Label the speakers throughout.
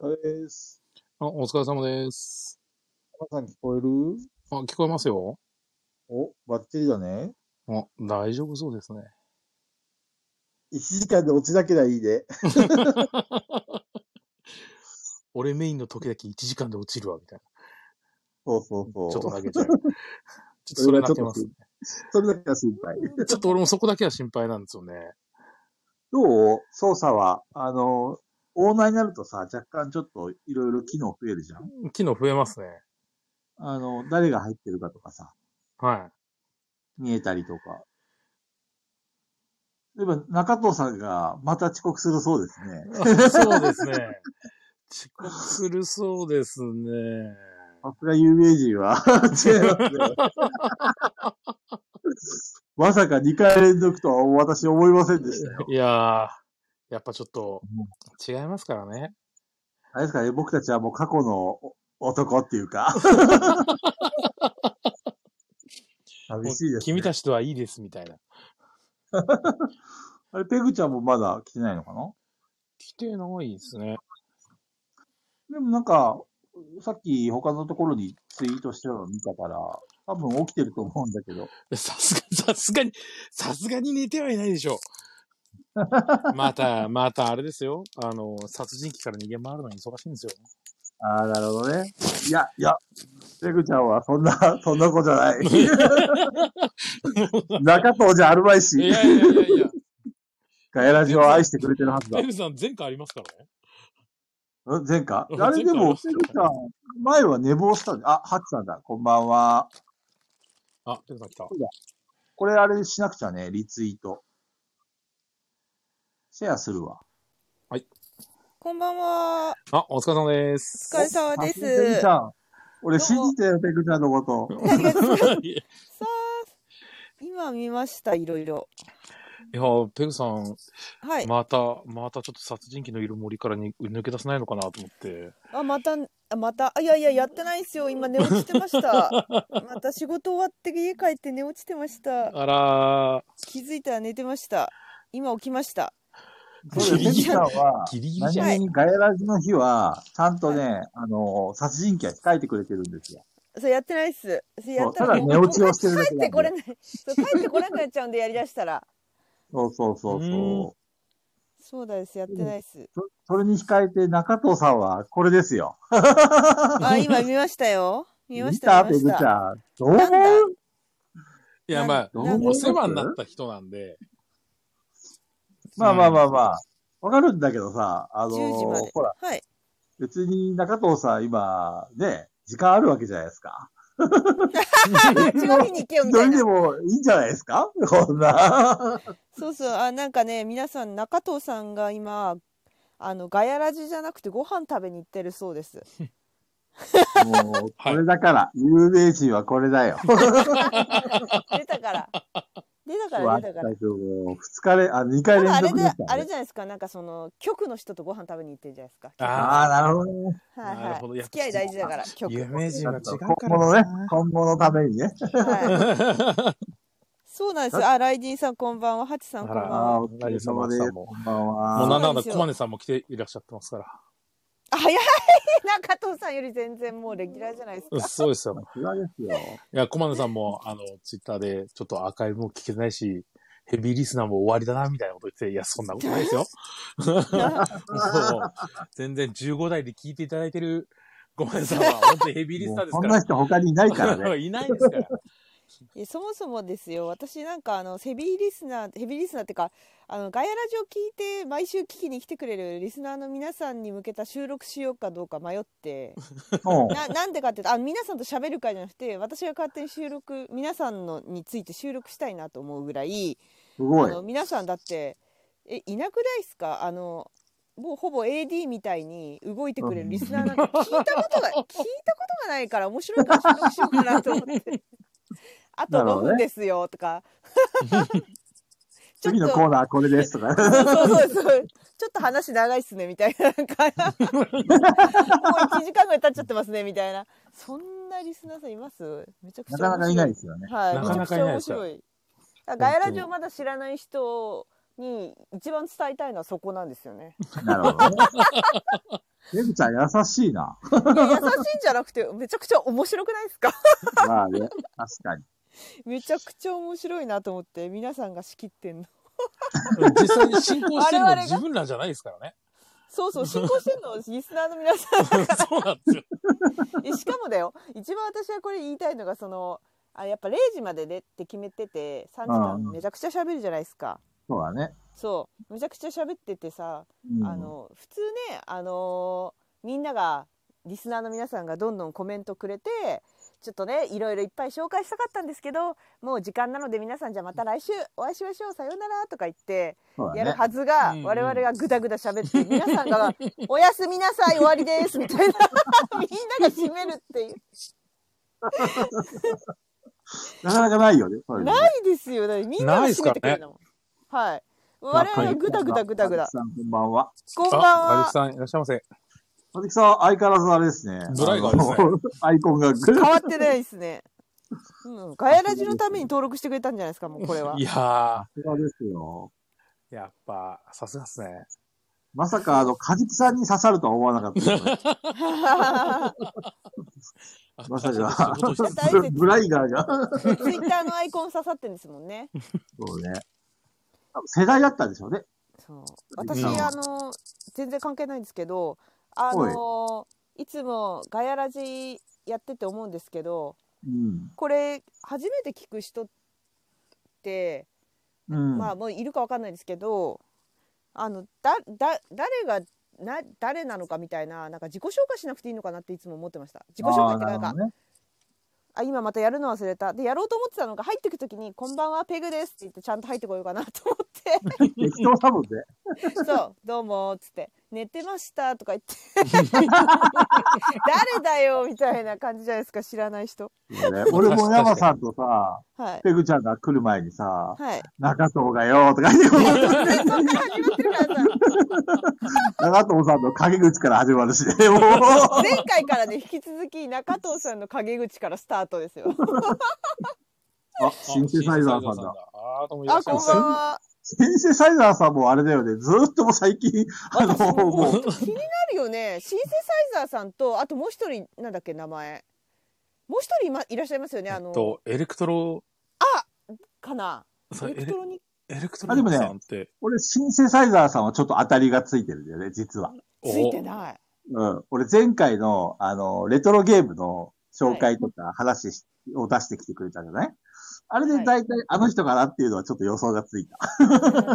Speaker 1: 疲れです。
Speaker 2: あ、お疲れ様です。
Speaker 1: 皆さん聞こえる
Speaker 2: あ、聞こえますよ。
Speaker 1: お、バッチリだね。
Speaker 2: あ、大丈夫そうですね。
Speaker 1: 1時間で落ちなけりゃいいで。
Speaker 2: 俺メインの時だけ1時間で落ちるわ、みたいな。
Speaker 1: そうそうそう。
Speaker 2: ちょっと投げ ちゃう。ちょっとそれは泣けますね。
Speaker 1: それだけは心配。
Speaker 2: ちょっと俺もそこだけは心配なんですよね。
Speaker 1: どう操作は、あの、オーナーになるとさ、若干ちょっといろいろ機能増えるじゃん
Speaker 2: 機能増えますね。
Speaker 1: あの、誰が入ってるかとかさ。。
Speaker 2: はい
Speaker 1: 見 えたりとか。例えば、中藤さんがまた遅刻するそうですね。
Speaker 2: そうですね。遅刻するそうですね。
Speaker 1: さすが有名人 は、 違いますね。まさか2回連続とは私思いませんでしたよ。
Speaker 2: いやー、やっぱちょっと違いますからね。
Speaker 1: あれですかね、僕たちはもう過去の男っていうか。 寂しいです、ね、
Speaker 2: 君たちとはいいですみたいな。
Speaker 1: あれ、ペグちゃんもまだ来てないのかな
Speaker 2: 来てないですね。
Speaker 1: でもなんか、さっき他のところにツイートしてるの見たから、多分起きてると思うんだけど。
Speaker 2: さすが、さすがに、さすがに寝てはいない でしょう。また、またあれですよ。あの、殺人鬼から逃げ回るのに忙しいんですよ。
Speaker 1: ああ、なるほどね。いや、いや、ペグちゃんはそんな、 そんな子じゃない。中藤じゃあるまいし。
Speaker 2: いやいやいや いや。
Speaker 1: ガヤラジを愛してくれてるはずだ。
Speaker 2: ペグさん前科ありますからね。
Speaker 1: 前科あれでも、ペグさん、前は寝坊したんあ、ハッチさんだ。こんばんは。
Speaker 2: あ、ペグさん来た。
Speaker 1: これあれしなくちゃね、リツイート。シェアするわ。
Speaker 2: はい。
Speaker 3: こんばんは。
Speaker 2: あ、お疲れ様です。
Speaker 3: お疲れ様です。
Speaker 1: ペグちゃん。俺信じてよ、ペグちゃんのこと。
Speaker 3: さあ、今見ました、いろいろ。
Speaker 2: いやペグさん、
Speaker 3: はい、
Speaker 2: また、またちょっと殺人鬼のいる森からに抜け出せないのかなと思って。
Speaker 3: あ、また、あまた、あいやいや、やってないですよ。今、寝落ちてました。また仕事終わって家帰って寝落ちてました。
Speaker 2: あら
Speaker 3: 気づいたら寝てました。今起きました。
Speaker 1: そうですね、ペグさんは、ギリギリじゃないガヤラジの日は、ちゃんとね、はい、あの、殺人鬼は控えてくれてるんですよ。
Speaker 3: それやってないっす。それやった
Speaker 1: ら、ただ寝落ちをしてるだ
Speaker 3: け帰ってこれない。帰ってこなくなっちゃうんで、やりだしたら。
Speaker 1: そうそうそうそう。
Speaker 3: そうです、やってないです。
Speaker 1: そそれに控えて、中藤さんはこれですよ。
Speaker 3: あ、今見ましたよ。見ました
Speaker 1: 見ました。どう思
Speaker 2: いや、まあ、お世話になった人なんで。
Speaker 1: まあまあまあまあ、わかるんだけどさ、あの
Speaker 3: ー、
Speaker 1: ほら、
Speaker 3: はい、
Speaker 1: 別に中藤さん今、ね、時間あるわけじゃないですか。
Speaker 3: 調理に行けよみたい
Speaker 1: な。でもいいんじゃないですかこん な。
Speaker 3: そうそう、あ、なんかね、皆さん、中藤さんが今、あの、ガヤラジじゃなくてご飯食べに行ってるそうです。
Speaker 1: もう、これだから、はい、有名人はこれだよ。
Speaker 3: 出たから。出たから、出たから。
Speaker 1: 二日連、あ、二回連続、
Speaker 3: ね、あれじゃないですか、なんかその、局の人とご飯食べに行ってるじゃないですか。
Speaker 1: ああ、なるほどね。
Speaker 3: はいはい。付き合い大事だから、
Speaker 2: 局。有名人は違う
Speaker 1: 今後のね、今後のためにね。
Speaker 3: はい、そうなんですよ。あ、ライディンさんこんばんは。ハチさんこんばんは。あ、お
Speaker 1: 疲れ様です。こんばん
Speaker 2: は。もうなんなんだ、コマネさんも来ていらっしゃってますから。
Speaker 3: 早い中藤さんより全然もうレギュラーじゃないですか。
Speaker 2: そうです よ。
Speaker 1: レギュラーですよ。
Speaker 2: いや、コマネさんも、あの、ツイッターで、ちょっとアーカイブも聞けないし、ヘビーリスナーも終わりだな、みたいなこと言って、いや、そんなことないです よ。全然15代で聞いていただいてるコマネさんは、本当にヘビーリスナーですから。
Speaker 1: そんな人他にいないからね。
Speaker 2: いないですから。
Speaker 3: そもそもですよ私なんかあのヘビーリスナーヘビーリスナーっていうかあのガヤラジを聞いて毎週聞きに来てくれるリスナーの皆さんに向けた収録しようかどうか迷ってななんでかっていうとあ皆さんと喋る会じゃなくて私が勝手に収録皆さんのについて収録したいなと思うぐらい
Speaker 1: あの
Speaker 3: 皆さんだってえいなくないですかあのもうほぼ AD みたいに動いてくれるリスナーなんて聞いたことが 聞いたことがないから面白いから収録しようかなと 思って。あと5分ですよとか。
Speaker 1: ね、 次のコーナーこれですとか。
Speaker 3: そうそうそう。ちょっと話長いっすねみたい な。もう1時間ぐらい経っちゃってますねみたいな。そんなリスナーさんいますめちゃくちゃ
Speaker 1: なかなかいないですよね。
Speaker 3: はい。
Speaker 2: な
Speaker 3: か
Speaker 2: なか
Speaker 3: いないですよ。ガヤラジオまだ知らない人に一番伝えたいのはそこなんですよね。
Speaker 1: なるほど、ね。レグちゃん優しいな。
Speaker 3: いや優しいんじゃなくてめちゃくちゃ面白くないですか
Speaker 1: まあね、確かに。
Speaker 3: めちゃくちゃ面白いなと思って皆さんが仕切ってんの
Speaker 2: 実際に進行 してるの
Speaker 3: 我々
Speaker 2: は
Speaker 3: が
Speaker 2: 自分らじゃないですからね。
Speaker 3: そうそう進行してんのリスナーの皆さん
Speaker 2: そうなんですよ。
Speaker 3: えしかもだよ一番私はこれ言いたいのがそのあやっぱ0時まででって決めてて3時間
Speaker 1: うん
Speaker 3: めちゃくちゃ喋るじゃないですか
Speaker 1: そうだね。
Speaker 3: そうめちゃくちゃ喋っててさ、
Speaker 1: うん、
Speaker 3: あの普通ねあのーみんながリスナーの皆さんがどんどんコメントくれてちょっとねいろいろいっぱい紹介したかったんですけどもう時間なので皆さんじゃあまた来週お会いしましょうさようならとか言って
Speaker 1: そう
Speaker 3: や
Speaker 1: だ
Speaker 3: る
Speaker 1: ね。
Speaker 3: はずが、
Speaker 2: うんうん
Speaker 3: 我々がぐだぐだ喋って皆さんが「おやすみなさい終わりです」み たいなみんなが締めるっていう
Speaker 1: なかなかないよね。そういうの
Speaker 3: ないですよだってみんなが締めてくれるのもん、はい我々がぐだぐだぐだぐだ
Speaker 1: 鈴木さん、こんばんは。
Speaker 3: こんばん
Speaker 2: あ、
Speaker 3: は
Speaker 2: 鈴木さんいらっしゃいませ。
Speaker 1: 鈴木さん、相変わらずあれですね。
Speaker 2: ドライバーですね
Speaker 1: あの。アイコンがグ
Speaker 3: 変わってないですね、うん、ガヤラジのために登録してくれたんじゃないですかもうこれはい
Speaker 2: やー、
Speaker 1: そうですよ。
Speaker 2: やっぱ、さすがっすね。
Speaker 1: まさか、あの、カジキさんに刺さるとは思わなかったよね。まさか
Speaker 2: 仕事し
Speaker 3: 大
Speaker 1: ブ
Speaker 3: 切
Speaker 1: ブライガーが。
Speaker 3: ツイッターのアイコン刺さってんですもんね
Speaker 1: そうね。世代だったんでしょうね。
Speaker 3: そう私、
Speaker 1: うん
Speaker 3: あの全然関係ないんですけどあのいつもガヤラジやってて思うんですけど
Speaker 1: うん。
Speaker 3: これ初めて聞く人って、
Speaker 1: うん。
Speaker 3: まあもういるかわかんないですけどあのだだ誰がな誰なのかみたいななんか自己紹介しなくていいのかなっていつも思ってました自己紹介ってなんか
Speaker 1: あーなるほどね
Speaker 3: あ今またやるの忘れたでやろうと思ってたのが入ってく時に「こんばんはペグです」って言ってちゃんと入ってこようかなと思っ
Speaker 1: 適当だもんね。
Speaker 3: て「そうどうも」っつって「寝てました」とか言って 「誰だよ」みたいな感じじゃないですか知らない人
Speaker 1: そう ね俺も山さんとさ、
Speaker 3: はい
Speaker 1: ペグちゃんが来る前にさ、
Speaker 3: はい
Speaker 1: 中藤がよーとか言って、
Speaker 3: えそんな始まってるからさ
Speaker 1: 中藤さんの陰口から始まるしね、もう。
Speaker 3: 前回からね引き続き中藤さんの陰口からスタートですよ
Speaker 1: あ、シンセサイザーさんだ。。
Speaker 2: あー、どうもいら
Speaker 3: あ
Speaker 2: っしゃい
Speaker 3: こん
Speaker 2: ま
Speaker 3: ば
Speaker 2: せ
Speaker 3: ん。は
Speaker 1: シンセサイザーさんもあれだよね、ずーっともう最近、あの、もう、
Speaker 3: 気になるよねシンセサイザーさんとあともう一人なんだっけ名前もう一人い,、ま、いらっしゃいますよねあ
Speaker 2: え
Speaker 3: の、
Speaker 2: っと、エレクトロ、
Speaker 3: かなエ
Speaker 2: そう
Speaker 3: レ
Speaker 2: エレ
Speaker 3: クトロニック
Speaker 2: エレクト
Speaker 1: あでもね
Speaker 2: ロさんって、
Speaker 1: 俺シンセサイザーさんはちょっと当たりがついてるんだよね、実は。
Speaker 2: お
Speaker 3: ついてない
Speaker 1: うん。俺前回の、あの、レトロゲームの紹介とか話しを出してきてくれたじゃないあれで大体あの人かなっていうのはちょっと予想がついた。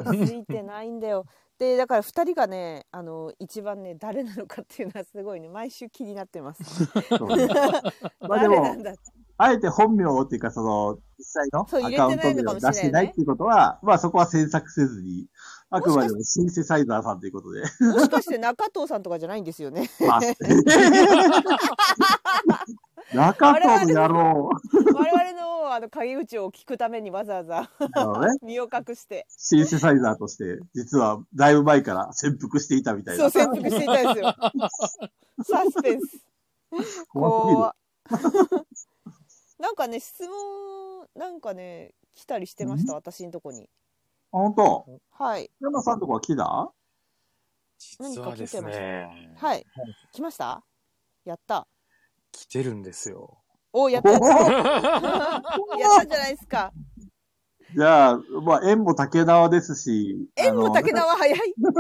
Speaker 3: うん ついてないんだよでだから二人がねあの一番ね誰なのかっていうのはすごいね毎週気になってます
Speaker 1: そうね まあで
Speaker 3: 誰な
Speaker 1: も
Speaker 3: ん、だ
Speaker 1: あえて本名をっていうか、その、実際の
Speaker 3: そう入
Speaker 1: ア
Speaker 3: れ
Speaker 1: カウ
Speaker 3: て
Speaker 1: ン
Speaker 3: な
Speaker 1: ト
Speaker 3: い
Speaker 1: 名
Speaker 3: のか
Speaker 1: を
Speaker 3: もしれないね
Speaker 1: 出してないっていうことは、まあそこは詮索せずに、あくまでもシンセサイザーさんということで。
Speaker 3: もしかして中藤さんとかじゃないんです よね
Speaker 1: まあ、 中藤の野郎。
Speaker 3: 我々のあの陰口を聞くためにわざ わざ
Speaker 1: あのね、
Speaker 3: 身を隠して
Speaker 1: シンセサイザーとして、実はだいぶ前から潜伏していたみたい
Speaker 3: そ
Speaker 1: な
Speaker 3: う。潜伏していたんで すよサスペンス
Speaker 1: 怖
Speaker 3: こう なんかね質問なんかね来たりしてました私のとこに
Speaker 1: あ本当
Speaker 3: はい
Speaker 1: 山さんとこは来た
Speaker 2: 実はです
Speaker 3: 何か
Speaker 2: ね、
Speaker 3: はい来ましたやった
Speaker 2: 来てるんですよ。
Speaker 3: おやったやったやったじゃないで すか
Speaker 1: じゃあ、まあ、縁も竹縄ですし、
Speaker 3: 縁も竹
Speaker 1: あ
Speaker 3: 田は早い
Speaker 1: の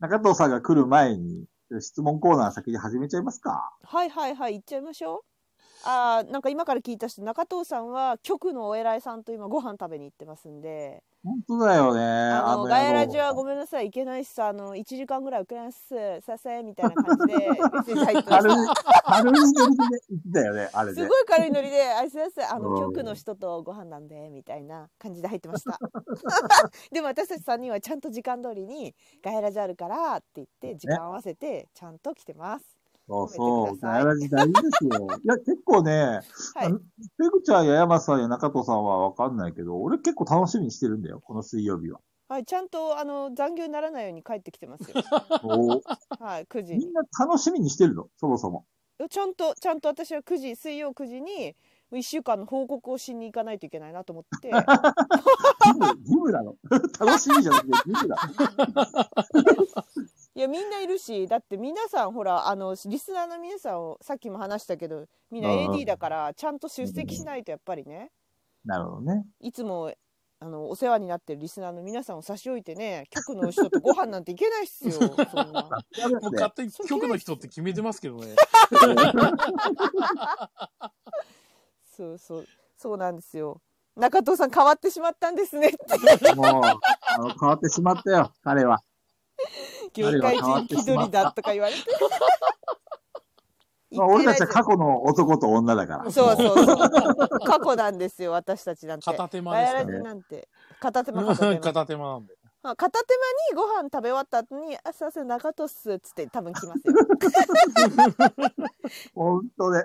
Speaker 1: 中藤さんが来る前に、質問コーナー先に始めちゃいますか。
Speaker 3: はいはいはい行っちゃいましょうあーなんか今から聞いた人中藤さんは局のお偉いさんと今ご飯食べに行ってますんで
Speaker 1: 本当だよね。
Speaker 3: あのガヤラジはご
Speaker 1: め
Speaker 3: めんなさい行けないしさあの1時間ぐらい受けないっすさせみたいな感 じでメッセージ入ってまし
Speaker 1: 軽い
Speaker 3: た、
Speaker 1: 軽いノリで言ってたよね、あれ
Speaker 3: す
Speaker 1: で。
Speaker 3: ごい軽いノリで「あいすいませんあの
Speaker 1: うん
Speaker 3: 局の人とご飯なんで」みたいな感じで入ってました でも私たち3人はちゃんと時間通りに「ガヤラジあるから」って言って時間合わせてちゃんと来てます、
Speaker 1: そうそう、
Speaker 3: ごめ
Speaker 1: ガヤ
Speaker 3: ん
Speaker 1: ラジ大事ですよ。いや、結構ね、
Speaker 3: はい
Speaker 1: あのペグちゃんや山さんや中藤さんはわかんないけど、俺結構楽しみにしてるんだよ、この水曜日は。
Speaker 3: はい、ちゃんとあの残業にならないように帰ってきてますよ
Speaker 1: おー
Speaker 3: はい9時
Speaker 1: み
Speaker 3: に
Speaker 1: んな楽しみにしてるの、そもそも。
Speaker 3: ちゃんとちゃんと私は9時水曜9時に1週間の報告をしに行かないといけないなと思っ て
Speaker 1: 義務義務なの。楽しみじゃなくて義務だ。
Speaker 3: いやみんないるしだって皆さんほらあのリスナーの皆さんをさっきも話したけどみんな
Speaker 1: うん
Speaker 3: AD だからちゃんと出席しないとやっぱりね
Speaker 1: なるほどね。
Speaker 3: いつもあのお世話になってるリスナーの皆さんを差し置いてね局の人とご飯なんていけないっすよそんな
Speaker 2: もう勝手に局の人って決めてますけどね。
Speaker 3: そうそうそうなんですよ中藤さん変わってしまったんですねって
Speaker 1: もう、あの変わってしまったよ、彼は。
Speaker 3: 業界人気取りだとか言われて
Speaker 1: まあ、俺たちは過去の男と女だから。
Speaker 3: そうそうそう過去なんですよ私たちなんて
Speaker 2: 片手間
Speaker 3: ガ
Speaker 2: で
Speaker 3: ヤ
Speaker 2: す
Speaker 3: ラ
Speaker 2: か
Speaker 3: ジ
Speaker 1: ね
Speaker 3: なんて片手間 片手
Speaker 2: ら。
Speaker 3: 間
Speaker 2: 片手間 なんで。
Speaker 3: まあ片手間にご飯食べ終わった後に「あすいません中戸っす」っつって多分来ますよ
Speaker 1: 本当ね。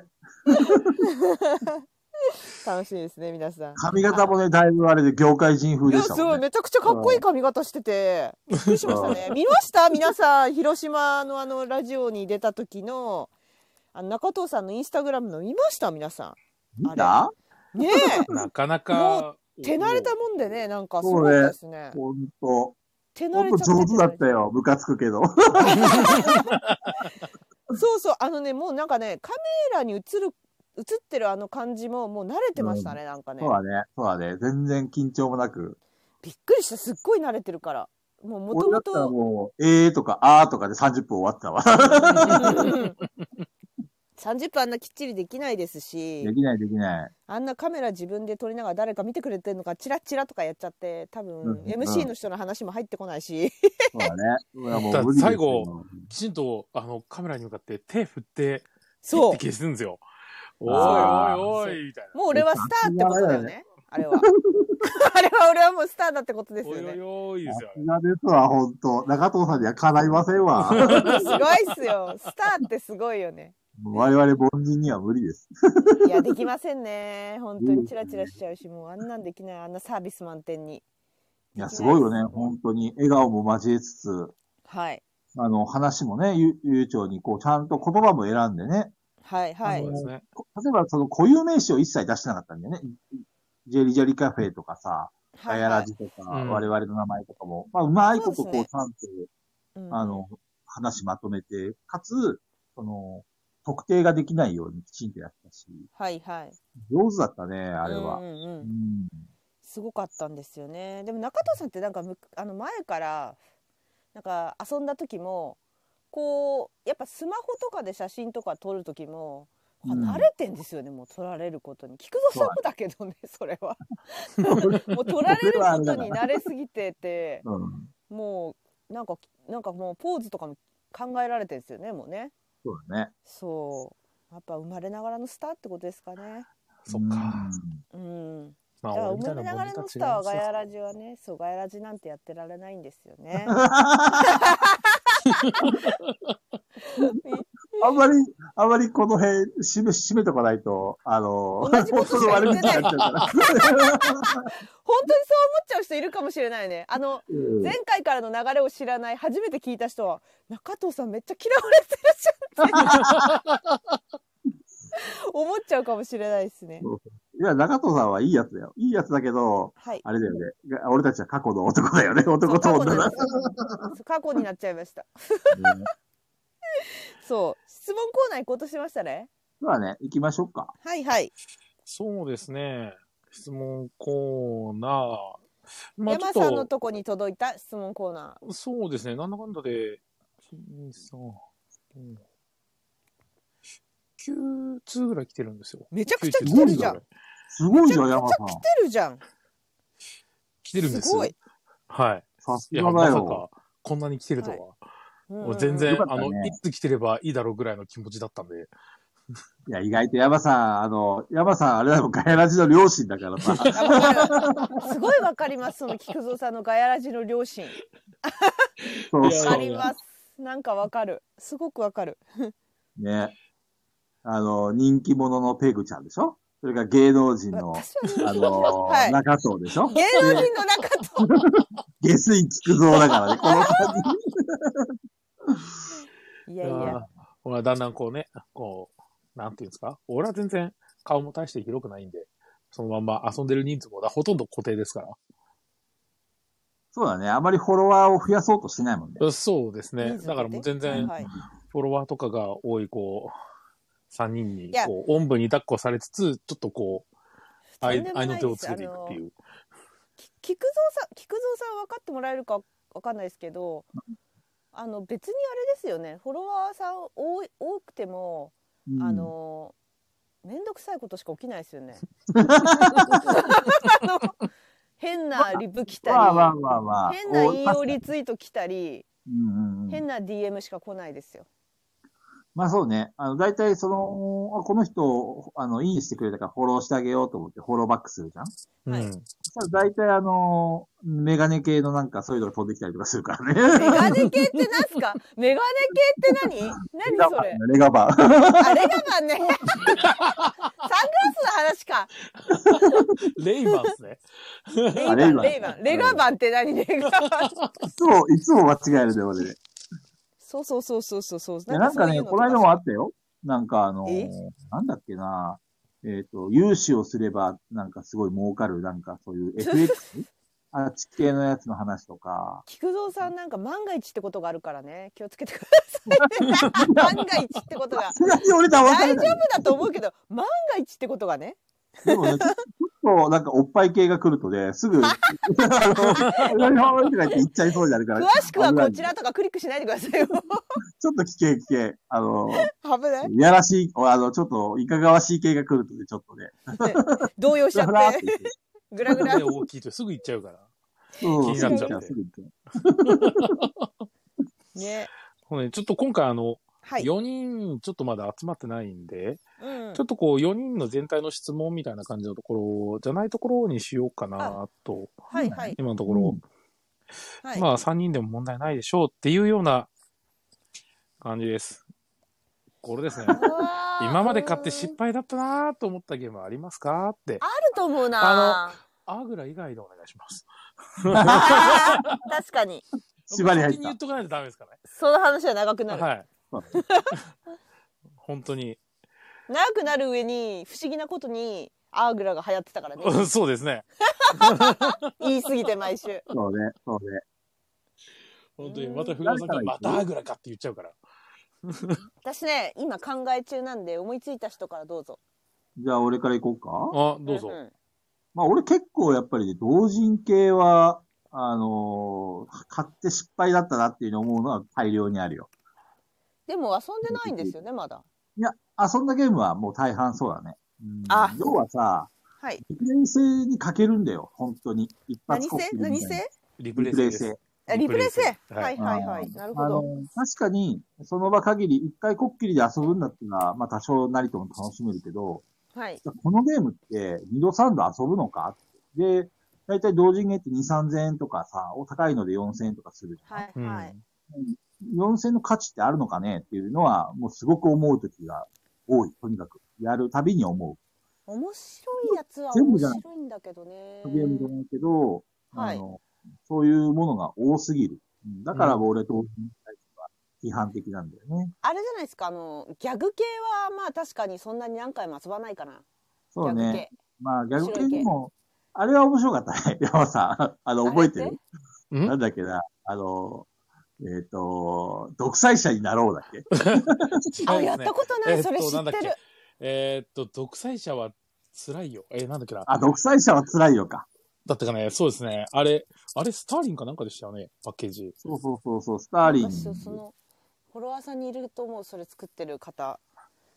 Speaker 3: 楽しいですね皆さん
Speaker 1: 髪型もね、だいぶあれで業界人風
Speaker 3: い
Speaker 1: で
Speaker 3: や
Speaker 1: した
Speaker 3: す
Speaker 1: も
Speaker 3: ご
Speaker 1: ん
Speaker 3: い
Speaker 1: ね。
Speaker 3: めちゃくちゃかっこいい髪型しててびっくりしまし たね見ました皆さん広島のあのラジオに出た時のあの中藤さんのインスタグラムの見ました皆さ
Speaker 1: 見た
Speaker 3: んね
Speaker 2: なかな
Speaker 3: も
Speaker 2: か。
Speaker 3: え手慣れた
Speaker 2: も
Speaker 3: もんでねなんかすごいですね
Speaker 1: 本当。
Speaker 3: 手慣
Speaker 1: 本
Speaker 3: れ
Speaker 1: 当
Speaker 3: ちゃって
Speaker 1: 上
Speaker 3: て
Speaker 1: 手だったよ、ムカつくけど。
Speaker 3: そうそうあのねもうなんかねカメラに映る映ってるあの感じももう慣れてましたね、なんかね
Speaker 1: そうだね、そうだね。全然緊張もなく。
Speaker 3: びっくりしたすっごい慣れてるからもうも
Speaker 1: 俺
Speaker 3: と
Speaker 1: だ
Speaker 3: も
Speaker 1: ったら
Speaker 3: と
Speaker 1: もう、えーとか、あーとかで30分終わってたわ。
Speaker 3: 30分あんなきっちりできないです
Speaker 1: で
Speaker 3: し
Speaker 1: きない、できない。
Speaker 3: あんなカメラ自分で撮りながら誰か見てくれてるのかチラッチラとかやっちゃって多
Speaker 1: う
Speaker 3: 分
Speaker 1: ん
Speaker 3: MC の人の話も入ってこないし、
Speaker 1: そうだね。いや
Speaker 2: だ
Speaker 1: も
Speaker 2: から
Speaker 1: う無理ですよ
Speaker 2: 最後。きちんと、あの、カメラに向かって手振って、
Speaker 3: そ
Speaker 2: って 消すんですよ。おい
Speaker 1: あー
Speaker 2: おいおい、みたいな。
Speaker 3: うもう俺はスターってことだ よねあれはあれは俺はもうスターだってことです
Speaker 2: お
Speaker 3: よ
Speaker 2: いお
Speaker 3: ね
Speaker 2: いおい、ですよ
Speaker 1: さ。すがですわ、本当中藤さんにはかないません わ。
Speaker 3: すごいっすよスターってすごいよね
Speaker 1: 我々凡人には無理です。
Speaker 3: いやできませんね本当にチラチラしちゃうしもうあんなんできないあんなサービス満点に
Speaker 1: いや、すごいよね、本当に。笑顔も交えつつ、
Speaker 3: はい
Speaker 1: あの、話もね、ゆ悠長に、こう、ちゃんと言葉も選んでね。
Speaker 3: はいはい
Speaker 2: そうですね。
Speaker 1: 例えば、その固有名詞を一切出してなかったんだよね。ジェリジェリカフェとかさ、ガ
Speaker 3: はい
Speaker 1: ヤ
Speaker 3: は
Speaker 1: ラ
Speaker 3: い
Speaker 1: ジとか、
Speaker 2: うん
Speaker 1: 我々の名前とかも、まあ、うまいこと
Speaker 3: そ
Speaker 1: こ
Speaker 3: う
Speaker 1: う、
Speaker 3: で
Speaker 1: ち
Speaker 3: す
Speaker 1: ゃ
Speaker 3: ね
Speaker 1: んと、
Speaker 3: うん
Speaker 1: あの、話まとめて、かつ、その、特定ができないようにきちんとやってたし、
Speaker 3: はいはい
Speaker 1: 上手だったね、あ
Speaker 3: あ
Speaker 1: れは
Speaker 3: う。んう
Speaker 1: う
Speaker 3: んうんん、すごかったんですよねでも中藤さんってなんかむあの前からなんか遊んだ時もこうやっぱスマホとかで写真とか撮る時もあ
Speaker 1: うん
Speaker 3: 慣れてんですよね、もう撮られることに菊蔵さんもだけどねそれはもう撮られることに慣れすぎてて
Speaker 1: うん。
Speaker 3: もうなんかなんかもうポーズとかも考えられてるんですよねもうね
Speaker 1: そうだね。
Speaker 3: そうやっぱ生まれながらのスターってことですかね
Speaker 2: そっか。
Speaker 3: うん
Speaker 2: まあ、
Speaker 3: だから
Speaker 2: 俺みた
Speaker 3: 生
Speaker 2: い
Speaker 3: ま
Speaker 2: なも
Speaker 3: れなが
Speaker 2: ん
Speaker 3: ら
Speaker 2: と
Speaker 3: の
Speaker 2: は
Speaker 3: ス
Speaker 2: 違
Speaker 3: ターはガヤ
Speaker 2: い
Speaker 3: ラジはねそうガヤラジなんてやってられないんです よね
Speaker 1: うん。あんまり、あんまりこの辺、締め、締めとかないと、あの、
Speaker 3: 同じことしか言ってない
Speaker 1: 本当の悪口になっちゃうから。
Speaker 3: 本当にそう思っちゃう人いるかもしれないねあの
Speaker 1: うん
Speaker 3: 前回からの流れを知らない初めて聞いた人は中藤さんめっちゃ嫌われてるじゃん って思っちゃうかもしれないですね
Speaker 1: いや、中藤さんはいいやつだよ。いいやつだけど、
Speaker 3: はい
Speaker 1: あれだよね。俺たちは過去の男だよね。
Speaker 3: そう
Speaker 1: 男と
Speaker 3: 過
Speaker 1: 女
Speaker 3: 去になっ
Speaker 1: だ
Speaker 3: ち。ゃいました過去になっちゃいました
Speaker 1: うん
Speaker 3: そう質問コーナー行こうとしてましたね
Speaker 1: ではね、行きましょうか。
Speaker 3: はいはい
Speaker 2: そうですね。質問コーナー。まあ、ちょ
Speaker 3: 山
Speaker 2: っ
Speaker 3: さんの
Speaker 2: と、
Speaker 3: とこに届いた質問コーナ
Speaker 2: そうですね。なんだかんだで、1、2、3、4、9通ぐらい来てるんですよ。
Speaker 3: ーめちゃくちゃ来
Speaker 1: す
Speaker 3: て
Speaker 1: ご
Speaker 3: る
Speaker 1: い
Speaker 3: じゃ
Speaker 1: よ
Speaker 3: ん
Speaker 1: ね
Speaker 3: 来。
Speaker 1: すごいじゃん、山さん。
Speaker 3: てるじゃん
Speaker 2: 来てるんです
Speaker 3: すご
Speaker 2: よ
Speaker 3: い。
Speaker 2: はい。
Speaker 1: さす
Speaker 2: いや、
Speaker 1: がだ
Speaker 2: まさ
Speaker 1: よ。
Speaker 2: か、こんなに来てるとは。
Speaker 3: うん
Speaker 2: もう全然、
Speaker 1: よかった
Speaker 2: あ
Speaker 1: ね
Speaker 2: の、いつ来てればいいだろうぐらいの気持ちだったんで。
Speaker 1: いや、意外と山さん、あの、山さん、あれだよ、ガヤラジの両親だからさ。
Speaker 3: あわかるすごいわかりますその菊蔵さんのガヤラジの両親
Speaker 1: そう
Speaker 2: い
Speaker 1: そ
Speaker 2: や
Speaker 3: あ
Speaker 1: う。
Speaker 3: りますなんかわかるすごくわかる
Speaker 1: ね。あの、人気者のペグちゃんでしょそれから芸能人の、
Speaker 3: 私は
Speaker 1: あの、
Speaker 3: はい
Speaker 1: 中藤でしょ
Speaker 3: 芸能人の中と
Speaker 1: 下水菊蔵だ からね、この感じ。
Speaker 3: いやいや
Speaker 2: あーほら、だんだんこうね、こう、なんていうんですか。俺は全然顔も大して広くないんで、そのまんま遊んでる人数もだほとんど固定ですから。
Speaker 1: そうだね。あまりフォロワーを増やそうとしないもんね。
Speaker 2: そうですね。
Speaker 3: 人数
Speaker 2: だからもう全
Speaker 3: はい
Speaker 2: 然
Speaker 3: はい
Speaker 2: フォロワーとかが多い、こう、3人に
Speaker 3: いや、
Speaker 2: こう、おんぶに抱っこされつつ、ちょっとこう、
Speaker 3: と
Speaker 2: 愛
Speaker 3: んでもな
Speaker 2: 愛
Speaker 3: いです
Speaker 2: の手をつけていくっていう。
Speaker 3: き菊蔵さん菊蔵さん分かってもらえるか分かんないですけどあの別にあれですよねフォロワーさん多い多くても、
Speaker 1: うん
Speaker 3: あの面倒くさいことしか起きないですよね。あの変なリプ来たり、
Speaker 1: まあまあまあまあ。
Speaker 3: 変な引用
Speaker 1: お
Speaker 3: リツイート来たり、
Speaker 1: うんうんうん
Speaker 3: 変な DM しか来ないですよ。
Speaker 1: まあそうね。あの、大体その、あこの人、あの、いいねしてくれたからフォローしてあげようと思ってフォローバックするじゃん
Speaker 2: うん
Speaker 3: はい
Speaker 1: そしたら大体あの、メガネ系のなんかそういうのが飛んできたりとかするからね。
Speaker 3: メガネ系ってなんすか？メガネ系って何？何それ？
Speaker 1: レガバン。レガバン
Speaker 3: あれが まんね。サングラスの話か。
Speaker 2: レイバンです ね。
Speaker 3: レ
Speaker 1: あ
Speaker 3: イバン、
Speaker 1: レイ
Speaker 3: レイ
Speaker 1: バ
Speaker 3: バ
Speaker 1: ン
Speaker 3: ン。レガバンっ て何レガバン。
Speaker 1: いつも、いつも間違えるね、俺ね。
Speaker 3: そうそうそうそうそうそう。
Speaker 1: いやなんか
Speaker 3: そうい
Speaker 1: ね、
Speaker 3: うと
Speaker 1: この間もあったよ。なんかあの
Speaker 3: え、
Speaker 1: なんだっけな、えっ、と、融資をすれば、なんかすごい儲かる、なんかそういう FX? あっち系のやつの話とか。
Speaker 3: 菊蔵さんなんか万が一ってことがあるからね、気をつけてください。 万が一ってことが
Speaker 1: さ。すがに俺騙され
Speaker 3: 大
Speaker 1: な
Speaker 3: 丈
Speaker 1: い。
Speaker 3: 夫だと思うけど、万が一ってことがね。
Speaker 1: でもね、ちょっとなんかおっぱい系が来るとね、す ぐ、あの、いろいろとか言って言っちゃいそうになるから。
Speaker 3: 詳しくはこちらとかクリックしないでください よ。
Speaker 1: ちょっと危険危険。あの、
Speaker 3: 危ない。
Speaker 1: いやらしい、あの、ちょっといかがわしい系が来るとね、ちょっとね。
Speaker 3: 動揺し
Speaker 1: ふ
Speaker 3: ち
Speaker 1: ら
Speaker 3: ゃ
Speaker 1: ふらっ
Speaker 3: ってて、
Speaker 1: 言って。
Speaker 3: グラグラ
Speaker 2: 胸。大きいとすぐ行っちゃうから。
Speaker 1: そう
Speaker 2: 気になっちゃって
Speaker 1: すぐ行って
Speaker 3: ね。
Speaker 2: このねちょっと今回あの、
Speaker 3: はい。
Speaker 2: 4人ちょっとまだ集まってないんで、
Speaker 3: うん
Speaker 2: ちょっとこう4人の全体の質問みたいな感じのところじゃないところにしようかなと、
Speaker 3: はいはい。
Speaker 2: 今のところ、
Speaker 3: はい。
Speaker 2: まあ3人でも問題ないでしょうっていうような感じです。これですね。
Speaker 3: うわー
Speaker 2: 今まで買って
Speaker 3: う
Speaker 2: 失
Speaker 3: ん
Speaker 2: 敗だったなーと思ったゲームありますかって、
Speaker 3: あると思うな。
Speaker 2: アーグラ以外でお願いします。
Speaker 3: あー確かに。
Speaker 1: 縛り入
Speaker 2: 先
Speaker 1: っ
Speaker 2: に
Speaker 1: た
Speaker 2: 言っ。とかないとダメですか
Speaker 3: その話は長くな
Speaker 2: らね。
Speaker 3: る。
Speaker 2: はい。本当に。
Speaker 3: 長くなる上に、不思議なことに、アーグラが流行ってたから ね。
Speaker 2: そうですね。
Speaker 3: 言い過ぎて毎週。
Speaker 1: そうね、そうね。
Speaker 2: 本当に。また古川さんがまたアーグラかって言っちゃうから。
Speaker 3: 私ね、今考え中なんで、思いついた人からどうぞ。
Speaker 1: じゃあ、俺から行こうか。
Speaker 2: あ、どうぞ。
Speaker 3: んん
Speaker 1: まあ、俺結構やっぱりね、同人系は、あのー買って失敗だったなっていうの思うのは大量にあるよ。
Speaker 3: でも遊んでないんですよね、まだ。
Speaker 1: あ、そんなゲームはもう大半そうだね。うん
Speaker 3: あ
Speaker 1: 要はさ、
Speaker 3: はい。
Speaker 1: リプレイ性に欠けるんだよ、本当に。一
Speaker 3: 何
Speaker 1: 発コピ
Speaker 3: 性
Speaker 1: ーみたいな
Speaker 3: 何性
Speaker 2: リ
Speaker 1: リプレイ性。。
Speaker 3: あリプレイ性。
Speaker 2: は
Speaker 3: はいいはいはい。なるほ
Speaker 1: あ
Speaker 3: ど。
Speaker 1: の、確かに、その場限り、一回こっきりで遊ぶんだっていうのは、まあ多少なりとも楽しめるけど、
Speaker 3: はい。
Speaker 1: じゃあこのゲームって二度三度遊ぶのかで、だいたい同人ゲーって2、3000円とかさ、お高いので4000円とかするじゃん。
Speaker 3: はい
Speaker 2: うん
Speaker 3: はい。
Speaker 1: 4000円の価値ってあるのかねっていうのは、もうすごく思う時が多い。とにかく。やるたびに思
Speaker 3: 面白いやつは
Speaker 1: 全部
Speaker 3: 面
Speaker 1: じゃない
Speaker 3: 白いんだけどね
Speaker 1: う。。ゲームじゃないけど、
Speaker 3: はい
Speaker 1: あの、そういうものが多すぎる。うんだから俺と同人に対しては批判的なんだよね。
Speaker 3: あれじゃないですか、あの、ギャグ系は、まあ確かにそんなに何回も遊ばないかな。
Speaker 1: そうね。
Speaker 3: ギャグ系。
Speaker 1: まあ、ギャグ系
Speaker 3: 面白い系
Speaker 1: にも、あれは面白かったね。山さん。 あの、覚えて
Speaker 3: あれ
Speaker 1: る
Speaker 3: っ
Speaker 2: ん
Speaker 1: なんだっけな。あの、えっ、と、独裁者になろうだっけ
Speaker 3: あ、やったことな
Speaker 2: え
Speaker 3: い、
Speaker 2: っと
Speaker 3: それ知
Speaker 2: なんだ
Speaker 3: っ
Speaker 2: っけ
Speaker 3: てる。
Speaker 2: えーっと、独裁者は辛いよ。えーなんだっけな。
Speaker 1: あ、独裁者は辛いよか。
Speaker 2: だったかね、そうですね。あれ、あれ、スターリンかなんかでしたよね、パッケージ。
Speaker 1: そうそうそうそう、スターリン。
Speaker 3: 私その、フォロワーさんにいると思う、それ作ってる方。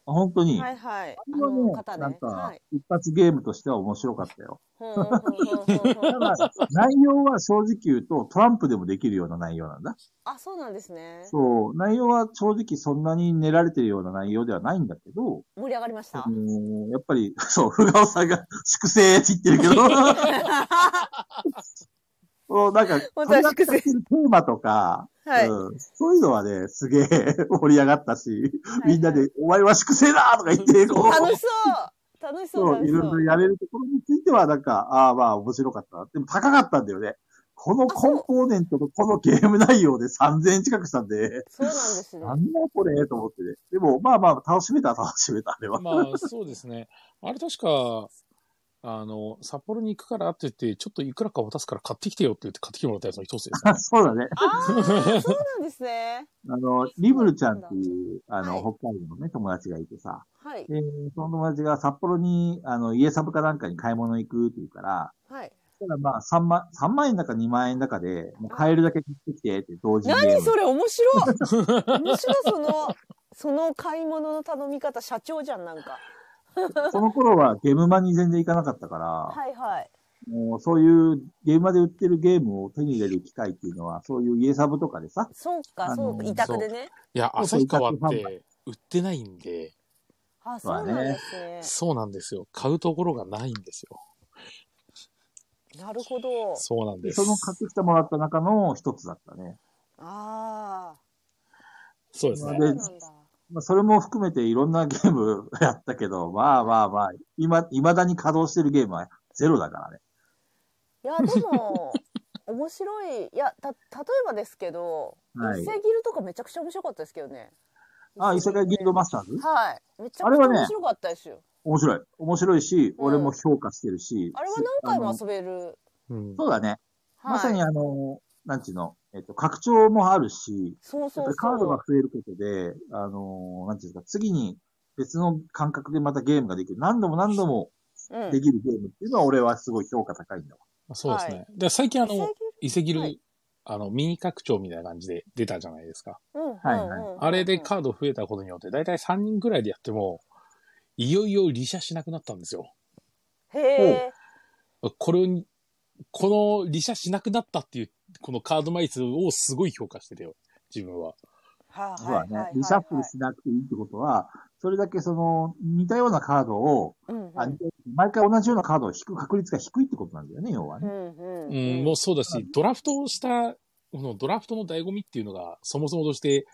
Speaker 1: 本当に。
Speaker 3: はいはい。あ
Speaker 1: あれは
Speaker 3: の
Speaker 1: ね
Speaker 3: 方
Speaker 1: なん
Speaker 3: ね。は
Speaker 1: か
Speaker 3: い。、
Speaker 1: 一発ゲームとしては面白かった よ。
Speaker 3: ほんほんほんほんほん
Speaker 1: ただ、内容は正直言うと、トランプでもできるような内容なんだ。
Speaker 3: あ、そうなんですね。
Speaker 1: そう、内容は正直そんなに練られてるような内容ではないんだけど、
Speaker 3: 盛り上がりました
Speaker 1: あ。 のーやっぱり、 そう、ふがおさんが 粛清って言 ってるけど、そうなんか、
Speaker 3: 本当は粛清
Speaker 1: 考えてるテーマとか、
Speaker 3: はい。
Speaker 1: うん、そういうのはね、すげえ盛り上がったし、みんなで、お前は粛清だとか言って、こう、
Speaker 3: 楽しそう楽しそう
Speaker 1: そ
Speaker 3: 楽
Speaker 1: う、
Speaker 3: し
Speaker 1: い
Speaker 3: そ
Speaker 1: ろいろ
Speaker 3: う。
Speaker 1: やれるところについては、なんか、ああまあ面白かったな。でも高かったんだよね。この
Speaker 3: あそう
Speaker 1: コンポーネントとこのゲーム内容で3000円近くしたんで、
Speaker 3: そうなんですね
Speaker 1: な。んだこれと思ってね。でも、まあまあ、楽しめた、楽しめた、あれは。
Speaker 2: まあ、そうですね。あれ確か、あの、札幌に行くからって言って、ちょっといくらか渡すから買ってきてよって言って買ってきてもらったやつの一つ ですね
Speaker 1: あそうだね。
Speaker 3: あーそうなんですね。
Speaker 1: あの、リブルちゃんっていう、あの、
Speaker 3: はい
Speaker 1: 北海道のね、友達がいてさ、
Speaker 3: はい
Speaker 1: で、その友達が札幌に、あの、家サブかなんかに買い物行くって言うから、
Speaker 3: はい。
Speaker 1: そしたらまあ、3万、三万円だか2万円だかで、もう買えるだけ買ってきてって同時に。
Speaker 3: 何それ面白い。面白いそのその買い物の頼み方社長じゃんなんか。
Speaker 1: その頃はゲームマに全然行かなかったから、
Speaker 3: はいはい。
Speaker 1: もうそういうゲームマで売ってるゲームを手に入れる機会っていうのは、そういう家サブとかでさ、
Speaker 3: そう
Speaker 1: あ
Speaker 3: か
Speaker 1: の
Speaker 3: そうか委託でね。
Speaker 2: いや、
Speaker 1: そう
Speaker 2: 旭川っ
Speaker 1: そう
Speaker 2: て売ってないんで、
Speaker 3: あそうなんですね。
Speaker 2: そうなんですよ。買うところがないんですよ。
Speaker 3: なるほど。
Speaker 2: そうなんです
Speaker 1: そ。の買ってきてもらった中の一つだったね。
Speaker 3: ああ。
Speaker 2: そうです
Speaker 1: ま
Speaker 2: ね
Speaker 1: あ。で
Speaker 3: そうなんだ。
Speaker 1: まあ、それも含めていろんなゲームやったけど、 まあまあまあ、今、未だに稼働してるゲームはゼロだからね。
Speaker 3: いやでも面白いいやた例えばですけど、
Speaker 1: はい
Speaker 3: 一世ギルとかめちゃくちゃ面白かったですけどね
Speaker 1: あ、異世界ギルドマスターズ
Speaker 3: はいめちゃ
Speaker 1: あ
Speaker 3: く
Speaker 1: れ
Speaker 3: ちゃ
Speaker 1: はね
Speaker 3: 面白かったですよ
Speaker 1: 面白い。面白いし、
Speaker 3: うん
Speaker 1: 俺も評価してるし。
Speaker 3: あれは何回も
Speaker 1: あの
Speaker 3: 遊べる
Speaker 2: うん
Speaker 1: そうだね。
Speaker 3: はい
Speaker 1: まさにあの、なんちゅうの、えっと、拡張もあるし、
Speaker 3: そう
Speaker 1: や
Speaker 3: そ
Speaker 1: っぱ
Speaker 3: う
Speaker 1: りカー
Speaker 3: そ
Speaker 1: ドが
Speaker 3: う
Speaker 1: 増えることで、あの、なんちゅうんですか、次に別の感覚でまたゲームができる。何度も何度も
Speaker 3: うん
Speaker 1: できるゲームっていうのは俺はすごい評価高いんだわ。
Speaker 2: そうですね。
Speaker 3: は
Speaker 2: で最近あ
Speaker 3: 一世
Speaker 2: の、
Speaker 3: ギ
Speaker 2: 伊勢ギル、
Speaker 3: はい
Speaker 2: あの、ミニ拡張みたいな感じで出たじゃないですか。
Speaker 3: ルうんうん
Speaker 1: はいはい
Speaker 3: うんうん
Speaker 2: あれでカード増えたことによって、だいたい3人ぐらいでやっても、いよいよ離社しなくなったんですよ。
Speaker 3: へえ
Speaker 2: これを、この離社しなくなったっていう、このカード枚数をすごい評価してたよ。自分は。
Speaker 3: は
Speaker 1: そう
Speaker 3: い
Speaker 1: だ
Speaker 3: はいはいはい
Speaker 1: ね。リシャッフルしなくていいってことは、それだけその、似たようなカードを、
Speaker 3: うんうん
Speaker 1: あ毎回同じようなカードを引く確率が低いってことなんだよね、要は
Speaker 3: う
Speaker 1: ね。
Speaker 3: んうん
Speaker 2: う
Speaker 3: うん
Speaker 2: ん、もうそうだし、ドラフトをした、このドラフトの醍醐味っていうのが、そもそもとして、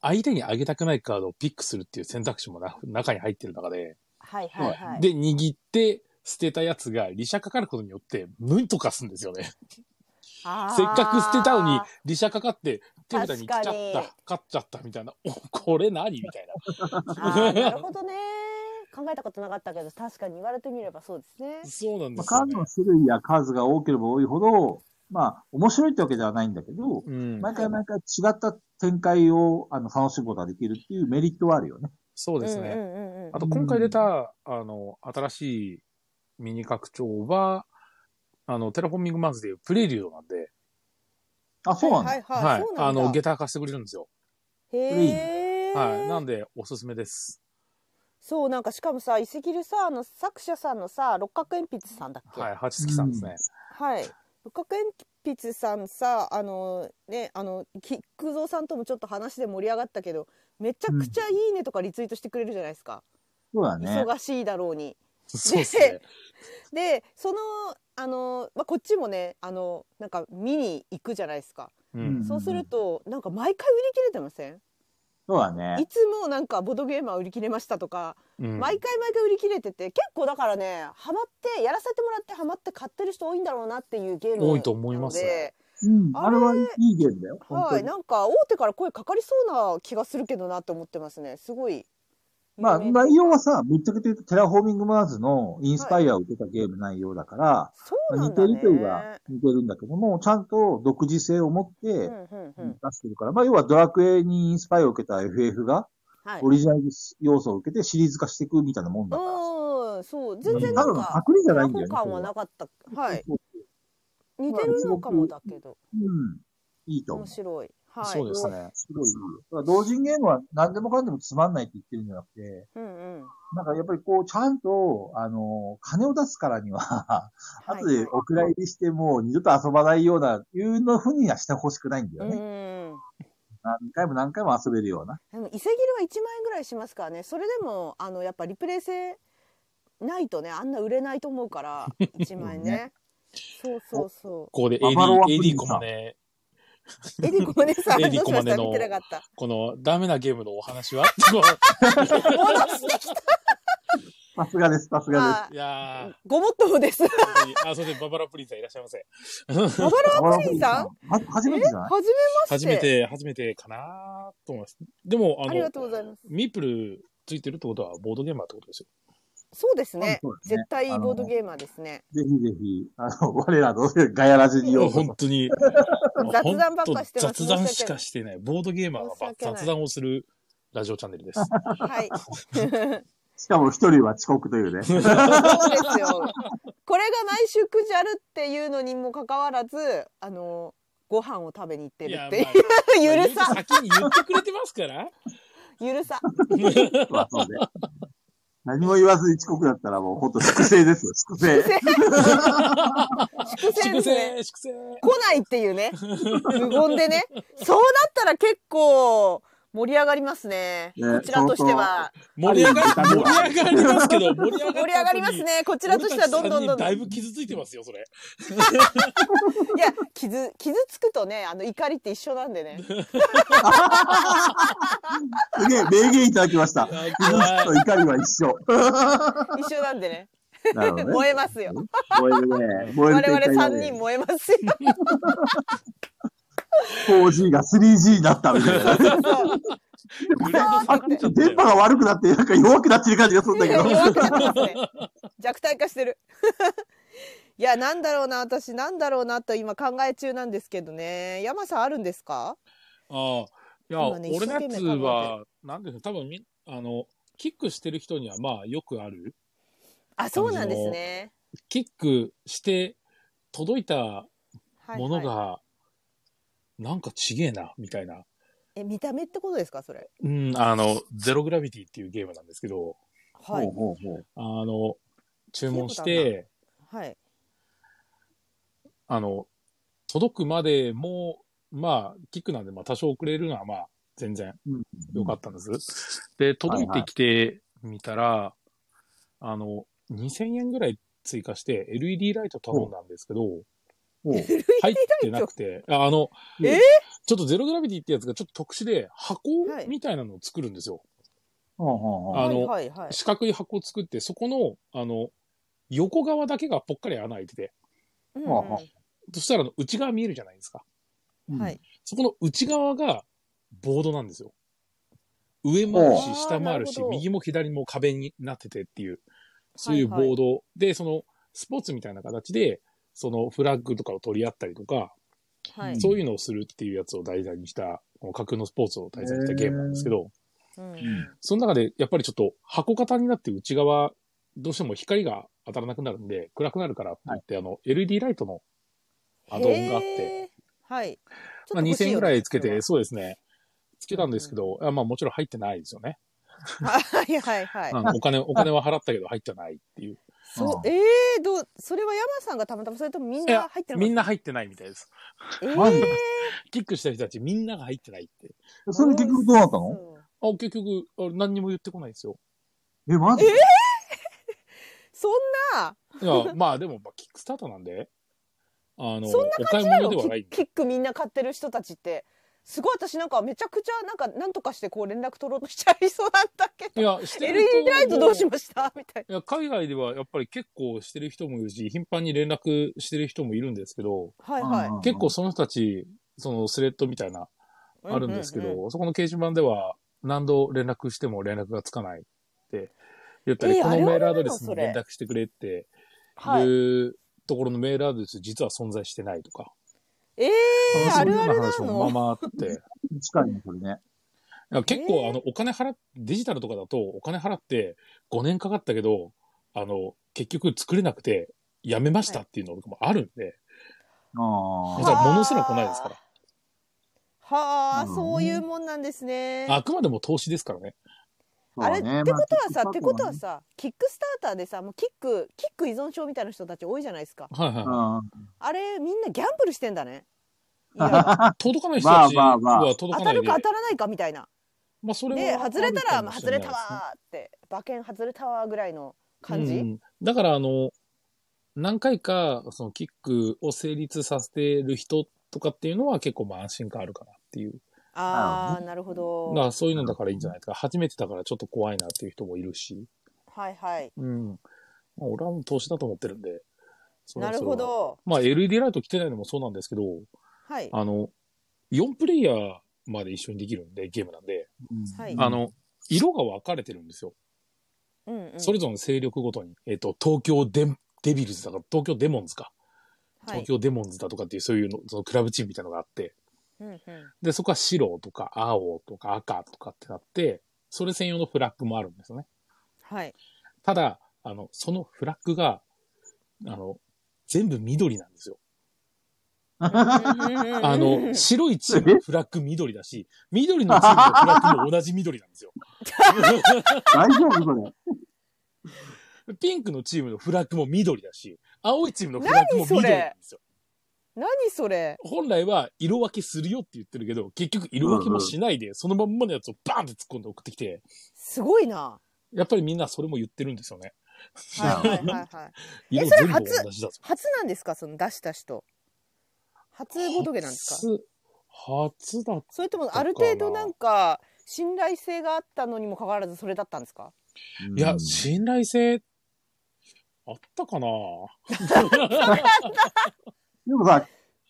Speaker 2: 相手にあげたくないカードをピックするっていう選択肢もな中に入ってる中で、
Speaker 3: はいはいはい
Speaker 2: で、握って捨てたやつが離社かかることによって、無とかすんですよね。
Speaker 3: あー
Speaker 2: せっかく捨てたのに、離社かかって、手札に来ちゃっ
Speaker 3: 確かに
Speaker 2: た、勝っちゃったみたいな、お、これ何みたい
Speaker 3: あーなるほどね 考えたことなかったけど確かに言われてみればそうですね
Speaker 2: な。そうなん
Speaker 1: ま
Speaker 2: で
Speaker 1: あ、
Speaker 2: す
Speaker 1: カー
Speaker 2: よ
Speaker 1: ド
Speaker 2: ね
Speaker 1: の。種類や数が多ければ多いほど、まあ、面白いってわけではないんだけど、
Speaker 2: うん。
Speaker 1: 毎回毎回違った展開をあの楽しむことができるっていうメリットはあるよね。
Speaker 2: そうです
Speaker 3: うんう
Speaker 2: ね。
Speaker 3: んうんうん
Speaker 2: あと、今回出た、あの、新しいミニ拡張は、あの、テラフォーミングマーズでいうプレリュードなんで、
Speaker 1: あ、そうなんだ。
Speaker 3: はいはいは
Speaker 2: はいい
Speaker 3: そう。な
Speaker 2: あ
Speaker 3: んだ
Speaker 2: の、ゲター貸してくれるんですよ。
Speaker 3: へえ、
Speaker 2: はい。なんで、おすすめです。
Speaker 3: そうなんかしかもさ遺跡るさあの作者さんのさ六角鉛筆さんだっけ
Speaker 2: はい。八月さんですね。
Speaker 3: はい六角鉛筆さんさあのねあのキックゾーさんともちょっと話で盛り上がったけどめちゃくちゃ「いいね」とかリツイートしてくれるじゃないですか、
Speaker 1: そうだね。
Speaker 3: 忙しいだろうに。
Speaker 2: そうですね。
Speaker 3: でそのあの、まあ、こっちもねあのなんか見に行くじゃないですか、
Speaker 2: う
Speaker 1: うん
Speaker 2: ん。
Speaker 3: そうするとなんか毎回売り切れてません
Speaker 1: そうだね
Speaker 3: い。つもなんかボードゲーマー売り切れましたとか
Speaker 2: うん
Speaker 3: 毎回毎回売り切れてて結構だからねハマってやらせてもらってハマって買ってる人多いんだろうなっていうゲームなので
Speaker 2: 多いと思いますね
Speaker 1: うん。
Speaker 3: あ
Speaker 1: あ
Speaker 3: れ
Speaker 1: れはいいゲームだよ。本当
Speaker 3: はい
Speaker 1: に。
Speaker 3: なんか大手から声かかりそうな気がするけどなって思ってますねすごい
Speaker 1: まあ、
Speaker 3: 有名
Speaker 1: 内容はさ、ぶっちゃけて言うとテラフォーミングマーズのインスパイアを受けたゲーム内容だから、
Speaker 3: そう
Speaker 1: まあ
Speaker 3: なん
Speaker 1: 似て
Speaker 3: だ
Speaker 1: る
Speaker 3: ね
Speaker 1: といえば似てるんだけども、ちゃんと独自性を持っ
Speaker 3: う
Speaker 1: て
Speaker 3: んうんう
Speaker 1: 出
Speaker 3: ん
Speaker 1: してるから、まあ、要はドラクエにインスパイアを受けた FF が、
Speaker 3: はい
Speaker 1: オリジナル要素を受けてシリーズ化していくみたいなもんだから。
Speaker 3: うんそう全然
Speaker 1: た
Speaker 3: な
Speaker 1: だ
Speaker 3: ん
Speaker 1: の
Speaker 3: か
Speaker 1: パクリじゃないんだ
Speaker 3: 本
Speaker 1: よね。
Speaker 3: 感はなかったはい
Speaker 1: そう
Speaker 3: 似てるのかもだけど
Speaker 1: うん。いいと思う
Speaker 3: 面。白いはい
Speaker 2: そうですね。
Speaker 1: すごいいいよ。だから同人ゲームは何でもかんでもつまんないって言ってるんじゃなくて、
Speaker 3: うんうん
Speaker 1: なんかやっぱりこう、ちゃんと、あの、金を出すからには、
Speaker 3: はい
Speaker 1: 後でお蔵入りしてもう二度と遊ばないような、いうのふうにはしてほしくないんだ
Speaker 3: う
Speaker 1: よね。
Speaker 3: ん
Speaker 1: 何回も何回も遊べるような。
Speaker 3: でも伊勢切りは1万円ぐらいしますからねそれでもあのやっぱリプレイ性ないとねあんな売れないと思うから1万円ねそうそうそ
Speaker 2: ここで AD
Speaker 1: ババロアプリン
Speaker 2: AD
Speaker 1: さん
Speaker 2: コマね、
Speaker 3: うエリコマネさんど
Speaker 2: エ
Speaker 3: うし
Speaker 2: リ
Speaker 3: ま
Speaker 2: コマ
Speaker 3: し
Speaker 2: ネ
Speaker 3: た
Speaker 2: の
Speaker 3: 見てなかった
Speaker 2: このダメなゲームのお話は
Speaker 3: 戻してき
Speaker 1: さすがです、さすが
Speaker 3: た
Speaker 2: いやー、
Speaker 3: ごもっともです
Speaker 2: 本当にあ、そうですババラプリンさんいらっしゃいませ。
Speaker 3: ババ
Speaker 1: です。
Speaker 3: ロアプリンさん
Speaker 1: んは初めてじゃない
Speaker 3: 初めまして
Speaker 2: 初めて、初めてかなと思います。でも、あ
Speaker 3: あ
Speaker 2: の
Speaker 3: りがとうございます
Speaker 2: ミープルついてるってことはボードゲーマーってことですよ。
Speaker 3: そうですね。
Speaker 1: そうですね
Speaker 3: 絶対ボードゲーマーですね。
Speaker 1: ぜひぜひ、あの、我らの ガヤラジに
Speaker 2: いや
Speaker 1: ようこそ
Speaker 2: 本当に。
Speaker 3: 雑談ばっかして
Speaker 2: 本当
Speaker 3: ま
Speaker 2: 雑
Speaker 3: す
Speaker 2: 談しかしてない。ボードゲーマーが
Speaker 3: 申し訳ない
Speaker 2: 雑談をするラジオチャンネルです。
Speaker 3: はい。
Speaker 1: しかも一人は遅刻というね。
Speaker 3: そうですよ。これが毎週9時あるっていうのにもかかわらず、あの、ご飯を食べに行ってる っていう。ゆるさ、
Speaker 2: 先に言ってくれてますから。
Speaker 3: ゆるさ。
Speaker 1: まあそうね何も言わずに遅刻だったらもう本当粛清ですよ、粛清。
Speaker 3: 粛
Speaker 2: 粛
Speaker 3: 清ですね。
Speaker 2: 清、粛清。
Speaker 3: 来ないっていうね。無言でね。そうだったら結構盛り上がりますね。
Speaker 1: ね
Speaker 3: こちらとしては。
Speaker 2: 盛り上がり、
Speaker 1: ありがとう
Speaker 2: 盛り上がりますけど、盛り上がった後
Speaker 3: 盛
Speaker 2: に
Speaker 3: り上がります。ね。こ ちらとしてはどんどんどんど
Speaker 2: 俺たち三人だ
Speaker 3: ん。
Speaker 2: い
Speaker 3: い
Speaker 2: ぶ傷ついてますよ、それ。
Speaker 3: や、傷、傷つくとね、あの怒りって一緒なんでね。
Speaker 1: すげえ、名言いただきま した。
Speaker 2: あ
Speaker 1: 傷つきと
Speaker 2: 怖い
Speaker 1: 怒りは一緒。
Speaker 3: 一緒なんでね。
Speaker 1: なるほどね。
Speaker 3: 燃えますよ。
Speaker 1: 燃えるね。燃え
Speaker 3: 我
Speaker 1: る
Speaker 3: 々
Speaker 1: 展開だ
Speaker 3: 三
Speaker 1: ね
Speaker 3: 人。燃えますよ。
Speaker 1: 4G が 3G になったみたいな。
Speaker 2: グレード
Speaker 1: あ
Speaker 2: 下
Speaker 1: ち
Speaker 2: が
Speaker 1: ょっと
Speaker 2: っちゃったよ
Speaker 1: 電波が悪くなって、なんか弱くなってる感じがするんだけど。
Speaker 3: 弱くなってますね。弱体化してる。 いや、なんだろうな、私、なんだろうなと今考え中なんですけどね。山さんあるんですか
Speaker 2: ああ。いや、
Speaker 3: 今ね
Speaker 2: 俺のや
Speaker 3: 一
Speaker 2: つ
Speaker 3: 生懸命
Speaker 2: は、なんですか、多分み、あの、キックしてる人には、まあ、よくある。
Speaker 3: あ、そうなんですね。
Speaker 2: キックして、届いた
Speaker 3: はいはい
Speaker 2: ものが、なんかちげえな、みたいな。
Speaker 3: え、見た目ってことですか、それ。
Speaker 2: うん、あの、ゼログラビティっていうゲームなんですけど、
Speaker 3: はい
Speaker 1: ほう。ほうほう
Speaker 2: あの、注文し
Speaker 3: 聞いたこ
Speaker 2: て、
Speaker 3: はい。
Speaker 2: あの、届くまでも、まあ、キックなんで、まあ、多少遅れるのは、まあ、全然
Speaker 1: うん
Speaker 2: 良かったんです。で、届いてきてみたら、あの、2000円ぐらい追加して、LED ライト頼んだんですけど、
Speaker 1: ほう
Speaker 2: 入ってなくて、ああの、
Speaker 3: えー
Speaker 2: ちょっとゼログラビティってやつがちょっと特殊で、箱
Speaker 3: はい
Speaker 2: みたいなのを作るんですよ。
Speaker 1: ほうほうほう
Speaker 2: あの
Speaker 3: はいはいはい。
Speaker 2: 四角い箱を作って、そこの、あの、横側だけがぽっかり穴開いてて、
Speaker 3: うん
Speaker 1: はあは
Speaker 2: そしたらあの内側見えるじゃないですか。
Speaker 1: う
Speaker 3: うん
Speaker 1: ん
Speaker 3: はい。
Speaker 2: そこの内側がボードなんですよ。上もあるし、
Speaker 3: おー
Speaker 2: 下もある
Speaker 3: な
Speaker 2: し
Speaker 3: る、ほど
Speaker 2: 右も左も壁になっててっていう、そういうボ
Speaker 3: はいはい
Speaker 2: ード。で、その、スポーツみたいな形で、そのフラッグとかを取り合ったりとか、
Speaker 3: はい。
Speaker 2: そういうのをするっていうやつを題材にした、この架空のスポーツを題材にしたゲームなんですけど、
Speaker 3: うん
Speaker 2: その中でやっぱりちょっと箱型になって内側、どうしても光が当たらなくなるんで、暗くなるからって言って、あの、LED ライトのアドオンがあって、
Speaker 3: へーはい。ちょ
Speaker 2: まあ、
Speaker 3: っと欲
Speaker 2: 2000
Speaker 3: しよね
Speaker 2: 円ぐらいつけて、。そうですね。つけたんですけど、あまあもちろん入ってないですよね。
Speaker 3: それは はいはいはい。
Speaker 2: あのお金、お金は払ったけど入ってないっていう。
Speaker 3: そう、えー、どう、それは山さんがたまたま、それともみん
Speaker 2: い
Speaker 3: な
Speaker 2: や
Speaker 3: 入ってなか
Speaker 2: み
Speaker 3: っ
Speaker 2: んな入ってないみたいです。
Speaker 3: た。え
Speaker 1: マジ
Speaker 2: キックした人たちみんなが入ってないって。
Speaker 1: それ結局どうなったの
Speaker 3: の
Speaker 2: あ、結局、あ何にも言ってこないですよ。
Speaker 1: え、マジ
Speaker 3: そんない
Speaker 2: や、まあでも、まあ、キックスタートなんで、あの、
Speaker 3: そん
Speaker 2: お買い
Speaker 3: な
Speaker 2: 物
Speaker 3: の
Speaker 2: ではない
Speaker 3: キキックみんな買ってる人たちってすごい私なんかめちゃくちゃなんかなんとかしてこう連絡取ろうとしちゃいそうなんだけ
Speaker 2: い
Speaker 3: ど
Speaker 2: や、してる
Speaker 3: LED ライトどうし
Speaker 2: も
Speaker 3: ましたみたい
Speaker 2: いや、海外ではやっぱり結構してる人もいるし、頻繁に連絡してる人もいるんですけど、
Speaker 3: なはいはい、
Speaker 2: 結構その人たち、そのスレッドみたいな、あるんですけど、
Speaker 3: ううう
Speaker 2: そこの掲示板では何度連絡しても連絡がつかないって言ったり、
Speaker 3: えー
Speaker 2: こ
Speaker 3: あれ
Speaker 2: の
Speaker 3: は
Speaker 2: メールアドレス
Speaker 3: な
Speaker 2: に
Speaker 3: んなの
Speaker 2: 連
Speaker 3: それ
Speaker 2: 絡してくれって
Speaker 3: はい、
Speaker 2: いうところのメールアドレス実は存在してないとか、
Speaker 3: えー、
Speaker 2: そ
Speaker 3: あ
Speaker 2: ういう
Speaker 3: る
Speaker 2: よう
Speaker 3: あ
Speaker 2: な
Speaker 3: るな
Speaker 2: 話も
Speaker 3: の
Speaker 2: まあまああって、い
Speaker 1: 近いね、これね。
Speaker 2: や結
Speaker 3: え
Speaker 2: 構
Speaker 3: ー
Speaker 2: あのお金払っ、デジタルとかだとお金払って5年かかったけど、あの、結局作れなくて、やめましたっていうのとかもあるんで、
Speaker 1: あ
Speaker 2: も
Speaker 1: あ
Speaker 2: ち。ろん物すら来ないですから。
Speaker 3: はあ、
Speaker 1: うん
Speaker 3: そういうもんなんですね
Speaker 2: あくまでも投資ですからね。
Speaker 1: そう
Speaker 3: あ
Speaker 1: だ
Speaker 3: れ
Speaker 1: ね
Speaker 3: って
Speaker 1: まあ
Speaker 3: ことはさ、
Speaker 1: まあ
Speaker 3: ってことはさキックスターターでさもうキックキック依存症みたいな人たち多いじゃないですか
Speaker 2: はいはいはい。
Speaker 1: う
Speaker 3: あれみんなギャンブルしてんだね いや
Speaker 2: 届かない人たち
Speaker 1: まあまあまあ
Speaker 2: は
Speaker 3: 当
Speaker 2: 届か
Speaker 3: た
Speaker 2: ない
Speaker 3: る
Speaker 2: で。
Speaker 3: か当たらないかみたいな
Speaker 2: まあ、それ
Speaker 3: で
Speaker 2: はあるかもし
Speaker 3: 外
Speaker 2: れな
Speaker 3: れ
Speaker 2: いですね。
Speaker 3: たらまあ外れたわーって馬券外れたわーぐらいの感じ、
Speaker 2: うんだから、あの、何回か、そのキックを成立させてる人とかっていうのは結構まあ安心感あるかなっていう。
Speaker 3: ああなるほど
Speaker 2: だからそういうのだからいいんじゃないですか。初めてだからちょっと怖いなっていう人もいるし。
Speaker 3: はいはい
Speaker 2: うん。まあ、俺はもう投資だと思ってるんで。それ
Speaker 3: な
Speaker 2: は
Speaker 3: る
Speaker 2: それは
Speaker 3: ほ。ど
Speaker 2: まあ LED ライト来てないのもそうなんですけど、
Speaker 3: はい
Speaker 2: あの、4プレイヤーまで一緒にできるんで、ゲームなんで、
Speaker 1: ん
Speaker 3: はい
Speaker 2: あの、色が分かれてるんですよ。
Speaker 3: うんうん
Speaker 2: それぞれの勢力ごとに、えっ、と、東京デデビルズだから、東京デモンズか、
Speaker 3: はい
Speaker 2: 東京デモンズだとかっていう、そういうの、そのクラブチームみたいなのがあって、
Speaker 3: うんうん
Speaker 2: で、そこは白とか青とか赤とかってなって、それ専用のフラッグもあるんですよね。
Speaker 3: はい
Speaker 2: ただ、あの、そのフラッグが、あの、全部緑なんですよ。あの、白いチームのフラッグ緑だし、緑のチームのフラッグも同じ緑なんです よ。
Speaker 1: 大丈夫これ。
Speaker 2: ピンクのチームのフラッグも緑だし、青いチームのフラッグも緑なんですよ。
Speaker 3: 何それ
Speaker 2: 本来は色分けするよって言ってるけど、結局色分けもしないで、そのまんまのやつをバーンって突っ込んで送ってきて、
Speaker 3: すごいな
Speaker 2: やっぱりみんなそれも言ってるんですよね。
Speaker 3: はいはいはいはい
Speaker 2: 色
Speaker 3: えそれ
Speaker 2: 全部
Speaker 3: 初
Speaker 2: 同じだぞ。
Speaker 3: 初なんですかその出した人初ボトゲなんですか
Speaker 2: 初初だ。
Speaker 3: それともある程度なんか信頼性があったのにもかかわらずそれだったんですか
Speaker 2: いや、信頼性、あったかな
Speaker 1: でもさ、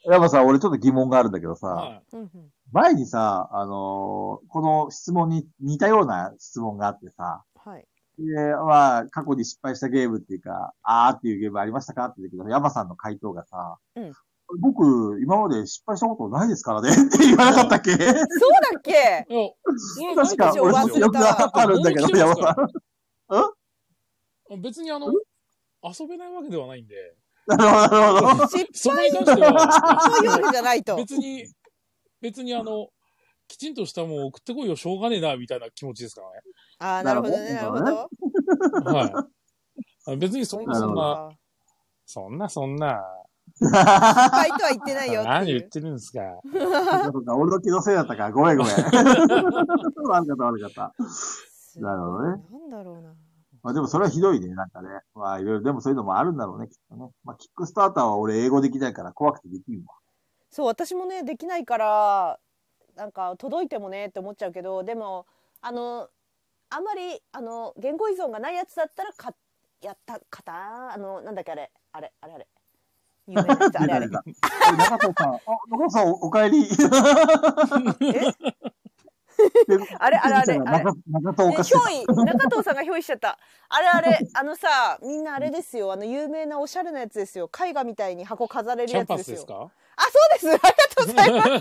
Speaker 1: やっぱさ、俺ちょっと疑問があるんだけどさ、
Speaker 2: はい
Speaker 3: うんうん
Speaker 1: 前にさ、あのーこの質問に似たような質問があってさ、
Speaker 3: はい
Speaker 1: で、まあ、過去に失敗したゲームっていうか、あーっていうゲームありましたかって言うけど、山さんの回答がさ、
Speaker 3: うん
Speaker 1: 僕、今まで失敗したことないですからね って言わなかったっけ
Speaker 3: そうだっ け
Speaker 2: いや、俺
Speaker 1: 確か、俺も記憶があるんだけど、山さ
Speaker 2: ん。別にあの、遊べないわけではないん で、
Speaker 1: ん。 なるほど、なるほど。
Speaker 3: 失
Speaker 2: それに関し ては、
Speaker 3: 敗というわけじゃないと
Speaker 2: 別に、別にあの、きちんとしたもん送ってこいよ、しょうがねえな、みたいな気持ちですか
Speaker 3: ああなるほどね
Speaker 1: なる
Speaker 3: なるほ
Speaker 1: ほ
Speaker 3: ど
Speaker 1: ど
Speaker 3: ね
Speaker 2: らね。はいあ。別にそんな、
Speaker 1: なる
Speaker 2: そ
Speaker 1: ほ
Speaker 2: んな、
Speaker 3: 失
Speaker 2: そんな、そんな、
Speaker 3: 敗とは言ってないよっ
Speaker 2: 何
Speaker 3: てい
Speaker 2: 言っ
Speaker 3: う
Speaker 2: てるんですか。
Speaker 1: そうかそうか俺の気のせいだったから、ごめんごめん。悪かった、悪かった。なるほどね
Speaker 3: なんだろうな
Speaker 1: まあでもそれはひどいね、なんかね。まあいろいろ、でもそういうのもあるんだろうね、きっとね。まあキックスターターは俺英語できないから怖くてできんわ。
Speaker 3: そう私もねできないからなんか届いてもねって思っちゃうけどでもあのあんまりあの言語依存がないやつだったらかやったかたあのなんだっけあれあれあれあれ有名なやつあれあれ
Speaker 1: え中藤さん、あ、中藤さんお、お帰り。
Speaker 3: あれあれあれあれ
Speaker 1: 中中藤お
Speaker 3: ね
Speaker 1: かしい。
Speaker 3: 憑依中藤さんが憑依しちゃったあれあれあのさみんなあれですよあの有名なおしゃれなやつですよ絵画みたいに箱飾れる
Speaker 2: キャ
Speaker 3: や
Speaker 2: ン
Speaker 3: つ
Speaker 2: パ
Speaker 3: で
Speaker 2: ス
Speaker 3: す
Speaker 2: で
Speaker 3: よ
Speaker 2: すか
Speaker 3: あそうですありがとうございま
Speaker 1: さ
Speaker 3: す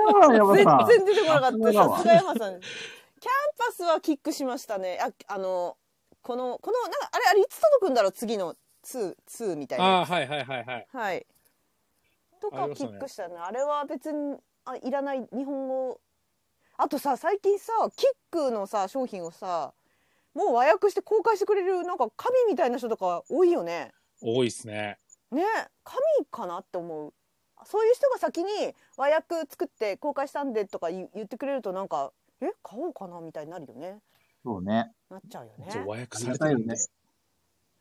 Speaker 1: すがだわ山
Speaker 3: 全然出てこなかった。
Speaker 1: さすがだわ
Speaker 3: さすが山さん。キャンパスはキックしましたね。あ、あの、この、この、なんか、あれ、あれ、いつ届くんだろう、次の、ツー、ツーみたい
Speaker 2: あ
Speaker 3: な。
Speaker 2: あー、はいはいはいはい。
Speaker 3: はい。と
Speaker 2: あ
Speaker 3: か
Speaker 2: り、まし
Speaker 3: キ
Speaker 2: たね
Speaker 3: ックしたね。あれは別に、あ、いらない、日本語。あとさ、最近さ、キックのさ、商品をさ。もう和訳して公開してくれる、なんか、神みたいな人とか多いよね。
Speaker 2: 多いですね。
Speaker 3: ね神かなって思うそういう人が先に和訳作って公開したんでとか言言ってくれるとなんかえ買おうかなみたいになるよね
Speaker 1: そうね。
Speaker 3: なっちゃうよね
Speaker 2: そう和訳されてるんで。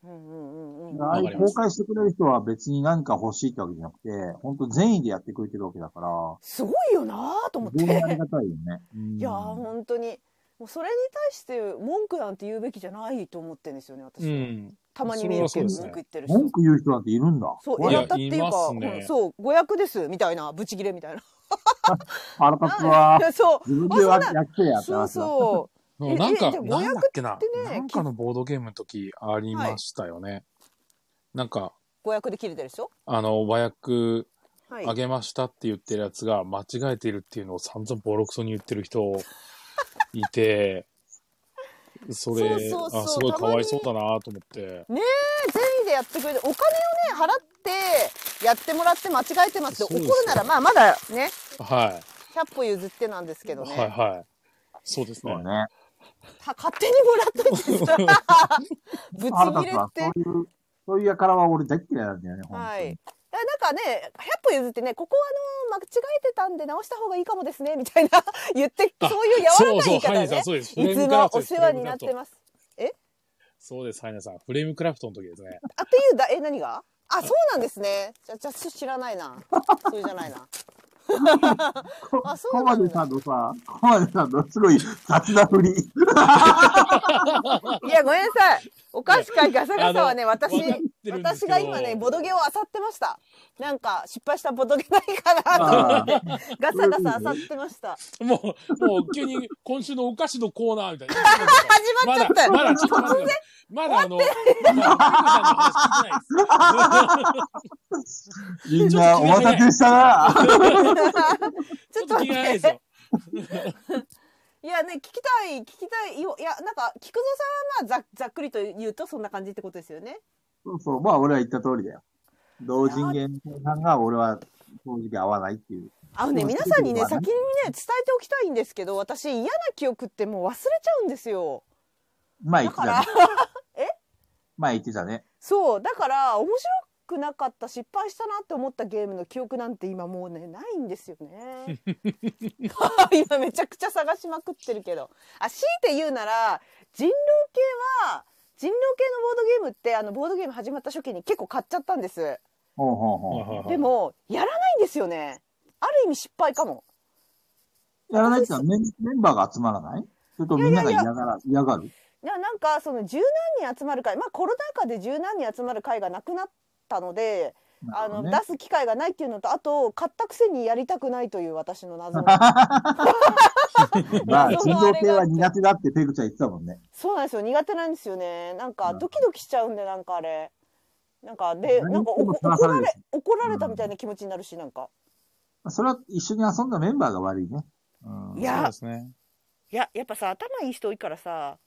Speaker 3: うんうんうんうん
Speaker 1: ああいう公開してくれる人は別に何か欲しいってわけじゃなくて、本当善意でやってくれてるわけだから、
Speaker 3: すごいよなと思っ
Speaker 1: 非常にあり
Speaker 3: て
Speaker 1: がたいよね。うん
Speaker 3: いやー本当にもうそれに対して文句なんて言うべきじゃないと思ってんですよね私
Speaker 2: う
Speaker 3: は、
Speaker 2: ん。
Speaker 3: たまに見る
Speaker 2: そ
Speaker 3: け
Speaker 2: れ
Speaker 3: ど、
Speaker 2: はそうですね
Speaker 3: 文句言ってる人
Speaker 1: 文句言う人なんているんだ。
Speaker 3: そう
Speaker 2: い
Speaker 3: や
Speaker 2: や
Speaker 3: ったっていう
Speaker 2: いま
Speaker 3: か、
Speaker 2: すね
Speaker 3: うんそう誤訳ですみたいなブチギレみたいな
Speaker 1: 腹立つわ。
Speaker 3: そう
Speaker 1: 自分でわ
Speaker 3: あそん
Speaker 1: やってやって
Speaker 3: そう
Speaker 1: 話だ
Speaker 3: そうえ
Speaker 2: なん
Speaker 3: え
Speaker 2: か、
Speaker 3: じゃあ
Speaker 2: なんだっけな
Speaker 3: 語訳っ、てね
Speaker 2: なんかのボードゲームの時ありましたよね。なんか、
Speaker 3: 誤訳で切れてるでしょ
Speaker 2: あの、和訳
Speaker 3: はい
Speaker 2: あげましたって言ってるやつが間違えてるっていうのを散々ボロクソに言ってる 人いて、それ
Speaker 3: そうそうそう
Speaker 2: あ、すごい
Speaker 3: た
Speaker 2: か
Speaker 3: まに
Speaker 2: わいそうだなと思って。
Speaker 3: 善意でやってくれてお金をね払ってやってもらって間違えてますって
Speaker 2: そうで
Speaker 3: 怒る
Speaker 2: すよ
Speaker 3: ならまあまだね
Speaker 2: は
Speaker 3: 100歩譲ってなんですけ
Speaker 2: い。
Speaker 3: どね、
Speaker 2: はいはい。そうですね
Speaker 1: そう。ね。
Speaker 3: た勝手に もらっといてさぶ
Speaker 1: 腹
Speaker 3: ち
Speaker 1: 立
Speaker 3: 切
Speaker 1: つ
Speaker 3: れ
Speaker 1: わ。
Speaker 3: って
Speaker 1: そういう、そういうやからは俺大っ嫌いなんだよね、本当
Speaker 3: はいい
Speaker 1: に
Speaker 3: や。なんかね100歩譲ってねここあの間違えてたんで直した方がいいかもですねみたいな 言って
Speaker 2: あ
Speaker 3: そういう柔らかい言
Speaker 2: そう
Speaker 3: い
Speaker 2: そう、
Speaker 3: 方
Speaker 2: ハイ
Speaker 3: ね
Speaker 2: ネさん、そうです。
Speaker 3: いつもお世話になって
Speaker 2: す。
Speaker 3: ます
Speaker 2: そうです、ハイネさん。フレームクラフトの時ですね。
Speaker 3: あっていうだえ何があそうなんですねじゃじゃ知らないなそれじゃな いな
Speaker 1: こ
Speaker 3: あそ
Speaker 1: こ
Speaker 3: う
Speaker 1: こま
Speaker 3: なん
Speaker 1: で
Speaker 3: だ
Speaker 1: さんのさ、ここまでさんのすごい雑な振り。
Speaker 3: いやごめんなさいお菓子会ガサガサはね
Speaker 2: あの
Speaker 3: 私
Speaker 2: わかってるんです
Speaker 3: 私
Speaker 2: けど。
Speaker 3: が今ねボドゲを漁ってましたなんか失敗したボドゲないかなと思ってガサガサ漁ってました
Speaker 2: もう、もう急に今週のお菓子のコーナーみたいな。
Speaker 3: 始まっちゃったよ
Speaker 2: まだ、まだちょっと待ってください。まだあの、まだ、まだ、まだ、
Speaker 1: みんなお待たせしたな。
Speaker 2: ちょっ
Speaker 3: ちょっと
Speaker 2: と聞
Speaker 3: 待っ
Speaker 2: いてない
Speaker 3: て
Speaker 2: ですよ。
Speaker 3: いやね聞きたい聞きたいよいやなんか菊蔵さんはまあざざっくりと言うとそんな感じってことですよね
Speaker 1: そうそう、まあ俺は言った通りだよ。同人芸さんが俺は正直合わないっていう。
Speaker 3: あのね
Speaker 1: うん
Speaker 3: 皆さんにね
Speaker 1: そうだ
Speaker 3: 先
Speaker 1: ね
Speaker 3: にね伝えておきたいんですけど私嫌な記憶ってもう忘れちゃうんですよ
Speaker 1: まあ言
Speaker 3: だ
Speaker 1: ってた
Speaker 3: か
Speaker 1: ね
Speaker 3: ら。
Speaker 1: まあ言ってたね。
Speaker 3: そうだから面白くなかった失敗したなって思ったゲームの記憶なんて今もうねないんですよね 今めちゃくちゃ探しまくってるけどあ強いて言うなら人狼系は人狼系のボードゲームってあのボードゲーム始まった初期に結構買っちゃったんです
Speaker 1: ほうほうほう。
Speaker 2: で
Speaker 3: で
Speaker 2: も、
Speaker 3: もやらないんですよねある意味失敗かも
Speaker 1: やらないってのはメンメンバーが集まらないそれとみんなが嫌がら、嫌がる。
Speaker 3: いやなんかその十何人集まる会まあコロナ禍で十何人集まる会がなくなったのであの、
Speaker 1: ね
Speaker 3: 出す機会がないっていうのとあと買ったくせにやりたくないという私の 謎の
Speaker 1: まあ、
Speaker 3: 謎
Speaker 1: 人
Speaker 3: のあ
Speaker 1: 造
Speaker 3: れがあって
Speaker 1: 系は苦手だってペグちゃん言ってたもんね。
Speaker 3: そうなんですよ苦手なんですよねなん
Speaker 1: な
Speaker 3: か
Speaker 1: るほど
Speaker 3: ドキドキしちゃうんでなんかあれなんかで
Speaker 1: 何
Speaker 3: なんかお
Speaker 1: 言っても
Speaker 3: 怒
Speaker 1: 騙され
Speaker 3: ら
Speaker 1: る
Speaker 3: れ
Speaker 1: し
Speaker 3: 怒られたみたいな気持ちになるしなんか
Speaker 1: それは一緒に遊んだメンバーが悪いね。うん、
Speaker 3: い
Speaker 2: そ
Speaker 3: や
Speaker 2: うですね。
Speaker 3: いややっぱさ頭いい人多いから さ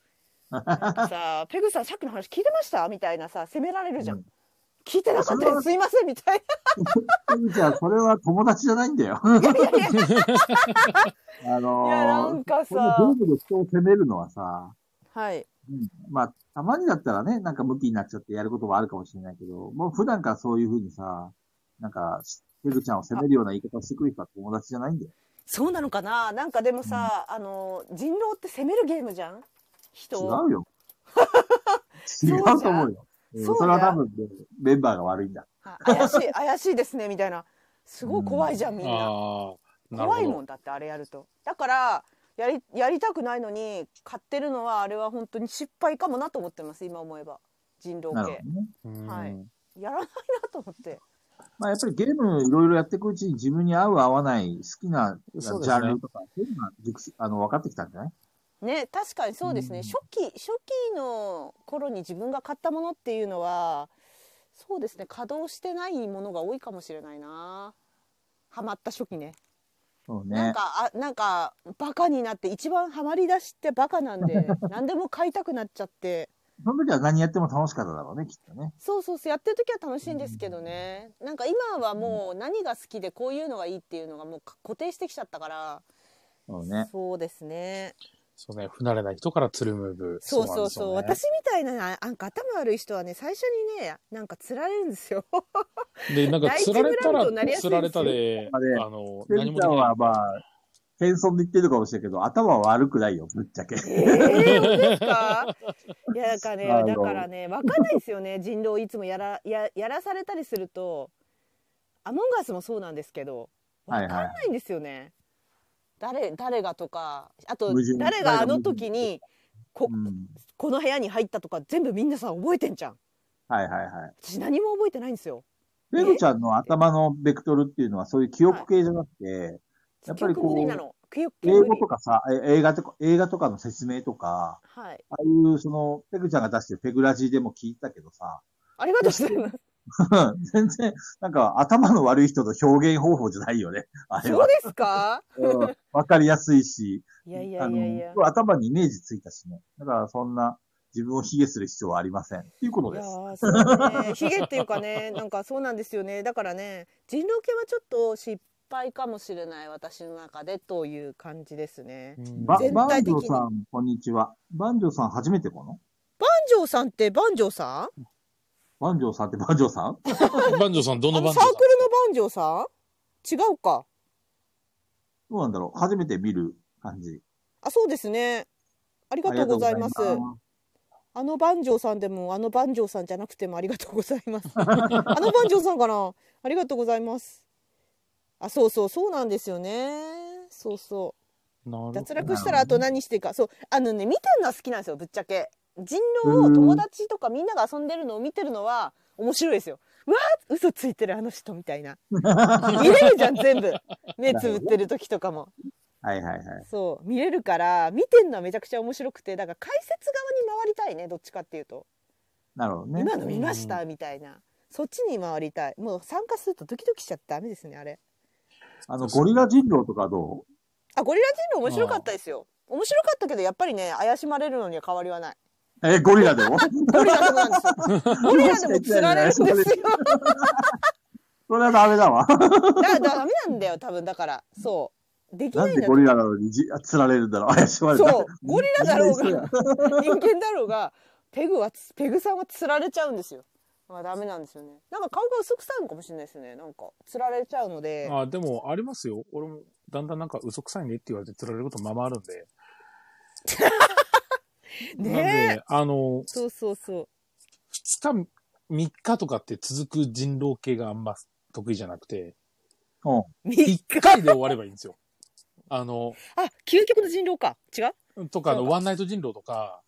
Speaker 3: なんかさペグさんさっきの話聞いてましたみたいなさ責められるじゃん、
Speaker 1: うん
Speaker 3: 聞いてなかったで
Speaker 1: それは
Speaker 3: すすいませんみたい
Speaker 1: ペ グちゃん、それは友達じゃないんだよ。 あ
Speaker 3: な
Speaker 1: の
Speaker 3: いやなんか
Speaker 1: この
Speaker 3: さ
Speaker 1: ゲームで人を責めるのはさ、
Speaker 3: はい
Speaker 1: うんまあ、たまにだったらね、なんか向きになっちゃってやることもあるかもしれないけど、もう普段からそういうふうにさ、なんか、ペグちゃんを責めるような言い方をしてくる人は友達じゃないんだよ。
Speaker 3: そうなのかななんかでもさ、あの人狼って攻めるゲームじゃん人
Speaker 1: 違
Speaker 3: を
Speaker 1: うよ。 違
Speaker 3: う
Speaker 1: う
Speaker 3: じゃん
Speaker 1: と思うよ。うん
Speaker 3: そうじゃん
Speaker 1: それは多分ね、メンバーが悪いんだ。
Speaker 3: あ怪しい怪しいですねみたいなすごい怖いじゃんみんな
Speaker 2: ああ、なる
Speaker 3: 怖いも
Speaker 2: ほ
Speaker 3: んだってあれやるとだからやりやりたくないのに買ってるのはあれは本当に失敗かもなと思ってます今思えば人
Speaker 1: なるほ
Speaker 3: 狼系
Speaker 1: どね。
Speaker 2: ど。うん
Speaker 3: はいやらないなと思って
Speaker 1: まあやっぱりゲームいろいろやっていくうちに自分に合う合わない好きなジ
Speaker 2: そうです
Speaker 1: ャ
Speaker 2: ね
Speaker 1: ンルとか、そういうのが熟すあの分かってきたんじゃない
Speaker 3: ね確かにそうですね、
Speaker 1: うん
Speaker 3: 初期初期の頃に自分が買ったものっていうのはそうですね稼働してないものが多いかもしれないなハマった初期ね
Speaker 1: そう
Speaker 3: なん
Speaker 1: ね。
Speaker 3: かあなんかバカになって一番ハマりだしってバカなんで何でも買いたくなっちゃって
Speaker 1: その時は何やっても楽しかっただろうね、きっとね。
Speaker 3: そうそうそうやってる時は楽しいんですけどねなんか今はもう何が好きでこういうのがいいっていうのがもう固定してきちゃったから、
Speaker 1: そうね。
Speaker 3: そうですね
Speaker 2: そうね、不慣れない人からつるむぶ。
Speaker 3: そうそうそう
Speaker 2: なんです
Speaker 3: 私みたいなななんか頭悪い人はね最初にねなんか釣られるんですよ
Speaker 2: よね。で、なんか、つられた
Speaker 3: 第一ブランドになりや
Speaker 2: ら、
Speaker 3: すい
Speaker 2: つ
Speaker 3: んですよ
Speaker 2: られたで、あの、
Speaker 1: ペン
Speaker 2: 何も
Speaker 1: ちゃんはまあ、謙遜で言ってるかもしれんけど、頭は悪くないよ、ぶっちゃけ。
Speaker 3: えー、本当ですか いやだから
Speaker 1: あ
Speaker 3: ね
Speaker 1: の
Speaker 3: だからねわかんないですよね人狼いつもやらややらされたりするとアモンガスもそうなんですけどわ
Speaker 1: はい
Speaker 3: か
Speaker 1: は
Speaker 3: ん
Speaker 1: い
Speaker 3: ないんですよね、誰誰がとかあと
Speaker 1: 矛盾
Speaker 3: 誰があの時にこ
Speaker 1: うん。
Speaker 3: この部屋に入ったとか全部みんなさ覚えてんじゃん
Speaker 1: はいはいはい。
Speaker 3: 私何も覚えてないんですよ
Speaker 1: ペグちゃんの頭のベクトルっていうのはそういう記憶系じゃなくて、やっぱり
Speaker 3: 記憶
Speaker 1: こ
Speaker 3: 無理な
Speaker 1: う、
Speaker 3: の記憶
Speaker 1: 英語と
Speaker 3: か
Speaker 1: かさ、え映画とか、映画とかの説明とか、
Speaker 3: はい
Speaker 1: ああいうその、ペグちゃんが出してるペグラジでも聞いたけどさ、
Speaker 3: ありがとうございます
Speaker 1: 全然、なんか頭の悪い人の表現方法じゃないよね。あれ
Speaker 3: そ
Speaker 1: は
Speaker 3: う。ですか
Speaker 1: うんわかりやすいし、
Speaker 3: いやいやいやいや
Speaker 1: あの頭にイメージついたしね。だからそんな自分を卑下する必要はありません。っていうことで
Speaker 3: いや
Speaker 1: す。
Speaker 3: ーそうねヒゲっていうかねなんかそうなんですよねだからね人狼系はちょっと失敗かもしれない私の中でという感じですね。
Speaker 2: うん
Speaker 1: ば、
Speaker 3: 全
Speaker 1: バ
Speaker 3: 体
Speaker 1: ンジ
Speaker 3: 的に
Speaker 1: ョーさん、こんにちは。バンジョーさん初めてかな
Speaker 3: バンジョーさんってバンジョーさん
Speaker 1: バンジョーさんってバ ンジョーさん
Speaker 2: バンジョーさん、ど
Speaker 3: あ
Speaker 2: のバ
Speaker 3: の
Speaker 2: ン
Speaker 3: サ
Speaker 2: ジ
Speaker 3: ー
Speaker 2: ョ
Speaker 3: ク
Speaker 2: ー
Speaker 3: ル
Speaker 2: さん
Speaker 3: のバンジョーさん違うか
Speaker 1: どうなんだろう初めて見る感じ。
Speaker 3: あそうですねありがとうございます
Speaker 1: ありがとうございます
Speaker 3: あのバンジョーさんでもあのバンジョーさんじゃなくてもありがとうございます。 あのバンジョーさんかな。ありがとうございます。あ、そうそうそうなんですよね。そうそう。
Speaker 2: なる
Speaker 3: 脱落したらあと何していいか。そうあのね見てるのは好きなんですよ。ぶっちゃけ人
Speaker 1: う
Speaker 3: 狼を
Speaker 1: ん
Speaker 3: 友達とかみんなが遊んでるのを見てるのは面白いですよ。うわー嘘ついてるあの人みたいな。見れるじゃん、全部。目つぶってる時とかも。
Speaker 1: はいはいはい。
Speaker 3: そう、見れるから、見てんのはめちゃくちゃ面白くて、だから解説側に回りたいね、どっちかっていうと。
Speaker 1: なるほどね。
Speaker 3: 今の見ましたみたいな。そっちに回りたい。もう参加するとドキドキしちゃってダメですね、あれ。
Speaker 1: あの、ゴリラ人狼とかどう
Speaker 3: あ、ゴリラ人狼面白かったですよ。面白かったけど、やっぱりね、怪しまれるのには変わりはない。
Speaker 1: え、ゴリラ でも
Speaker 3: ゴリラでもなんですよ。ゴリラでも釣られるんです よ。
Speaker 1: それはダメだ わ。
Speaker 3: だ、だ、ダメなんだよ、多分だから。そう。でき
Speaker 1: な
Speaker 3: なんいん
Speaker 1: で
Speaker 3: だ
Speaker 1: ゴ
Speaker 3: よ。
Speaker 1: リラなのにじ釣られるんだろう怪しまれた。
Speaker 3: そうゴリラだろうが
Speaker 1: 人間一緒や
Speaker 3: 人間だろうが、ペグはつ、ペグさんは釣られちゃうんですよ。まあ、ダメなんですよね。なんか顔が薄くさいのかもしれないですね。なんか、釣られちゃうので。
Speaker 2: あ、でも、ありますよ。俺も、だんだんなんか嘘くさいねって言われて釣られることままあるんで。なん
Speaker 3: ねえ。
Speaker 2: で、あの、
Speaker 3: そうそうそう。
Speaker 2: 2日、3日とかって続く人狼系があんま得意じゃなくて、
Speaker 1: うん。
Speaker 2: 1回で終わればいいんですよ。 あの、
Speaker 3: あ、究極の人狼か。違う
Speaker 2: とかあ
Speaker 3: そ
Speaker 2: の、
Speaker 3: うか
Speaker 2: ワンナイト人狼とか、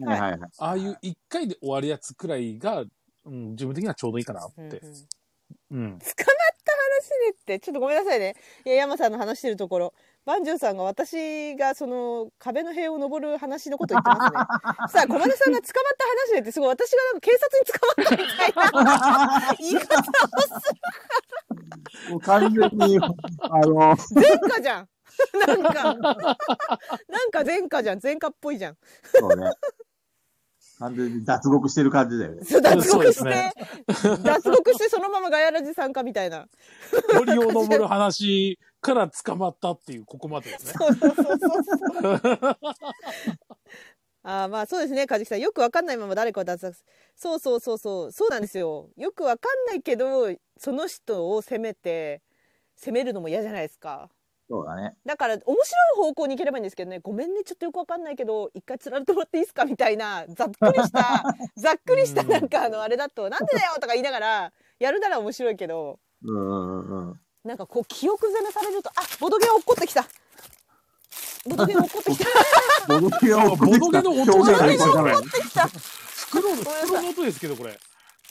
Speaker 1: はいはいはい。
Speaker 2: ああいう1回で終わるやつくらいが、うん、自分的にはちょうどいいかな
Speaker 3: うん
Speaker 2: っ
Speaker 3: うん
Speaker 2: て
Speaker 3: 捕。まっ
Speaker 2: うん。
Speaker 3: た話ねって、ちょっとごめんなさいね。いや、山さんの話してるところ。バンジョーさんが私がその壁の塀を登る話のこと言ってますね。 さあ、小丸さんが捕まった話ねって、すごい私がなんか警察に捕まったみたいな言い方
Speaker 1: もう完全に、あの、
Speaker 3: 前科じゃん。 なんか、なんか前科じゃん。前科っぽいじゃん。
Speaker 1: そうね。完全に脱獄してる感じだよね。
Speaker 3: そう脱
Speaker 2: そう
Speaker 3: 獄
Speaker 2: で
Speaker 3: し
Speaker 2: す
Speaker 3: て、
Speaker 2: ね
Speaker 3: 脱獄してそのままガヤラジ参加みたいな。
Speaker 2: 森を登る話から捕まったっていう、ここまで ですね。
Speaker 3: そうそうそうそう。 ああまあそうですね梶木さんよくわかんないまま誰かを脱落すそうそうそうそうそうなんですよよくわかんないけどその人を責めて責めるのも嫌じゃないですか
Speaker 1: そうだね。
Speaker 3: だから面白い方向に行ければいいんですけどねごめんねちょっとよくわかんないけど一回つられてもらっていいですかみたいなざっくりしたざっくりした
Speaker 2: うん
Speaker 3: なんかあのあれだとなんでだよとか言いながらやるなら面白いけど
Speaker 1: うんうんうんうん。
Speaker 3: なんかこう記憶攻めされるとあボドゲ落っこってきたボドゲ落っこってきた
Speaker 1: ボドゲを
Speaker 2: ボドゲの音
Speaker 1: 表
Speaker 2: じゃ
Speaker 1: 現
Speaker 2: な
Speaker 1: が
Speaker 2: いで
Speaker 1: よく
Speaker 2: す
Speaker 1: わかんな
Speaker 2: よ、これ
Speaker 1: い。。
Speaker 2: 袋の、袋の音ですけど、こ れ。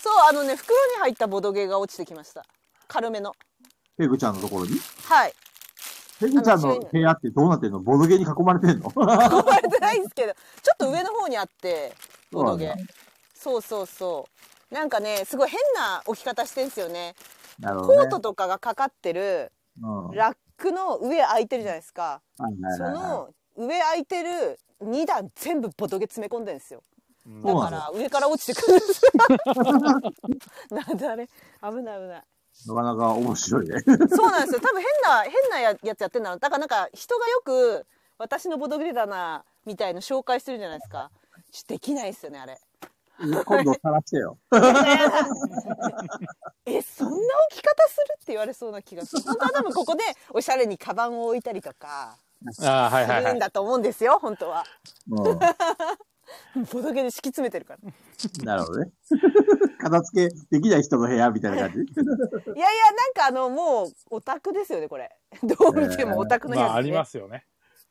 Speaker 3: そうあのね袋に入ったボドゲが落ちてきました軽めの
Speaker 1: ペグちゃんのところに
Speaker 3: はい
Speaker 1: ペグちゃんの部屋ってどうなってんのボドゲに囲まれてんの
Speaker 3: 囲まれてないんですけどちょっと上の方にあってボドゲそうそうそうなんかねすごい変な置き方してんすよね
Speaker 1: なるほ
Speaker 3: コ
Speaker 1: ど、
Speaker 3: ー
Speaker 1: ね。
Speaker 3: トとかがかかってる
Speaker 1: うん。はい
Speaker 3: ラックの上空いてるじゃないですか
Speaker 1: はい
Speaker 3: そ
Speaker 1: はいはい。
Speaker 3: の上空いてる2段全部ボトゲ詰め込んでるんですよ
Speaker 2: うん
Speaker 1: そ
Speaker 3: だ
Speaker 1: う
Speaker 3: か
Speaker 1: なんだ
Speaker 3: ら上から落ちてくるんです なんだあれ危ない危ない
Speaker 1: なかなか面白いね。
Speaker 3: そうなんですよ。多分変な、変なややつやってんだろう。だからなんか人がよく、私のボドゲだな、みたいの紹介してるじゃないですか。ちょっとできないですよね、あれ。
Speaker 1: 今度探してよ。
Speaker 3: え、そんな置き方するって言われそうな気がする。本当は多分ここで、おしゃれにカバンを置いたりとか、
Speaker 2: ああ、はい
Speaker 3: す
Speaker 2: はいは
Speaker 3: るん
Speaker 2: い。
Speaker 3: だと思うんですよ、本当は。
Speaker 1: うん。
Speaker 3: ボドゲで敷き詰めてるから。
Speaker 1: なるほどね。片付けできない人の部屋みたいな感じ。
Speaker 3: いやいや、なんかあの、もう、オタクですよね、これ。どう見てもオタクの
Speaker 2: ま
Speaker 3: やつ、ね
Speaker 2: あ、ありますよね。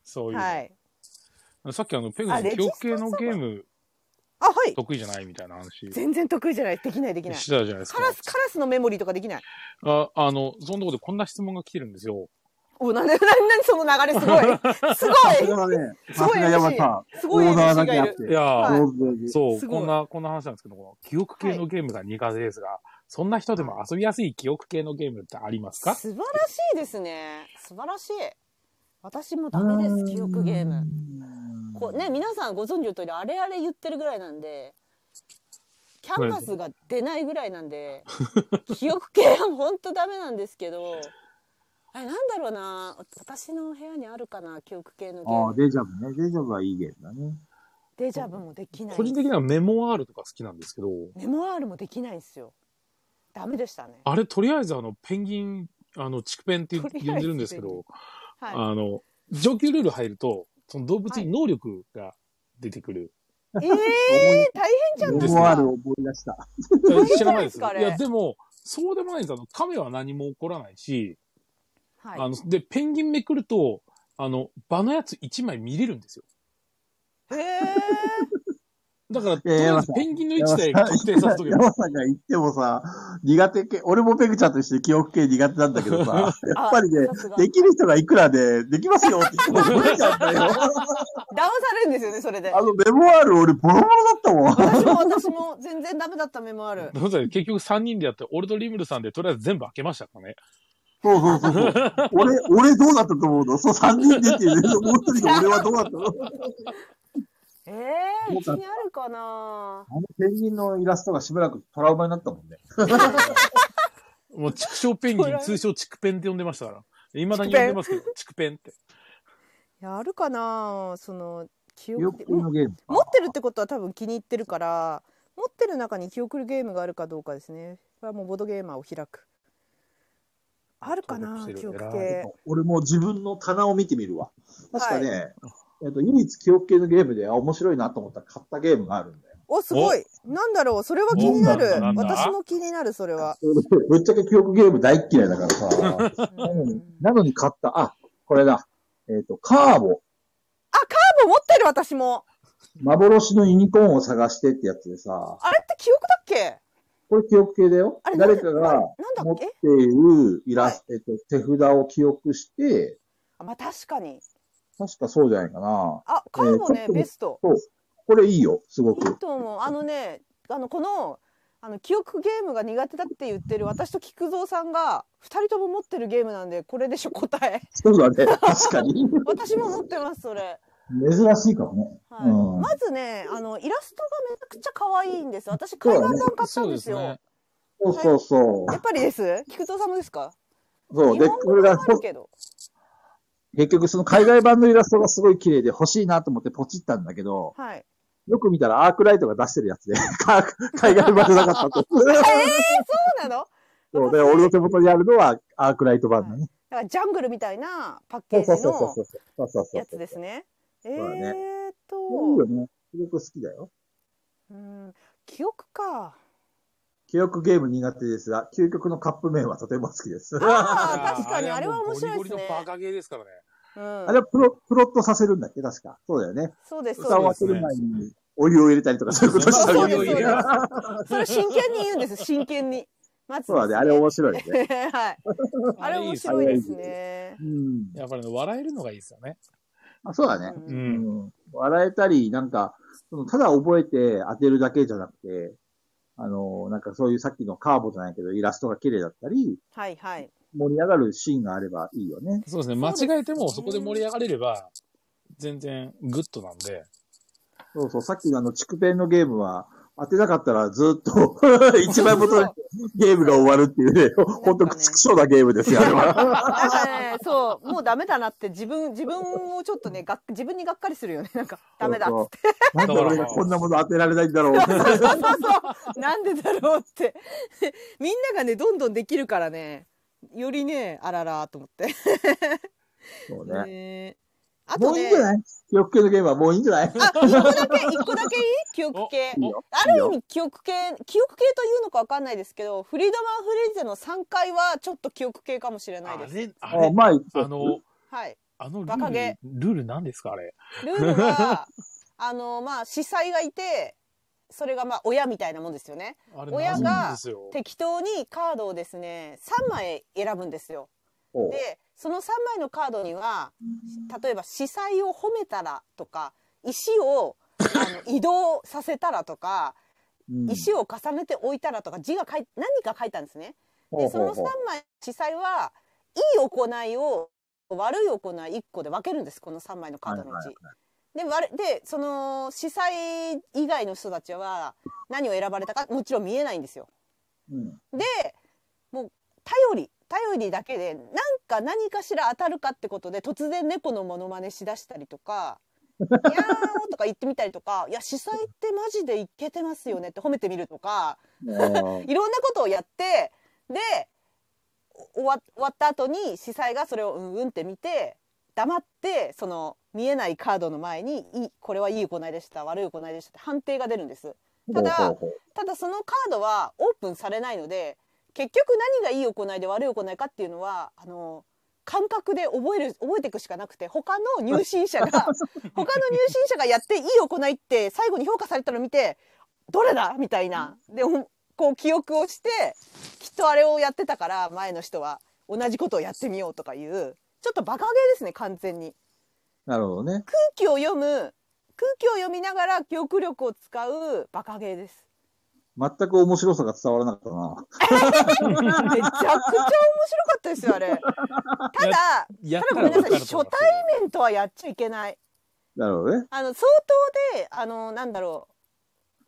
Speaker 2: そういうの。
Speaker 3: はい。
Speaker 2: さっきあの、ペグさ
Speaker 3: あ
Speaker 2: ん、
Speaker 3: レジ
Speaker 2: 記
Speaker 3: スタ
Speaker 2: 憶系のゲーム
Speaker 3: あ、はい。
Speaker 2: 得意じゃないみたいな話して
Speaker 3: 全然得意じゃない。できない、でき
Speaker 2: た
Speaker 3: ない。
Speaker 2: じゃないですか
Speaker 3: カ。ラス、カラスのメモリーとかできない。
Speaker 2: ああの、そんなことでこんな質問が来てるんですよ。
Speaker 3: お、なに、 なに、なにその流れすごい。す
Speaker 1: それ
Speaker 3: ごい。
Speaker 1: は ね、
Speaker 3: す
Speaker 1: さ
Speaker 3: ごい
Speaker 1: すが山さん。
Speaker 3: す
Speaker 1: オ
Speaker 3: ごい
Speaker 1: ーナー
Speaker 3: MC
Speaker 1: だけ
Speaker 3: が
Speaker 1: あ
Speaker 3: い
Speaker 1: っ
Speaker 3: る
Speaker 1: て。。
Speaker 2: いやー、
Speaker 3: はい
Speaker 1: 上手に
Speaker 2: そう、
Speaker 3: すごい
Speaker 2: こんな、こんな話なんですけども、記憶系のゲームが苦手ですが、そんな人でも遊びやすい記憶系のゲームってありますか
Speaker 3: 素晴らしいですね。素晴らしい。私もダメです、記憶ゲーム。こうね、皆さんご存知の通り、あれあれ言ってるぐらいなんで、キャンバスが出ないぐらいなんで、記憶系はほんとダメなんですけど、あれなんだろうな、私の部屋にあるかな、記憶系のゲー
Speaker 1: ああ、
Speaker 3: ム。
Speaker 1: デジャブね。デジャブはいいゲームだね。
Speaker 3: デジャブもできない
Speaker 2: 個。人的にはメモワールとか好きなんですけど、
Speaker 3: メモワールもできないんですよ。ダメでしたね。
Speaker 2: あれ、とりあえずあの、ペンギン、あの、チクペンって呼
Speaker 3: とりあ
Speaker 2: ん
Speaker 3: えず
Speaker 2: でるんですけど、
Speaker 3: はい。
Speaker 2: あの、上級ルール入ると、その動物に能力が出てく る。
Speaker 3: ええー、大変じゃないです
Speaker 1: 思わ
Speaker 3: か
Speaker 1: る。思い出した。
Speaker 2: 知らないです。い
Speaker 3: あれ
Speaker 2: や、でも、そうでもないんです。あの、亀は何も起こらないし、
Speaker 3: はい
Speaker 2: あの、で、ペンギンめくると、あの、場のやつ1枚見れるんですよ。
Speaker 3: へえ。
Speaker 2: だから、と
Speaker 1: や
Speaker 2: りあえ
Speaker 1: 山
Speaker 2: ず
Speaker 1: さん
Speaker 2: ペンギンの位置
Speaker 1: 山
Speaker 2: で
Speaker 1: さん
Speaker 2: 特定させとけよ。
Speaker 1: 山さんが言ってもさ、苦手系、俺もペグちゃんと一緒に記憶系苦手なんだけどさ、やっぱりね、
Speaker 3: あさすが
Speaker 1: できる人がいくらで、できますよって言っても無理なんだよ。
Speaker 3: 騙されるんですよねそれで
Speaker 1: あの、メモある俺ボロボロだったもん。
Speaker 3: 私も私も全然ダメだった目も ある
Speaker 2: どうせ結局3人でやって、俺とリムルさんでとりあえず全部開けましたからね。
Speaker 1: そうそうそうそう。俺、俺どうだったと思うのそう、3人でっていう、ね、もう一人の俺はどうだったの
Speaker 3: ええー、うちにあるかな
Speaker 1: あのペンギンのイラストがしばらくトラウマになったもんね。
Speaker 2: もう畜生 ペンギン、通称畜ペンって呼んでましたから。未だに呼んでますけど、畜ペンって。
Speaker 3: いやあるかなその記
Speaker 1: 記
Speaker 3: 憶
Speaker 1: 憶
Speaker 3: で
Speaker 1: 系のゲーム。
Speaker 3: 持ってるってことは多分気に入ってるから持ってる中に記憶ゲームがあるかどうかですねこれはもうボードゲーマーを開くあるかな記
Speaker 2: 登
Speaker 3: 憶
Speaker 2: 録してる
Speaker 3: 系
Speaker 1: 俺も自分の棚を見てみるわ。確かね、えっと、唯一記憶系のゲームで、あ、面白いなと思ったら買ったゲームがあるんだよ。
Speaker 3: おすごいなんだろうそれは気になる
Speaker 2: おなんだなんだ
Speaker 3: 私も気になるそれは、
Speaker 1: ぶっちゃけ記憶ゲーム大っ嫌いだからさ。なのに、なのに買った、あ、これだ。えっ、と、カーボ。
Speaker 3: 多分持ってる私も
Speaker 1: 幻のユニコーンを探してってやつでさ、
Speaker 3: あれって記憶だっけ
Speaker 1: これ記憶系だよ
Speaker 3: あれ。
Speaker 1: 誰かが
Speaker 3: なんだ
Speaker 1: 持
Speaker 3: っ
Speaker 1: って
Speaker 3: け
Speaker 1: いるイラスト、えっと、手札を記憶して、
Speaker 3: あまあ確かに
Speaker 1: 確かそうじゃないかな。
Speaker 3: あカーボね、
Speaker 1: えー
Speaker 3: ベスト
Speaker 1: そう。これいいよ、すご
Speaker 3: いい
Speaker 1: く。
Speaker 3: と思うあのねあのこのあの記憶ゲームが苦手だって言ってる私と菊蔵さんが2人とも持ってるゲームなんでこれでしょ答え
Speaker 1: そうだね。確かに。
Speaker 3: 私も持ってますそれ
Speaker 1: 珍しいかもね。
Speaker 3: はい
Speaker 1: うん
Speaker 3: まずねあのイラストがめちゃくちゃ可愛いんです私海岸版買った
Speaker 2: そうんで
Speaker 3: です
Speaker 2: す
Speaker 3: よ
Speaker 2: ね。
Speaker 1: そうそうそう。
Speaker 3: やっぱりです菊蔵さんもですか
Speaker 1: そう。で、
Speaker 3: 日本語
Speaker 1: これが
Speaker 3: もあ、るけど
Speaker 1: 結局その海外版のイラストがすごい綺麗で欲しいなと思ってポチったんだけど、
Speaker 3: はい
Speaker 1: よく見たらアークライトが出してるやつで、 か海外版じゃなかったと。
Speaker 3: そうなの
Speaker 1: そうで、俺の手元にあるのはアークライト版のね。
Speaker 3: だからジャングルみたいなパッケ
Speaker 1: そうそう
Speaker 3: ージ
Speaker 1: そうそうそう。そ
Speaker 3: の
Speaker 1: うそうそう
Speaker 3: やつですねえ
Speaker 1: うだね
Speaker 3: ーっ
Speaker 1: いいよ
Speaker 3: と
Speaker 1: ね。すごく好きだよ。
Speaker 3: うん記憶か
Speaker 1: 記憶ゲーム苦手ですが、究極のカップ麺はとても好きです。
Speaker 3: あー確かにあれは面白いです
Speaker 2: ゴリゴ
Speaker 3: ね
Speaker 2: リのバカゲーですからね。
Speaker 3: うん
Speaker 1: あれはプロ、プロットさせるんだっけ確か。そうだよね。
Speaker 3: そうです
Speaker 1: 蓋
Speaker 3: そう
Speaker 1: を
Speaker 3: です
Speaker 1: 開ける前にお湯を入れたりとかそういうことした
Speaker 3: そう
Speaker 1: よ
Speaker 3: ですそうです
Speaker 1: ね。
Speaker 3: それ真剣に言うんです真剣にまず
Speaker 1: そうだね。あれ面白いね。
Speaker 3: れ はいあれ面白いですね
Speaker 1: うん。
Speaker 2: やっぱりね笑えるのがいいですよね。
Speaker 1: あそうだね。
Speaker 3: う
Speaker 2: うんん。
Speaker 1: うん笑えたり、なんか、そのただ覚えて当てるだけじゃなくて、あの、なんかそういうさっきのカーボじゃないけど、イラストが綺麗だったり、
Speaker 3: はいはい
Speaker 1: 盛り上がるシーンがあればいいよね。
Speaker 2: そうですね。
Speaker 3: そう
Speaker 2: 間
Speaker 3: です
Speaker 2: 違えてもそこで盛り上がれれば、全然グッドなんで。
Speaker 1: そうそう、さっきのあの、竹ペンのゲームは、当てなかったらずっと 一枚元のゲームが終わるっていう ね、本当くそなゲームですよ、 あれは。
Speaker 3: なんかね、そう、もうダメだなって、自分、自分をちょっとね、がっ、自分にがっかりするよね、 なんか。ダメだっつって。
Speaker 1: なんで俺がこんなもの当てられないんだろう。
Speaker 3: そうそうそう、なんでだろうって。 みんながね、どんどんできるからね。よりね、あららと思って。
Speaker 1: そうね。
Speaker 3: ねあ
Speaker 1: も
Speaker 3: と
Speaker 1: ういいん
Speaker 3: ね
Speaker 1: じゃ。ない記憶系のゲームはもういいんじゃない
Speaker 3: あ、一個だけ、一個だけいい記憶系。
Speaker 1: いいよ
Speaker 3: ある意味記憶系、記憶系というのかわかんないですけど、フリードマン・フレンゼの3回はちょっと記憶系かもしれない
Speaker 2: あ
Speaker 3: です。
Speaker 2: れ、あ
Speaker 1: あ、
Speaker 2: れ、
Speaker 1: 前言ってた
Speaker 2: あの、
Speaker 3: はい。
Speaker 2: あのル
Speaker 3: バカ
Speaker 2: ー
Speaker 3: ゲ
Speaker 2: ル、ルール何ですかあれ。
Speaker 3: ルール は、あの、まあ、司祭がいて、それがまあ、親みたいなもんですよね。
Speaker 2: あれ
Speaker 3: 親
Speaker 2: 謎
Speaker 3: が
Speaker 2: なんですよ。
Speaker 3: 適当にカードをですね、3枚選ぶんですよ。
Speaker 1: おう
Speaker 3: で、その3枚のカードには、例えば、司祭を褒めたらとか、石を、あの移動させたらとか
Speaker 1: うん
Speaker 3: 石を重ねて置いたらとか字が書い何か書いたんですね。
Speaker 1: ほ
Speaker 3: で
Speaker 1: う
Speaker 3: そ
Speaker 1: ほう
Speaker 3: の3
Speaker 1: ほう
Speaker 3: 枚司祭はいい行いを悪い行い1個で分けるんですこの3枚のカードのうち。でわれでその司祭以外の人たちは何を選ばれたかもちろん見えないんですよ。
Speaker 1: うん
Speaker 3: でもう頼り頼りだけで何か何かしら当たるかってことで突然猫のモノマネしだしたり とか「いやー」とか言ってみたりとか「いや司祭ってマジでイケてますよね」って褒めてみると
Speaker 1: あ
Speaker 3: か。いろんなことをやってでお終わ終わった後に司祭がそれをうんうんって見て黙ってその見えないカードの前にいいこれはいい行いでした悪い行いでしたって判定が出るんです
Speaker 1: ー
Speaker 3: ただ
Speaker 1: ほうほうほ
Speaker 3: ただそのカードはオープンされないので結局何がいい行いで悪い行いかっていうのはあの感覚で覚える覚えていくしかなくて他の入信者が他の入信者がやっていい行いって最後に評価されたのを見てどれだみたいなでおこう記憶をしてきっとあれをやってたから前の人は同じことをやってみようとかいうちょっとバカゲーですね完全に。
Speaker 1: なるほどね。
Speaker 3: 空気を読む空気を読みながら記憶力を使うバカゲーです。
Speaker 1: 全く面白さが伝わらなかったな。
Speaker 3: めちゃくちゃ面白かったですよあれ。ただ
Speaker 2: や
Speaker 3: ただごめ
Speaker 2: わかる
Speaker 3: んなさい
Speaker 2: と思います
Speaker 3: 初対面とはやっちゃいけない。
Speaker 1: なるほどね。
Speaker 3: あの相当であのなんだろ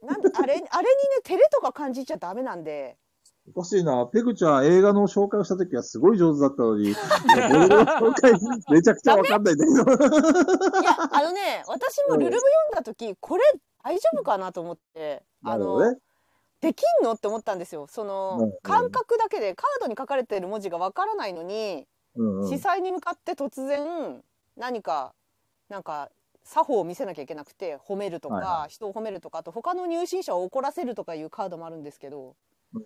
Speaker 3: うなんあれあれにね照れとか感じちゃダメなんで
Speaker 1: おかしいな。ペグちゃん映画の紹介をした時はすごい上手だったのに、俺の紹介めちゃくちゃわかんないんだけど。
Speaker 3: いやあのね私も
Speaker 1: うん
Speaker 3: ルルブ読んだ時これ大丈夫かなと思って
Speaker 1: な
Speaker 3: あ
Speaker 1: るほど
Speaker 3: の
Speaker 1: ね。
Speaker 3: できんのって思ったんですよその、
Speaker 1: うん
Speaker 3: 感覚だけでカードに書かれてる文字がわからないのに、
Speaker 1: うんうん
Speaker 3: 司祭に向かって突然何かなんか作法を見せなきゃいけなくて褒めるとか、
Speaker 1: はいは
Speaker 3: 人を褒めるとかあと他の入信者を怒らせるとかいうカードもあるんですけど、
Speaker 1: うん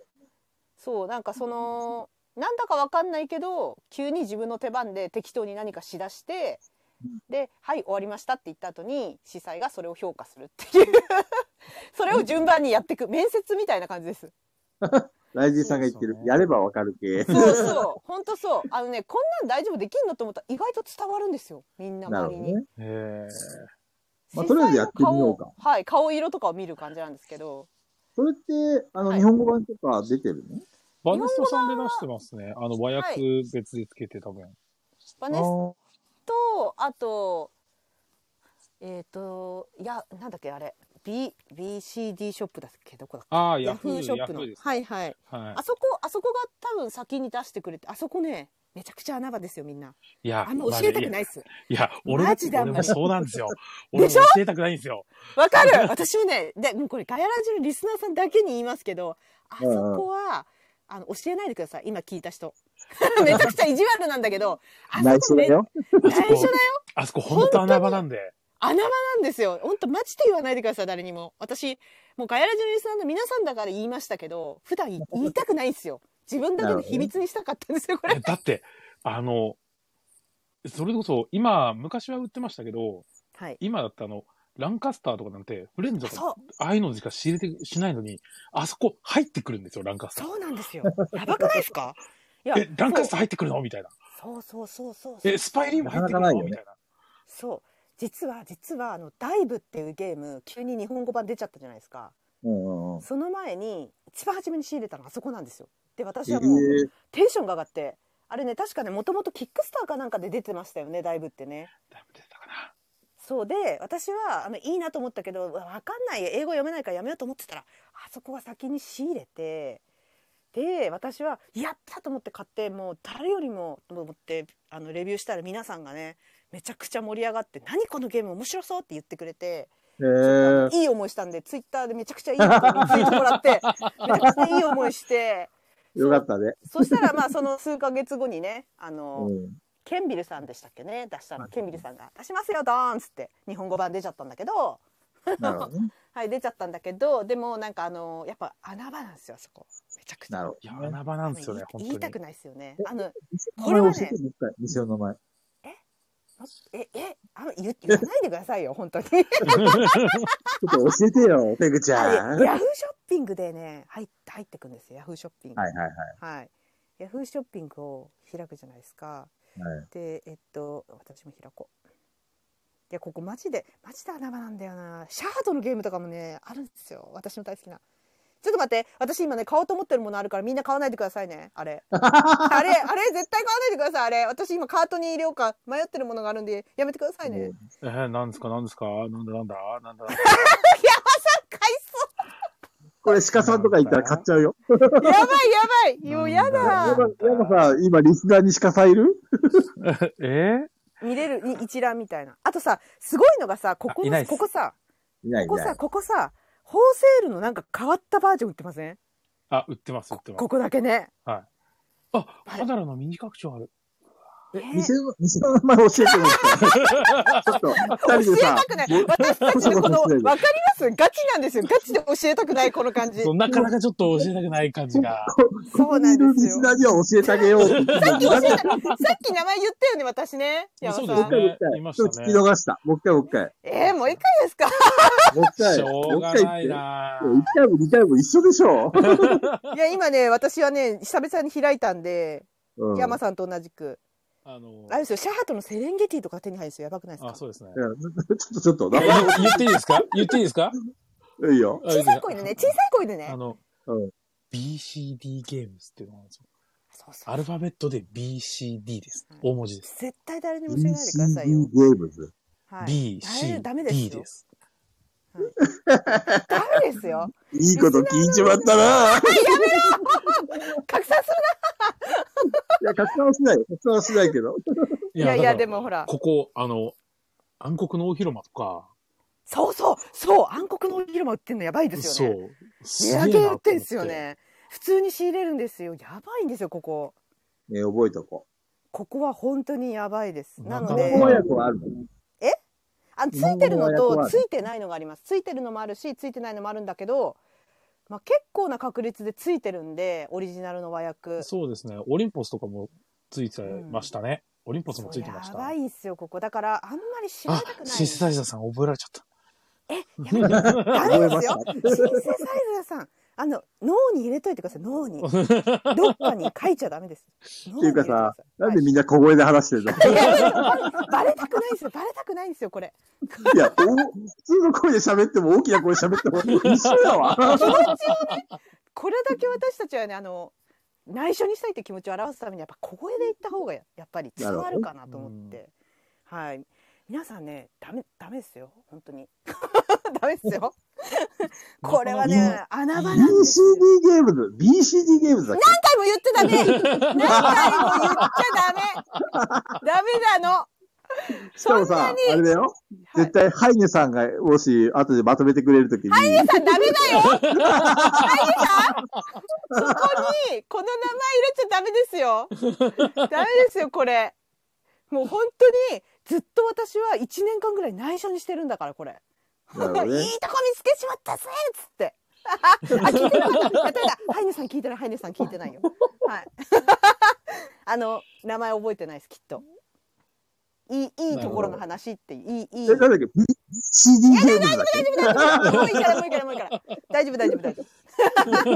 Speaker 3: そうなんかそのなんだかわかんないけど急に自分の手番で適当に何かしだして
Speaker 1: うん
Speaker 3: で「はい終わりました」って言った後に司祭がそれを評価するっていう それを順番にやっていく面接みたいな感じです。
Speaker 1: ライジンさんが言ってる
Speaker 2: そうそう。ね
Speaker 1: やればわかる系。
Speaker 3: そうそう、本当そう、あのね、こんなん大丈夫できんのと思ったら、意外と伝わるんですよ。みんな
Speaker 1: なる
Speaker 3: 周
Speaker 1: ほ
Speaker 3: り
Speaker 1: ど
Speaker 3: に。
Speaker 1: ね。
Speaker 2: へえ。
Speaker 1: まあ
Speaker 3: 実際の
Speaker 1: とりあえずやってみようか
Speaker 3: 顔をはい、顔色とかを見る感じなんですけど。
Speaker 1: それって、あの、
Speaker 3: はい
Speaker 1: 日本語版とか出てるの
Speaker 2: バネストさんで出してますね。あの、和
Speaker 3: は
Speaker 2: 訳別でつけて多分。
Speaker 3: バ
Speaker 1: あ
Speaker 3: ネス
Speaker 1: ー
Speaker 3: と、あと。えっ、と、いや、なんだっけ、あれ。B. B. C. D. ショップだっけ、どこだっ
Speaker 2: ああ、
Speaker 3: け。
Speaker 2: ヤフー
Speaker 3: ショップ
Speaker 2: ヤ
Speaker 3: の
Speaker 2: フー。です。
Speaker 3: はい、はい。
Speaker 2: は
Speaker 3: あそこ、あそこが多分先に出してくれて、あそこね。めちゃくちゃ穴場ですよ、みんな。
Speaker 2: い。いや、
Speaker 3: あんま教えたく
Speaker 2: まあ
Speaker 3: な
Speaker 2: ね
Speaker 3: いっす。
Speaker 2: いや、俺も
Speaker 3: マジであん
Speaker 2: 俺
Speaker 3: まり
Speaker 2: もそうなんですよ。俺
Speaker 3: で
Speaker 2: も
Speaker 3: しょ
Speaker 2: 教えたくないんですよ。
Speaker 3: わかる私もねでもうこれガヤラジのリスナーさんだけに言いますけどあそこは、あの教えないでください今聞いた人めちゃくちゃ意地悪なんだけどあ
Speaker 1: 内
Speaker 3: そ
Speaker 1: 緒
Speaker 3: こめ
Speaker 1: だ
Speaker 3: っちゃ
Speaker 1: よ。
Speaker 3: 内緒だよ
Speaker 2: あそこ本当穴場なんで。
Speaker 3: 穴場なんですよ本当マジで言わないでください誰にも私もうガヤラジのリスナーの皆さんだから言いましたけど普段言言いたくないんですよ自分だけで秘密にしたかったんですよこ
Speaker 2: え
Speaker 3: れ
Speaker 2: だって、あの、それこそ、今、昔は売ってましたけど、
Speaker 3: はい
Speaker 2: 今だったの、ランカスターとかなんて、フレンズとか、
Speaker 3: そう
Speaker 2: ああいうのしか仕入れてしないのに、あそこ入ってくるんですよ、ランカスター。
Speaker 3: そうなんですよやばくないですかいや
Speaker 2: え、ランカスター入ってくるのみたいな。
Speaker 3: そうそうそうそうそう
Speaker 2: え、スパイリーも入ってくる
Speaker 1: なかなかないよ
Speaker 2: の
Speaker 1: ね
Speaker 2: みたいな。
Speaker 3: そう実は実はあのダイブっていうゲーム急に日本語版出ちゃったじゃないですか
Speaker 1: うんうんうん。
Speaker 3: その前に一番初めに仕入れたのあそこなんですよで私
Speaker 1: え
Speaker 3: はもう
Speaker 1: え
Speaker 3: テンションが上がって、あれね確かねもともとキックスターかなんかで出てましたよねダイブってね
Speaker 2: だいぶ出てたかな。
Speaker 3: そうで私はあのいいなと思ったけどうわわかんない英語読めないからやめようと思ってたらあそこは先に仕入れてで私はやったと思って買ってもう誰よりもと思ってあのレビューしたら皆さんがねめちゃくちゃ盛り上がって「何このゲーム面白そう」って言ってくれて
Speaker 1: えー
Speaker 3: いい思いしたんでツイッターでめちゃくちゃいい思いツイートもらってめちゃくちゃいい思いして
Speaker 1: よかったね。
Speaker 3: そしたらまあその数ヶ月後にねあの、
Speaker 1: うん。
Speaker 3: ケンビルさんでしたっけね出したの
Speaker 1: はい
Speaker 3: ケンビルさんが「出しますよドーン!」っつって日本語版出ちゃったんだけど
Speaker 1: なるほどね。
Speaker 3: はい出ちゃったんだけどでもなんかあのやっぱ穴場なんですよあそこめちゃくちゃ
Speaker 1: なるほ
Speaker 2: いや、
Speaker 1: どね。
Speaker 2: 穴場なんですよね、
Speaker 3: 言
Speaker 2: 本
Speaker 3: い
Speaker 2: 当
Speaker 3: 言いた
Speaker 2: に
Speaker 3: く。ないですよねあ
Speaker 1: こ
Speaker 3: の こ
Speaker 1: れ
Speaker 3: れ
Speaker 1: を
Speaker 3: は
Speaker 1: 教え
Speaker 3: ね
Speaker 1: てもう一回、店の名前。
Speaker 3: ええあの言言わないでくださいよ本当にい
Speaker 1: ちょっと教えてよ、ペグち
Speaker 3: や
Speaker 1: ゃん。はい
Speaker 3: ヤフーショッピングでね入って入ってくんですよヤフーショッピング
Speaker 1: はいはい。
Speaker 3: はい、ヤフーショッピングを開くじゃないですか。
Speaker 1: はい
Speaker 3: で、えっと、私も開こう。いや、ここマジで、マジで穴場なんだよな。シャードのゲームとかもね、あるんですよ。私の大好きな。ちょっと待って、私今ね、買おうと思ってるものあるから、みんな買わないでくださいね。あれ。あれ、あれ、絶対買わないでください。あれ、私今カートに入れようか、迷ってるものがあるんで、やめてくださいね。
Speaker 1: うん
Speaker 3: い や、
Speaker 2: えー、なんですか、なんですか、なんだなんだ、なんだなんだ。
Speaker 3: 買いそ
Speaker 1: これ鹿さんとか言ったら買っちゃうよ。
Speaker 3: う。やばい、やばい。もうや
Speaker 1: や
Speaker 3: だ
Speaker 1: っ。ぱやっぱさ、今リスナーに鹿さんいる
Speaker 2: え
Speaker 3: 見れる、に一覧みたいな。あとさ、すごいのがさ、ここ
Speaker 2: あいない
Speaker 3: の、
Speaker 2: っす
Speaker 3: ここさ、
Speaker 1: いないい
Speaker 3: ここ
Speaker 1: な
Speaker 3: さ、
Speaker 1: い。
Speaker 3: ここさ、ホーセールのなんか変わったバージョン売ってません
Speaker 2: あ、売ってます、売ってます
Speaker 3: こ。こだけね。
Speaker 2: あ、花田のミニ拡張ある。
Speaker 1: え
Speaker 3: え、
Speaker 1: 店の、店の名前教えてもらって。ちょっと、二人
Speaker 3: 教
Speaker 1: で
Speaker 3: え
Speaker 1: さ
Speaker 3: た、くない。私たちのこの、わ
Speaker 1: ご
Speaker 3: か
Speaker 1: そ
Speaker 3: り
Speaker 1: ごそしてる
Speaker 3: ますガチなんですよ。ガチで教えたくない、この感じ。
Speaker 2: そうなかなかちょっと教えたくない感じが。
Speaker 3: そうなん
Speaker 1: ここにいる
Speaker 3: で
Speaker 1: リ
Speaker 3: す
Speaker 1: ス
Speaker 3: よ。
Speaker 1: ナーには教えてあげようって言ってたのに。
Speaker 3: さ
Speaker 1: な
Speaker 3: っ
Speaker 1: んで
Speaker 3: き教えた、さっき名前言ったよね、私ね。山
Speaker 2: そう
Speaker 3: さ
Speaker 2: です
Speaker 1: もう一
Speaker 3: ん。
Speaker 1: 回、もう一
Speaker 2: 言いま
Speaker 1: 回。ちょっと聞き逃
Speaker 2: したね
Speaker 1: した。もう一回、もう一回。
Speaker 3: えー、もう一回ですか
Speaker 1: もう一回。
Speaker 2: しょ
Speaker 1: も
Speaker 2: う
Speaker 1: う一
Speaker 2: が
Speaker 1: 回言っ
Speaker 2: な
Speaker 1: て
Speaker 2: いな
Speaker 1: もう一回も二回も一緒でしょ。
Speaker 3: いや、今ね、私はね、久々に開いたんで、
Speaker 1: うん
Speaker 3: 山さんと同じく。
Speaker 2: あの
Speaker 3: あれですよ、シャハトのセレンゲティとか手に入るんですよ。やばくないです
Speaker 2: あ、
Speaker 3: か
Speaker 2: そうですね。
Speaker 1: うんちょっと、ちょっと、
Speaker 2: え
Speaker 1: 名前
Speaker 2: 言言っていいですか言っていいですか
Speaker 1: いい よ。
Speaker 3: 小さい声でね、小さい声でね
Speaker 2: あ。の
Speaker 1: うん、
Speaker 2: BCD ゲームズっていうのがあるんですよ。
Speaker 3: そうそう
Speaker 2: アルファベットで BCD です。大文字です。
Speaker 3: 絶対誰にも教えないでください
Speaker 1: BCD
Speaker 3: よ。
Speaker 1: ゲームズ。
Speaker 3: はい。
Speaker 2: B、C、
Speaker 3: 誰ダメ
Speaker 2: D
Speaker 3: ですよ
Speaker 2: で。す。
Speaker 3: ダメですよ。
Speaker 1: いいこと聞いちまったな。い
Speaker 3: 拡散する
Speaker 1: や、拡散はしないよ。拡散はしないけど。
Speaker 2: い
Speaker 3: いやいや
Speaker 2: だから
Speaker 3: でもほら
Speaker 2: ここ、あの、暗黒の大広間とか、
Speaker 3: そうそう、そう、暗黒の大広間売ってんのやばいです
Speaker 2: そ
Speaker 3: よね。
Speaker 2: う。
Speaker 3: 値
Speaker 2: す
Speaker 3: 上
Speaker 2: げ
Speaker 3: げ
Speaker 2: えな
Speaker 3: 売ってんですよね。普通に仕入れるんですよ。やばいんですよ、ここ。
Speaker 1: ね、覚えとこ
Speaker 3: ここは本当にやばいです。な
Speaker 2: な
Speaker 1: う。
Speaker 2: か
Speaker 3: の
Speaker 2: な
Speaker 3: で
Speaker 2: か、
Speaker 1: 親子はあるの
Speaker 3: あついてるの
Speaker 1: 日本語はや
Speaker 3: と
Speaker 1: っぱある
Speaker 3: ついてないのがあります。ついてるのもあるし、ついてないのもあるんだけど、まあ結構な確率でついてるんで、オリジナルの和訳。
Speaker 2: そうですね。オリンポスとかもついてましたね。オリンポスもついてました。
Speaker 3: そうやばいんすよ、ここ。だから、あんまり知られ
Speaker 2: あ
Speaker 3: たく、ない。
Speaker 2: シンセサイザーさん覚えられちゃった。
Speaker 3: ダメですよ。
Speaker 1: 覚え
Speaker 3: シンセサイザーさん。あの、脳に入れといてください、脳に。どっかに書いちゃダメです。脳に入れといてくださ
Speaker 1: なんでみんな小声で話して るの
Speaker 3: いやいやバレたくないんですよ、バレたくないんですよ、これ。
Speaker 1: いや、お普通の声で喋っても大きな声で喋っても一緒だわ。
Speaker 3: これだけ私たちはね、あの、内緒にしたいって気持ちを表すために、やっぱ小声で言った方がや、やっぱり伝わるかなと思って。はい。皆さんね、ダメ、ダメですよ、本当に。 ダメですよ。これはね、穴場
Speaker 1: BCD
Speaker 3: なんですよ。
Speaker 1: ゲームズ、BCD ゲームズだっけ
Speaker 3: 何回も言ってたね。何回も言っちゃダメ。ダメなの。
Speaker 1: しかも
Speaker 3: そんな
Speaker 1: さ
Speaker 3: に、
Speaker 1: あれだよ。絶対、ハイネさんが、もし、後でまとめてくれるときに、
Speaker 3: さんダメだよ。ハイジさん、ここにこの名前入れちゃダメですよ。ダメですよこれ。もう本当にずっと私は一年間ぐらい内緒にしてるんだからこれ。
Speaker 1: なるほどね
Speaker 3: いいとこ見つけちまったぜっつって。あ聞いてなかった。やったやったハイネさん聞いてない。ハイネさん聞いてないよ。はい。 あの名前覚えてないですきっと。いいいいところの話っていういいいい
Speaker 1: え、なんだっけ、BCD ゲームズだっけ
Speaker 3: もういいからもういいからもういいから大丈夫大丈夫大丈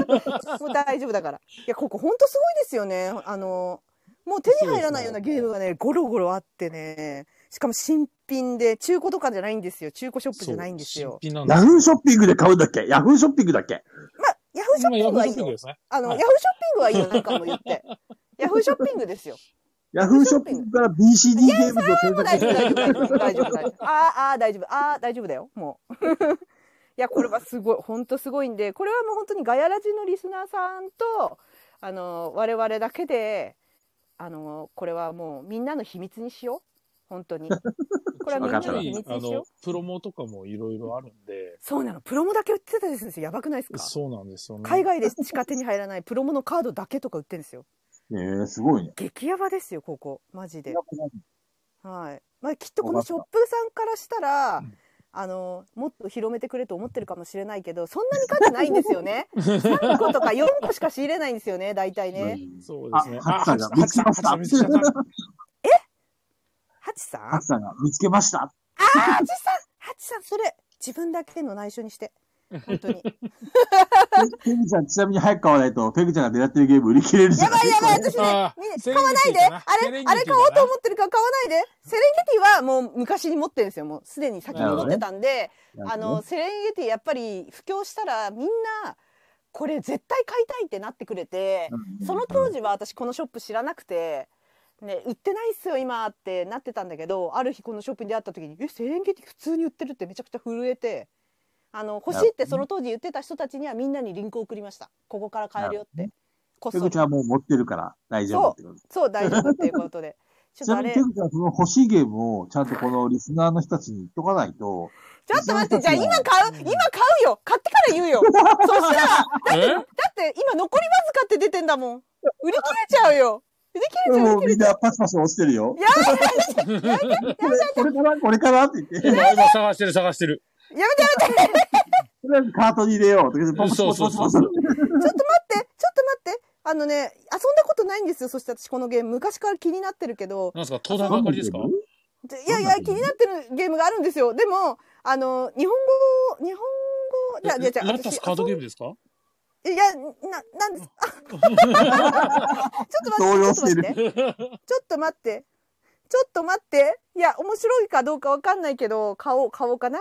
Speaker 3: 夫もう大丈夫だからいやここほんとすごいですよねあのもう手に入らないようなゲームがねゴロゴロあってねしかも新品で中古とかじゃないんですよ中古ショップじゃないんですよ
Speaker 2: そう新品なん
Speaker 1: ヤ
Speaker 2: です
Speaker 1: フーショッピングで買うんだっけヤフーショッピングだっけ
Speaker 3: まあヤフーショッ
Speaker 2: まあ
Speaker 3: ピン
Speaker 2: ヤフーショッピング
Speaker 3: グはいいよ
Speaker 2: ですね。
Speaker 3: あの、
Speaker 2: はい
Speaker 3: ヤフーショッピングはいいよなんかも言ってヤフーショッピングですよ
Speaker 1: ヤフーショッピングから BCD ゲームズを選
Speaker 3: も
Speaker 1: 択
Speaker 3: う大
Speaker 1: し
Speaker 3: 丈
Speaker 1: て
Speaker 3: 夫、大丈夫、大丈夫、大丈夫。あーあー、大丈夫、ああ、大丈夫だよ、もう。 いや、これはすごい、本当すごいんで、これはもう本当にガヤラジのリスナーさんと、あの、我々だけで、あの、これはもうみんなの秘密にしよう。本当 に。これはみんな
Speaker 1: わかったわ
Speaker 3: の秘密
Speaker 2: あ
Speaker 3: にしよう
Speaker 2: の。、プロモとかもいろいろあるんで、
Speaker 3: そうなの、プロモだけ売ってたりするんですよ。やばくないですか
Speaker 2: そうなんですよね。
Speaker 3: 海外でしか手に入らないプロモのカードだけとか売ってるんですよ。
Speaker 1: えー、すごいね。
Speaker 3: 激ヤバですよ、ここ。マジで。はいまあ、きっとこのショップさんからしたら、
Speaker 2: うん
Speaker 3: あのもっと広めてくれと思ってるかもしれないけどそんなに数ないんです よね3個とか4個しか仕入れないんですよね大体ね
Speaker 2: そうですね。
Speaker 1: あハチさんが
Speaker 2: ハチさ
Speaker 1: 見つけ
Speaker 2: ん
Speaker 1: ました
Speaker 2: ハチさん見つけまし
Speaker 3: ハチさん
Speaker 1: ハ
Speaker 3: ハ
Speaker 1: チさんが見つけました。
Speaker 3: チさんハチさんそれ自分だけの内緒にして 本当に
Speaker 1: ペグちゃん、ちなみに早く買わないと、ペグちゃんが狙ってるゲーム売り切れるじゃ
Speaker 3: や
Speaker 1: ん。
Speaker 3: ばいやばい私ね
Speaker 2: あー
Speaker 3: みんな
Speaker 2: セ
Speaker 3: 買
Speaker 2: レンゲ
Speaker 3: わない
Speaker 2: テ
Speaker 3: で
Speaker 2: ィかな
Speaker 3: あ
Speaker 2: セレ
Speaker 3: れ
Speaker 2: ンゲティ
Speaker 3: あれ買おう
Speaker 2: かな
Speaker 3: と思ってるから買わないでセレンゲティはもう昔に持ってるんですよもうすでに先に持ってたんで、あの、セレンゲティやっぱり布教したらみんなこれ絶対買いたいってなってくれてその当時は私このショップ知らなくて、ね、売ってないっすよ今ってなってたんだけどある日このショップに出会った時に「えセレンゲティ普通に売ってる」ってめちゃくちゃ震えてあの欲しいってその当時言ってた人たちにはみんなにリンクを送りましたここから買えるよっ
Speaker 1: な
Speaker 3: てこっ
Speaker 1: ペ
Speaker 3: そ
Speaker 1: グ
Speaker 3: り
Speaker 1: ちゃんはもう持ってるから大丈夫ってこと。
Speaker 3: そう大丈夫っていうこ とでちょ
Speaker 1: ち
Speaker 3: っと
Speaker 1: な
Speaker 3: あ
Speaker 1: みにペ
Speaker 3: れちょ
Speaker 1: グちゃんはその欲しいゲームをちゃんとこのリスナーの人たちに言っとかないと、
Speaker 3: っと待ってじゃあ今買う今買うよ買ってから言うよそしたら
Speaker 2: た。え
Speaker 3: だって今残りわずかって出てんだもん。売り切れちゃうよ。るじゃん
Speaker 1: もうみんなパチパチ押してるよ。これこれかなこれかなって言って、
Speaker 2: 今、今探してる探してる。
Speaker 3: やめてやめて
Speaker 1: とりあえずカートに入れようとか言って。パチ
Speaker 2: そ
Speaker 1: パ
Speaker 2: う
Speaker 1: チ
Speaker 2: そ
Speaker 1: パ
Speaker 2: う
Speaker 1: チ
Speaker 2: そ
Speaker 1: パ
Speaker 2: う
Speaker 1: チ。
Speaker 3: ちょっと待ってちょっと待ってあのね遊んだことないんですよそして私このゲーム昔から気になってるけど
Speaker 2: なんですか、東大ばかりですか
Speaker 3: でいやいや
Speaker 1: そうなんだ
Speaker 3: 気になってるゲームがあるんですよでもあの日本語日本語いやいやいや
Speaker 2: ラタスカードゲームですか
Speaker 3: いやななんです あち
Speaker 1: 動
Speaker 3: ょ
Speaker 1: 揺
Speaker 3: っと
Speaker 1: して
Speaker 3: 待
Speaker 1: る
Speaker 3: ってちょっと待ってちょっと待ってちょっと待っていや面白いかどうかわかんないけど買おう買おうかな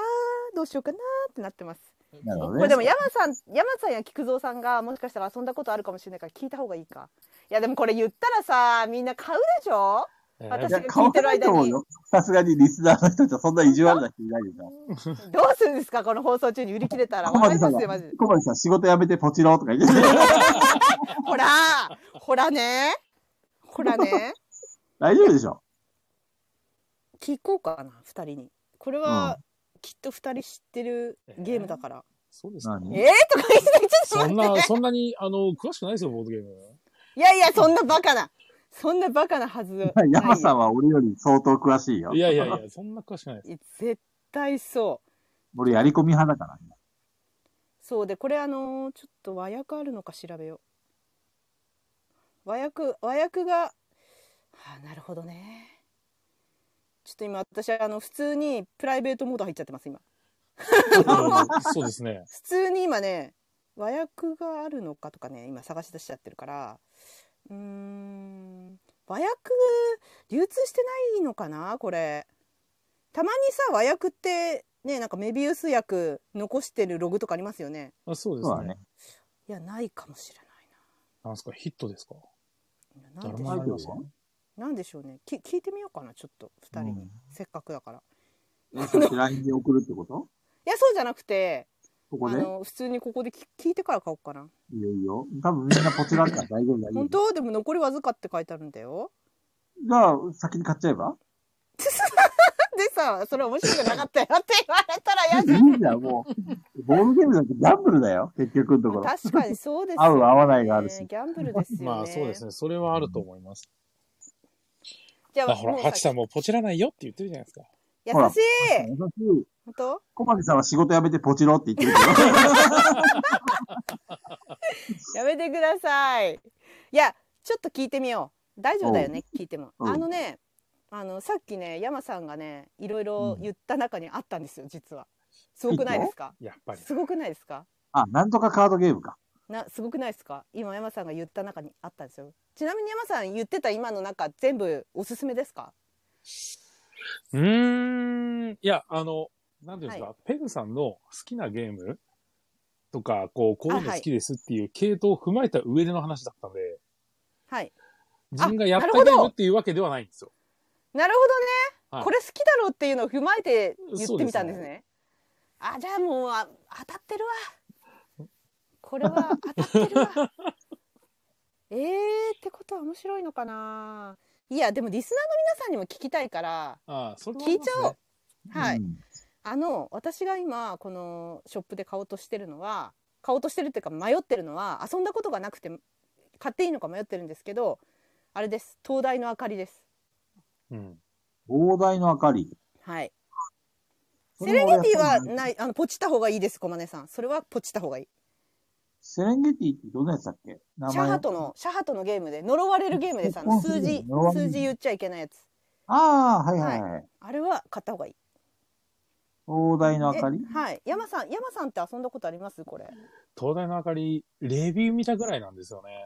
Speaker 3: どうしようかなってなってます
Speaker 1: なるほど
Speaker 3: こ
Speaker 1: ね
Speaker 3: れでも山さん山さんや菊蔵さんがもしかしたら遊んだことあるかもしれないから聞いた方がいいかいやでもこれ言ったらさみんな買うでしょ
Speaker 2: え
Speaker 3: 私
Speaker 1: い
Speaker 2: ー
Speaker 1: や、変わらないと思うよ。さすがにリスナーの人ってそんな意地悪な人いないでしょ。
Speaker 3: どうするんですかこの放送中に売り切れたら
Speaker 1: 小
Speaker 3: わか
Speaker 1: 林
Speaker 3: り
Speaker 1: さ
Speaker 3: ま
Speaker 1: ん
Speaker 3: す
Speaker 1: が
Speaker 3: よマジで、
Speaker 1: 小林さん仕事辞めてポチローとか言 って。
Speaker 3: ほらほらねほらね
Speaker 1: 大丈夫でしょ。
Speaker 3: 聞こうかな2人にこれはきっと2人知ってるゲームだから、
Speaker 2: そうですか。
Speaker 1: 何
Speaker 3: えー、とか言ってちょっ
Speaker 2: そ
Speaker 3: と
Speaker 2: ん
Speaker 3: 待っ
Speaker 2: な、
Speaker 3: て
Speaker 2: そんなに、あの、詳しくないですよ、ボードゲーム。
Speaker 3: いやいやそんなバカなそんなバカなはず
Speaker 1: 山さん
Speaker 3: は
Speaker 1: は俺より相当詳しいよ。
Speaker 2: いやいやいや、そんな詳 しくないです。
Speaker 3: 絶対そう
Speaker 1: 俺やり込み派だからね。
Speaker 3: そうでこれあのーちょっと和訳あるのか調べよう和訳和訳が、はあ、なるほどねちょっと今私あの普通にプライベートモード入っちゃってます今
Speaker 2: そうですね。
Speaker 3: 普通に今ね和訳があるのかとかね今探し出しちゃってるからうーん和訳流通してないのかなこれたまにさ和訳ってねなんかメビウス薬残してるログとかありますよね
Speaker 2: あそうで
Speaker 1: そう
Speaker 2: す
Speaker 1: だ
Speaker 2: ね
Speaker 1: ね。。
Speaker 3: いやないかもしれないな
Speaker 2: なんですか、ヒットですか
Speaker 3: いやなん
Speaker 2: 誰
Speaker 3: で
Speaker 2: も
Speaker 3: しょ
Speaker 2: わ
Speaker 3: う
Speaker 2: かりません。
Speaker 3: なんでしょうねき聞いてみようかなちょっと2人に、
Speaker 1: うん
Speaker 3: せっかくだから
Speaker 1: えそして LINE で送るってこと
Speaker 3: いやそうじゃなくて
Speaker 1: ここ
Speaker 3: あ
Speaker 1: で
Speaker 3: の普通にここで聞聞いてから買おうかない
Speaker 1: いよいいよ。多分みんなポチらんから大丈夫だよ
Speaker 3: 本。当でも残りわずかって書いてあるんだよ
Speaker 1: じゃあ、先に買っちゃえば
Speaker 3: でさそれ面白くなかったよって言われたら
Speaker 1: いい
Speaker 3: 嫌じゃ
Speaker 1: じゃん、もう。ボールゲームだってギャンブルだよ。結局のとこ
Speaker 3: ん
Speaker 1: ろ。
Speaker 3: 確かにそうです
Speaker 1: 合う合わないがあるし
Speaker 3: ギャンブルですよね
Speaker 2: まあそうです
Speaker 3: ね
Speaker 2: ね。それはあると思います。
Speaker 3: じゃ
Speaker 2: あ
Speaker 3: あ
Speaker 2: ほら、
Speaker 3: もう
Speaker 2: ハチさんもポチらないよって言ってるじゃないですか。
Speaker 3: 優
Speaker 1: ほら
Speaker 3: しい
Speaker 1: 優しい。
Speaker 3: 本当
Speaker 1: 小牧さんは仕事辞めてポチロって言ってるけど。
Speaker 3: やめてくださいいやちょっと聞いてみよう大丈夫だよね聞いても
Speaker 1: うん
Speaker 3: あのねあのさっきね山さんがねいろいろ言った中にあったんですよ実はすごくないですか
Speaker 2: やっぱり。
Speaker 3: すごくないですか
Speaker 1: あ、なんとかカードゲームか。
Speaker 3: なすごくないですか今山さんが言った中にあったんですよちなみに山さん言ってた今の中全部おすすめですか
Speaker 2: うーん。いや、あの、なんていうんですか、ペグさんの好きなゲームとか、こう、こういうの好きですっていう系統を踏まえた上での話だったので、
Speaker 3: はい
Speaker 2: 自分がやった
Speaker 3: な
Speaker 2: ゲ
Speaker 3: る
Speaker 2: ー
Speaker 3: ほ
Speaker 2: ム
Speaker 3: ど
Speaker 2: っていうわけではないんですよ。
Speaker 3: なるほどね、
Speaker 2: はい
Speaker 3: これ好きだろうっていうのを踏まえて言ってみたんですね
Speaker 2: そう
Speaker 3: あじゃあもうあ当たってるわこれは当たってるわえーってことは面白いのかないやでもリスナーの皆さんにも聞きたいから
Speaker 2: ああ、それはあ
Speaker 3: 聞
Speaker 2: り
Speaker 3: い
Speaker 2: ま
Speaker 3: ち
Speaker 2: すね、
Speaker 3: ゃおうはい、
Speaker 1: うん
Speaker 3: あの私が今このショップで買おうとしてるのは買おうとしてるっていうか迷ってるのは遊んだことがなくて買っていいのか迷ってるんですけどあれです灯台の明かりです
Speaker 2: うん。
Speaker 1: 膨大の明かり。
Speaker 3: はい
Speaker 1: そ
Speaker 3: セ
Speaker 1: れ
Speaker 3: レ
Speaker 1: は
Speaker 3: ンゲティ
Speaker 1: や
Speaker 3: は
Speaker 1: っぱりね
Speaker 3: ないあのポチった方がいいですコマネさんそれはポチった方がいい
Speaker 1: セレンゲティってどんなやつだっけ名
Speaker 3: シャハトのシャハトのゲームで呪われるゲームですあの
Speaker 1: あそう
Speaker 3: 数字
Speaker 1: 呪われる
Speaker 3: 数字言っちゃいけないやつ
Speaker 1: ああ、はいはいはい。
Speaker 3: あれは買った方がいい
Speaker 1: 膨大の明かり
Speaker 3: えはい山さん山さんって遊んだことありますこれ
Speaker 2: 東大の明かり、レビュー見たぐらいなんですよね。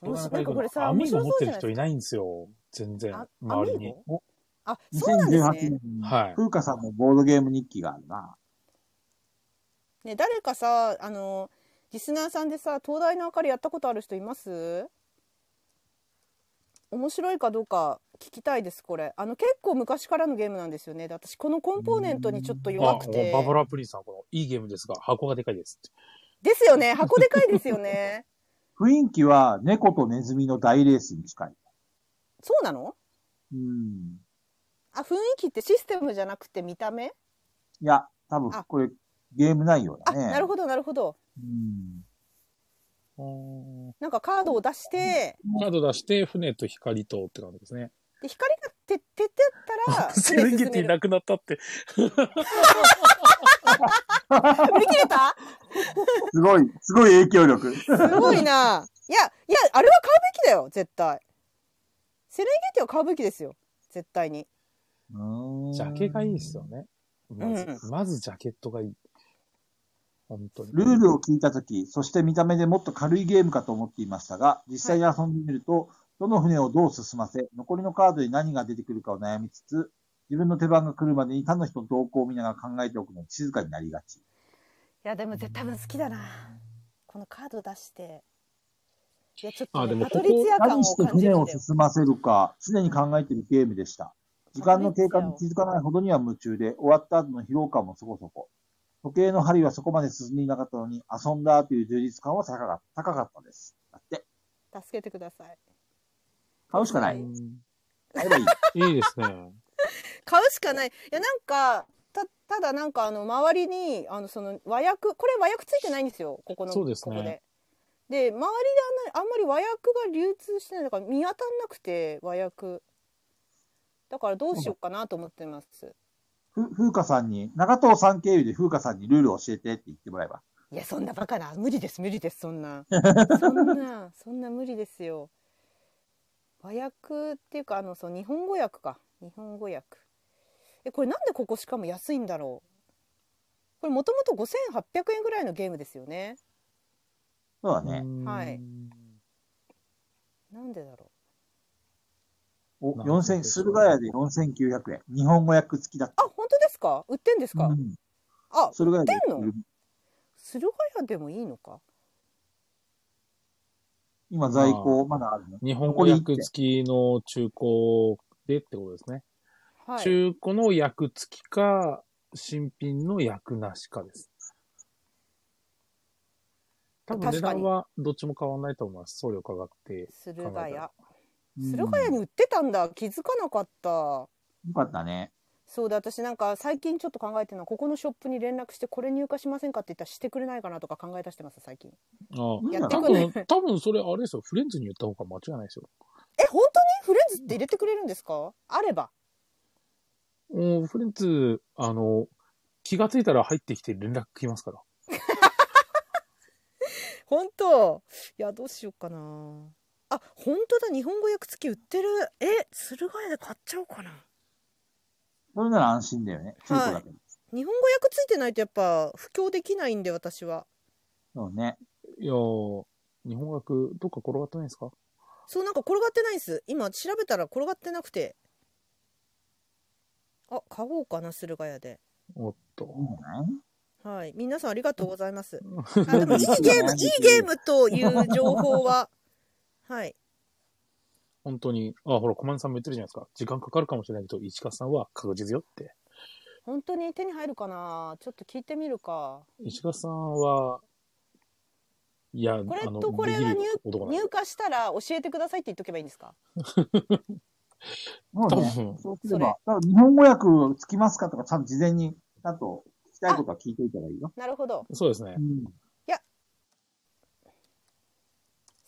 Speaker 3: 面白い
Speaker 2: 東大の明かり
Speaker 3: これさ
Speaker 2: アミーゴ
Speaker 3: 面
Speaker 2: 持っ
Speaker 3: 白そう
Speaker 2: て
Speaker 3: じ
Speaker 2: る
Speaker 3: ゃないですか
Speaker 2: 人いないんですよ。全然
Speaker 3: あ、
Speaker 2: 周りに。
Speaker 3: アミー
Speaker 1: ゴ
Speaker 3: あそうなんです
Speaker 1: 2018
Speaker 3: ね
Speaker 1: 年に、
Speaker 2: はい
Speaker 1: 風花さんのボードゲーム日記があるな。
Speaker 3: ね誰かさあのリスナーさんでさ東大の明かりやったことある人います面白いかどうか聞きたいですこれあの結構昔からのゲームなんですよねで私このコンポーネントにちょっと弱くて
Speaker 2: あババラプリンさん、この、いいゲームですが、箱がでかいですって。
Speaker 3: ですよね箱でかいですよね
Speaker 1: 雰囲気は猫とネズミの大レースに近い。
Speaker 3: そうなの
Speaker 1: うん。
Speaker 3: あ雰囲気ってシステムじゃなくて見た目
Speaker 1: いや、多分
Speaker 3: あ
Speaker 1: これゲーム内容
Speaker 3: あ、
Speaker 1: だね。
Speaker 3: なるほどなるほど
Speaker 1: うん。
Speaker 3: なんかカードを出して、
Speaker 2: カード出して、船と光とって感じですね。
Speaker 3: で光がてってってった ら、
Speaker 2: セ
Speaker 3: 船
Speaker 2: レン
Speaker 3: 進
Speaker 2: ゲテ
Speaker 3: め
Speaker 2: ィ
Speaker 3: る
Speaker 2: なくなったって。
Speaker 3: 売り切れた
Speaker 1: すごい、すごい影響力。
Speaker 3: すごいな。いや、いや、あれは買うべきだよ、絶対。セレンゲティは買うべきですよ、絶対に。
Speaker 2: ジャケがいいですよ
Speaker 1: ね。
Speaker 2: ね。まず、
Speaker 3: う
Speaker 2: まずジャケットがいい。本当に。
Speaker 1: ルールを聞いたとき、そして見た目でもっと軽いゲームかと思っていましたが、実際に遊んでみると、どの船をどう進ませ、残りのカードに何が出てくるかを悩みつつ、自分の手番が来るまでに他の人と動向を見ながら考えておくのに静かになりがち。
Speaker 3: いや、でも絶対好きだな。このカード出して。いや、ちょっ
Speaker 2: あ
Speaker 3: と
Speaker 2: で
Speaker 3: ね、
Speaker 2: も
Speaker 3: パ
Speaker 2: こ
Speaker 3: ト
Speaker 2: こ
Speaker 3: リツィア感を
Speaker 1: 何して
Speaker 3: 感じ
Speaker 1: 船
Speaker 3: る
Speaker 1: を
Speaker 3: んだよ。
Speaker 1: 進ませるか、常に考えているゲームでした。時間の経過に気づかないほどには夢中で、終わった後の疲労感もそこそこ。時計の針はそこまで進んでいなかったのに、遊んだという充実感は高かった高かったです。だって、
Speaker 3: 助けてください。
Speaker 1: 買うしかな
Speaker 2: う
Speaker 1: い。
Speaker 2: ん
Speaker 1: 買えばいい。
Speaker 2: いいです ね。
Speaker 3: 買うしかない。いや、なんか、た、ただなんか、あの、周りに、あの、その、和訳、これ和訳ついてないんですよ、ここの、
Speaker 2: そうですね
Speaker 3: ここで。で、周りであんなあんまり和訳が流通してないだから見当たんなくて、和訳。だからどうしようかなと思ってます。
Speaker 1: ふ、風花さんに、長藤さん経由で風花さんにルールを教えてって言ってもらえば。
Speaker 3: いや、そんなバカな。無理です、無理です、そ んな。そんな、そんな無理ですよ。和訳っていうか、あの、そう、日本語訳か。日本語訳。え、これなんでここしかも安いんだろう。これもともと5800円ぐらいのゲームですよね。
Speaker 1: そうだね。
Speaker 3: はい。なんでだろ
Speaker 1: お、
Speaker 2: なるほど
Speaker 1: 4000、駿河屋で4900円。日本語訳付きだっ
Speaker 3: う。あ、本当ですか売ってんです
Speaker 1: た。
Speaker 3: か、
Speaker 1: うん。
Speaker 3: あ、
Speaker 1: 駿河屋で
Speaker 3: 売ってんの
Speaker 1: 売る
Speaker 3: 駿河屋でもいいのか
Speaker 1: 今在庫、まだあるの。
Speaker 2: 日本語訳付きの中古でってことですね。
Speaker 3: はい。
Speaker 2: 中古の役付きか、新品の役なしかです。多分値
Speaker 3: 確かに
Speaker 2: 段はどっちも変わらないと思います。送料価格って。
Speaker 3: 駿河屋。
Speaker 1: うん
Speaker 3: 駿河屋に売ってたんだ。気づかなかった。
Speaker 1: よかったね。
Speaker 3: そうで私なんか最近ちょっと考えてるのはここのショップに連絡してこれ入荷しませんかって言ったらしてくれないかなとか考え出してます最近
Speaker 2: あ
Speaker 1: うん
Speaker 3: やって
Speaker 2: あ多
Speaker 3: くれ
Speaker 2: 分、多分それあれですよ。フレンズに言った方が間違いないですよ。
Speaker 3: え本当にフレンズって入れてくれるんですかあれば
Speaker 2: うん、フレンズ、あの、気がついたら入ってきて連絡来ますから。
Speaker 3: 本当いやどうしようかなあ本当だ日本語訳付き売ってるえ駿河屋で買っちゃおうかな
Speaker 1: それなら安心だよね。中古だけど。
Speaker 3: 日本語訳付いてないとやっぱ布教できないんで私は
Speaker 1: そうね。
Speaker 2: いやー日本学どっか転がってないですか
Speaker 3: そうなんか転がってないんです今調べたら転がってなくてあ買おうかな駿河屋で
Speaker 2: おっと
Speaker 1: いい。んじゃない
Speaker 3: はい、皆さんありがとうござい ます。あでもいいゲーム、
Speaker 1: うん
Speaker 3: いいゲームという情報は、はい、
Speaker 2: 本当に、あ、ほら、コマンさんも言ってるじゃないですか。時間かかるかもしれないけど、市川さんは確実よって。
Speaker 3: 本当に手に入るかな、ちょっと聞いてみるか。
Speaker 2: 石川さんは、いや、
Speaker 3: これ
Speaker 2: あの
Speaker 3: とこれは
Speaker 2: できる男なん
Speaker 3: 入
Speaker 2: で
Speaker 3: 荷したら教えてくださいって言っとけばいいんですか。
Speaker 1: もう
Speaker 2: 多分
Speaker 1: ね、そうすれば、多分日本語訳つきますかとか、ちゃんと事前に、ちゃんと聞きたいことは聞いておいたらいいよ。
Speaker 3: なるほど。
Speaker 2: そうですね
Speaker 1: う。ん。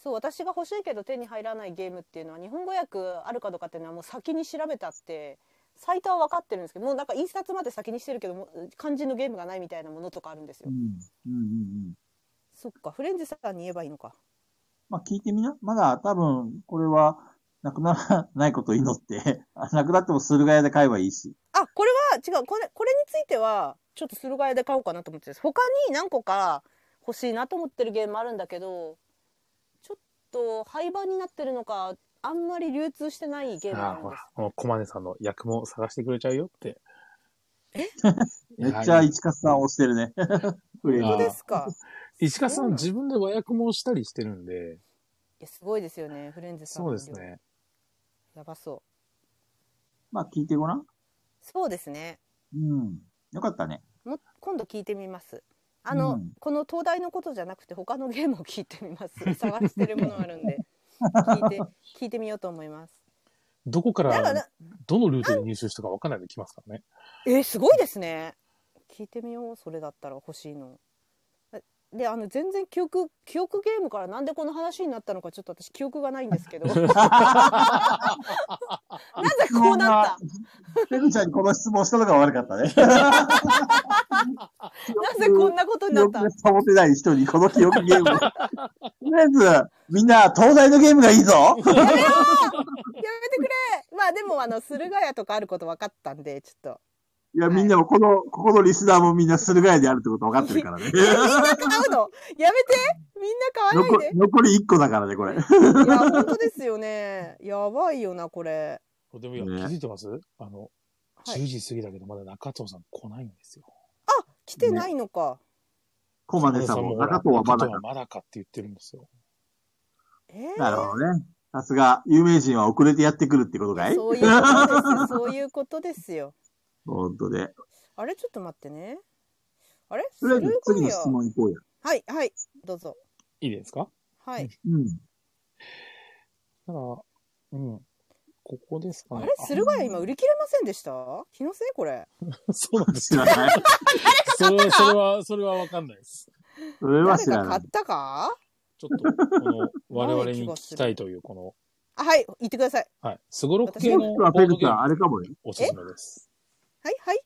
Speaker 3: そう、私が欲しいけど手に入らないゲームっていうのは日本語訳あるかどうかっていうのはもう先に調べたって。サイトは分かってるんですけどもうなんか印刷まで先にしてるけども肝心のゲームがないみたいなものとかあるんです
Speaker 1: う
Speaker 3: よ
Speaker 1: ん。。うん。うん。うん。
Speaker 3: そっかフレンズさんに言えばいいのか
Speaker 1: まあ聞いてみな。まだ多分、これは、なくなら ないことを祈って、 あなくなっても駿河屋で買えばいいし。
Speaker 3: あ、これは違う。これ、これについては、ちょっと駿河屋で買おうかなと思ってます。他に何個か欲しいなと思ってるゲームあるんだけど、ちょっと廃盤になってるのか、あんまり流通してないゲーム
Speaker 2: ああ、
Speaker 3: なん
Speaker 2: ほ
Speaker 3: で
Speaker 2: ら
Speaker 3: す。、
Speaker 2: このコマネさんの役も探してくれちゃうよって。え
Speaker 1: めっちゃ市勝さん押してる ね。フレーズ
Speaker 2: あ
Speaker 3: 本当ですか。
Speaker 2: 石川さ
Speaker 3: そうなんの
Speaker 2: 自分で和訳もしたりしてるんで、
Speaker 3: いや、すごいですよね。フレンズさ
Speaker 2: そ
Speaker 3: んの
Speaker 2: う
Speaker 3: 量。
Speaker 2: ですね。
Speaker 3: やばそう。
Speaker 1: まあ聞いてごらん。
Speaker 3: そうですね。
Speaker 1: うん。よかったね。
Speaker 3: も、今度聞いてみます。あの、
Speaker 1: うん
Speaker 3: この東大のことじゃなくて、他のゲームを聞いてみます。探してるものあるんで。聞いて、聞いてみようと思い ます。
Speaker 2: どこか
Speaker 3: だから
Speaker 2: ら、、どのルートで入手したか分かんないで来ますからね。
Speaker 3: えーすごいですね聞いてみようそれだったら欲しいのえであの全然記憶記憶ゲームからなんでこの話になったのかちょっと私記憶がないんです けどなぜこうなった
Speaker 1: ペグちゃんにこの質問したのが悪かったね。な
Speaker 3: なぜこんなことになった
Speaker 1: サボってない人にこの記憶ゲームを。とりあえず、みんな、東大のゲームがいい ぞ
Speaker 3: やめようやめてくれまあでもあの駿河屋とかあること分かったんでちょっと。
Speaker 1: いや、みんなもこの、ここのリスナーもみんな駿河屋であるってこと分かってるから ね。
Speaker 3: みんな買うのやめてみんな買わ
Speaker 1: 残
Speaker 3: ない
Speaker 1: り残り1個だからね、これ。
Speaker 3: でいや本当ですよねやばいよなこれ
Speaker 2: でもいや、
Speaker 1: ね
Speaker 2: 気づいてますあの、
Speaker 3: はい
Speaker 2: 10時過ぎだけど、まだ中藤さん来ないんですよ。
Speaker 3: 来てないのか、
Speaker 1: コマネさんも、
Speaker 2: 中
Speaker 1: 中藤
Speaker 2: 藤は
Speaker 1: はま
Speaker 2: まだ
Speaker 1: だ
Speaker 2: か
Speaker 1: か。
Speaker 2: まだかって言ってるんですよ。
Speaker 3: えー
Speaker 1: なるほどね。さすが、有名人は遅れてやってくるってことかい
Speaker 3: そういうことですよ。そういうことですよ。
Speaker 1: 本当で。
Speaker 3: あれ、ちょっと待ってね。あれ、
Speaker 1: とりあえ
Speaker 3: 駿
Speaker 1: ず、次
Speaker 3: 河
Speaker 1: の
Speaker 3: 屋
Speaker 1: 質問行こうや。
Speaker 3: はい、はい、どうぞ。
Speaker 2: いいですか
Speaker 3: はい。
Speaker 1: うん。
Speaker 2: ただ、うん。ここですか
Speaker 3: あ
Speaker 2: ね
Speaker 3: れ、。駿河屋今売り切れませんでした。気のせい、これ。
Speaker 2: あ そうなんです
Speaker 1: 知
Speaker 2: よ。
Speaker 1: らない。
Speaker 2: それそれは、それはわかんないです。
Speaker 1: それは
Speaker 3: 誰
Speaker 1: 知ら
Speaker 3: か
Speaker 1: な
Speaker 3: 買
Speaker 1: い
Speaker 3: っ。たか。
Speaker 2: ちょっと、この、我
Speaker 3: ない
Speaker 2: 々
Speaker 3: 気
Speaker 2: に
Speaker 3: が
Speaker 2: 聞
Speaker 3: する
Speaker 2: きたいという、この、
Speaker 3: あ、はい、言ってください。
Speaker 2: はい。すごろく
Speaker 1: も
Speaker 2: 系
Speaker 1: し
Speaker 2: の
Speaker 1: く
Speaker 2: ボ
Speaker 1: は、ペ
Speaker 2: ード
Speaker 1: グ
Speaker 2: ゲ
Speaker 1: ちゃん、
Speaker 2: ー
Speaker 1: あ
Speaker 2: ム、
Speaker 1: れかもね。
Speaker 2: おすすめです。
Speaker 3: はい、はい。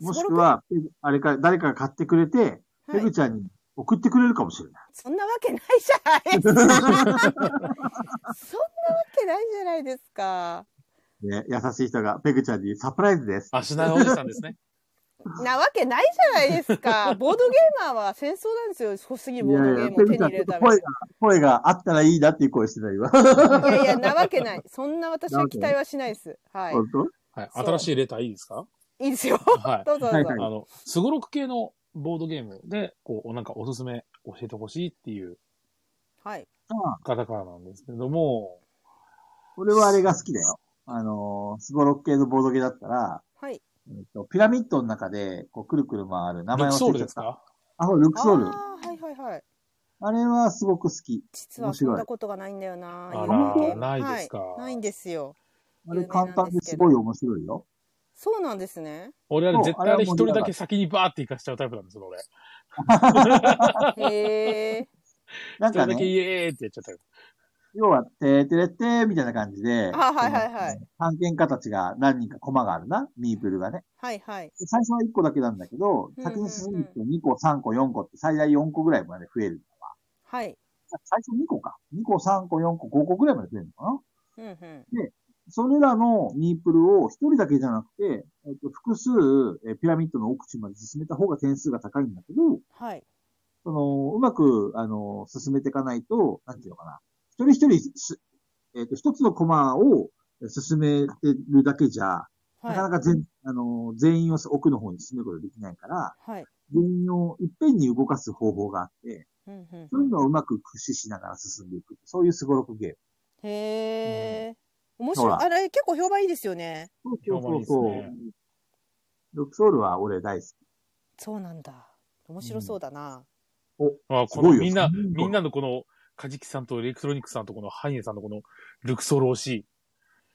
Speaker 1: もしくは、ペグあれか、誰かが買ってくれて、
Speaker 3: は
Speaker 1: ペ
Speaker 3: い
Speaker 1: グ、ちゃんに送ってくれるかもしれない。
Speaker 3: そんなわけないじゃないですか。そんなわ けないじゃないですか。
Speaker 1: ね、優しい人が、ペグちゃんにサプライズです。
Speaker 2: あ、しないおじさんですね。
Speaker 3: なわけないじゃないですか。ボードゲーマーは戦争なんですよ。欲しい
Speaker 1: い
Speaker 3: ボード
Speaker 1: やい
Speaker 3: ゲー
Speaker 1: や、
Speaker 3: ムを
Speaker 1: ペ
Speaker 3: 手
Speaker 1: グ
Speaker 3: に
Speaker 1: ちゃん、
Speaker 3: 入
Speaker 1: ち
Speaker 3: れ
Speaker 1: ょっ
Speaker 3: る
Speaker 1: と
Speaker 3: ために
Speaker 1: 声。が、声があったらいいなっていう声してないわ。
Speaker 3: いやいや、なわけない。そんな私は期待はしないです。は い。
Speaker 1: 本当
Speaker 2: はい。
Speaker 3: そう
Speaker 2: 新しいレターいいですか
Speaker 3: いいですよ。
Speaker 2: はい。
Speaker 3: どうぞどうぞ。
Speaker 1: はいはい
Speaker 2: あの、すごろく系のボードゲームで、こう、なんかおすすめ教えてほしいっていう
Speaker 3: はい。
Speaker 2: 方からなんですけども、
Speaker 1: 俺はあれが好きだよ。あのー、スゴロク系のボードゲだったら、
Speaker 3: はい。
Speaker 1: えっと、ピラミッドの中で、こう、くるくる回る。名前
Speaker 2: ルクソ
Speaker 1: 忘
Speaker 2: ー
Speaker 1: れちゃ
Speaker 2: ルで
Speaker 1: っ
Speaker 2: す
Speaker 1: た。
Speaker 2: か
Speaker 1: あ、そうルク
Speaker 3: あ
Speaker 1: ソール。
Speaker 3: あ、はいはいはい。
Speaker 1: あれはすごく好き。
Speaker 3: 実は
Speaker 1: 面白い
Speaker 3: 遊んだことがないんだよな。
Speaker 2: あ
Speaker 1: ら
Speaker 3: 有名
Speaker 2: ないですか
Speaker 3: はいないんですよ。
Speaker 1: あれ
Speaker 3: 有名なん
Speaker 1: 簡単
Speaker 3: ですけど
Speaker 1: ですごい面白いよ。
Speaker 3: そうなんですね。
Speaker 2: 俺はね
Speaker 1: そう
Speaker 2: 絶対あれ一人だけ先にバーって行かしちゃうタイプなんですよ、俺。一
Speaker 3: へえ。
Speaker 1: なん
Speaker 2: 人
Speaker 1: か
Speaker 2: だけ
Speaker 1: ね、
Speaker 2: イエーってやっちゃうタイプ。
Speaker 1: 要は、てーてれってーみたいな感じで、
Speaker 3: あはいはいはい
Speaker 1: その。探検家たちが何人かコマがあるな、ミープルがね。
Speaker 3: はいはい。
Speaker 1: 最初は1個だけなんだけど、
Speaker 3: うん
Speaker 1: 先に進むと2個、3個、4個って最大4個ぐらいまで増える。
Speaker 3: はい。
Speaker 1: 最初2個か。2個、3個、4個、5個ぐらいまで増えるのかな
Speaker 3: うんうん。
Speaker 1: それらのミープルを一人だけじゃなくて、えっと、複数えーピラミッドの奥地まで進めた方が点数が高いんだけど、
Speaker 3: はい。
Speaker 1: その、うまく、あの、進めていかないと、なんていうのかな。一人一人す、えっと、一つのコマを進めてるだけじゃ、なか
Speaker 3: は
Speaker 1: なか全、あの、全員を奥の方に進めることができないから、
Speaker 3: い。はい。
Speaker 1: 全員をいっぺんに動かす方法があって、
Speaker 3: うんうん
Speaker 1: そういうのをうまく駆使しながら進んでいく。そういうすごろくゲーム。
Speaker 3: へえ。面白
Speaker 1: ほ
Speaker 3: い。
Speaker 1: ら
Speaker 3: あれ、結構評判いいですよね。
Speaker 1: そう
Speaker 2: そうそうそう評判いいです
Speaker 1: ロックソールは俺大好き。
Speaker 3: そうなんだ。面白そうだな。
Speaker 2: あ
Speaker 1: す
Speaker 2: この
Speaker 1: ごいよ
Speaker 2: みんな、
Speaker 1: すごいよ
Speaker 2: みんなのこの、カジキさんとエレクトロニクスさんとこのハイネさんのこのルクソール推し。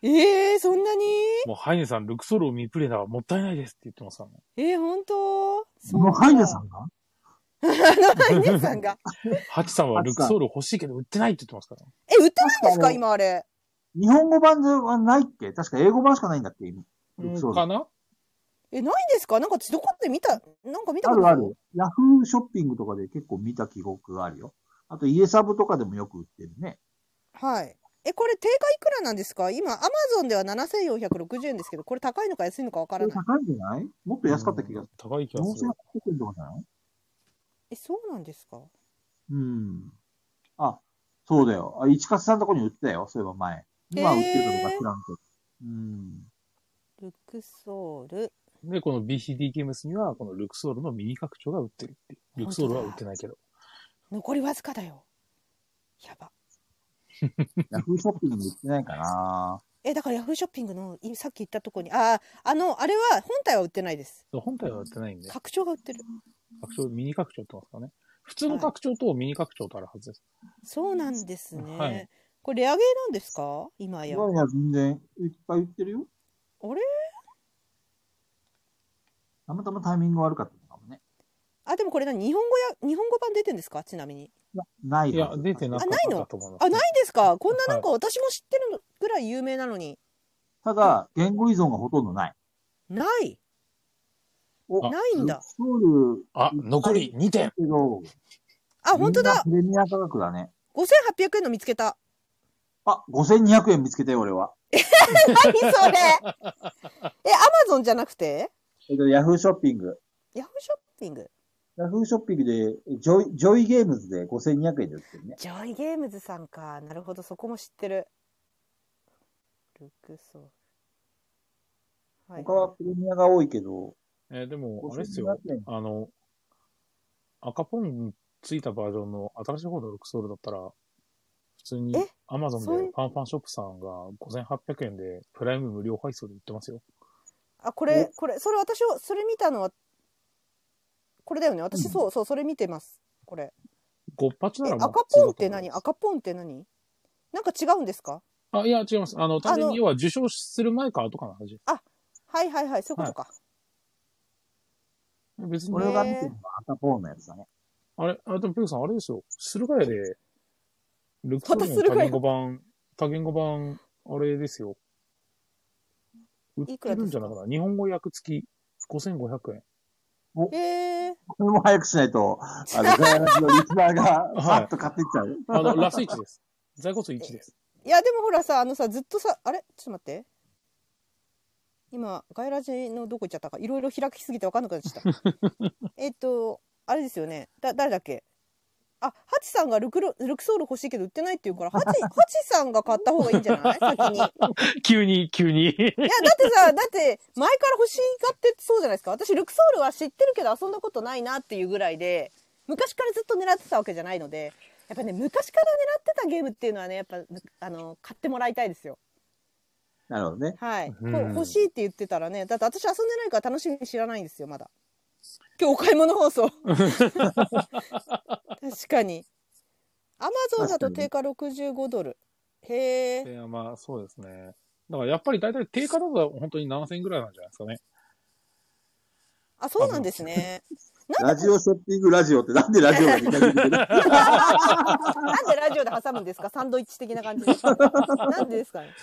Speaker 3: ええ、そんなに
Speaker 2: もうハイネさん、ルクソールを見プレイならもったいないですって言ってますからね。
Speaker 3: えー、本当
Speaker 1: このハイネさ
Speaker 3: ん。
Speaker 1: んが
Speaker 3: ハイネさんが。
Speaker 2: ハチさんはルクソール欲しいけど売ってないって言ってますから。
Speaker 3: え、売ってないんです
Speaker 1: 確か
Speaker 3: か
Speaker 1: に
Speaker 3: 今あれ。
Speaker 1: 日本語版はないっけ確か英語版しかないんだっけ今ルクソ
Speaker 2: うん
Speaker 1: ー
Speaker 2: か
Speaker 1: ル。
Speaker 2: な
Speaker 3: え、ないんですかなんか私どこで見た、なんか見た
Speaker 1: ある
Speaker 3: ことない
Speaker 1: ある。ヤフーショッピングとかで結構見た記憶があるよ。あと、イエサブとかでもよく売ってるね。
Speaker 3: はい。え、これ定価いくらなんですか今、アマゾンでは7460円ですけど、これ高いのか安いのかわか
Speaker 1: こ
Speaker 3: ら
Speaker 1: れ
Speaker 3: ない。
Speaker 1: 高いんじゃないもっと安かった気がす
Speaker 2: うん高い気
Speaker 1: る。
Speaker 2: がする
Speaker 1: 4800。円とかじゃない
Speaker 3: え、そうなんですか
Speaker 1: うん。あ、そうだよ。あ、市勝さんのとこに売ってたよ。そういえば前。今売ってるかどうか知らんけど。うん。
Speaker 3: ルクソール。
Speaker 2: で、この BCD ゲームスには、このルクソールのミニ拡張が売ってるっていう。ルクソールは売ってないけど。
Speaker 3: 残りわずかだよ。やば。
Speaker 1: ヤフーショッピングで売ってないかな。
Speaker 3: え、だからヤフーショッピングの、いさっき言ったとこに、ああ、あの、あれは、本体は売ってないです。
Speaker 2: 本体は売ってないんで、
Speaker 3: 拡張が売ってる。
Speaker 2: 拡張、ミニ拡張ってますからね。普通の拡張とミニ拡張とあるはずです。
Speaker 3: そうなんですね。
Speaker 2: はい
Speaker 3: これ、レアゲーなんですか今
Speaker 1: い
Speaker 3: や。
Speaker 1: やいや、全然いっぱい売ってるよ。
Speaker 3: あれ
Speaker 1: たまたまタイミング悪かったのかもね。
Speaker 3: あ、でもこれ何日本語や日本語版出てんですかちなみに
Speaker 1: ない
Speaker 2: いや、出てなか
Speaker 1: い。
Speaker 2: ったと思います。
Speaker 3: あないですかこんななんか私も知ってるぐらい有名なのに
Speaker 1: ただ、言語依存がほとんどない。
Speaker 3: ない
Speaker 1: お
Speaker 3: ないんだ
Speaker 1: ルッソール、
Speaker 2: あ、残り2点。
Speaker 1: けど、
Speaker 3: あ本当だ
Speaker 1: みんなプレミア価格だね。
Speaker 3: 5800円の見つけた
Speaker 1: あ、5200円見つけたよ、俺は。
Speaker 3: 何それ えアマゾンじゃなくて
Speaker 1: えっと、ヤフーショッピング。
Speaker 3: ヤフーショッピング
Speaker 1: ヤフーショッピングで、ジョイ、ジョイゲームズで5200円で売ってるね。
Speaker 3: ジョイゲームズさんかなるほどそこも知ってるルクソーはい
Speaker 1: 他はプレミアが多いけど、
Speaker 2: えーでも、あれです
Speaker 1: 5200
Speaker 2: よ。
Speaker 1: 円。
Speaker 2: あの、赤ポンついたバージョンの新しい方のルクソールだったら、普通に
Speaker 3: え
Speaker 2: Amazon
Speaker 3: そうい
Speaker 2: で
Speaker 3: う
Speaker 2: パンパンショップさんが5800円でプライム無料配送で売ってますよ。
Speaker 3: あこれこれそれ私をそれ見たのはこれだよね私そうそうそれ見てますこれ
Speaker 2: ごっぱちな
Speaker 3: え
Speaker 2: らもう
Speaker 3: 赤
Speaker 2: 普通だと
Speaker 3: ポンっ
Speaker 2: 思
Speaker 3: て
Speaker 2: います
Speaker 3: 何赤ポンって何なんか違うんですか
Speaker 2: あ、いや、違います。あの、単純
Speaker 3: あの
Speaker 2: に要は受賞する前か後かの話です。
Speaker 3: はいはいはいそういうことか、
Speaker 2: 別に、
Speaker 1: 俺が見てるのは赤ポーンのやつだね。
Speaker 2: あれ、あれ、でもペグさん、あれですよ。駿河屋で、ルクソール
Speaker 3: また駿
Speaker 2: の多
Speaker 3: 河屋
Speaker 2: 言語版、多言語版、あれですよ。売っ
Speaker 3: いく
Speaker 2: て
Speaker 3: ら
Speaker 2: る
Speaker 3: で
Speaker 2: ん
Speaker 3: す
Speaker 2: じ
Speaker 3: か
Speaker 2: ゃないかな。日本語訳付き5500円。
Speaker 3: えー、
Speaker 1: これも早くしないと、あの、ガヤラジのリスナー が、パッと買っていっちゃう。
Speaker 2: あの、ラス1です。在庫数1です。
Speaker 3: いやでもほらさあのさずっとさあれちょっと待って今ガイラジのどこ行っちゃったかいろいろ開きすぎて分かんなくなっちゃった えっとあれですよねだ誰だっけあハチさんがルクロルクソール欲しいけど売ってないって言うからハチハチさんが買った方がいいんじゃない先にいやだ
Speaker 2: 急に、急に。
Speaker 3: ってさだって前から欲しがってそうじゃないですか私ルクソールは知ってるけど遊んだことないなっていうぐらいで昔からずっと狙ってたわけじゃないのでやっぱね昔から狙ってたゲームっていうのはねやっぱあの買ってもらいたいですよ
Speaker 1: なるほどね。
Speaker 3: はい、
Speaker 2: うん
Speaker 3: こう欲しいって言ってたらねだって私遊んでないから楽しみに知らないんですよまだ今日お買い物放 送確かにアマゾンだと定価65ドルへ
Speaker 2: い
Speaker 3: え
Speaker 2: や、まあ、そうですね。だから、やっぱり大体定価だと本当に7000円ぐらいなんじゃないですかね。
Speaker 3: あそうなんですね
Speaker 1: ラジオショッピングラジオってなんでラジオが見たいん だけど
Speaker 3: なんでラジオで挟むんで すかサンドイッチ的な感じでなんでですかね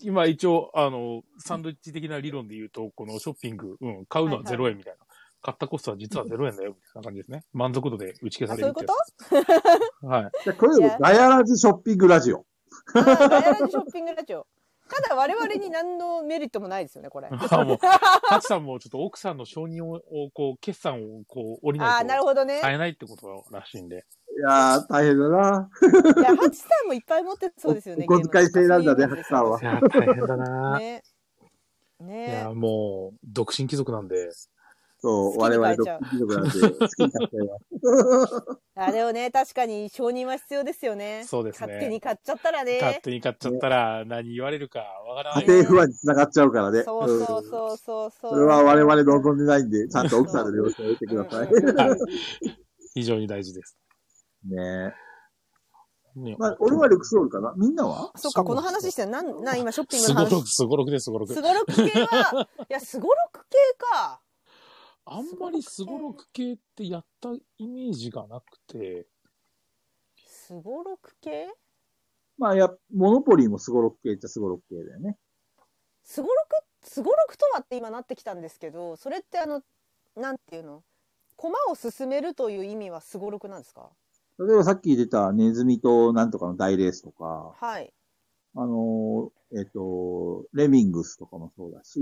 Speaker 2: 今、一応、あの、サンドイッチ的な理論で言うと、このショッピング、うん、買うのは0円みたいな。買ったコストは実は0円だよ、みたいな感じですね。満足度で打ち消さ
Speaker 3: あ
Speaker 2: れ
Speaker 3: そう
Speaker 2: るっ
Speaker 3: いう
Speaker 2: て
Speaker 3: こ
Speaker 2: や
Speaker 3: と
Speaker 2: つはい。
Speaker 1: じゃあこれよりガヤラジショッピングラジオ。
Speaker 3: あーガヤラジショッピングラジオただ我々に何のメリットもないですよねこれ
Speaker 2: あもう、ハチさんもちょっと奥さんの承認を、こう、決算を、こう、降り
Speaker 3: あ
Speaker 2: な
Speaker 3: あ
Speaker 2: い
Speaker 3: なる
Speaker 2: と
Speaker 3: ほどね
Speaker 2: 買えないってことらしいんで。
Speaker 1: いやー、大変だな。
Speaker 3: いや、ハチさんもいっぱい持ってそうですよね。
Speaker 1: おお小遣い制なんだね
Speaker 3: ゲームとかそういうの
Speaker 1: ハ
Speaker 2: いや、大変だな、
Speaker 3: ね。
Speaker 2: い
Speaker 3: ね
Speaker 2: や、もう、独身貴族なんで。
Speaker 1: そう、
Speaker 3: 好き
Speaker 1: 我
Speaker 3: に
Speaker 1: 々
Speaker 3: 変え
Speaker 1: 独
Speaker 3: ちゃう
Speaker 1: 身貴族なんで、好きに買っ ちゃいます。
Speaker 3: あでもね、確かに承認は必要ですよね。
Speaker 2: そうですね
Speaker 3: 勝手に買っちゃったら
Speaker 2: 勝
Speaker 3: ね。
Speaker 2: 手に買っちゃったら、何言われるかわからない。
Speaker 1: 家庭不安につながっちゃうからね。
Speaker 3: そううんそうそうそうそう。
Speaker 1: それは我々望んでないんで、ちゃんと奥さんの了承を得てください。
Speaker 3: うんうんうん
Speaker 2: 非常に大事です。
Speaker 1: ねえ。
Speaker 2: ね
Speaker 1: まあ、俺はルクソールかなみんなは
Speaker 3: そっか、この話してなん、なん、今ショッピング
Speaker 2: す
Speaker 3: の
Speaker 2: ごろ
Speaker 3: 話
Speaker 2: く、。すごろくです、すごろ
Speaker 3: す
Speaker 2: く。
Speaker 3: ごろく系は、いや、すごろく系か。
Speaker 2: あんまりすごろく系ってやったイメージがなくて、
Speaker 3: すごろく系
Speaker 1: まあ、や、モノポリーもスゴロク系っちゃスゴロク系だよね。
Speaker 3: すごろく、すごろくとはって今なってきたんですけど、それってあの、なんていうの駒を進めるという意味はすごろくなんですか
Speaker 1: 例えばさっき出たネズミとなんとかの大レースとか、
Speaker 3: はい。
Speaker 1: あのーえっ、と、レミングスとかもそうだし、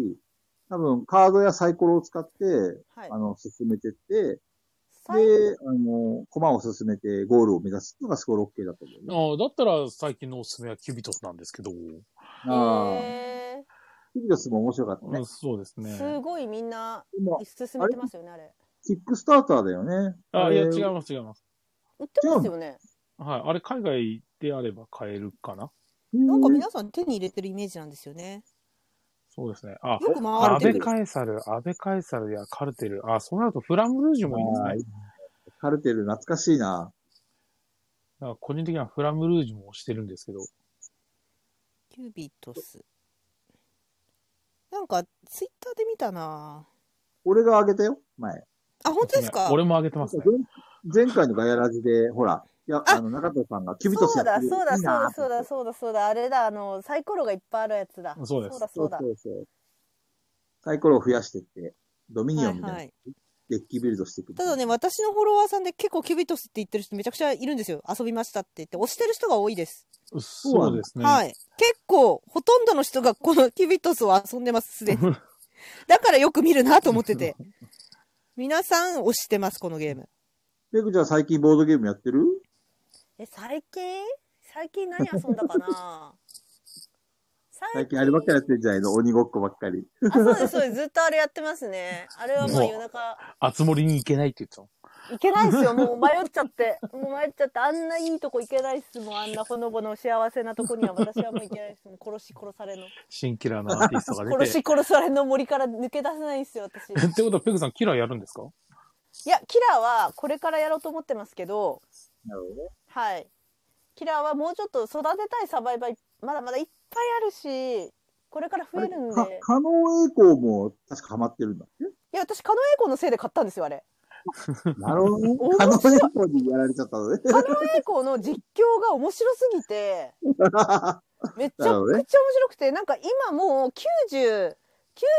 Speaker 1: 多分カードやサイコロを使って、
Speaker 3: はい
Speaker 1: あ。の、進めてって、
Speaker 3: サイ
Speaker 1: で、あの、駒を進めてゴールを目指すのがスゴロク系だと思うね。
Speaker 2: あーだったら最近のおすすめはキュビトスなんですけど、
Speaker 1: ああ。
Speaker 3: へ
Speaker 1: キビドスも面白かったね
Speaker 2: うん。そうです
Speaker 3: ー
Speaker 2: ね。
Speaker 3: すごいみんな
Speaker 1: でも、
Speaker 3: 進めてますよねあれ。
Speaker 1: キックスターターだよね。
Speaker 2: あ、いや、違い
Speaker 1: あれ
Speaker 2: ます、違います。
Speaker 3: 売ってますよね。
Speaker 2: はい。あれ、海外であれば買えるかな
Speaker 3: なんか皆さん手に入れてるイメージなんですよね。
Speaker 2: そうですね。あ、
Speaker 3: よく回
Speaker 2: 安
Speaker 3: って
Speaker 2: 倍
Speaker 3: る。
Speaker 2: カエサル、安倍カエサルやカルテル。あ、そうなるとフラムルージュもいいですね
Speaker 1: あー。カルテル懐かしいな。
Speaker 2: だから個人的にはフラムルージュも推してるんですけど。
Speaker 3: キュービトス。なんかツイッターで見たな。
Speaker 1: 俺があげたよ、前。
Speaker 3: あ、本当ですか
Speaker 2: 俺も上げてますね。
Speaker 1: 前回のガヤラジで、ほら、いや、あの、中田さんがキュビトス
Speaker 3: そう
Speaker 1: やっ
Speaker 3: だ
Speaker 1: てる
Speaker 3: そうだ
Speaker 1: いい
Speaker 3: そう
Speaker 1: な
Speaker 3: だ
Speaker 1: ぁ
Speaker 3: そうだそうだそうだあれだあのサイコロがいっぱいあるやつだ
Speaker 2: そうです
Speaker 3: そうだ
Speaker 1: そ
Speaker 3: そううだ
Speaker 1: そうそう。サイコロを増やしてって、ドミニオンみたい
Speaker 3: は
Speaker 1: ない
Speaker 3: はい
Speaker 1: デッキビルドしていく。
Speaker 3: ただね、私のフォロワーさんで結構キュビトスって言ってる人めちゃくちゃいるんですよ遊びましたって言って押してる人が多いです、
Speaker 2: そうですね。
Speaker 3: はい結構ほとんどの人がこのキュビトスを遊ん でますすでにだからよく見るなと思ってて皆さん押してますこのゲーム
Speaker 1: ペグちゃん最近ボードゲームやってる
Speaker 3: え最近最近何遊んだかな
Speaker 1: 最近あればっかりやってるんじゃないの鬼ごっこばっかり。
Speaker 3: あそうですそうですずっとあれやってますねあれはまあ夜中
Speaker 2: あつ森に行けないって言ってたの。
Speaker 3: いけないですよ。もう迷っちゃって。もう迷っちゃって。あんないいとこ行けないっす。もうあんなほのぼの幸せなとこには私はもう行けないっす。もう殺し殺されの。
Speaker 2: 新キラーなアーティスト が出
Speaker 3: 殺
Speaker 2: て。
Speaker 3: し殺されの森から抜け出せないっすよ、私。
Speaker 2: えってことは、ペグさん、キラーやるんですか
Speaker 3: いや、キラーはこれからやろうと思ってますけど、
Speaker 1: なるほどね。
Speaker 3: はい。キラーはもうちょっと育てたいサバイバー、まだまだいっぱいあるし、これから増えるん
Speaker 1: か
Speaker 3: で。
Speaker 1: 加納栄光も確かハマって るんだっ
Speaker 3: いや、私、狩野英孝のせいで買ったんですよ、あれ。
Speaker 1: けなるほどね
Speaker 3: 面。
Speaker 1: 加納
Speaker 3: 白い
Speaker 1: 栄光にやられちゃったのね。
Speaker 3: 狩野英孝の実況が面白すぎて、
Speaker 1: なるほどね
Speaker 3: めっちゃくちゃ面白くて、なんか今もう90、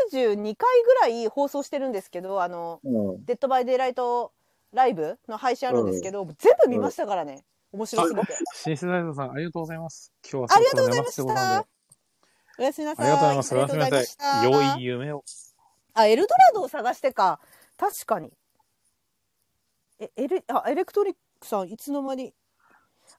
Speaker 3: 92回ぐらい放送してるんですけど、あの、
Speaker 1: うん
Speaker 3: デッドバイデイライトライブの配信あるんですけど、全部見ましたからね。面白すぎて。
Speaker 2: シンセサイザーさん、ありがとうございます。今日は
Speaker 3: ありがとうございまし
Speaker 2: そうでございま
Speaker 3: た
Speaker 2: す。
Speaker 3: おやすみな
Speaker 2: あ
Speaker 3: さい。
Speaker 2: りがとうございます。おやすみなさい
Speaker 3: あ。りがとうございま
Speaker 2: 良
Speaker 3: し
Speaker 2: い夢を。
Speaker 3: たあ、エルドラドを探してか。確かに。え、エレ、あ、エレクトリックさん、いつの間に。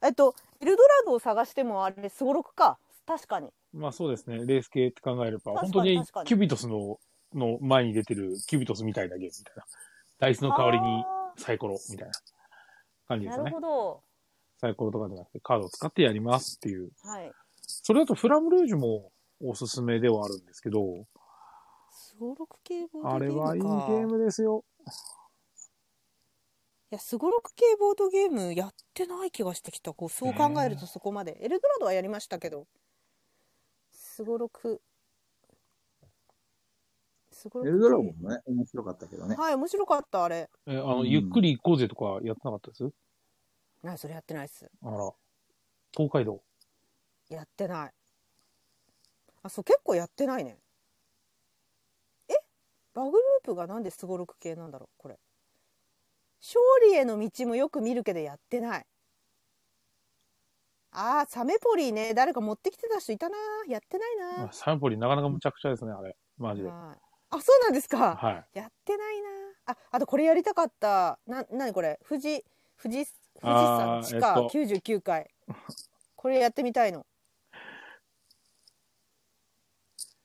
Speaker 3: えっと、エルドラドを探してもあれ、すごろくか。確かに。
Speaker 2: まあそうですね。レース系って考えれば、
Speaker 3: 確か
Speaker 2: 本
Speaker 3: に
Speaker 2: 当に
Speaker 3: 確かに
Speaker 2: キュビトスの、の前に出てるキュビトスみたいなゲームみたいな。ダイスの代わりに
Speaker 3: あ
Speaker 2: サイコロみたいな感じで
Speaker 3: ーな
Speaker 2: すよね
Speaker 3: るほ。ど。
Speaker 2: サイコロとかじゃなくてカードを使ってやりますっていう。
Speaker 3: はい。
Speaker 2: それだとフラムルージュもおすすめではあるんですけど、
Speaker 3: すごろく系ボー
Speaker 2: あ
Speaker 3: ド
Speaker 2: れ
Speaker 3: ゲームか。
Speaker 2: はいいゲームですよ。
Speaker 3: いや、すごろく系ボードゲームやってない気がしてきた。こう、そう考えるとそこまで。エルドラドはやりましたけど。すごろく。すごろ
Speaker 1: エ
Speaker 3: く
Speaker 1: ルドラゴンもね、面白かったけどね。
Speaker 3: はい、面白かった、あれ。
Speaker 2: え、あの、
Speaker 1: うん
Speaker 2: ゆっくり行こうぜとかやってなかったです
Speaker 3: ない、それやってないっす。
Speaker 2: あら、東海道。
Speaker 3: やってない。あ、そう、結構やってないね。えバグループがなんですごろく系なんだろう、これ。勝利への道もよく見るけどやってない。あー、サメポリーね。誰か持ってきてた人いたな。やってない
Speaker 2: あ
Speaker 3: な。
Speaker 2: サンポリなかなかむちゃくちゃですね、あれ。マジで。
Speaker 3: はいあ、そうなんですか。
Speaker 2: はい。
Speaker 3: やってないな。あ、あとこれやりたかった。な、なにこれ。富士、富士、富士
Speaker 2: あ
Speaker 3: 山
Speaker 2: ー
Speaker 3: 地下
Speaker 2: えっと
Speaker 3: 99回。これやってみたいの。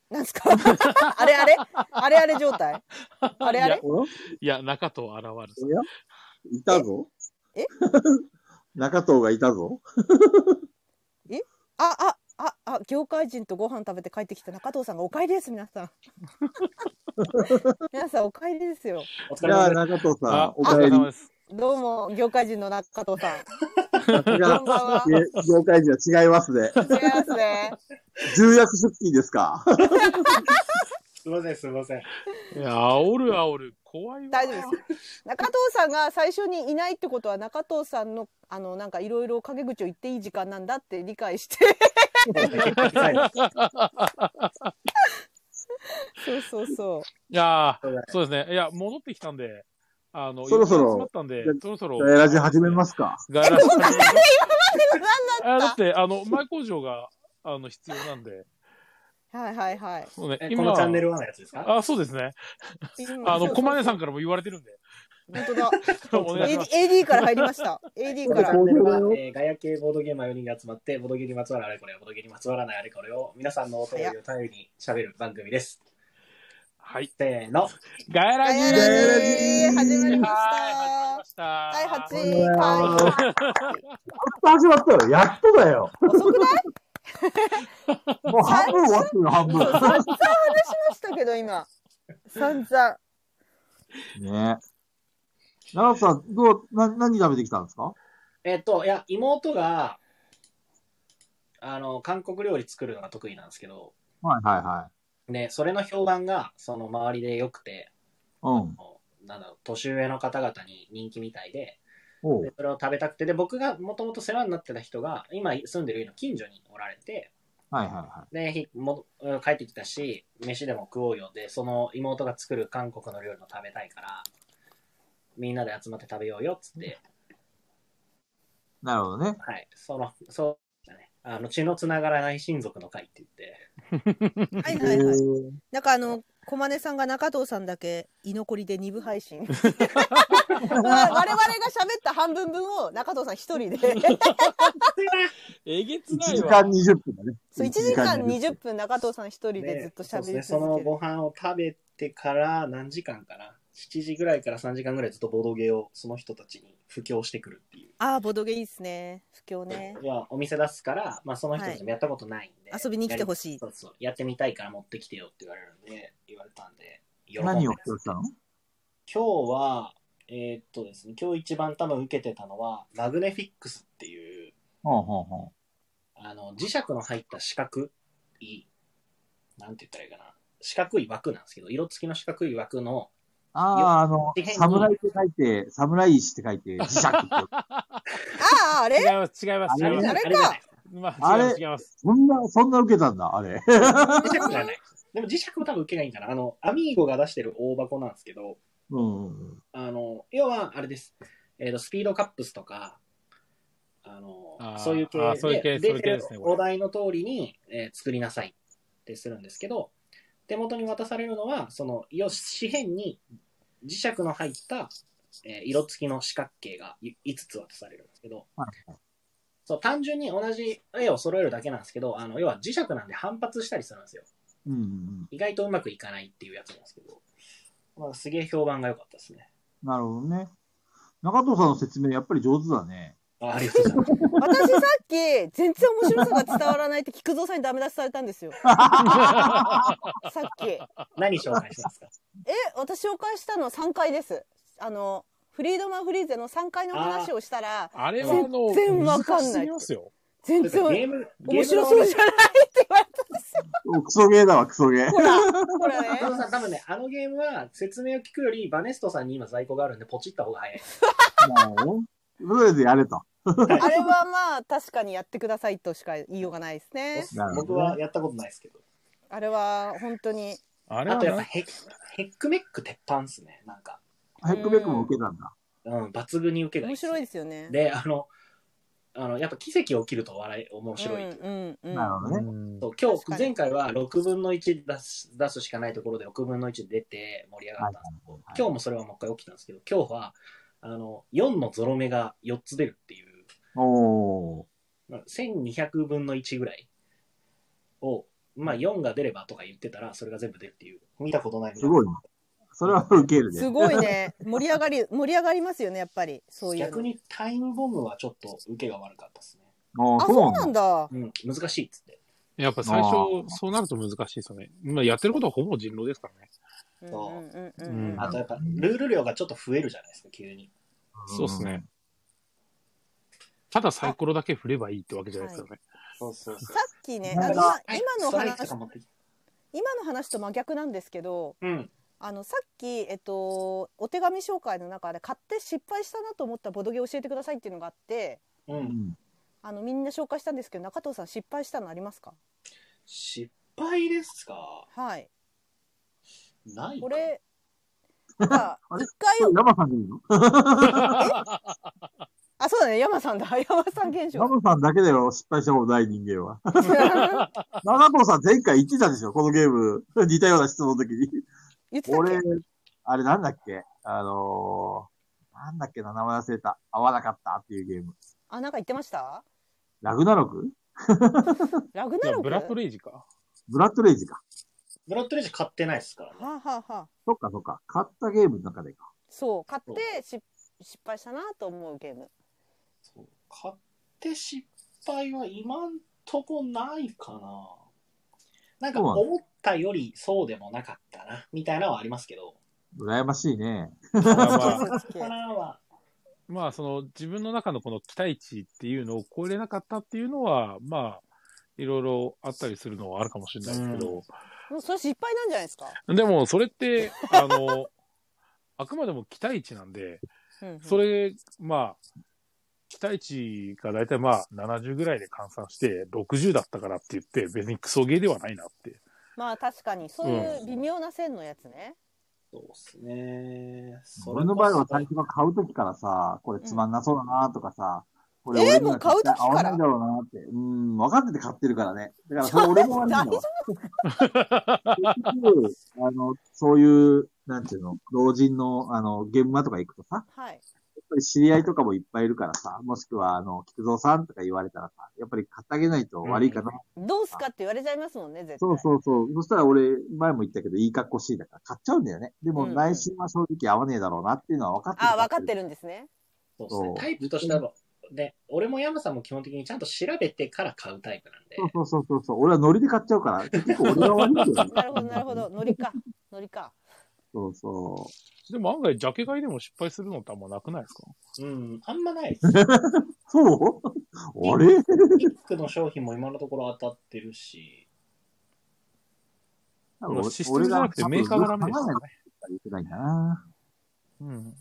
Speaker 3: なんですか あれあれあれあれ状態あれあれ
Speaker 1: おや
Speaker 2: いや、中と現る。
Speaker 1: おやいたぞ。
Speaker 3: え
Speaker 1: 中藤がいたぞ。
Speaker 3: あ、あ、あ、あ、業界人とご飯食べて帰ってきた中藤さんがお帰りです、皆さん。 皆さんお帰りですよ。
Speaker 2: お疲
Speaker 1: じ
Speaker 2: れ
Speaker 1: ゃ
Speaker 2: 様
Speaker 1: あ、
Speaker 2: です。
Speaker 1: 中藤さん
Speaker 2: あ、
Speaker 1: お
Speaker 2: お
Speaker 1: 帰
Speaker 2: 疲れ
Speaker 1: り。
Speaker 2: 様です。
Speaker 3: どうも、業界人の中藤さん。
Speaker 1: さ す
Speaker 3: こ
Speaker 1: が
Speaker 3: ん、ばんは。違い
Speaker 1: え業界人は違いますね。
Speaker 3: ますね。
Speaker 1: 重役出勤ですか。
Speaker 4: すみません、すみません。
Speaker 2: いや、煽る煽る。怖いわ。
Speaker 3: 大丈夫 です。中藤さんが最初にいないってことは中藤さんのあのなんかいろいろ陰口を言っていい時間なんだって理解してそうそうそう
Speaker 2: いやーそうですね。いや、戻ってきたんで、あの、
Speaker 1: そろそろ
Speaker 2: いろい集まったんで、そろそろ。
Speaker 1: ガヤラジ始めますか。
Speaker 2: ガヤラジ始めます。
Speaker 3: だった
Speaker 2: あだって、あの、前工場が、あの、必要なんで。
Speaker 3: はいはいはい
Speaker 2: そうね
Speaker 4: えこのチャンネルはのやつですか
Speaker 2: あ、そうですね。
Speaker 3: 今
Speaker 2: あの、コマネさん
Speaker 3: そう
Speaker 2: からも言われてるんで。
Speaker 3: そうそう本当
Speaker 2: お
Speaker 3: だ
Speaker 2: 願いし
Speaker 3: AD,
Speaker 2: ます
Speaker 3: AD から入りました AD
Speaker 4: こ
Speaker 3: か
Speaker 4: のチ
Speaker 3: ら
Speaker 4: ャンネルは、えー、ガヤ系ボードゲーマー4人が集まって、ボードゲーにまつわるあれこれ、ボードゲーにまつわらないあれこれを、皆さんのお便りを頼りに喋る番組です。
Speaker 2: はい。
Speaker 4: せーの。
Speaker 2: ガヤラジ
Speaker 3: ガ
Speaker 1: ヤラジ
Speaker 2: ー
Speaker 3: 始まりました
Speaker 2: はい
Speaker 3: 第
Speaker 2: 始まりました。
Speaker 3: 8回
Speaker 1: 始まったよ。やっとだよ。
Speaker 3: 遅くない
Speaker 1: もう半分終わってるよ、半
Speaker 3: そう散
Speaker 1: 分。
Speaker 3: 々話しましたけど今散々
Speaker 1: ね奈良さん、どう、な、何食べてきたんですか
Speaker 4: えっと、いや、妹が、あの、韓国料理作るのが得意なんですけど、
Speaker 1: はいはいはい。
Speaker 4: ね、それの評判が、その周りで良くて、
Speaker 1: うん。
Speaker 4: なんだろう、年上の方々に人気みたいで、
Speaker 1: お
Speaker 4: で
Speaker 1: う。
Speaker 4: それを食べたくて、で、僕がもともと世話になってた人が、今住んでる家の近所におられて、
Speaker 1: はいはいは
Speaker 4: で、ひもうん帰ってきたし、飯でも食おうよで、その妹が作る韓国の料理も食べたいから、みんなで集まって食べようよっつって、
Speaker 1: い。なるほどね。
Speaker 4: はい、その、そうだね、あの血のつながらない親族の会って言って、
Speaker 3: はいはいはい。
Speaker 1: へー
Speaker 3: なんかあの、小金さんが中藤さんだけ居残りで二部配 信。我々が喋った半分分を中藤さん一 人で。
Speaker 2: えげつ
Speaker 1: 1
Speaker 2: ない
Speaker 1: 時
Speaker 2: わ
Speaker 1: 間。20分だね。
Speaker 3: そう、1時間
Speaker 1: 20
Speaker 3: 20分中藤さん一人でずっと
Speaker 4: そうです
Speaker 3: 喋り
Speaker 4: ね、その
Speaker 3: 続ける。
Speaker 4: ご飯を食べてから何時間かな、7時ぐらいから3時間ぐらいずっとボードゲーをその人たちに布教してくるっていう。
Speaker 3: ああ、ボドゲいいっすね。不況ね。
Speaker 4: いや、お店出すから、まあ、その人たちもやったことないんで、
Speaker 3: 遊びに来てほしい。
Speaker 4: そうそう、やってみたいから持ってきてよって言われるんで、言われたんで、喜んで
Speaker 1: 何を教したの
Speaker 4: 今日は、えーっとですね、今日一番多分受けてたのは、マグネフィックスっていう、
Speaker 1: ほうほうほ
Speaker 4: あの、磁石の入った四角い、なんて言ったらいいかな、四角い枠なんですけど、色付きの四角い枠の、
Speaker 1: う。ああ、あの
Speaker 4: 事変、に
Speaker 1: 侍って書いて、侍石って書いて、磁石 って。
Speaker 3: ああ、あ
Speaker 2: 違い
Speaker 3: れ
Speaker 2: ます、違います、違います
Speaker 3: あれ。か
Speaker 4: じゃない
Speaker 2: まあ、
Speaker 1: あれ
Speaker 2: 違います、違います。
Speaker 1: そんな、そんな受けたんだ、あれ。
Speaker 4: 磁石じゃない。でも磁石も多分受けがいいんかな。あの、アミーゴが出してる大箱なんですけど、
Speaker 1: うんうんうん。
Speaker 4: あの、要は、あれです。えっ、と、スピードカップスとか、あの、
Speaker 2: あー
Speaker 4: そういう系
Speaker 2: あーそういう系
Speaker 4: で、
Speaker 2: そういう系ですねこれ
Speaker 4: お題の通りに、えー作りなさいってするんですけど、手元に渡されるのは、その、よ紙片に磁石の入った、えー色付きの四角形がい5つ渡されるんですけど、
Speaker 1: はいはい
Speaker 4: そう、単純に同じ絵を揃えるだけなんですけど、あの、要は磁石なんで反発したりするんですよ。
Speaker 1: うんうんうん。
Speaker 4: 意外とうまくいかないっていうやつなんですけど、まあ、すげえ評判が良かったですね。
Speaker 1: なるほどね。中藤さんの説明、やっぱり上手だね。
Speaker 4: あありがとうございます。
Speaker 3: 私さっき、全然面白さが伝わらないって菊蔵さんにダメ出しされたん ですよ。さっき。え、
Speaker 4: 何紹介しま すか
Speaker 3: 私紹介したの3回です。あの、フリードマン・フリーゼの3回の話をしたら、
Speaker 2: あれは、あの、
Speaker 3: 全然わか
Speaker 2: 難
Speaker 3: んない
Speaker 2: しすぎますよ。
Speaker 3: 全
Speaker 4: ゲ
Speaker 3: 然
Speaker 4: ーム、ゲ
Speaker 3: 面
Speaker 4: ーム
Speaker 3: 白
Speaker 4: の
Speaker 3: そうじゃないって言われた。
Speaker 1: おクソゲーだわ、クソゲー。
Speaker 3: ほら、ほらね。
Speaker 4: あのさ多分ね、あのゲームは説明を聞くより、バネストさんに今在庫があるんで、ポチった方が早い。
Speaker 1: もう、とりあえずやれと。
Speaker 3: あれはまあ確かにやってくださいとしか言いようがないですね。
Speaker 1: なるほどね
Speaker 4: 僕はやったことないですけど。
Speaker 3: あれは本当に。
Speaker 2: あれ
Speaker 4: あ
Speaker 2: は
Speaker 4: とやっ
Speaker 2: な
Speaker 4: ぱヘッ、ヘックメック鉄板っすね。なんか、
Speaker 1: ヘックベックも受けたんだ。
Speaker 4: うん、抜群に受けが
Speaker 3: 面白いですよ
Speaker 4: で
Speaker 3: ね。
Speaker 4: で、あの、あのやっぱ奇跡起きると笑い、面白
Speaker 3: う
Speaker 4: い。
Speaker 3: んうんうん。
Speaker 1: なるほど
Speaker 2: う
Speaker 1: ね。
Speaker 2: ん
Speaker 4: そう今
Speaker 3: 確か
Speaker 4: 日、
Speaker 3: に
Speaker 4: 前回は6分の1出す出すしかないところで6分の1出て盛り上がったんですけど、
Speaker 1: はいはいはい
Speaker 4: 今日もそれはもう一回起きたんですけど、今日は、あの、4のゾロ目が4つ出るっていう。
Speaker 1: おー。
Speaker 4: まあ1200分の1ぐらいを、まあ、4が出ればとか言ってたら、それが全部出るっていう、見たことない
Speaker 1: すごいな。それは受ける
Speaker 3: す
Speaker 1: ね。
Speaker 3: ごいね。盛り上がり盛り上がりますよねやっぱりそういうの。
Speaker 4: 逆にタイムボムはちょっと受けが悪かったですね。
Speaker 1: あ
Speaker 3: あそうなんだ。
Speaker 4: うん、難しいっつって。
Speaker 2: やっぱ最初
Speaker 1: あ、
Speaker 2: そうなると難しいですよね。今やってることはほぼ人狼ですからね。
Speaker 3: うん
Speaker 4: そう
Speaker 3: うんうんうん
Speaker 2: うん
Speaker 4: あとやっぱ、ルール量がちょっと増えるじゃないですか、急に。
Speaker 2: そうですね。ただサイコロだけ振ればいいってわけじゃないですよね。
Speaker 4: そうそう
Speaker 3: さっきね、あ
Speaker 1: な
Speaker 3: の
Speaker 1: ん
Speaker 3: 今
Speaker 1: か
Speaker 3: 今の話
Speaker 4: う
Speaker 3: 今の話と真逆なんですけど、
Speaker 4: ん。
Speaker 3: あのさっきえっとお手紙紹介の中で買って失敗したなと思ったボドゲ教えてくださいっていうのがあって、
Speaker 4: う。
Speaker 1: うんん。
Speaker 3: あのみんな紹介したんですけど中藤さん失敗したのありますか？
Speaker 4: 失敗ですか
Speaker 3: はい。
Speaker 4: ない
Speaker 3: これ、なんか、
Speaker 1: あれ
Speaker 3: 一回、
Speaker 1: 山さんでいいの
Speaker 3: あ、そうだね、山さんだ、 山さん現象。
Speaker 1: 山さんだけだよ、失敗したことない人間 は。長藤さん前回言ってたでしょ、このゲーム。似たような質問の時に。
Speaker 3: 言ってたっけ
Speaker 1: 俺、あれなんだっけあのー、なんだっけな、名前忘れた。合わなかったっていうゲーム。
Speaker 3: あ、なんか言ってました
Speaker 1: ラグナロク
Speaker 3: ラグ
Speaker 2: じ
Speaker 3: ナ
Speaker 2: ゃあ
Speaker 3: ロク
Speaker 2: ブラッド
Speaker 3: は
Speaker 2: レイジか。
Speaker 1: ブラッドレイジか。
Speaker 4: ブラッドレジ買ってないですからね。
Speaker 3: あ、はあはあ、
Speaker 1: そっかそっか。買ったゲームの中でか。
Speaker 3: そう、買ってし失敗したなと思うゲーム。
Speaker 4: そう買って失敗は今んとこないかな。な
Speaker 1: そうな
Speaker 4: んか
Speaker 1: んだ
Speaker 4: 思ったよりそうでもなかったな、みたいなのはありますけど、
Speaker 1: 羨ましいね。
Speaker 2: まあまあ
Speaker 3: そう そうそ
Speaker 4: か
Speaker 3: う
Speaker 4: なは、
Speaker 2: まあ、その自分の中のこの期待値っていうのを超えれなかったっていうのは、まあ、いろいろあったりするのはあるかもしれないですけど、
Speaker 3: もうそれ失敗なんじゃないですか
Speaker 2: でもそれって、あの、あくまでも期待値なんで、
Speaker 3: うんうん
Speaker 2: それ、まあ、期待値が大体まあ70ぐらいで換算して60だったからって言って別にクソゲーではないなって。
Speaker 3: まあ確かにそういう微妙な線のやつね、
Speaker 4: そうですね。そ
Speaker 1: 俺の場合は最
Speaker 4: れこ
Speaker 1: 初は買うときからさ、これつまんなそうだなとかさ、これ
Speaker 3: えー
Speaker 1: 俺に
Speaker 3: も
Speaker 1: は
Speaker 3: う買う
Speaker 1: 絶
Speaker 3: 時
Speaker 1: 対合わ
Speaker 3: から
Speaker 1: ないだろうなって。うん、分かってて買ってるからね。だからそれ俺も悪いんだわ。結局あの、そういう、なんていうの、老人の、あの、現場とか行くとさ、
Speaker 3: はい
Speaker 1: やっぱり知り合いとかもいっぱいいるからさ、もしくは、あの、菊蔵さんとか言われたらさ、やっぱり買ってあげないと悪いかな。
Speaker 3: どうすかって言われちゃいますもんね絶対
Speaker 1: そうそうそう。そしたら俺、前も言ったけど、いい格好しいだから買っちゃうんだよね。でも
Speaker 3: うん
Speaker 1: 内心は正直合わねえだろうなっていうのは分かってる。
Speaker 3: あ分かってるんですね。
Speaker 4: そそうですね
Speaker 1: そう
Speaker 4: タイプとしては、ね、俺もヤムさんも基本的にちゃんと調べてから買うタイプなんで、
Speaker 1: そうそうそうそうそう。俺はノリで買っちゃうから、結構俺が悪いんだよね
Speaker 3: なるほどなるほどノリかノリか
Speaker 1: そうそ
Speaker 2: でも案外、ジャケ買いでも失敗するのってあんまなくないですか
Speaker 4: うん、あんまない です。
Speaker 1: う。そうあれ
Speaker 4: ピックの商品も今のところ当たってるし、
Speaker 2: もうシステムじゃなくてメーカーがダメで
Speaker 1: 考
Speaker 2: す
Speaker 1: え
Speaker 2: か
Speaker 1: な
Speaker 2: ら
Speaker 1: い
Speaker 2: ね
Speaker 1: といけないな。
Speaker 2: うん。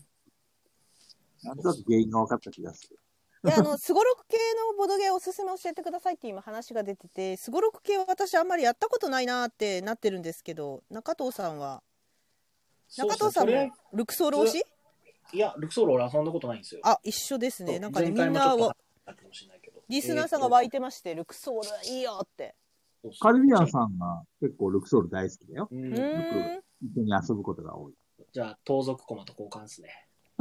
Speaker 1: なんとなく原因が分かった気がする。
Speaker 3: であのすごろく系のボドゲーおすすめ教えてくださいって今話が出ててすごろく系は私あんまりやったことないなーってなってるんですけど中藤さんは
Speaker 4: そう
Speaker 3: 中
Speaker 4: そう
Speaker 3: 藤さん
Speaker 4: それ
Speaker 3: もルクソール推し
Speaker 4: いや、ルクソール俺遊んだことないんですよ。
Speaker 3: あ一緒ですねなんかねみんな
Speaker 4: は
Speaker 3: をリスナーさんが湧いてまして、ルクソールいいよって
Speaker 1: カルビアンさんが結構ルクソール大好きだよ。
Speaker 4: ん。う、
Speaker 3: うんーん
Speaker 1: 一緒に遊ぶことが多い。
Speaker 4: じゃあ、盗賊駒と交換ですね。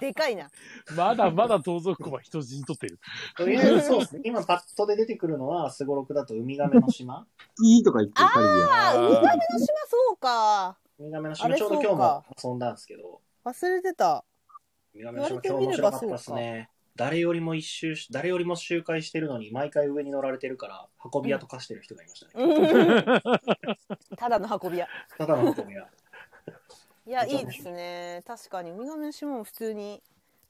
Speaker 3: でか いな
Speaker 2: まだまだ盗賊は人質にとってる。
Speaker 4: とりあえず、そうですね。今、パッとで出てくるのは、スゴロクだとウミガメの島。
Speaker 1: いいとか言ってるカルビアン。
Speaker 3: あウミガメの島そうか
Speaker 4: ウミガメの
Speaker 3: あ
Speaker 4: 島、
Speaker 3: れ
Speaker 4: ちょうど今日も遊んだんですけど、
Speaker 3: 忘れて た
Speaker 4: ウミガメの
Speaker 3: 言
Speaker 4: 島、
Speaker 3: わ
Speaker 4: 今日
Speaker 3: れて
Speaker 4: 面
Speaker 3: みれ
Speaker 4: 白
Speaker 3: ば
Speaker 4: かったですね。誰よりも一周し、誰よりも周回してるのに、毎回上に乗られてるから、運び屋と化してる人がいましたね。
Speaker 3: ただの運び屋
Speaker 4: ただの 運び屋。
Speaker 3: いやいいですね確かにウミガメの島も普通に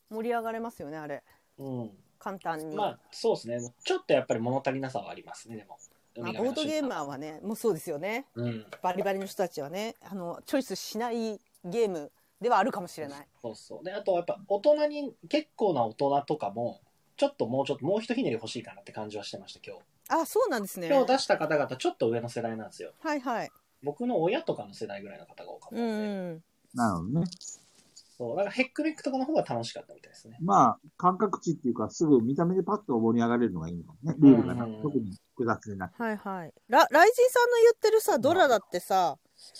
Speaker 3: 盛り上がれますよねあれ
Speaker 4: う
Speaker 3: 簡単
Speaker 4: ん。
Speaker 3: に、
Speaker 4: まあ、そうですね。ちょっとやっぱり物足りなさはありますね、でも。ウ
Speaker 3: まあ、
Speaker 4: ミ
Speaker 3: ボ
Speaker 4: ガメ
Speaker 3: ー
Speaker 4: の島
Speaker 3: ドゲーマーはねもうそうですよね
Speaker 4: うん。
Speaker 3: バリバリの人たちはねあのチョイスしないゲームではあるかもしれない
Speaker 4: そうそう。で、あとやっぱ大人に、結構な大人とかも、ちょっともうちょっと、もう一ひねり欲しいかなって感じはしてました、今日。
Speaker 3: あそうなんですね
Speaker 4: 今日出した方々、ちょっと上の世代なんですよ。
Speaker 3: はいはい
Speaker 4: 僕の親とかの世代ぐらいの方が多かった
Speaker 3: うん
Speaker 4: で、
Speaker 3: ん
Speaker 1: なるほどね。
Speaker 4: そう、だからヘックベックとかの方が楽しかったみたいですね。
Speaker 1: まあ、感覚値っていうか、すぐ見た目でパッと盛り上がれるのがいいのかもね。ルールがな
Speaker 4: うん
Speaker 1: く、特に複雑でなく。
Speaker 3: はいはいラライジンさんの言ってるさドラだってさ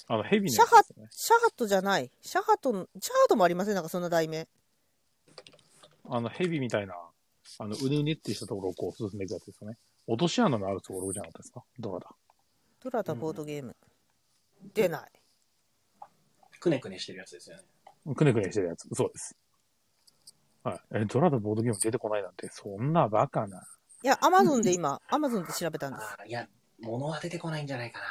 Speaker 2: あの、ヘビのやつですね。
Speaker 3: シャハトじゃないシャハトのシャハトもありませんなんかそんな題名
Speaker 2: あの、ヘビみたいな、あの、うねうねってしたところをこう進んでいくやつですよね。落とし穴のあるところじゃなかったですかどうだ
Speaker 3: ドラだボードゲーム、出ない
Speaker 4: くねくねしてるやつですよね。
Speaker 2: くねくねしてるやつ。そうです。はい。え、ドラとボードゲーム出てこないなんて、そんなバカな。
Speaker 3: いやアマゾンで今アマゾンで調べたん です
Speaker 4: ああ、いや、物は出てこないんじゃないかな。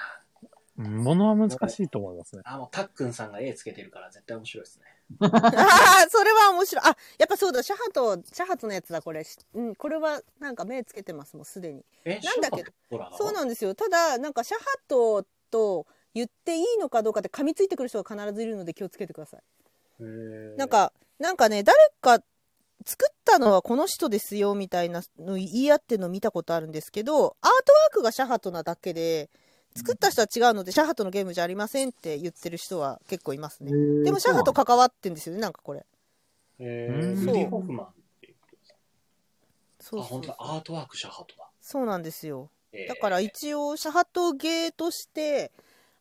Speaker 2: ものは難しいと思いますね。
Speaker 4: あーもうたっくんさんが絵つけてるから絶対面白いですね。
Speaker 3: ああそれは面白いあやっぱそうだシャハトシャハトのやつだこれしうんこれはなんか目つけてますもうすでに
Speaker 4: え、
Speaker 3: なんだっけ
Speaker 4: シャープとドラが
Speaker 3: そうなんですよただなんかシャハトと言っていいのかどうかって噛みついてくる人が必ずいるので気をつけてください、
Speaker 4: へー
Speaker 3: なん、かなんかね誰か作ったのはこの人ですよみたいなの言い合ってるの見たことあるんですけどアートワークがシャハトなだけで作った人は違うのでシャハトのゲームじゃありませんって言ってる人は結構いますねでもシャハト
Speaker 1: か。
Speaker 3: 関わってんですよねなんかこれ
Speaker 4: え
Speaker 2: うん
Speaker 4: ー、ルディ・ホフマンっていう人ですか
Speaker 3: そう
Speaker 4: あ、
Speaker 3: そ
Speaker 4: 本
Speaker 3: う
Speaker 4: 当だアートワークシャハトだ。
Speaker 3: そうなんですよ
Speaker 4: えー
Speaker 3: だから一応シャハトゲーとして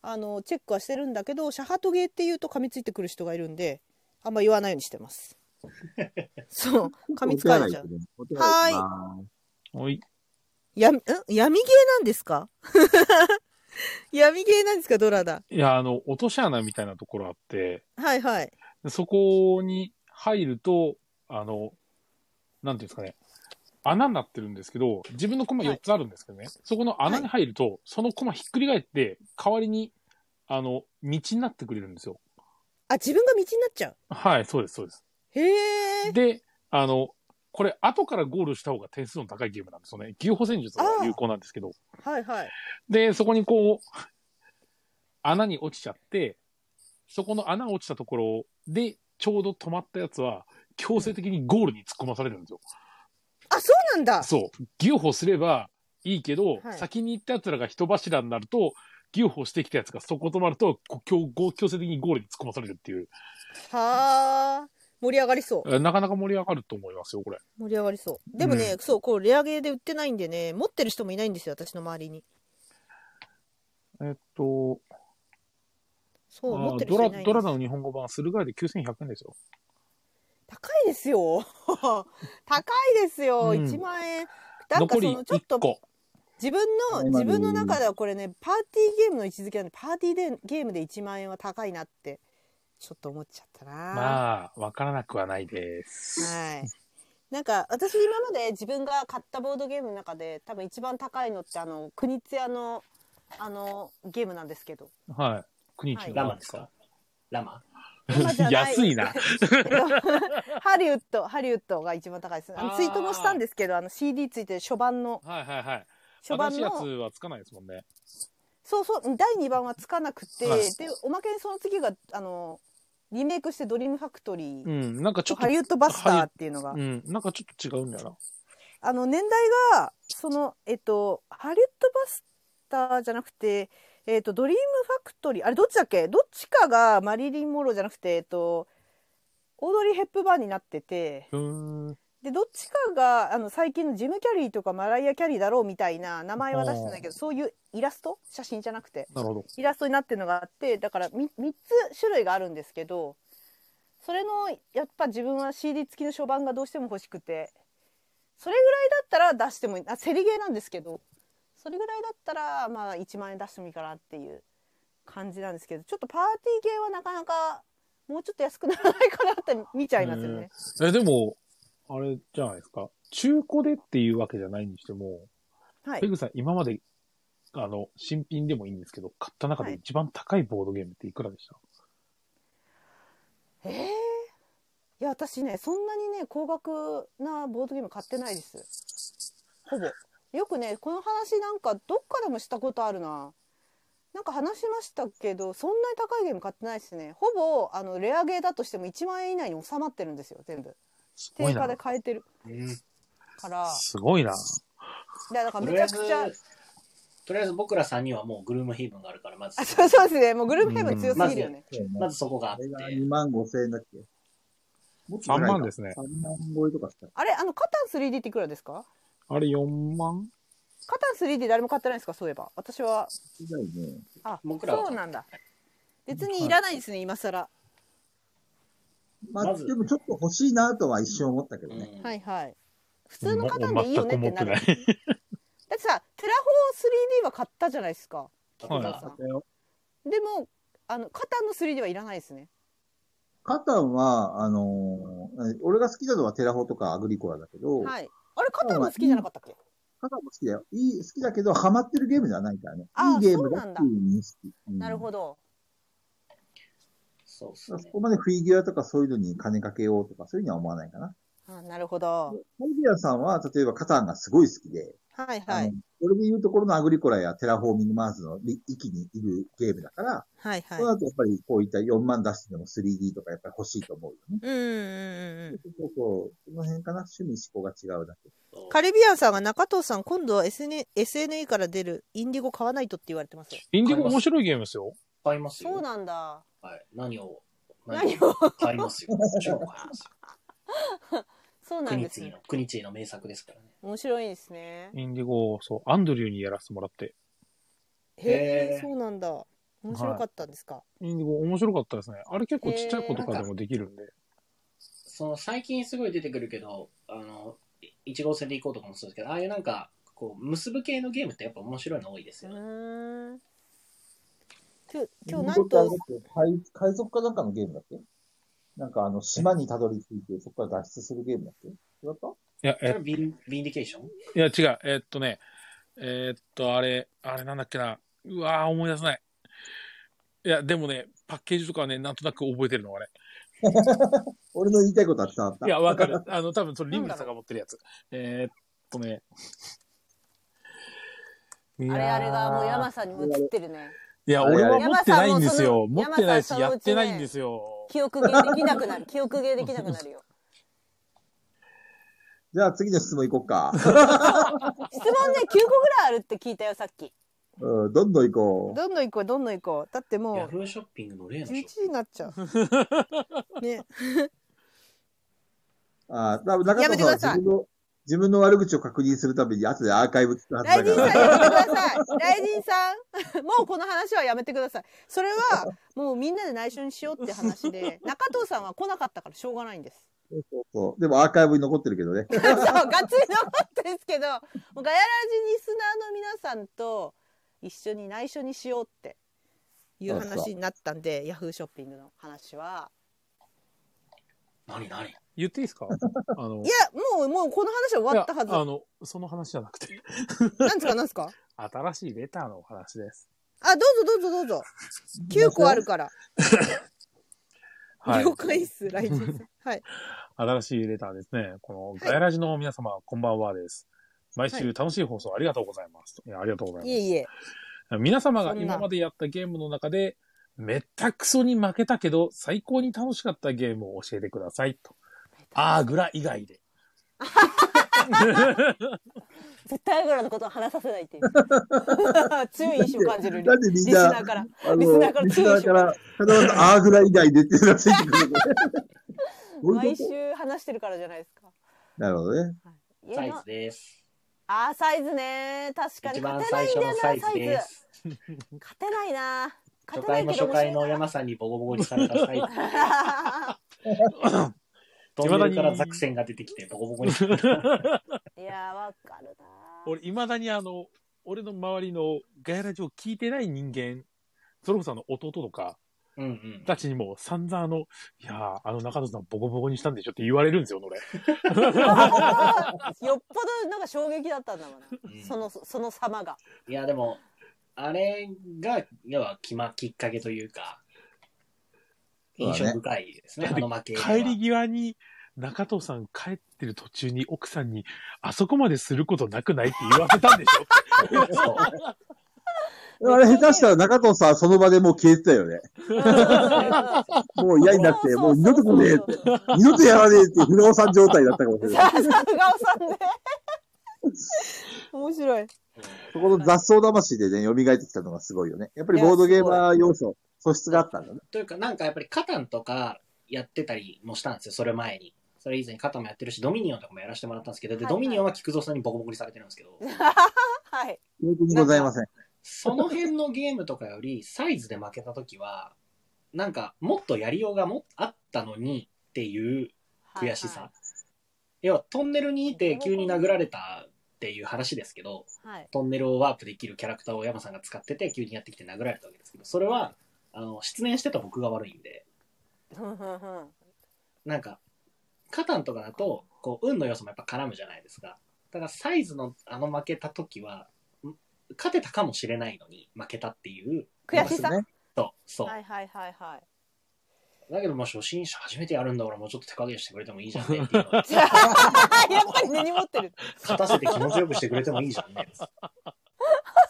Speaker 3: あのチェックはしてるんだけどシャハトゲーっていうと噛みついてくる人がいるんであんま言わないようにしてます そう噛みつかれちゃう
Speaker 1: お手洗い行ってね。
Speaker 2: おい。
Speaker 3: 闇ん闇ゲーなんですか 闇ゲーなんですかドラだ
Speaker 2: いや、あの、落とし穴みたいなところあって、
Speaker 3: はいはい
Speaker 2: そこに入ると、あの、なんていうんですかね、穴になってるんですけど、自分の駒
Speaker 3: はい
Speaker 2: 4つあるんですけどね、そこの穴に入ると、その駒ひっくり返って、代わりに、あの、道になってくれるんですよ。
Speaker 3: あ自分が道になっちゃう
Speaker 2: はい、そうです、そうです。
Speaker 3: へえ
Speaker 2: で、あの、これ、後からゴールした方が点数の高いゲームなんですよね。牛歩戦術が有効なんですけど。
Speaker 3: はいはい
Speaker 2: で、そこにこう、穴に落ちちゃって、そこの穴落ちたところで、ちょうど止まったやつは、強制的にゴールに突っ込まされるんですよ。
Speaker 3: あ、そうなんだ。
Speaker 2: そう。牛歩すればいいけど、
Speaker 3: はい
Speaker 2: 先に行ったやつらが人柱になると、牛歩してきたやつがそこ止まると、こ強強制的にゴールに突っ込まされるっていう。
Speaker 3: はあ。盛り上がりそう。
Speaker 2: えなかなか盛り上がると思いますよ、これ。
Speaker 3: 盛り上がりそう。でもね、
Speaker 2: う
Speaker 3: そう、こう、レアゲーで売ってないんでね、持ってる人もいないんですよ、私の周りに。
Speaker 2: えっと、
Speaker 3: そう、
Speaker 2: あ
Speaker 3: 持って
Speaker 2: ード
Speaker 3: る人い
Speaker 2: ラ
Speaker 3: ないんです
Speaker 2: ドラダの日本語版、駿河屋で9100円ですよ。
Speaker 3: 高いですよ。 高いですよ、
Speaker 2: うん
Speaker 3: 1万円。なんか
Speaker 2: 残
Speaker 3: そ
Speaker 2: り
Speaker 3: の、ちょっ
Speaker 2: 1
Speaker 3: と、
Speaker 2: 個。
Speaker 3: 自分の、
Speaker 1: 今
Speaker 3: 自分の中ではこれね、パーティーゲームの位置づけなんで、パーティーでゲームで1万円は高いなって、ちょっと思っちゃったな。
Speaker 2: まあ、わからなくはないです。
Speaker 3: はい。なんか私今まで自分が買ったボードゲームの中で多分一番高いのってあの国津屋のあのゲームなんですけど
Speaker 2: はい。国一の
Speaker 4: ラ
Speaker 2: 何
Speaker 4: マ
Speaker 2: で
Speaker 4: ですす
Speaker 2: か
Speaker 4: かラマ
Speaker 3: 今じゃない
Speaker 2: 安いな。
Speaker 3: ハリウッドハリウッドが一番高いですあの
Speaker 2: あー
Speaker 3: ツイートもしたんですけどあの CD ついてる初版の
Speaker 2: はいはいはい。
Speaker 3: 初版
Speaker 2: 新しいやつ
Speaker 3: の
Speaker 2: はつかないですもんね。
Speaker 3: そうそう第2版はつかなくて、
Speaker 2: はい
Speaker 3: でおまけにその次があのリメイクして「ドリームファクトリー」
Speaker 2: うん。なんかちょっと
Speaker 3: ハ、リウッドバスターっていうのが、
Speaker 2: うん。なんかちょっと違うんだよ
Speaker 3: あの年代がそのえっとハリウッドバスターじゃなくてえっとドリームファクトリーあれどっちだっけどっちかがマリリン・モローじゃなくてえっとオードリー・ヘップバーンになってて
Speaker 2: な。うーん。
Speaker 3: でどっちかがあの最近のジム・キャリーとかマライア・キャリーだろうみたいな名前は出してないけどそういうイラスト写真じゃなくて
Speaker 2: なるほど。
Speaker 3: イラストになってるのがあってだから 3, 3つ種類があるんですけどそれのやっぱ自分は CD 付きの初版がどうしても欲しくてそれぐらいだったら出してもいいあセリゲーなんですけどそれぐらいだったらまあ1万円出してもいいかなっていう感じなんですけどちょっとパーティーゲーはなかなかもうちょっと安くならないかなって見ちゃいますよね。
Speaker 2: え、でも、あれじゃないですか。中古でっていうわけじゃないにしても、
Speaker 3: は
Speaker 2: ペ
Speaker 3: い、
Speaker 2: グさん今まで、あの、新品でもいいんですけど、買った中で一番高いボードゲームっていくらでした、
Speaker 3: えーいや私ねそんなにね高額なボードゲーム買ってないですほぼよくねこの話なんかどっかでもしたことあるななんか話しましたけどそんなに高いゲーム買ってないですねほぼあのレアゲーだとしても1万円以内に収まってるんですよ全部
Speaker 2: すご
Speaker 3: 定
Speaker 2: いな
Speaker 3: 価で。買えてるから
Speaker 2: すごいな。
Speaker 3: いやだから
Speaker 4: と
Speaker 3: め
Speaker 4: り
Speaker 3: ち
Speaker 4: あ
Speaker 3: ゃ
Speaker 4: えず
Speaker 3: くちゃ、
Speaker 4: とりあえず僕ら3人はもうグルームヒーブンがあるから、まず
Speaker 3: あ、そうそうですねもうグループヘブン強すぎるよね、
Speaker 4: まずそこがあ
Speaker 1: あ
Speaker 4: って
Speaker 1: れ、が2万5千円だっけもっ。
Speaker 2: 3万ですすね。
Speaker 1: 3万超えとかした。
Speaker 3: あれあのカタン 3D っていくらですか
Speaker 2: あれ4万
Speaker 3: カタン 3D 誰も買ってないんですかそういえば私は
Speaker 1: すごいね。
Speaker 3: あ、
Speaker 4: 僕らは
Speaker 3: そうなんだ。別にいらないですね、今更。
Speaker 1: まあ、
Speaker 4: まず
Speaker 1: でもちょっと欲しいなとは一瞬思ったけどね。
Speaker 4: うん
Speaker 3: はいはい。普通の方でいいよねってなる。
Speaker 2: もう全く思
Speaker 3: だ
Speaker 2: ってない。
Speaker 3: ってさ、テラフォー 3D は買ったじゃないですか。
Speaker 4: 僕ら
Speaker 1: 買
Speaker 2: は
Speaker 1: っ
Speaker 4: は
Speaker 1: たよ
Speaker 3: でも、あの、カタンの 3D はいらないですね。
Speaker 1: カタンは、あのーえ俺が好きなのはテラフォとかアグリコラだけど、
Speaker 3: はい。あれ、カタンも好きじゃなかったっけ
Speaker 1: カタンも好きだよ。いい、好きだけど、ハマってるゲームではないからね。
Speaker 3: あー
Speaker 1: いいゲームだっていう認識。
Speaker 3: なるほ
Speaker 1: ど。
Speaker 3: ど。
Speaker 4: そうです
Speaker 1: そ
Speaker 4: ね。
Speaker 1: こまでフィギュアとかそういうのに金かけようとか、そういうのは思わないかな。
Speaker 3: あなるほど。
Speaker 1: フィギュアさんは、例えばカタンがすごい好きで、
Speaker 3: はい
Speaker 1: あ
Speaker 3: は
Speaker 1: の
Speaker 3: い。、
Speaker 1: それでいうところのアグリコラやテラフォーミングマーズの域にいるゲームだから、
Speaker 3: はいはい。
Speaker 1: そうなるとやっぱりこういった4万出してでも 3D とかやっぱり欲しいと思うよね。
Speaker 3: うんうんうん。
Speaker 1: そうそう、この辺かな趣味思考が違うだけ。
Speaker 4: そう
Speaker 3: カリビアンさんが中藤さん、今度は SN SNE から出るインディゴ買わないとって言われてますよ。
Speaker 2: インディゴ面白いゲームですよ。
Speaker 4: 買いますよ。
Speaker 3: そうなんだ。
Speaker 4: はい。何を、
Speaker 3: 何
Speaker 4: 何を
Speaker 3: を
Speaker 4: 買いますよ。もちろん買いますよ。
Speaker 3: そうなん
Speaker 4: 国
Speaker 3: です
Speaker 4: 津井
Speaker 3: ね
Speaker 4: の。、国津井の名作ですからね。
Speaker 3: 面白いですね。
Speaker 2: インディゴ、そう、アンドリューにやらせてもらって。
Speaker 3: へえ
Speaker 4: へー
Speaker 3: そうなんだ面白かったんですか、
Speaker 2: インディゴ面白かったですね。あれ結構ちっちゃい子とかでもできるんで。
Speaker 4: その最近すごい出てくるけど、あの、い1号線で行こうとかもそうですけど、ああいうなんか、こう、結ぶ系のゲームってやっぱ面白いの多いです
Speaker 3: う
Speaker 4: よね。
Speaker 3: ーん今日今日なんと
Speaker 1: 海、海賊かなんかのゲームだっけなんかあの、島にたどり着いて、そこから脱出するゲームだっけ違った
Speaker 2: いや、
Speaker 4: それ
Speaker 2: え
Speaker 4: はビン、ビンディケーション
Speaker 2: いや違う。えっとね、えっと、あれ、あれなんだっけな。うわー思い出せない。いや、でもね、パッケージとかはね、なんとなく覚えてるのがね。
Speaker 1: 俺の言いたいことは伝わった。
Speaker 2: いや、わかる。あの、多分それリムルさんが持ってるやつ。えーっとね。
Speaker 3: あれあれがもう山
Speaker 2: さ
Speaker 3: さんに映ってるね
Speaker 2: いや、
Speaker 1: あれ
Speaker 2: 俺は持
Speaker 1: 山
Speaker 2: ってないんですよ。持
Speaker 3: さんもそ
Speaker 2: って
Speaker 3: の
Speaker 2: ないし、
Speaker 3: 山
Speaker 2: や
Speaker 3: さんそのうちね
Speaker 2: ってないんですよ。
Speaker 3: 記憶芸できなくなる。記憶芸できなくなるよ。
Speaker 1: じゃあ次の質問いこうか。
Speaker 3: 質問ね、9個ぐらいあるって聞いたよ、さっき。
Speaker 1: うん、どんどん行こう。
Speaker 3: どんどん行こう、どんどん行こう。だっても
Speaker 4: ヤ
Speaker 3: う、
Speaker 4: フーショッピングの例のショッ
Speaker 3: 11
Speaker 4: プ
Speaker 3: 時になっちゃう。ね。
Speaker 1: あー、多分中
Speaker 3: やめ
Speaker 1: 田さん
Speaker 3: てく
Speaker 1: は
Speaker 3: ださい
Speaker 1: 自分の、自分の悪口を確認するために後でアーカイブ聞くはず
Speaker 3: ライジ
Speaker 1: だ
Speaker 3: ン
Speaker 1: か
Speaker 3: さん
Speaker 1: ら。
Speaker 3: やめてください。ライジンさん、も うこの話はやめてください。それは、もうみんなで内緒にしようって話で、中藤さんは来なかったからしょうがないんです。
Speaker 1: そう。でもアーカイブに残ってるけどね。
Speaker 3: そう、がっつり残ったんですけど、もうガヤラジリスナーの皆さんと一緒に内緒にしようっていう話になったんで、ヤフーショッピングの話は。
Speaker 4: 何何
Speaker 2: 言っていいで すかあの
Speaker 3: い、や、もう、もうこの話は終わった
Speaker 2: いやあ
Speaker 3: は
Speaker 2: の、その話じゃなくて、
Speaker 3: ず。なんですか、なんですか。
Speaker 2: 新しいレターのお話です。
Speaker 3: あ、どうぞ、どうぞ、どうぞ。九個あるから。
Speaker 2: はい
Speaker 3: 了。解っす、来人さん。はい。
Speaker 2: 新しいレターですね。この、ガヤラジの皆様、こんばんはです。毎週楽しい放送ありがとうございます。いや、ありがとうございます。
Speaker 3: いえいえ。
Speaker 2: 皆様が
Speaker 3: そんな
Speaker 2: 今までやったゲームの中で、めったくそに負けたけど、最高に楽しかったゲームを教えてくださいと。あーぐら以外で。
Speaker 3: 絶対アグラのことを話させないっていう。強い意志を感じる。
Speaker 1: なんでみん
Speaker 3: リスナ
Speaker 1: な
Speaker 3: ー、から。
Speaker 1: あの、
Speaker 3: リスナーから
Speaker 1: リスナーから、必ずアーぐらい以外でっていうのがついてくるのねどういう
Speaker 3: 毎
Speaker 1: こと
Speaker 3: 週話してるからじゃないですか。
Speaker 1: なるほどね。
Speaker 3: 家
Speaker 4: サイ
Speaker 3: の
Speaker 4: ズです。
Speaker 3: あーサイズね確かに
Speaker 4: 一
Speaker 3: 勝
Speaker 4: 番
Speaker 3: てな
Speaker 4: 最
Speaker 3: いん
Speaker 4: 初
Speaker 3: だよな
Speaker 4: のサ
Speaker 3: サイ
Speaker 4: イ
Speaker 3: ズ
Speaker 4: ズです。
Speaker 3: 勝てないな勝て
Speaker 4: 初
Speaker 3: な
Speaker 4: 回
Speaker 3: いけど
Speaker 4: の初
Speaker 3: 面白
Speaker 4: 回
Speaker 3: いな
Speaker 4: の山さんにボコボコにされたサイズ。トンネルからザクセンが出てきてボコボコに。
Speaker 3: いやーわかるな
Speaker 2: 俺、未だにあの、俺の周りのガヤラジを聞いてない人間、それこそあの弟とか
Speaker 4: うんうん。
Speaker 2: たちにも散々あの、いやー、あの中野さんボコボコにしたんでしょって言われるんですよ、俺。
Speaker 3: よっぽどなんか衝撃だったんだろう
Speaker 4: うん
Speaker 3: なそのその様が
Speaker 4: いやでも、あれが、要はき,、ま、きっかけというか、印象深いですね、
Speaker 2: そうだね
Speaker 4: あの負けは。
Speaker 2: 帰り際に、中藤さん帰ってる途中に奥さんに、あそこまですることなくないって言わせたんでし ょ
Speaker 4: そう
Speaker 1: あれ下手したら中藤さんその場でもう消えてたよね。 もう嫌になって、もう二度と来ねえって。二度とやらねえって、不動産状態だったかもしれない。
Speaker 3: さすがおさんね面白い
Speaker 1: そこの雑草魂でね、蘇ってきたのがすごいよね。やっぱりボードゲーマー要素、素質があったんだね。
Speaker 4: というか、なんかやっぱりカタンとかやってたりもしたんですよ、それ前に。それ以前カタンもやってるし、ドミニオンとかもやらせてもらったんですけど、で、
Speaker 3: はいはい
Speaker 4: ドミニオンは菊蔵さんにボコボコにされてるんですけど、
Speaker 3: はい
Speaker 1: 記憶にございません。
Speaker 4: その辺のゲームとかより、サイズで負けた時は、なんかもっとやりようがもあったのにっていう悔しさ。要はトンネルにいて急に殴られたっていう話ですけど、
Speaker 3: はい
Speaker 4: トンネルをワープできるキャラクターを山さんが使ってて、急にやってきて殴られたわけですけど、それは、あの、失念してた僕が悪いんで、
Speaker 3: ふんふんふん
Speaker 4: なんか、カタンとかだと、こう、運の要素もやっぱ絡むじゃないですか。だからサイズのあの負けた時は、ん勝てたかもしれないのに負けたっていう。
Speaker 3: 悔しさ
Speaker 1: ね。
Speaker 4: そう、そう。
Speaker 3: はいはいはいはい
Speaker 4: だけど、まあ、初心者初めてやるんだから、もうちょっと手加減してくれてもいいじゃんねっていうの
Speaker 3: やっぱり根に持ってる。
Speaker 4: 勝たせて気持ちよくしてくれてもいいじゃんね。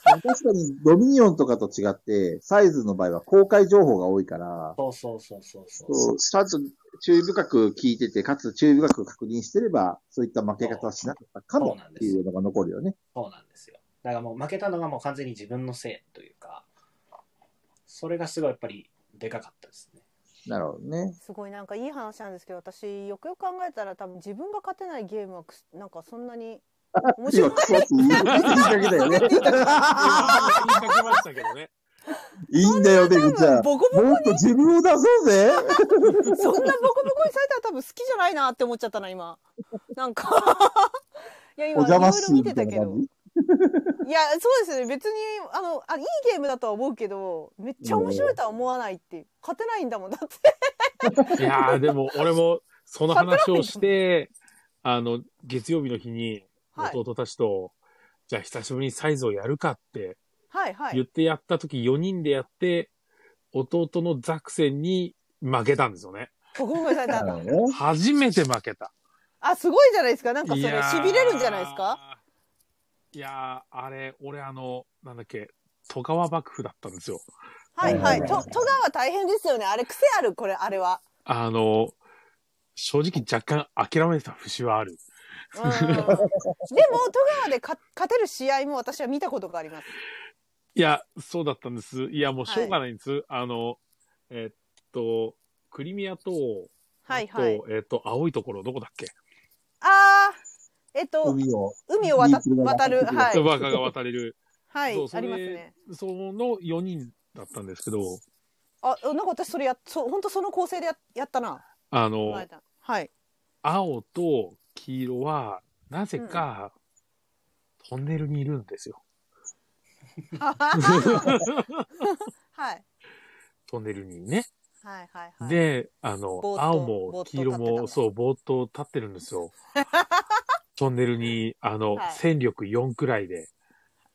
Speaker 1: 確かに、ドミニオンとかと違って、サイズの場合は公開情報が多いから、
Speaker 4: そうそうそうそうそう。
Speaker 1: そうちゃんと注意深く聞いてて、かつ注意深く確認してれば、そういった負け方はしなかったかもっていうのが残るよね。
Speaker 4: そうなんですよ。だからもう負けたのがもう完全に自分のせいというか、それがすごいやっぱりでかかったですね。
Speaker 1: なるほどね。
Speaker 3: すごいなんかいい話なんですけど、私よくよく考えたら多分自分が勝てないゲームはくすなんかそんなに面白
Speaker 1: 今、
Speaker 3: い。
Speaker 1: クソって言いかけだ よね。
Speaker 2: 言いかけましたけどね。
Speaker 1: いいんだよね、じゃあ。
Speaker 3: ボコボコ
Speaker 1: もっと自分を出そうぜ。
Speaker 3: そんなボコボコにされたら多分好きじゃないなって思っちゃったな今。なんか いや
Speaker 1: お
Speaker 3: 今い
Speaker 1: 邪
Speaker 3: ろ
Speaker 1: 魔
Speaker 3: い
Speaker 1: し
Speaker 3: ろ
Speaker 1: てみ
Speaker 3: 見
Speaker 1: た
Speaker 3: て
Speaker 1: いな
Speaker 3: たけど。
Speaker 1: 感
Speaker 3: いやそうですね別にあのあいいゲームだとは思うけどめっちゃ面白いとは思わないっていう勝てないんだもんだっ
Speaker 2: い
Speaker 3: て。
Speaker 2: やー、でも俺も、その話をして、あの、月曜日の日に、
Speaker 3: はい
Speaker 2: 弟たちと、じゃあ久しぶりにサイズをやるかって
Speaker 3: はいは
Speaker 2: 言
Speaker 3: い。
Speaker 2: ってやった時、4人でやって、弟のザクセンに負けたんですよね。
Speaker 3: ボコボコにされたんだ。
Speaker 1: じなのね
Speaker 2: 初めて負けた。
Speaker 3: あすごいじゃないですか。なんかそ
Speaker 2: い
Speaker 3: れ
Speaker 2: やー
Speaker 3: しびれるんじゃないですか。
Speaker 2: いやー、あれ、俺あの、なんだっけ、戸川幕府だったんですよ。
Speaker 3: はいはい。と、
Speaker 4: はい
Speaker 3: 戸川大変ですよね。あれ、癖ある、これ、あれは。
Speaker 2: あの、正直若干諦めてた節はある。
Speaker 3: うんでも、戸川でか勝てる試合も私は見たことがあります。
Speaker 2: いや、そうだったんです。いや、もうしょうがないんです。あの、えっと、クリミアと、
Speaker 3: はいはい
Speaker 2: あ。と、えっと、青いところ、どこだっけ、
Speaker 3: ああ、えっと、
Speaker 1: 海を。
Speaker 3: 海を渡
Speaker 1: 海を
Speaker 3: 渡る、は
Speaker 1: は
Speaker 2: バ
Speaker 3: い。
Speaker 2: カが渡れる。
Speaker 3: はい
Speaker 2: そう、そ
Speaker 3: あ
Speaker 2: れ
Speaker 3: りますね。
Speaker 2: その4人だったんですけど、
Speaker 3: あ、なんか私それや、そう、本当その構成でややったな。
Speaker 2: あの
Speaker 3: この、間 はい。
Speaker 2: 青と黄色は、なぜか、トンネルにいるんですよ。
Speaker 3: はい。
Speaker 2: トンネルにね。
Speaker 3: はいはいはい。、
Speaker 2: で、あの
Speaker 3: ぼーっ、と
Speaker 2: 青
Speaker 3: ぼー
Speaker 2: も
Speaker 3: っと
Speaker 2: 黄色
Speaker 3: 立ってたん
Speaker 2: も、
Speaker 3: だ
Speaker 2: そう、ぼーっと立ってるん ですよ。トンネルに、あの、
Speaker 3: はい
Speaker 2: 戦力4くらいで。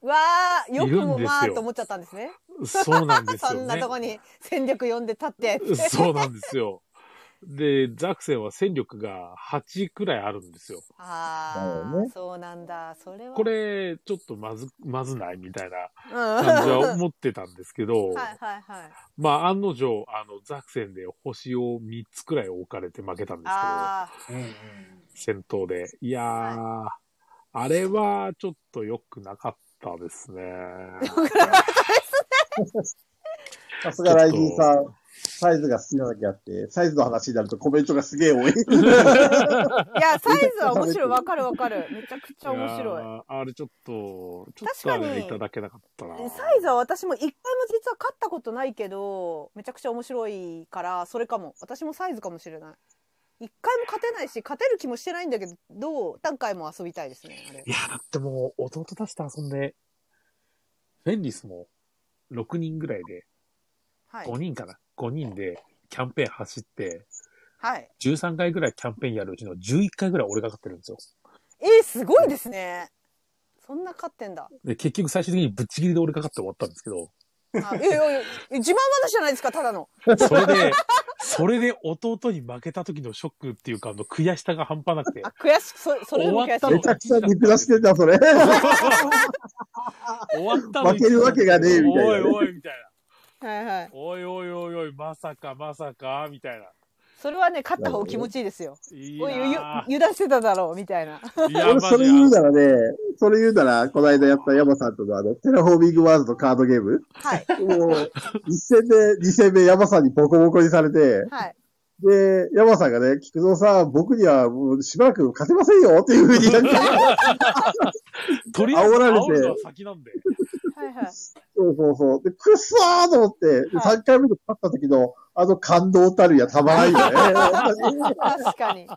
Speaker 3: わあ、よくもま
Speaker 2: いるんです
Speaker 3: あ
Speaker 2: よ
Speaker 3: と思っちゃったんですね。
Speaker 2: そうなんですよ、
Speaker 3: そ
Speaker 2: ね。
Speaker 3: んなとこに戦略読んで立 って。
Speaker 2: そうなんですよ。で、ザクセンは戦力が8くらいあるんですよ。
Speaker 3: あ
Speaker 1: だよ
Speaker 3: あ、
Speaker 1: ね
Speaker 3: そうなんだ。それは。
Speaker 2: こ、れ、ちょっとまず、まずないみたいな
Speaker 3: うん。は
Speaker 2: 感じ
Speaker 3: い
Speaker 2: は思ってたんですけど、
Speaker 3: はいはい。
Speaker 2: まあ、案の定、あの、ザクセンで星を3つくらい置かれて負けたんです
Speaker 3: ああ、
Speaker 4: うんうん
Speaker 2: けど、戦闘で。いやー、あれはちょっと良くなかったです ね。
Speaker 1: さすがライジンさん、サイズが好きなだけあって、サイズの話になるとコメントがすげえ多い。
Speaker 3: いや、サイズは面白い。わかるわかる。めちゃくちゃ面白い。
Speaker 2: やー。あれちょっと、ちょっ
Speaker 3: 確
Speaker 2: と
Speaker 3: か
Speaker 2: あ
Speaker 3: に
Speaker 2: れでいただけなかったな。
Speaker 3: サイズは私も一回も実は勝ったことないけどめちゃくちゃ面白いからそれかも私もサイズかもしれない一回も勝てないし勝てる気もしてないんだけどどう何回も遊びたいですねあれ
Speaker 2: いや、だってもう、弟たちと遊んで、フェンリスも6人ぐらいで、
Speaker 3: はい
Speaker 2: 5人かな、5人でキャンペーン走って、
Speaker 3: はい
Speaker 2: 13回ぐらいキャンペーンやるうちの11回ぐらい俺が勝ってるんですよ。
Speaker 3: えー、すごいですねそんな勝ってんだ
Speaker 2: で、結局最終的にぶっちぎりで俺が勝って終わったんですけど、
Speaker 3: あいやいやいや自慢話じゃないですかただの
Speaker 2: それで、それで弟に負けた時のショックっていうか、あの、悔しさが半端なくて
Speaker 3: あ、悔しくそそれでも
Speaker 2: 終わっ
Speaker 3: 悔したい
Speaker 2: の
Speaker 1: めちゃくちゃ見下してた、それ。
Speaker 2: 終わった
Speaker 1: 負けるわけがねえみたいな
Speaker 2: おいおい、みたいな。
Speaker 3: はいはい
Speaker 2: おいおいおいおい、まさかまさか、みたいな。
Speaker 3: それはね勝った方気持ちいいですよ
Speaker 2: いい
Speaker 3: おいゆ
Speaker 2: なぁ
Speaker 3: 油断してただろうみたいない
Speaker 2: や
Speaker 1: 俺、
Speaker 2: マジ
Speaker 1: それ言うならね、それ言うなら、この間やった山さんとのあの、テラフォーミングワールドカードゲーム。
Speaker 3: はい
Speaker 1: もう、一戦目、二戦目、山さんにボコボコにされて、
Speaker 3: はい
Speaker 1: で、山さんがね、菊蔵さん、僕にはもうしばらく勝てませんよっていうふうになんか
Speaker 2: とりあえず、
Speaker 1: 煽られて
Speaker 2: 煽るのは先なんで。
Speaker 3: はいはい
Speaker 1: そうそうそう。で、くっそーと思って、で
Speaker 3: はい
Speaker 1: 三回目で勝った時の、あの感動たるやたまらんよね。
Speaker 3: 確か に
Speaker 1: や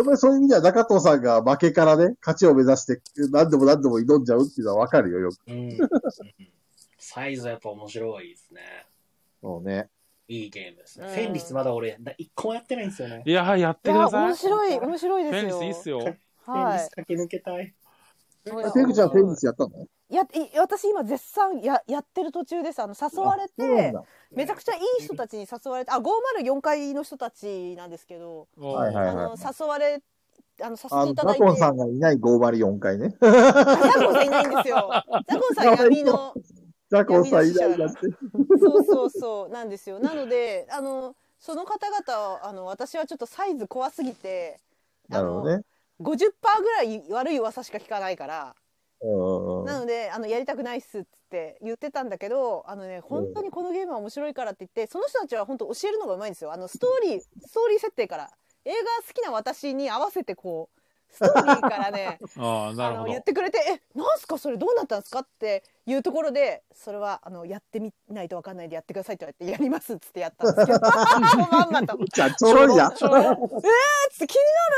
Speaker 1: っぱりそういう意味では中藤さんが負けからね、勝ちを目指して何度も何度も挑んじゃうっていうのはわかるよ、よく。
Speaker 4: うんうんサイズやっぱ面白いですね。
Speaker 1: そうね。
Speaker 4: いいゲームですね。
Speaker 3: うん
Speaker 4: フェンリスまだ俺、な一個もやってないんですよね。
Speaker 2: いやー、やっ
Speaker 3: い
Speaker 2: てく
Speaker 3: や
Speaker 2: ださい。
Speaker 3: 面白い面白いです
Speaker 2: フェ
Speaker 3: よ
Speaker 2: ンリスいいっすよ。
Speaker 4: フェン
Speaker 3: は
Speaker 4: リ
Speaker 3: い
Speaker 4: ス駆け抜けたい。
Speaker 3: はい
Speaker 1: あペグちゃん、フェンリスやったの
Speaker 3: いやい私今絶賛ややってる途中ですあの誘われ
Speaker 1: そうなん
Speaker 3: て
Speaker 1: だ。
Speaker 3: めちゃくちゃいい人たちに誘われてあ504階の人たちなんですけど、
Speaker 1: はいはい
Speaker 3: あの誘われあのさせ
Speaker 1: あ
Speaker 3: て
Speaker 1: の、
Speaker 3: いただ
Speaker 1: ザ
Speaker 3: いて
Speaker 1: コンさんがいない504回ね。
Speaker 3: あザコンさんいないんで すよザコンさん闇の
Speaker 1: ザコンさんいないなって。
Speaker 3: そうそうそうなんですよなのであのその方々あの私はちょっとサイズ怖すぎてあ
Speaker 1: なる
Speaker 3: の
Speaker 1: ほどね。
Speaker 3: 50%ぐらい悪い噂しか聞かないから。
Speaker 1: うんうんう。
Speaker 3: なんのであのやりたくないっすっつって言ってたんだけどあのね本当にこのゲームは面白いからって言ってその人たちは本当教えるのがうまいんですよあのストーリーストーリー設定から映画好きな私に合わせてこうストーリーからね
Speaker 2: あ あ、な
Speaker 3: あ
Speaker 2: るほ
Speaker 3: の
Speaker 2: ど
Speaker 3: 言っ。てくれて「えなんすかそれどうなったんですか?」っていうところでそれはあのやってみないとわかんないでやってくださいって言われて「やります」っつってやった んですけどまんまと。
Speaker 1: じゃあ、ちょろいや。
Speaker 3: つって気になる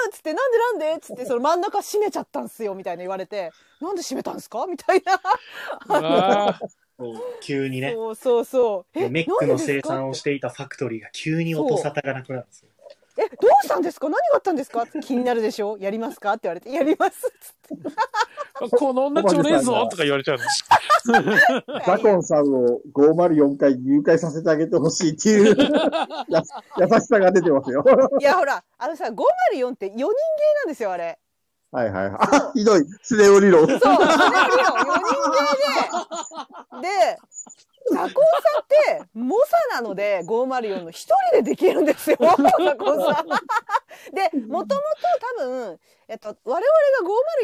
Speaker 3: っつってなんでなんでっつってその真ん中閉めちゃったんすよみたいな言われてなんで閉めたんすかみたいな
Speaker 2: あ
Speaker 4: そう急にね。
Speaker 3: そうそうそう。
Speaker 4: メック
Speaker 3: な
Speaker 4: の生
Speaker 3: ん
Speaker 4: 産
Speaker 3: で
Speaker 4: を
Speaker 3: です
Speaker 4: していたファクトリーが急に音沙汰がなくなるんですよ。
Speaker 3: かえ、どうしたんですか。何があったんですか。気になるでしょやりますかって言われて、やります。
Speaker 2: ーこの女ちょれえぞとか言われちゃうの。
Speaker 1: ザコンさんを504回入会させてあげてほしいっていうや優しさが出てますよ。
Speaker 3: いや、ほら、あのさ、504って四人芸なんですよ、あれ。
Speaker 1: はいはいはい。あ、ひどい。スネ夫理論。
Speaker 3: そう、それよりも4人組で、で、ザコンさんって、猛者なので、504の一人でできるんですよ、ザコンさん。で、もともと多分、えっと、我々が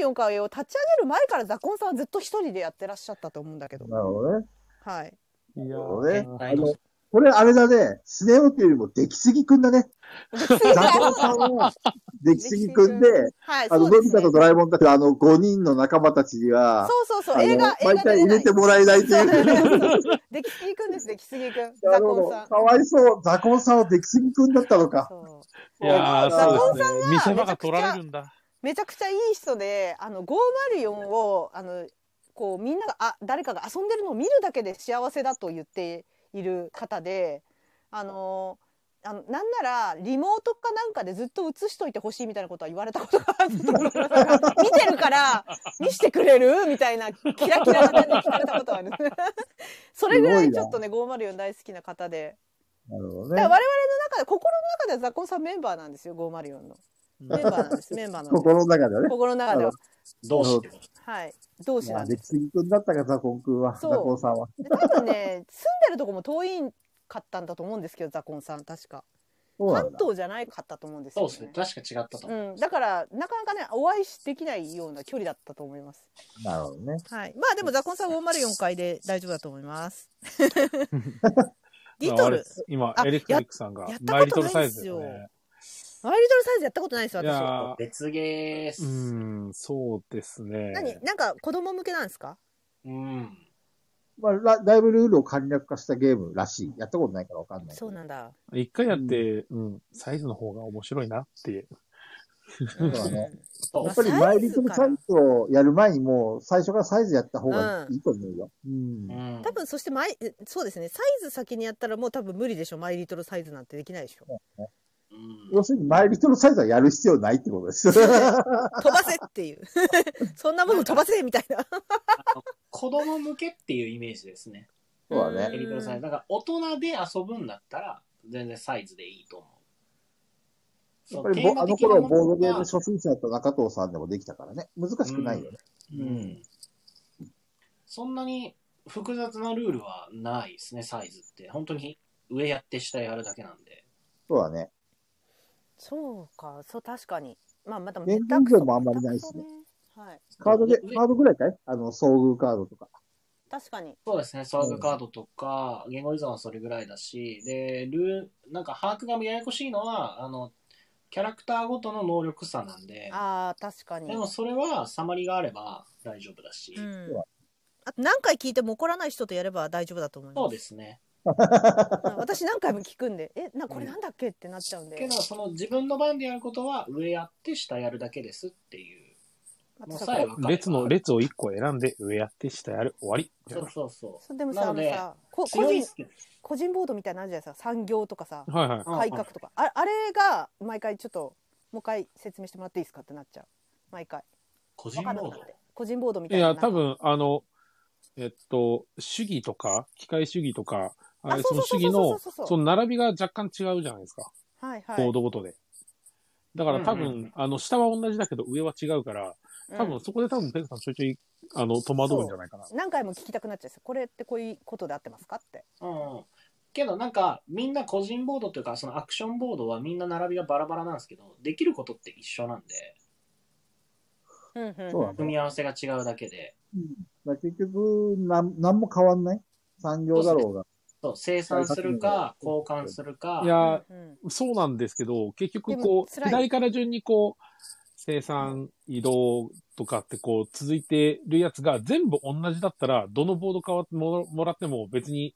Speaker 3: 504回を立ち上げる前からザコンさんはずっと一人でやってらっしゃったと思うんだけど。
Speaker 1: なるほどね。
Speaker 3: はい。
Speaker 2: いや
Speaker 1: そうね
Speaker 2: ー
Speaker 1: あの、これあれだね。スネ夫っていうよりも出来すぎくんだね。 ザコさんは出来すぎくんで、
Speaker 3: はい、
Speaker 1: あ
Speaker 3: そ
Speaker 1: の、
Speaker 3: うで
Speaker 1: のび
Speaker 3: す
Speaker 1: 太
Speaker 3: ね。
Speaker 1: とドラえもんたちのあの5人の仲間たちには、
Speaker 3: そうそうそう、
Speaker 1: あの
Speaker 3: 映画、映画
Speaker 1: 毎回入れてもらえないという。
Speaker 3: 出来すぎくんです、出来すぎくん。
Speaker 1: な
Speaker 3: ザ
Speaker 1: るほ
Speaker 3: コ
Speaker 1: ど。
Speaker 3: ンさん
Speaker 1: か。わいそう。ザコンさんは出来すぎくんだったのか。
Speaker 3: そう
Speaker 2: いやー
Speaker 1: ザコン
Speaker 2: そうですね。見せ
Speaker 3: さんが
Speaker 2: 場が取られるんだ。
Speaker 3: めちゃくちゃいい人であの504をあのこうみんながあ誰かが遊んでるのを見るだけで幸せだと言っている方であのあのなんならリモートかなんかでずっと映しといてほしいみたいなことは言われたことがある見てるから見してくれるみたいなキラキラな感じで聞かれたことはある それぐらいちょっとね504大好きな方で
Speaker 1: なるほど
Speaker 3: だから
Speaker 1: ね
Speaker 3: 我。々の中で心の中ではザコンさんメンバーなんですよ504のメンバーなんですメンバーなんです
Speaker 1: 心の中ではね。
Speaker 3: 心の中では
Speaker 4: どうしても。
Speaker 3: はい。同志
Speaker 1: ま
Speaker 3: な
Speaker 1: あ
Speaker 3: んで
Speaker 1: 出来すぎくんだったか、ザコンくんは。ザ
Speaker 3: そう
Speaker 1: コンさんは。
Speaker 3: で多分ね、住んでるとこも遠いかったんだと思うんですけど、ザコンさん、確か。
Speaker 1: そうな
Speaker 3: 関
Speaker 1: んだ。
Speaker 3: 東じゃないかったと思うんです
Speaker 4: そう
Speaker 3: よ、
Speaker 4: ですね。確か違ったと思う。
Speaker 3: うん、だから、なかなかね、お会いできないような距離だったと思います。
Speaker 1: なるほどね。
Speaker 3: はい。まあ、でも、ザコンさん504回で大丈夫だと思 います。リ
Speaker 2: まあ
Speaker 3: ト
Speaker 2: あ
Speaker 3: ル
Speaker 2: れ。今、
Speaker 3: あ
Speaker 2: エレクトリックさんが
Speaker 3: ややったこと
Speaker 2: マイリトルサイズだよ
Speaker 3: ないっす
Speaker 2: ね。
Speaker 3: マイリトルサイズやったことないですよ、
Speaker 2: いや
Speaker 3: 私。
Speaker 2: ー
Speaker 4: 別ゲーっす。
Speaker 2: うーん、そうですね。
Speaker 3: 何なんか、子供向けなんですか
Speaker 4: うん。
Speaker 1: まあ、らだいぶルールを簡略化したゲームらしい。やったことないからわかんない。
Speaker 3: そうなんだ。
Speaker 2: 一回やって、うん、サイズの方が面白いなって。
Speaker 1: うだね
Speaker 3: うん
Speaker 4: そう
Speaker 1: やっぱりマイリトルサイズをやる前にもう最初からサイズやった方がいいと思うよ。うん
Speaker 4: う。ん
Speaker 3: 多分、そして、マイ、そうですね、サイズ先にやったらもう多分無理でしょ、マイリトルサイズなんてできないでしょ。
Speaker 4: うん
Speaker 1: 要するにマイリトルサイズはやる必要ないってことです。
Speaker 3: 飛ばせっていうそんなもの飛ばせみたいな
Speaker 4: 子供向けっていうイメージですね。
Speaker 1: そうだ
Speaker 4: エ
Speaker 1: ね。
Speaker 4: リトルサイズ。だから大人で遊ぶんだったら、全然サイズでいいと思う。
Speaker 1: や
Speaker 4: そ
Speaker 1: っ
Speaker 4: う
Speaker 1: ぱり
Speaker 4: テ
Speaker 1: ぼ
Speaker 4: ーマ
Speaker 1: あの
Speaker 4: 的な
Speaker 1: 頃
Speaker 4: もの
Speaker 1: ボードゲーム
Speaker 4: は
Speaker 1: 初心者だった中藤さんでもできたからね。難しくないよね。
Speaker 4: うんそんなに複雑なルールはないですね、サイズって。本当に上やって下やるだけなんで。
Speaker 1: そうだね。
Speaker 3: そうかそう確かにまあまだ
Speaker 1: 年間上もあんまりないしね
Speaker 3: はい
Speaker 1: カードで、
Speaker 4: 上
Speaker 1: カードぐらいかいあの、遭遇カードとか。
Speaker 3: 確かに
Speaker 4: そうですね、サーグカードとか、言語依存はそれぐらいだし、で、ルー、なんか把握がややこしいのは、あの、キャラクターごとの能力差なんで、
Speaker 3: あー確かに
Speaker 4: でもそれはサマリがあれば大丈夫だし、
Speaker 3: うんあと何回聞いても怒らない人とやれば大丈夫だと思います
Speaker 4: そうですね。
Speaker 3: うん私何回も聞くんでえなこれなんだっけってなっちゃうんで
Speaker 4: けど、その自分の番でやることは上やって下やるだけですっていう。
Speaker 3: また
Speaker 4: もう
Speaker 3: さ
Speaker 4: さえ分かれば
Speaker 2: 列の、列を一個選んで、上やって、下やる、終わり。
Speaker 4: そうそうそ
Speaker 3: そうでも
Speaker 4: な
Speaker 3: さあ
Speaker 4: の
Speaker 3: の
Speaker 4: で
Speaker 3: さこ
Speaker 4: う。
Speaker 3: 個
Speaker 4: 強いっ
Speaker 3: 人
Speaker 4: すけど。
Speaker 3: 個人ボードみたいなのあるじゃないですか産業とかさ
Speaker 2: はいはい。
Speaker 4: うん
Speaker 3: 改革とかああれが毎回ちょっともう一回説明してもらっていいですかってなっちゃう毎回
Speaker 4: 個人
Speaker 3: 分かんな
Speaker 4: ボ
Speaker 3: く
Speaker 4: ー
Speaker 3: なっ
Speaker 4: ド
Speaker 3: て個人ボードみ
Speaker 2: い
Speaker 3: たいな
Speaker 2: や、
Speaker 3: なんか
Speaker 2: 多分、あの、えっと、主義とか、機械主義とか、あれ、
Speaker 3: そ
Speaker 2: そうの主
Speaker 3: そうそう
Speaker 2: 義
Speaker 3: そう
Speaker 2: の、
Speaker 3: そうそう
Speaker 2: その並びが若干違うじゃないですか。
Speaker 3: はいはい
Speaker 2: ボードごとで。だから多分、
Speaker 4: うんうんうん
Speaker 2: あの、下は同じだけど上は違うから、多分そこで多分ペグさんちょいちょい、あの、戸惑うんじゃないかな。
Speaker 3: うん何回も聞きたくなっちゃうんですよこれってこういうことで合ってますかって
Speaker 4: うんうん。けどなんか、みんな個人ボードというか、そのアクションボードはみんな並びがバラバラなんですけど、できることって一緒なんで、
Speaker 3: うんうんうん
Speaker 1: そうだね。
Speaker 4: 組み合わせが違うだけで、
Speaker 1: まあ結局、なん、なんも変わんない産業だろうが。
Speaker 4: そう生産するか、交換するか、
Speaker 2: いや、
Speaker 3: うん
Speaker 2: そうなんですけど、結局
Speaker 3: で
Speaker 2: こ
Speaker 3: も
Speaker 2: う、
Speaker 3: 辛い
Speaker 2: 左から順にこう、生産、移動とかってこう続いてるやつが全部同じだったら、どのボードかわももらっても別に、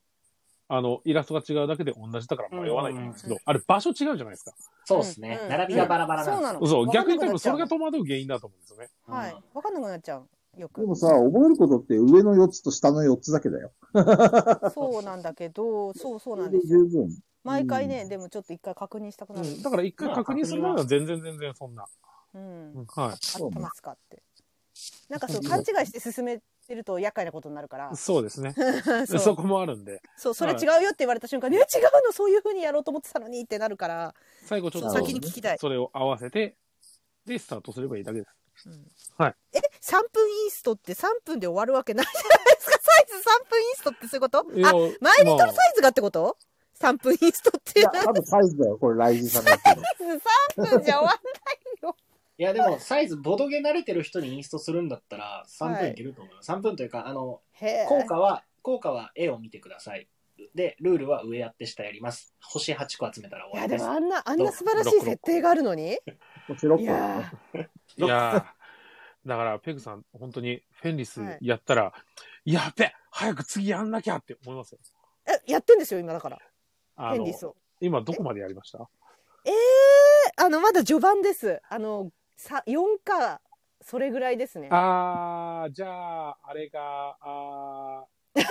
Speaker 2: あの、イラストが違うだけで同じだから迷わないと思うんですけど、
Speaker 3: うん
Speaker 2: あれ場所違うじゃないですか。
Speaker 4: そうですね、
Speaker 3: うん
Speaker 4: 並びがバラバラ
Speaker 3: そうな
Speaker 4: な
Speaker 3: ん
Speaker 4: で
Speaker 3: の
Speaker 2: そう、
Speaker 3: わかん
Speaker 2: 逆に多
Speaker 3: なくな
Speaker 2: 分
Speaker 3: っちゃ
Speaker 2: そうれが戸惑う原因だと思うんですよね。
Speaker 4: す。
Speaker 3: はい分かんなくなっちゃうよ
Speaker 1: で
Speaker 3: く
Speaker 1: もさ、覚えることって上の4つと下の4つだけだよ。
Speaker 3: そうなんだけどそうそうなん
Speaker 1: で
Speaker 3: です
Speaker 1: 十
Speaker 3: よ
Speaker 1: 分。
Speaker 3: 毎回ねでもちょっと一回確認したくなる
Speaker 2: だから一回確認するのは全然全然そんな。
Speaker 3: うん
Speaker 2: う
Speaker 3: 合
Speaker 2: んはい。
Speaker 3: ってますかってなんかそう勘違いして進めてると厄介なことになるから
Speaker 2: そうです ね。
Speaker 3: そ
Speaker 2: そうこもあるんで。
Speaker 3: そうそれ
Speaker 2: はい
Speaker 3: 違うよって言われた瞬間に「え違うのそういうふうにやろうと思ってたのに」ってなるから
Speaker 2: 最後ちょっ
Speaker 3: そ
Speaker 2: と
Speaker 3: う
Speaker 1: なるほど
Speaker 3: 先に聞きたい
Speaker 2: それを合わせて、で、スタートすればいいだけです。
Speaker 3: うん
Speaker 2: はい。
Speaker 3: え、3分インストって3分で終わるわけないじゃないですか。 サイズ3分インストってそういうこと
Speaker 2: いや
Speaker 3: あ、マイリトルサイズがってこと ?3 分インストって
Speaker 1: い
Speaker 3: いう
Speaker 1: や、
Speaker 3: のは
Speaker 1: 多分サイズだよ、これ、ライジンさんが言ってるの。
Speaker 3: 3分じゃ終わんない
Speaker 4: いや、でも、サイズ、ボドゲ慣れてる人にインストするんだったら、3分いけると思います。3分というか、あの、
Speaker 3: へ
Speaker 4: 効果は、効果は絵を見てください。で、ルールは上やって下やります。星8個集めたら
Speaker 3: い
Speaker 4: 終わ
Speaker 3: や
Speaker 4: り
Speaker 3: で
Speaker 4: で
Speaker 3: も
Speaker 4: す。
Speaker 3: あんなあんな素晴らしい設定があるのに
Speaker 1: こっち6個
Speaker 3: い
Speaker 1: だよね
Speaker 3: や。
Speaker 2: い やーだから、ペグさん、本当に、フェンリスやったら、やっべ早く次やんなきゃって思いますよ。
Speaker 3: ーえやってんですよ今だから
Speaker 2: あ
Speaker 3: ヘ
Speaker 2: の
Speaker 3: ンリスを
Speaker 2: 今、どこまでやりました
Speaker 3: ええー、あのまだ序盤ですあのさ4かそれぐらいですねま
Speaker 2: あー、じゃあ、あれが、あ
Speaker 3: だ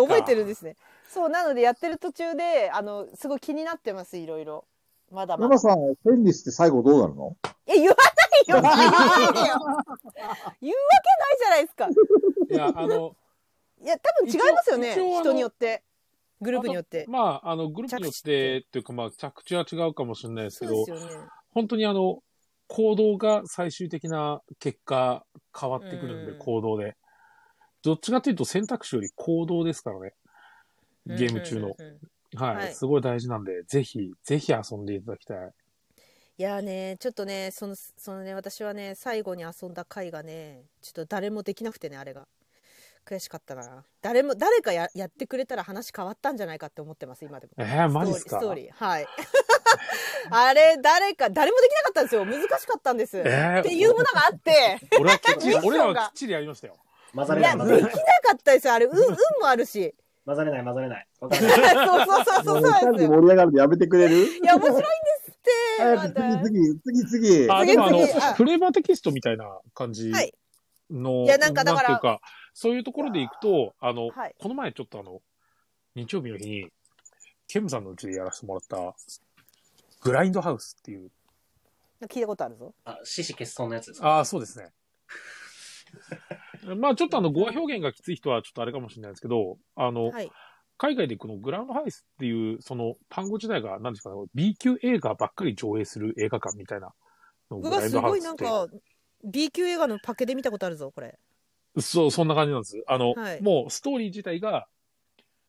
Speaker 3: 覚えてるんですねそうなのでやってる途中であのすごい気になってますいろいろまだま
Speaker 1: ナナ
Speaker 3: だ
Speaker 1: さん、フェンリスって最後どうなるの
Speaker 3: え 言わないよ言わないよ言うわけないじゃないですか
Speaker 2: ー、い や、あの、
Speaker 3: いや多分違いますよね
Speaker 2: 一応一応あの
Speaker 3: 人によってグループによって
Speaker 2: まあ、あの、グループによっ
Speaker 3: 着地って
Speaker 2: て、というか、まあ、着地は違うかもしれないですけ
Speaker 3: そう
Speaker 2: ど
Speaker 3: です、よね
Speaker 2: 本当にあの、行動が最終的な結果変わってくるんで、
Speaker 3: うん
Speaker 2: 行動で。どっちかというと選択肢より行動ですからね。ゲーム中の
Speaker 3: うん。うんうんうん
Speaker 2: はい、
Speaker 3: はい
Speaker 2: すごい大事なんで、ぜひ、ぜひ遊んでいただきたい。
Speaker 3: いやーねちょっとねそのそのね私はね最後に遊んだ回がねちょっと誰もできなくてねあれが悔しかったな誰も誰かややってくれたら話変わったんじゃないかって思ってます今でも
Speaker 2: えー、マジっすか
Speaker 3: ストーリーストーリーはい あれ誰か誰もできなかったんですよ難しかったんです、
Speaker 2: ー
Speaker 3: っていうものがあって
Speaker 2: 俺はきっち
Speaker 3: ミ
Speaker 2: り
Speaker 3: ッション、が
Speaker 2: 俺らはきっちりやりましたよ。
Speaker 4: 混ざれ
Speaker 3: い
Speaker 4: な
Speaker 3: や
Speaker 4: い、
Speaker 3: で
Speaker 4: 混
Speaker 3: き
Speaker 4: ざ
Speaker 3: な
Speaker 4: れな
Speaker 3: か
Speaker 4: い。
Speaker 3: ったですよあれ運運もあるし
Speaker 4: 混ざれない、混ざれない。わかんない。
Speaker 3: そうそうそ
Speaker 1: も
Speaker 3: うそうう
Speaker 1: 二
Speaker 3: そう
Speaker 1: 人
Speaker 3: です
Speaker 1: で
Speaker 3: よ
Speaker 1: 盛り上がるのやめてくれる
Speaker 3: いや面白いんですって
Speaker 1: 早く
Speaker 3: また
Speaker 1: 次次、次次。
Speaker 2: あ、でもあの
Speaker 3: 次々あ、
Speaker 2: フレーバーテキストみたいな感じ
Speaker 3: はい
Speaker 2: の、
Speaker 3: いやなんかだから
Speaker 2: ていうか、そういうところでいくと、あの、
Speaker 3: はい
Speaker 2: この前ちょっとあの、日曜日の日に、ケムさんのうちでやらせてもらった、グラインドハウスっていう、
Speaker 3: 聞いたことあるぞ
Speaker 4: あ、 獅子欠損のやつですか
Speaker 2: ああ、そう ですね。まあちょっとあの、語話表現がきつい人はちょっとあれかもしれないですけど、あの、
Speaker 3: はい
Speaker 2: 海外でこのグラウンドハウスっていう、その単語自体が何ですかね、B 級映画ばっかり上映する映画館みたいなのを
Speaker 3: う
Speaker 2: グ
Speaker 3: わ
Speaker 2: ライン
Speaker 3: す
Speaker 2: ドハ
Speaker 3: ご
Speaker 2: ウ
Speaker 3: い
Speaker 2: ス
Speaker 3: なん
Speaker 2: って。
Speaker 3: か B 級映画のパケで見たことあるぞこれ
Speaker 2: そう、そんな感じなんです。あの、
Speaker 3: はい
Speaker 2: もうストーリー自体が、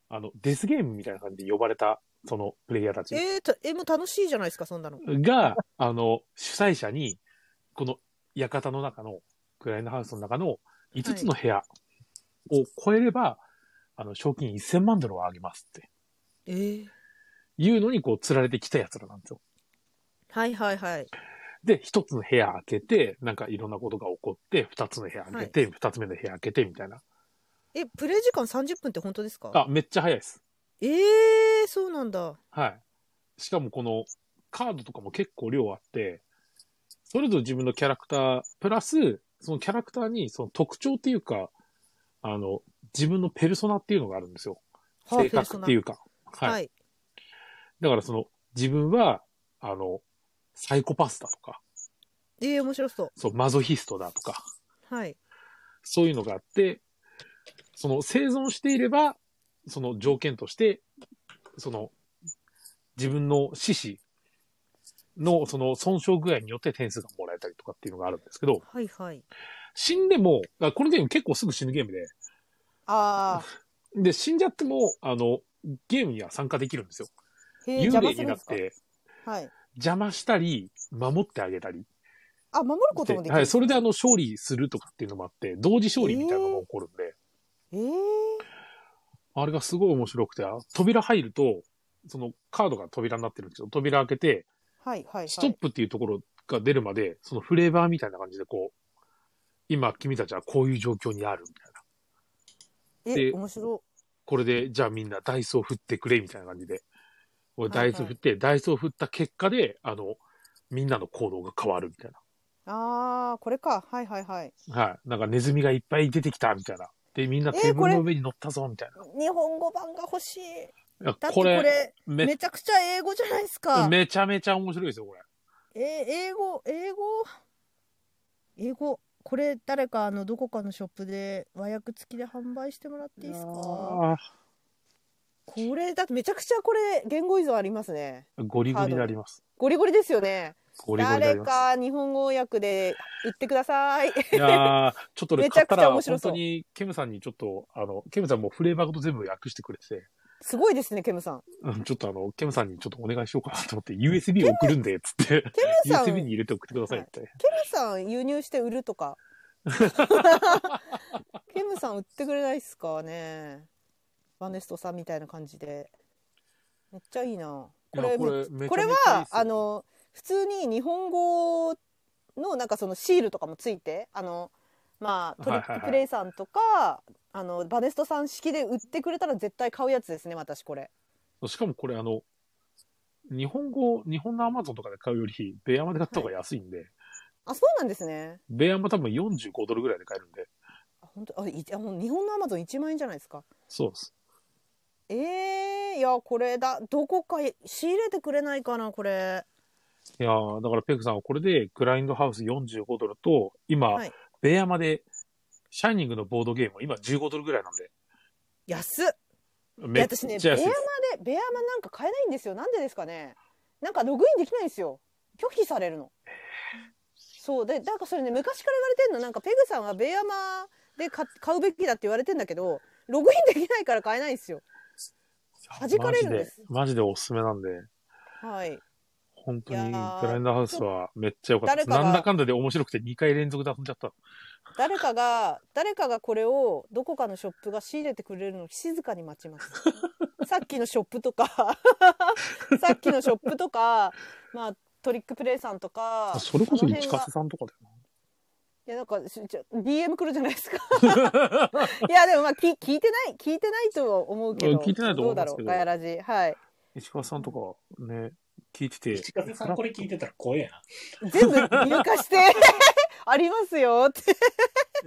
Speaker 2: あの、デスゲームみたいな感じで呼ばれた、そのプレイヤーたち
Speaker 3: えー、たえもう楽しいじゃないですかそんなの
Speaker 2: が、あの、主催者に、この館の中の、クラインドハウスの中の5つの部屋を超えれば、あの、賞金1000万ドルをあげますって
Speaker 3: えー、
Speaker 2: いうのに、こう、釣られてきた奴らなんですよ。
Speaker 3: はいはいはい
Speaker 2: で、一つの部屋開けて、なんかいろんなことが起こって、二つの部屋開けて、二、つ目の部屋開けて、みたいな。
Speaker 3: えプレイ時間30分って本当ですか
Speaker 2: あ、めっちゃ早いです。
Speaker 3: えー、そうなんだ
Speaker 2: はい。しかもこのカードとかも結構量あって、それぞれ自分のキャラクター、プラス、そのキャラクターにその特徴っていうか、あの、自分のペルソナっていうのがあるんですよ。
Speaker 3: はあ
Speaker 2: 性格っていうか。
Speaker 3: ペルソナ
Speaker 2: はい。
Speaker 3: はい、
Speaker 2: だからその、自分は、あの、サイコパスだとか、
Speaker 3: えー、面白そ
Speaker 2: そう、マゾヒストだとか、
Speaker 3: うはい
Speaker 2: そういうのがあって、その生存していれば、その条件として、その自分の死死のその損傷具合によって点数がもらえたりとかっていうのがあるんですけど、
Speaker 3: はいはい
Speaker 2: 死んでも、あこのゲーム結構すぐ死ぬゲームで、
Speaker 3: あ
Speaker 2: で、死んじゃっても、あの、ゲームには参加できるんですよ。
Speaker 3: ーへー
Speaker 2: 幽
Speaker 3: 邪魔
Speaker 2: 霊
Speaker 3: す
Speaker 2: に
Speaker 3: るん
Speaker 2: な
Speaker 3: で
Speaker 2: っ
Speaker 3: すか
Speaker 2: て、
Speaker 3: はい
Speaker 2: 邪魔したり、守ってあげたり。
Speaker 3: あ守ることもできる
Speaker 2: はい、それであの、勝利するとかっていうのもあって、同時勝利みたいなのが起こるんで、
Speaker 3: えー、
Speaker 2: あれがすごい面白くて、あ扉入ると、そのカードが扉になってるんですけど、扉開けて、
Speaker 3: はいはいはい
Speaker 2: ストップっていうところが出るまで、そのフレーバーみたいな感じでこう、今君たちはこういう状況にあるみたいな。
Speaker 3: え
Speaker 2: で
Speaker 3: 面白
Speaker 2: これで、じゃあみんなダイスを振ってくれみたいな感じで。これ
Speaker 3: は
Speaker 2: ダ
Speaker 3: いはい
Speaker 2: イス振って、ダイスを振った結果で、あの、みんなの行動が変わるみたい
Speaker 3: あーこれかはいはいはい
Speaker 2: な。はい。なんかネズミがいっぱい出てきたみたいな。で、みんな
Speaker 3: えー
Speaker 2: テーブ
Speaker 3: こ
Speaker 2: ル
Speaker 3: れ
Speaker 2: の上に乗ったぞみたい
Speaker 3: 日本語版が欲しい
Speaker 2: な。いや
Speaker 3: だって
Speaker 2: こ
Speaker 3: これ
Speaker 2: れ、め
Speaker 3: めちゃくちゃ英語じゃないですか
Speaker 2: めちゃめちゃ面白いですよ、これ。
Speaker 3: えー英語英語英語これ誰かあのどこかのショップで和訳付きで販売してもらっていいですかこ
Speaker 2: あ
Speaker 3: れだってめちゃくちゃこれ言語依存ありますね
Speaker 2: ーゴリゴリになります。
Speaker 3: ゴリゴリですよね
Speaker 2: ゴリゴリであり
Speaker 3: 誰
Speaker 2: ます。
Speaker 3: か日本語訳で売ってください。
Speaker 2: いやーちょっとね、
Speaker 3: めち
Speaker 2: 買っ
Speaker 3: ゃ
Speaker 2: た
Speaker 3: くちゃ
Speaker 2: ら
Speaker 3: 面白
Speaker 2: 本
Speaker 3: そう
Speaker 2: 当にケムさんにちょっと、あの、ケムさんもフレーバーごと全部訳してくれてて、
Speaker 3: すごいですね、ケムさん。
Speaker 2: うん、ちょっとあの、ケムさんにちょっとお願いしようかなと思って、USB 送るんで、つ って、
Speaker 3: ケムさん、ケ
Speaker 2: USB に
Speaker 3: ム
Speaker 2: 入れて送ってくださいって。
Speaker 3: さん輸入して売ると か。ケムさん売ってくれないっすかね。バネストさんみたいな感じで。めっちゃいいな。これ、こ
Speaker 2: め
Speaker 3: れは、あ、の、普通に日本語のなんかそのシールとかもついて、あの、まあ、ト
Speaker 2: は
Speaker 3: リ
Speaker 2: いはいは
Speaker 3: ッ
Speaker 2: い
Speaker 3: クプレイさんとか、あのバネストさん式で売ってくれたら絶対買うやつですね私これ
Speaker 2: しかもこれあの、日本語、日本の Amazon とかで買うより、ベアマで買った方が安いんで、
Speaker 3: あそうなんですね
Speaker 2: ベアマ多分45ドルぐらいで買えるんで、
Speaker 3: あ本当あいあもう日本のアマゾン1万円じゃないですか
Speaker 2: そうです。
Speaker 3: ええいやこれだどこかへ仕入れてくれないかなこれ
Speaker 2: いやーだからペグさんはこれで、グラインドハウス45ドルと、今、
Speaker 3: はい
Speaker 2: ベアマで、シャイニングのボードゲーム、今15ドルぐらいなんで、
Speaker 3: 安っい
Speaker 2: め
Speaker 3: や
Speaker 2: っ
Speaker 3: 私ね
Speaker 2: ち
Speaker 3: ベ
Speaker 2: ゃ
Speaker 3: ア
Speaker 2: 安
Speaker 3: マ
Speaker 2: い
Speaker 3: で
Speaker 2: です。
Speaker 3: ベアマなんか買えないんですよなんでですかねなんかログインできないんですよ拒否されるのそうでだからそれね昔から言われてんのなんかペグさんはベアマで買買うべきだって言われてんだけどログインできないから買えないんですよ弾かれるんです
Speaker 2: マジでマジでおすすめなんで、
Speaker 3: はい
Speaker 2: 本当に
Speaker 3: い
Speaker 2: グ
Speaker 3: やー
Speaker 2: ラインドハウスはめっちゃ良かったです。
Speaker 3: 誰かが
Speaker 2: なんだかんだで面白くて2回連続で遊んじゃった。
Speaker 3: 誰かが誰かがこれをどこかのショップが仕入れてくれるのを静かに待ちます さっきのショップとかさっきのショップとかまあトリックプレイさんとか
Speaker 2: それこそ
Speaker 3: の
Speaker 2: 市
Speaker 3: 辺が
Speaker 2: 川さんとかだよ
Speaker 3: いやなんかしちょ DM 来るじゃないですか
Speaker 2: な。
Speaker 3: いやでもまあき聞いてない聞いてないとは思うけ
Speaker 2: う
Speaker 3: ど
Speaker 2: ん聞いてないと思うんですけど
Speaker 3: どうだろうガヤラジはい
Speaker 2: 市川さんとかね、聞いてて。
Speaker 4: 石川さんこれ聞いてたら怖えな。
Speaker 3: 全部入荷して ありますよって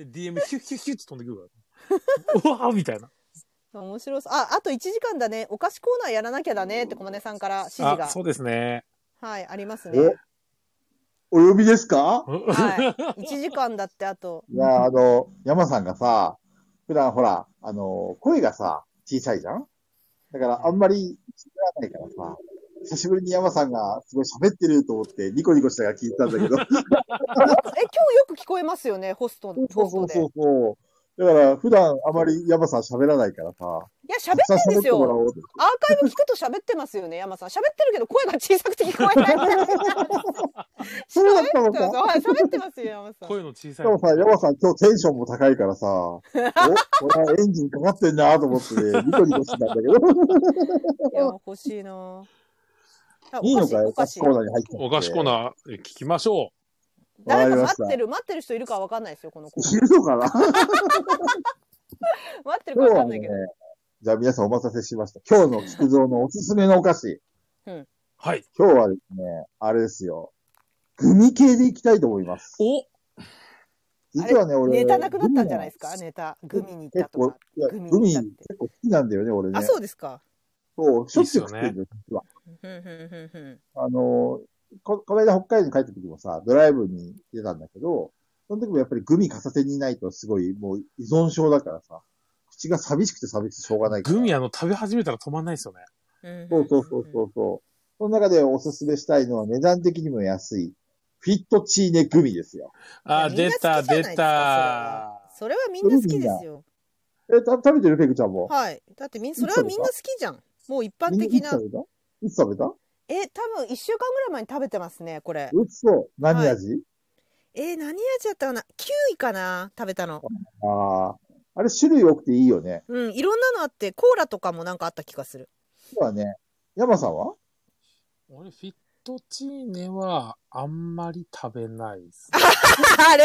Speaker 2: DM ヒュッヒュッヒュッって飛んでくるから。うわーみたいな。
Speaker 3: 面白そうああと1時間だねお菓子コーナーやらなきゃだねって小金さんから指示
Speaker 2: あ、
Speaker 3: が
Speaker 2: そうですね。
Speaker 3: はいありますね
Speaker 1: おお呼びですか
Speaker 3: はい。1時間だって あと。
Speaker 1: いや、あの、山さんがさ、普段ほら、あの、声がさ、小さいじゃんだからあんまり喋らないからさ、久しぶりに山さんがすごい喋ってると思って、ニコニコしたから聞いてたんだ けど、
Speaker 3: え、今日よく聞こえますよね、ホスト、
Speaker 1: そ
Speaker 3: ホ
Speaker 1: うそう
Speaker 3: ストで。
Speaker 1: そうそう。だから普段あまり山さん喋らないからさ、
Speaker 3: いや、喋ってんです
Speaker 1: たくさん喋ってもら
Speaker 3: よ。
Speaker 1: おうと
Speaker 3: アーカイブ聞くと喋ってますよね、山さん。喋ってるけど声が小さくて聞こえない。喋って
Speaker 1: そうだったの
Speaker 3: ます
Speaker 1: か。
Speaker 3: はい、喋ってますよ、山さん。
Speaker 2: 声の小さ
Speaker 1: で
Speaker 2: いの。
Speaker 1: もさ、山さん今日テンションも高いから さ、お、これはエンジンかかってんなと思って、ニコニコしてたんだけ ど。
Speaker 3: いや、欲しいなあ
Speaker 1: いいのかよ、
Speaker 3: お
Speaker 1: お
Speaker 3: か
Speaker 1: 菓
Speaker 3: し
Speaker 1: 子
Speaker 3: い
Speaker 1: コーナーに入ってきて。
Speaker 2: お菓子コー
Speaker 1: ー。
Speaker 2: ナー聞きましょ
Speaker 1: わかり
Speaker 3: 誰か
Speaker 1: ま
Speaker 3: 待
Speaker 1: した
Speaker 3: ってる、待ってる人いるかわかんないですよ、この子。
Speaker 1: いるのかな
Speaker 3: 待って
Speaker 1: 今
Speaker 3: るか
Speaker 1: 日
Speaker 3: わか
Speaker 1: は
Speaker 3: んない
Speaker 1: ね
Speaker 3: けど。、
Speaker 1: じゃあ皆さんお待たせしました。今日の菊蔵のおすすめのお菓子。
Speaker 2: う。はい。
Speaker 1: 今日はですね、あれですよ。グミ系でいきたいと思います。
Speaker 2: お
Speaker 1: 実はね、俺。
Speaker 3: ネタなくなったんじゃないですか、ネタ。グミに行った
Speaker 1: 結
Speaker 3: と
Speaker 1: 構
Speaker 3: か。、
Speaker 1: いや
Speaker 3: グミ
Speaker 1: グミ
Speaker 3: だって
Speaker 1: 結構好きなんだよね、俺ね。
Speaker 3: あ、そうですか。
Speaker 1: そう、しょっちゅう食ってるんだよ、実は。
Speaker 3: ふんふんふんふん。
Speaker 1: あの、こ、この間北海道に帰った時もさ、ドライブに出たんだけど、その時もやっぱりグミ片手にいないとすごいもう依存症だからさ、口が寂しくて寂しくてしょうがないから。
Speaker 2: グミあの、食べ始めたら止まんないですよね。
Speaker 3: うん
Speaker 1: そうそうそうそうそう。その中でおすすめしたいのは値段的にも安い、フィットチーネグミですよ。
Speaker 2: あ、
Speaker 3: いや
Speaker 2: 出た、
Speaker 3: みんな好きじゃないで
Speaker 2: 出
Speaker 3: すか
Speaker 2: た。
Speaker 3: それはみんな好きですよ。
Speaker 1: え、た食べてるペグちゃんも。
Speaker 3: はい。だってみん、それはみんな好きじゃん。もう一般的な。
Speaker 1: みんいつ食べたい
Speaker 3: え、多分一週間ぐらい前に食べてますね、これ
Speaker 1: つ食べ。たうつそう。何味、
Speaker 3: えー何味だったかなキウイかな食べたの。
Speaker 1: ああ。あれ種類多くていいよね。
Speaker 3: うん、いろんなのあって、コーラとかもなんかあった気がする。
Speaker 1: そうだね。ヤマさんは
Speaker 2: 俺、フィットチーネは、あんまり食べないです。
Speaker 3: あれ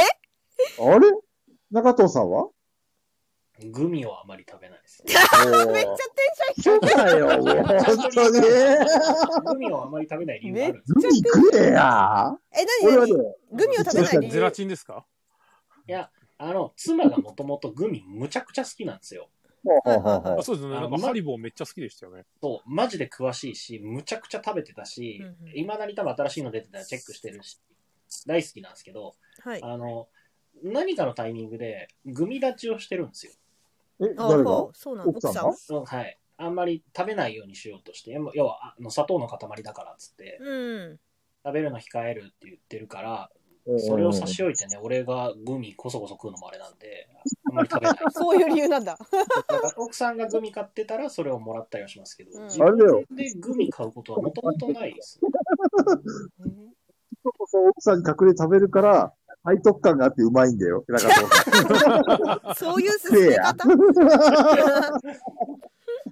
Speaker 1: あれ中藤さんは
Speaker 4: グミをあまり食べな いです。
Speaker 3: めっちゃ
Speaker 1: め
Speaker 3: テンション低い。
Speaker 1: だよ、もう。本当に。
Speaker 4: グミをあまり食べない理由があるんです。
Speaker 1: グミ食えや。
Speaker 3: え、なに
Speaker 1: 俺
Speaker 3: な
Speaker 1: はね
Speaker 3: に、グミを食べない理
Speaker 2: ゼラ
Speaker 3: 由。
Speaker 2: チンですか
Speaker 4: いや、あの、妻がもともとグミむちゃくちゃ好きなんですよ。
Speaker 1: ほうほうほう
Speaker 3: は
Speaker 1: ほ
Speaker 2: あ
Speaker 1: う。
Speaker 2: そうですね。なん
Speaker 4: あ
Speaker 2: か
Speaker 4: ま
Speaker 2: ハリボーめっちゃ好きでしたよね。
Speaker 4: そう、マジで詳しいし、むちゃくちゃ食べてたし
Speaker 3: うんう、ん
Speaker 4: いま、だに多分新しいの出てたらチェックしてるし、大好きなんですけど、
Speaker 3: はい。
Speaker 4: あの、何かのタイミングでグミ立ちをしてるんですよ。
Speaker 1: え、
Speaker 3: あ
Speaker 1: 誰が
Speaker 3: そうそうなの。
Speaker 1: 奥
Speaker 3: 奥
Speaker 1: さん
Speaker 3: さ
Speaker 1: が
Speaker 3: ん。
Speaker 4: うん、はい。あんまり食べないようにしようとして、もう要は、あの、砂糖の塊だからっつって、
Speaker 3: うん。
Speaker 4: 食べるの控えるって言ってるから、
Speaker 1: うん
Speaker 4: それを差し置いてね、俺がグミこそこそ食うのもあれなんで、あんまり食べない。
Speaker 3: そういう理由なんだ。
Speaker 4: だから奥さんがグミ買ってたらそれをもらったりはしますけど、
Speaker 3: うん
Speaker 4: 自分でグミ買うことはもともとないです。
Speaker 1: そうそう奥さんに隠れて食べるから、背徳感があってうまいんだよ。なんかそう
Speaker 3: そういう進め方。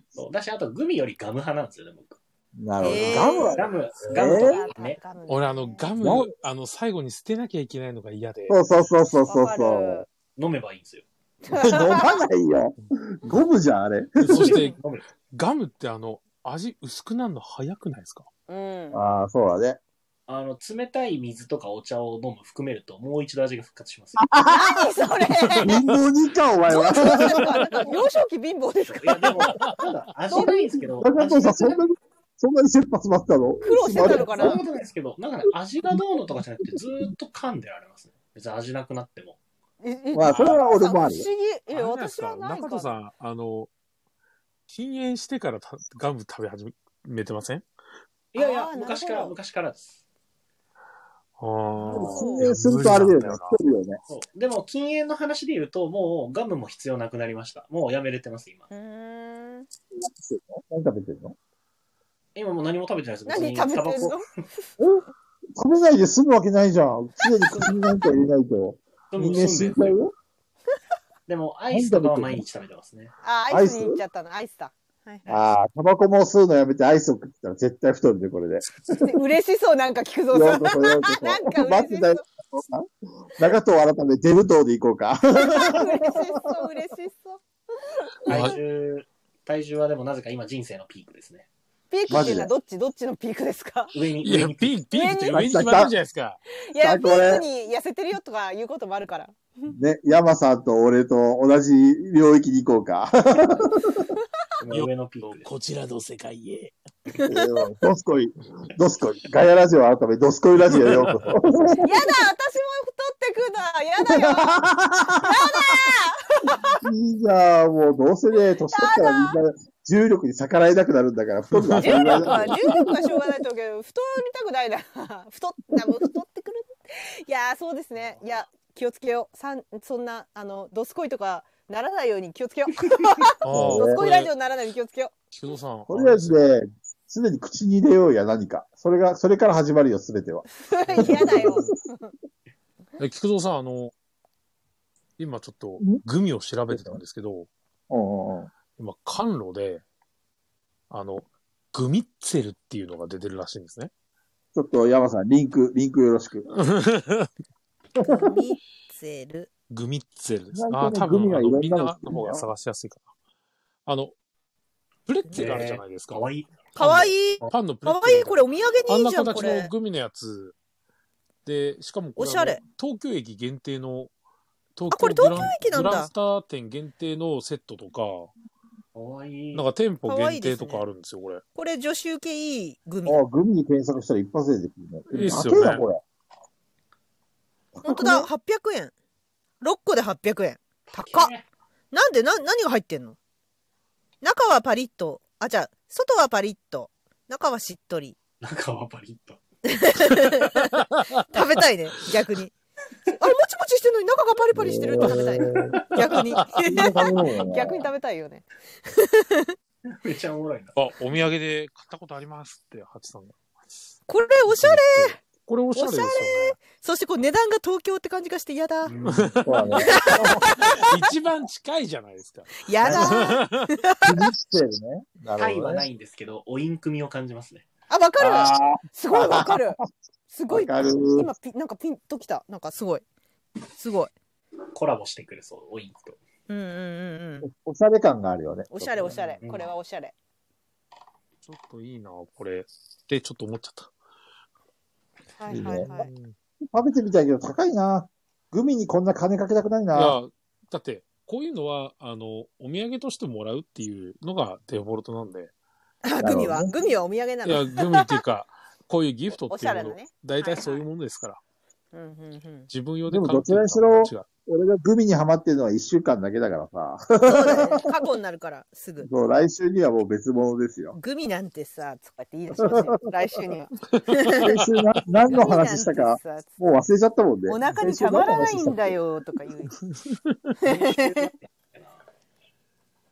Speaker 4: そうだし、あとグミよりガム派なんですよね、僕。
Speaker 1: なるほど。
Speaker 3: えー
Speaker 1: ガムは
Speaker 4: ガム、
Speaker 1: ー
Speaker 4: ガムとかね。
Speaker 3: ガムね
Speaker 2: 俺、あの、ガム
Speaker 1: ガム、
Speaker 2: あの、最後に捨てなきゃいけないのが嫌で。
Speaker 1: そうそうそうそう
Speaker 3: わか
Speaker 1: そう
Speaker 3: る。
Speaker 4: 飲めばいいんですよ。
Speaker 1: 飲 まないよ。ゴムじゃん、あれ。
Speaker 2: そして、
Speaker 4: 飲めば
Speaker 2: ガムってあの、味薄くなるの早くないですか
Speaker 3: うん。
Speaker 1: ああ、そうだね。
Speaker 4: あの、冷たい水とかお茶を飲む含めると、もう一度味が復活しますよ。
Speaker 3: 何そ れ。
Speaker 1: 貧乏人か、お前
Speaker 3: どう
Speaker 1: は。
Speaker 3: しましたかなんか幼少期貧乏ですか
Speaker 4: いや、でも、ただ、味ないんですけど、
Speaker 1: 中藤さん、
Speaker 4: 味
Speaker 1: そんなに、そんなに切羽詰まったの
Speaker 3: 苦労してたのか
Speaker 4: そんな
Speaker 3: な
Speaker 4: ことないですけど、なんかね、味がどうのとかじゃなくて、ずーっと噛んでられますね。別に味なくなっても。
Speaker 3: ええ
Speaker 1: まあ、それは俺もある
Speaker 3: 不。思議。
Speaker 2: あれ
Speaker 3: え、
Speaker 2: じ
Speaker 3: 私
Speaker 2: ゃ
Speaker 3: は
Speaker 2: な
Speaker 3: ないい
Speaker 2: ですか中戸
Speaker 3: か
Speaker 2: さ
Speaker 3: な。
Speaker 2: ん、あの、禁煙してからたガム食べ始めてません
Speaker 4: いやいや
Speaker 3: あ、ー
Speaker 4: 昔か
Speaker 3: なる
Speaker 4: ら、
Speaker 3: ほど
Speaker 4: 昔からです。
Speaker 2: あー
Speaker 1: 禁煙するとあれだよね。来てるよね。
Speaker 4: そうでも、禁煙の話で言うと、もうガムも必要なくなりました。もうやめれてます、今。
Speaker 3: うーん
Speaker 1: 何食べてるの
Speaker 4: 今もう何も食べてないです。
Speaker 3: 何食べてる
Speaker 4: タバ
Speaker 3: の
Speaker 4: コ
Speaker 1: 食べないで済むわけないじゃん。常に口に何か入れないと。
Speaker 4: で
Speaker 1: 人
Speaker 4: も
Speaker 1: 間
Speaker 4: 住
Speaker 1: 死
Speaker 4: ん
Speaker 1: ん
Speaker 4: で
Speaker 1: じゃ
Speaker 4: る
Speaker 1: うよ。
Speaker 4: でも、アイスとかは毎日食べてますね。
Speaker 3: あ、アイスに行っちゃったの。アイスだ。はいは
Speaker 1: ああ、タバコも吸うのやめてアイスを食ってたら絶対太るで、これで。
Speaker 3: い。嬉しそう、なんか聞くぞ。
Speaker 1: よ
Speaker 3: さ
Speaker 1: うこそ、ようこそ。
Speaker 3: なんか
Speaker 1: 待っ
Speaker 3: 嬉
Speaker 1: て
Speaker 3: したそ
Speaker 1: よ。中藤改め、デブ道で行こう か。
Speaker 3: う。 嬉しそう、嬉しそう。
Speaker 2: はい
Speaker 4: 体重、体重はでもなぜか今人生のピークですね。
Speaker 3: ピークっていうのはどっち、どっちのピークで すか
Speaker 4: 上に、
Speaker 2: い
Speaker 4: 上
Speaker 2: や、
Speaker 4: に
Speaker 2: ピ
Speaker 4: ーク。
Speaker 2: ー、ピーって上に決まってるじゃないですか。
Speaker 3: いや、
Speaker 1: あ
Speaker 3: ピ
Speaker 1: これ
Speaker 3: ークに痩せてるよとかいうこともあるから。
Speaker 1: ね、山さんと俺と同じ領域に行こうか。
Speaker 4: 今上のピークです。
Speaker 2: こちらの世界へ。
Speaker 1: ドスコイ、ドスコイ。ガヤラジオ改め、ドスコイラジオへよう こそ。
Speaker 3: やだ、私も太ってくな。やだよ。
Speaker 1: いいじゃん、もうどうせね、年取ったらみんな重力に逆らえなくなるんだから、太 るのは当た
Speaker 3: 重
Speaker 1: り前
Speaker 3: 力
Speaker 1: だ
Speaker 3: は、重力はしょうがないと思うけど、太りたくない な。太っ、多分太ってくる。いやー、そうですね。いや、気をつけよう。さん、そんな、あの、ドスコイとかならないように気をつけよう。
Speaker 2: あ
Speaker 1: そ
Speaker 3: ド
Speaker 1: う
Speaker 3: ス
Speaker 1: ね
Speaker 3: コイラジオにならないように気をつけよ
Speaker 2: 木戸さん。
Speaker 1: とりあえずね、すでに口に入れようや、何か。それが、それから始まるよ、すべては。
Speaker 3: う。嫌だよ。
Speaker 2: え菊蔵さん、あの、今ちょっと
Speaker 1: ん
Speaker 2: グミを調べてたんですけど、
Speaker 1: うんうんうん。
Speaker 2: 今、甘露で、あの、グミッツェルっていうのが出てるらしいんですね。
Speaker 1: ちょっと山さん、リンク、リンクよろしく。
Speaker 3: ミッツェル。
Speaker 2: グミッツェルです
Speaker 1: 意。
Speaker 2: ああ
Speaker 1: 外とね
Speaker 2: ー、多
Speaker 1: グミ
Speaker 2: 分、
Speaker 1: が
Speaker 2: あ
Speaker 1: いろん
Speaker 2: の
Speaker 1: なの
Speaker 2: みんなの方が探しやすいかな。あの、プレッツェルあるじゃないですか。
Speaker 4: かわいい。
Speaker 3: かわいい。
Speaker 2: パンのプレ
Speaker 3: か
Speaker 2: ッツェ
Speaker 3: わ
Speaker 2: ル。
Speaker 3: いい。これお土産
Speaker 2: あん
Speaker 3: にいい
Speaker 2: な
Speaker 3: じゃん、こ
Speaker 2: 形
Speaker 3: れ
Speaker 2: の。グミのやつ。で、しかもこれ
Speaker 3: おしゃれ
Speaker 2: あの東京駅限定の、東
Speaker 3: あこれ東京駅なんだ
Speaker 2: グランスター店限定のセットとか、
Speaker 4: かわいい
Speaker 2: なん。か店舗限定とかあるんですよ、これ。
Speaker 3: これ女子受けいいグミ。
Speaker 1: あグミに検索したら一発で出てくるね。
Speaker 2: いいっすよね
Speaker 1: 高なこれ。
Speaker 3: 本当だ、800円。6個で800円。高っ。なんでな何が入ってんの中はパリッとあじゃあ外はパリッと中はしっとり
Speaker 4: 中はパリッと。
Speaker 3: 食べたいね逆にあれもちもちしてるのに中がパリパリしてるって食べたいね
Speaker 1: い。
Speaker 3: 逆に逆
Speaker 1: 逆
Speaker 3: に食べたいよね
Speaker 4: めっちゃおもろいな。
Speaker 2: あ、お土産で買ったことありますって、ハチさんが。
Speaker 3: これおしゃれ
Speaker 2: れこれおしゃれですよね。
Speaker 3: そしてこう値段が東京って感じがしてやだ
Speaker 1: べた い。ね。
Speaker 2: 一番近いじゃないですか。
Speaker 3: やだ
Speaker 1: グミしてるね。な
Speaker 4: タ
Speaker 1: る
Speaker 4: イ
Speaker 1: ほど
Speaker 4: は
Speaker 1: ね。
Speaker 4: ないんですけど、おインク味を感じますね。
Speaker 3: あわかる
Speaker 1: あ
Speaker 3: すごいわかるす
Speaker 1: ー
Speaker 3: ご
Speaker 1: わ
Speaker 3: い
Speaker 1: かる。
Speaker 3: 今ピなんかピンときたなんかすごいすごい
Speaker 4: コラボしてくれそう、おインクと。
Speaker 3: うんうんうんうん
Speaker 1: おしゃれ感があるよね。
Speaker 3: おしゃれおしゃれこれはおしゃれ
Speaker 2: ちょっといいな、これ。って、ちょっと思っちゃった。
Speaker 3: はいはいはい
Speaker 2: うんい
Speaker 1: 食べてみたいけど高いな。グミにこんな金かけたくないな。
Speaker 2: や、だって、こういうのは、あの、お土産としてもらうっていうのがデフォルトなんで。
Speaker 3: あグミはグミはお土産ないの
Speaker 2: や、グミっていう か、こういうギフト
Speaker 3: お
Speaker 2: っ
Speaker 3: して
Speaker 2: い
Speaker 3: ゃ
Speaker 2: う
Speaker 3: れ
Speaker 2: も
Speaker 3: な
Speaker 2: の
Speaker 3: ね
Speaker 2: 大体そういうものですから。
Speaker 3: うんうんうん
Speaker 2: 自分用
Speaker 1: で
Speaker 2: で
Speaker 1: も
Speaker 2: 買うっていうの
Speaker 1: ど
Speaker 2: は
Speaker 1: ちらにし
Speaker 2: 違う。
Speaker 1: 俺がグミにはまってるのは一週間だけだから さ。
Speaker 3: そうだよね過去になるから、すぐ。
Speaker 1: そう、来週にはもう別物です よ。
Speaker 3: グミなんてさ、とかって言い出しますよ。来週には。
Speaker 1: 先週な何の話した か、
Speaker 3: グミなんてさ
Speaker 1: もう忘れちゃったもんね。
Speaker 3: お腹にたまらないんだ
Speaker 1: よ。
Speaker 3: よ、とか言う。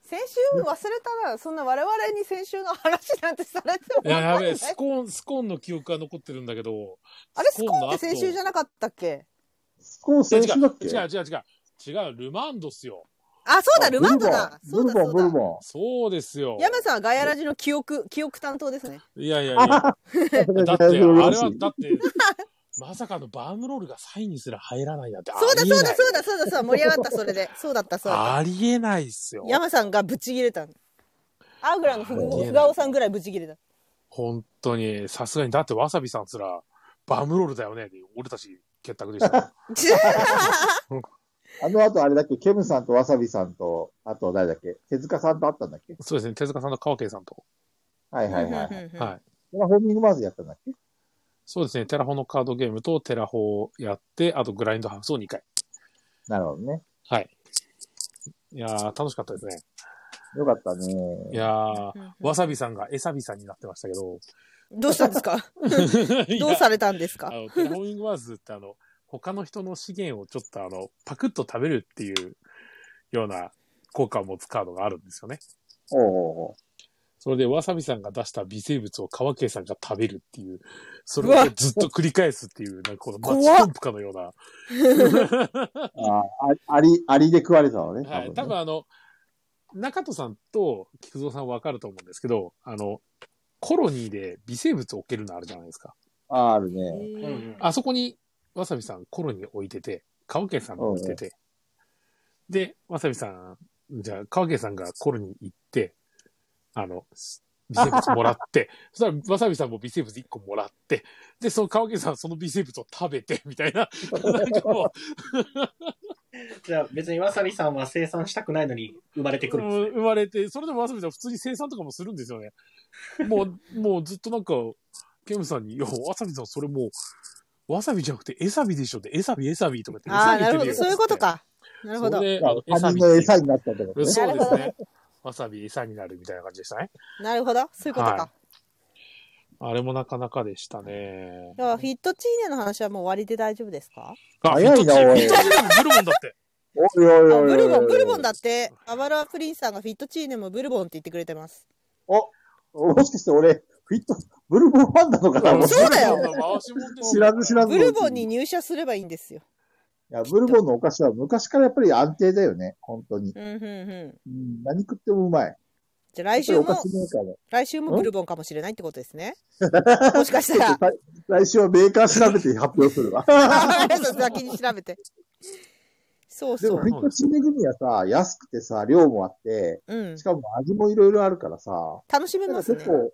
Speaker 3: 先週忘れたら、そんな我々に先週の話なんてされても
Speaker 2: いや、やべえ、スコーン、スコーンの記憶が残ってるんだけど。
Speaker 3: あれ、スコーンって先週じ
Speaker 2: ゃ
Speaker 3: ゃなかったっけ
Speaker 1: こう、
Speaker 2: 違う
Speaker 1: 先週だっけ
Speaker 2: 違う違う違う。違う、ルマンドっすよ。
Speaker 3: あ、そうだ、
Speaker 1: あ
Speaker 3: ルマンドだ。
Speaker 1: ブ
Speaker 3: そう
Speaker 1: ル
Speaker 3: だ、
Speaker 1: ボン、ブル
Speaker 3: そうだ。
Speaker 1: ボ
Speaker 2: そうですよ。
Speaker 3: 山さんはガヤラジの記憶、記憶担当ですね。
Speaker 2: いやいやいや。だ
Speaker 1: ン、ブルボン。
Speaker 2: って、あれ は、
Speaker 1: 大丈夫
Speaker 2: だって、 まさかのバームロールがサインにすら入らないなんて。
Speaker 3: そうだ、
Speaker 2: あ
Speaker 3: そ
Speaker 2: りえない
Speaker 3: うだ、そうだ、そうだ、そうだ、盛り上がった、それで。そうだった、そうだっ
Speaker 2: ありえないっすよ
Speaker 3: た。。山さんがブチ切れた。アウグラのふ
Speaker 2: ありえない
Speaker 3: ふがおさんぐらいブチ切れた。
Speaker 2: 本当に、さすがに、だってわさびさんすら、バームロールだよね。俺たち結託でした よ。
Speaker 1: あの後あれだっけ、ケムさんとわさびさんと、あと誰だっけ、手塚さんと会ったんだっけ
Speaker 2: そうですね、手塚さんと川慶さんと。
Speaker 1: はいはいはい。
Speaker 2: はい。
Speaker 1: このホーミングマーズやったんだっけ
Speaker 2: そうですね、テラフォのカードゲームとテラフォをやって、あとグラインドハウスを2回。
Speaker 1: なるほどね。
Speaker 2: はい。いやー、楽しかったですね。
Speaker 1: よかったね。
Speaker 2: いやー、
Speaker 3: うんうん
Speaker 2: わさびさんがエサビさんになってましたけ ど。
Speaker 3: どうしたんですか
Speaker 2: いや
Speaker 3: どうされたんです
Speaker 2: あ
Speaker 3: か
Speaker 2: の、テラフォーミングワーズってあの、他の人の資源をちょっとあの、パクッと食べるっていうような効果を持つカードがあるんですよね。
Speaker 1: おうおうおう
Speaker 2: それでわさびさんが出した微生物を川慶さんが食べるっていう、それをずっと繰り返すっていう、なんかこのマッチポンプかのような。
Speaker 1: ああ、あり、ありで食われたのね。
Speaker 2: はい。
Speaker 1: 多
Speaker 2: 多
Speaker 1: 分
Speaker 2: 分
Speaker 1: ね
Speaker 2: あの、中戸さんと菊蔵さんわかると思うんですけど、あの、コロニーで微生物置けるのあるじゃないですか。
Speaker 1: ああるね。
Speaker 4: うんうん
Speaker 2: あそこに、わさびさんコロニー置いてて、川家さんも置いてて、で、わさびさん、じゃあ川家さんがコロニー行って、あの、微生物もらって、そしたらわさびさんも微生物1個もらって、で、その川家さんはその微生物を食べて、みたいな、なんかもう、
Speaker 4: じゃあ別にわさびさんは生産したくないのに生まれてくるんです
Speaker 2: うん生まれて、それでもわさびさん普通に生産とかもするんですよね。もう、もうずっとなんか、ケムさんに、いや、わさびさんそれもう、わさびじゃなくて、エサビでしょって、エサビ、エサビとかって、
Speaker 3: ああ、
Speaker 2: エサ
Speaker 3: な
Speaker 2: ビ
Speaker 3: る
Speaker 2: って言うよ
Speaker 3: ほど。そういうこと。か。なるほど。
Speaker 2: それであ
Speaker 1: あ
Speaker 2: の
Speaker 1: 他人
Speaker 2: エ
Speaker 1: の餌
Speaker 2: サビ
Speaker 1: になったってことね。
Speaker 2: そうで
Speaker 3: なる
Speaker 2: す
Speaker 3: ほ
Speaker 2: ね。わさび、エサになるみたいな感じでしたね。
Speaker 3: なるほど。そういうこと
Speaker 2: は
Speaker 3: か。
Speaker 2: あれもなかなかでしたね。
Speaker 3: ではフィットチーネの話はもう終わりで大丈夫ですか
Speaker 2: あ
Speaker 1: 早いな
Speaker 2: フィッ
Speaker 1: お
Speaker 2: ト
Speaker 1: い
Speaker 2: チーフィットチームブルボンだって。
Speaker 1: おいおい
Speaker 3: あ
Speaker 1: おいおい
Speaker 3: ブルボン、ブルボン
Speaker 1: だ
Speaker 3: だって。アバラプリンさんがフィットチーネもブルボンって言ってくれてます。
Speaker 1: お、もしかして俺、フィット、ブルボンファンなのかな
Speaker 3: そうだよ
Speaker 2: ブルボンの回しもんで す
Speaker 1: 知らず知らず
Speaker 3: ブ
Speaker 1: のうち
Speaker 3: ルボンに入社すればいいんですよ。
Speaker 1: いや、ブルボンのお菓子は昔からやっぱり安定だよね。本当に。
Speaker 3: うん、うん、うん。
Speaker 1: うん、何食ってもうまい。
Speaker 3: じゃあ来
Speaker 1: や
Speaker 3: 週
Speaker 1: っぱり
Speaker 3: も
Speaker 1: お菓子、メーカーの。
Speaker 3: 来週もブルボンかもしれないってことですね。もしかしたら。
Speaker 1: 来週はメーカー調べて発表するわ。
Speaker 3: あ そう先に調べて。そう
Speaker 1: で
Speaker 3: そ
Speaker 1: も、
Speaker 3: う
Speaker 1: フ。ィットチーネグミはさ、安くてさ、量もあって、
Speaker 3: うん
Speaker 1: し。かも味もいろいろあるからさ、
Speaker 3: 楽しめ
Speaker 1: なん
Speaker 3: ま
Speaker 1: か
Speaker 3: す
Speaker 1: 結
Speaker 3: ね。
Speaker 1: 構、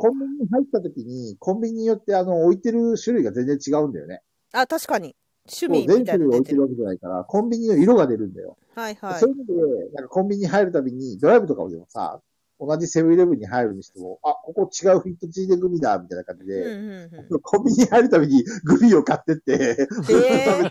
Speaker 1: そうコンビニに入った時に、コンビニによってあの、置いてる種類が全然違うんだよね。
Speaker 3: あ、確かに。趣
Speaker 1: も
Speaker 3: 味
Speaker 1: う
Speaker 3: み
Speaker 1: 全
Speaker 3: たい
Speaker 1: 種
Speaker 3: な
Speaker 1: 類
Speaker 3: の
Speaker 1: 置い
Speaker 3: 出て
Speaker 1: てる
Speaker 3: る。
Speaker 1: わけじゃないから、コンビニの色が出るんだよ。
Speaker 3: はいはい
Speaker 1: そう。いうので、なんかコンビニに入るたびに、ドライブとかでもさ、同じセブンイレブンに入るにしても、あ、ここ違うフィットチーネグミだ、みたいな感じ
Speaker 3: うん
Speaker 1: で、
Speaker 3: うんうん。
Speaker 1: コンビニに入るたびにグミを買ってって、食べ
Speaker 3: で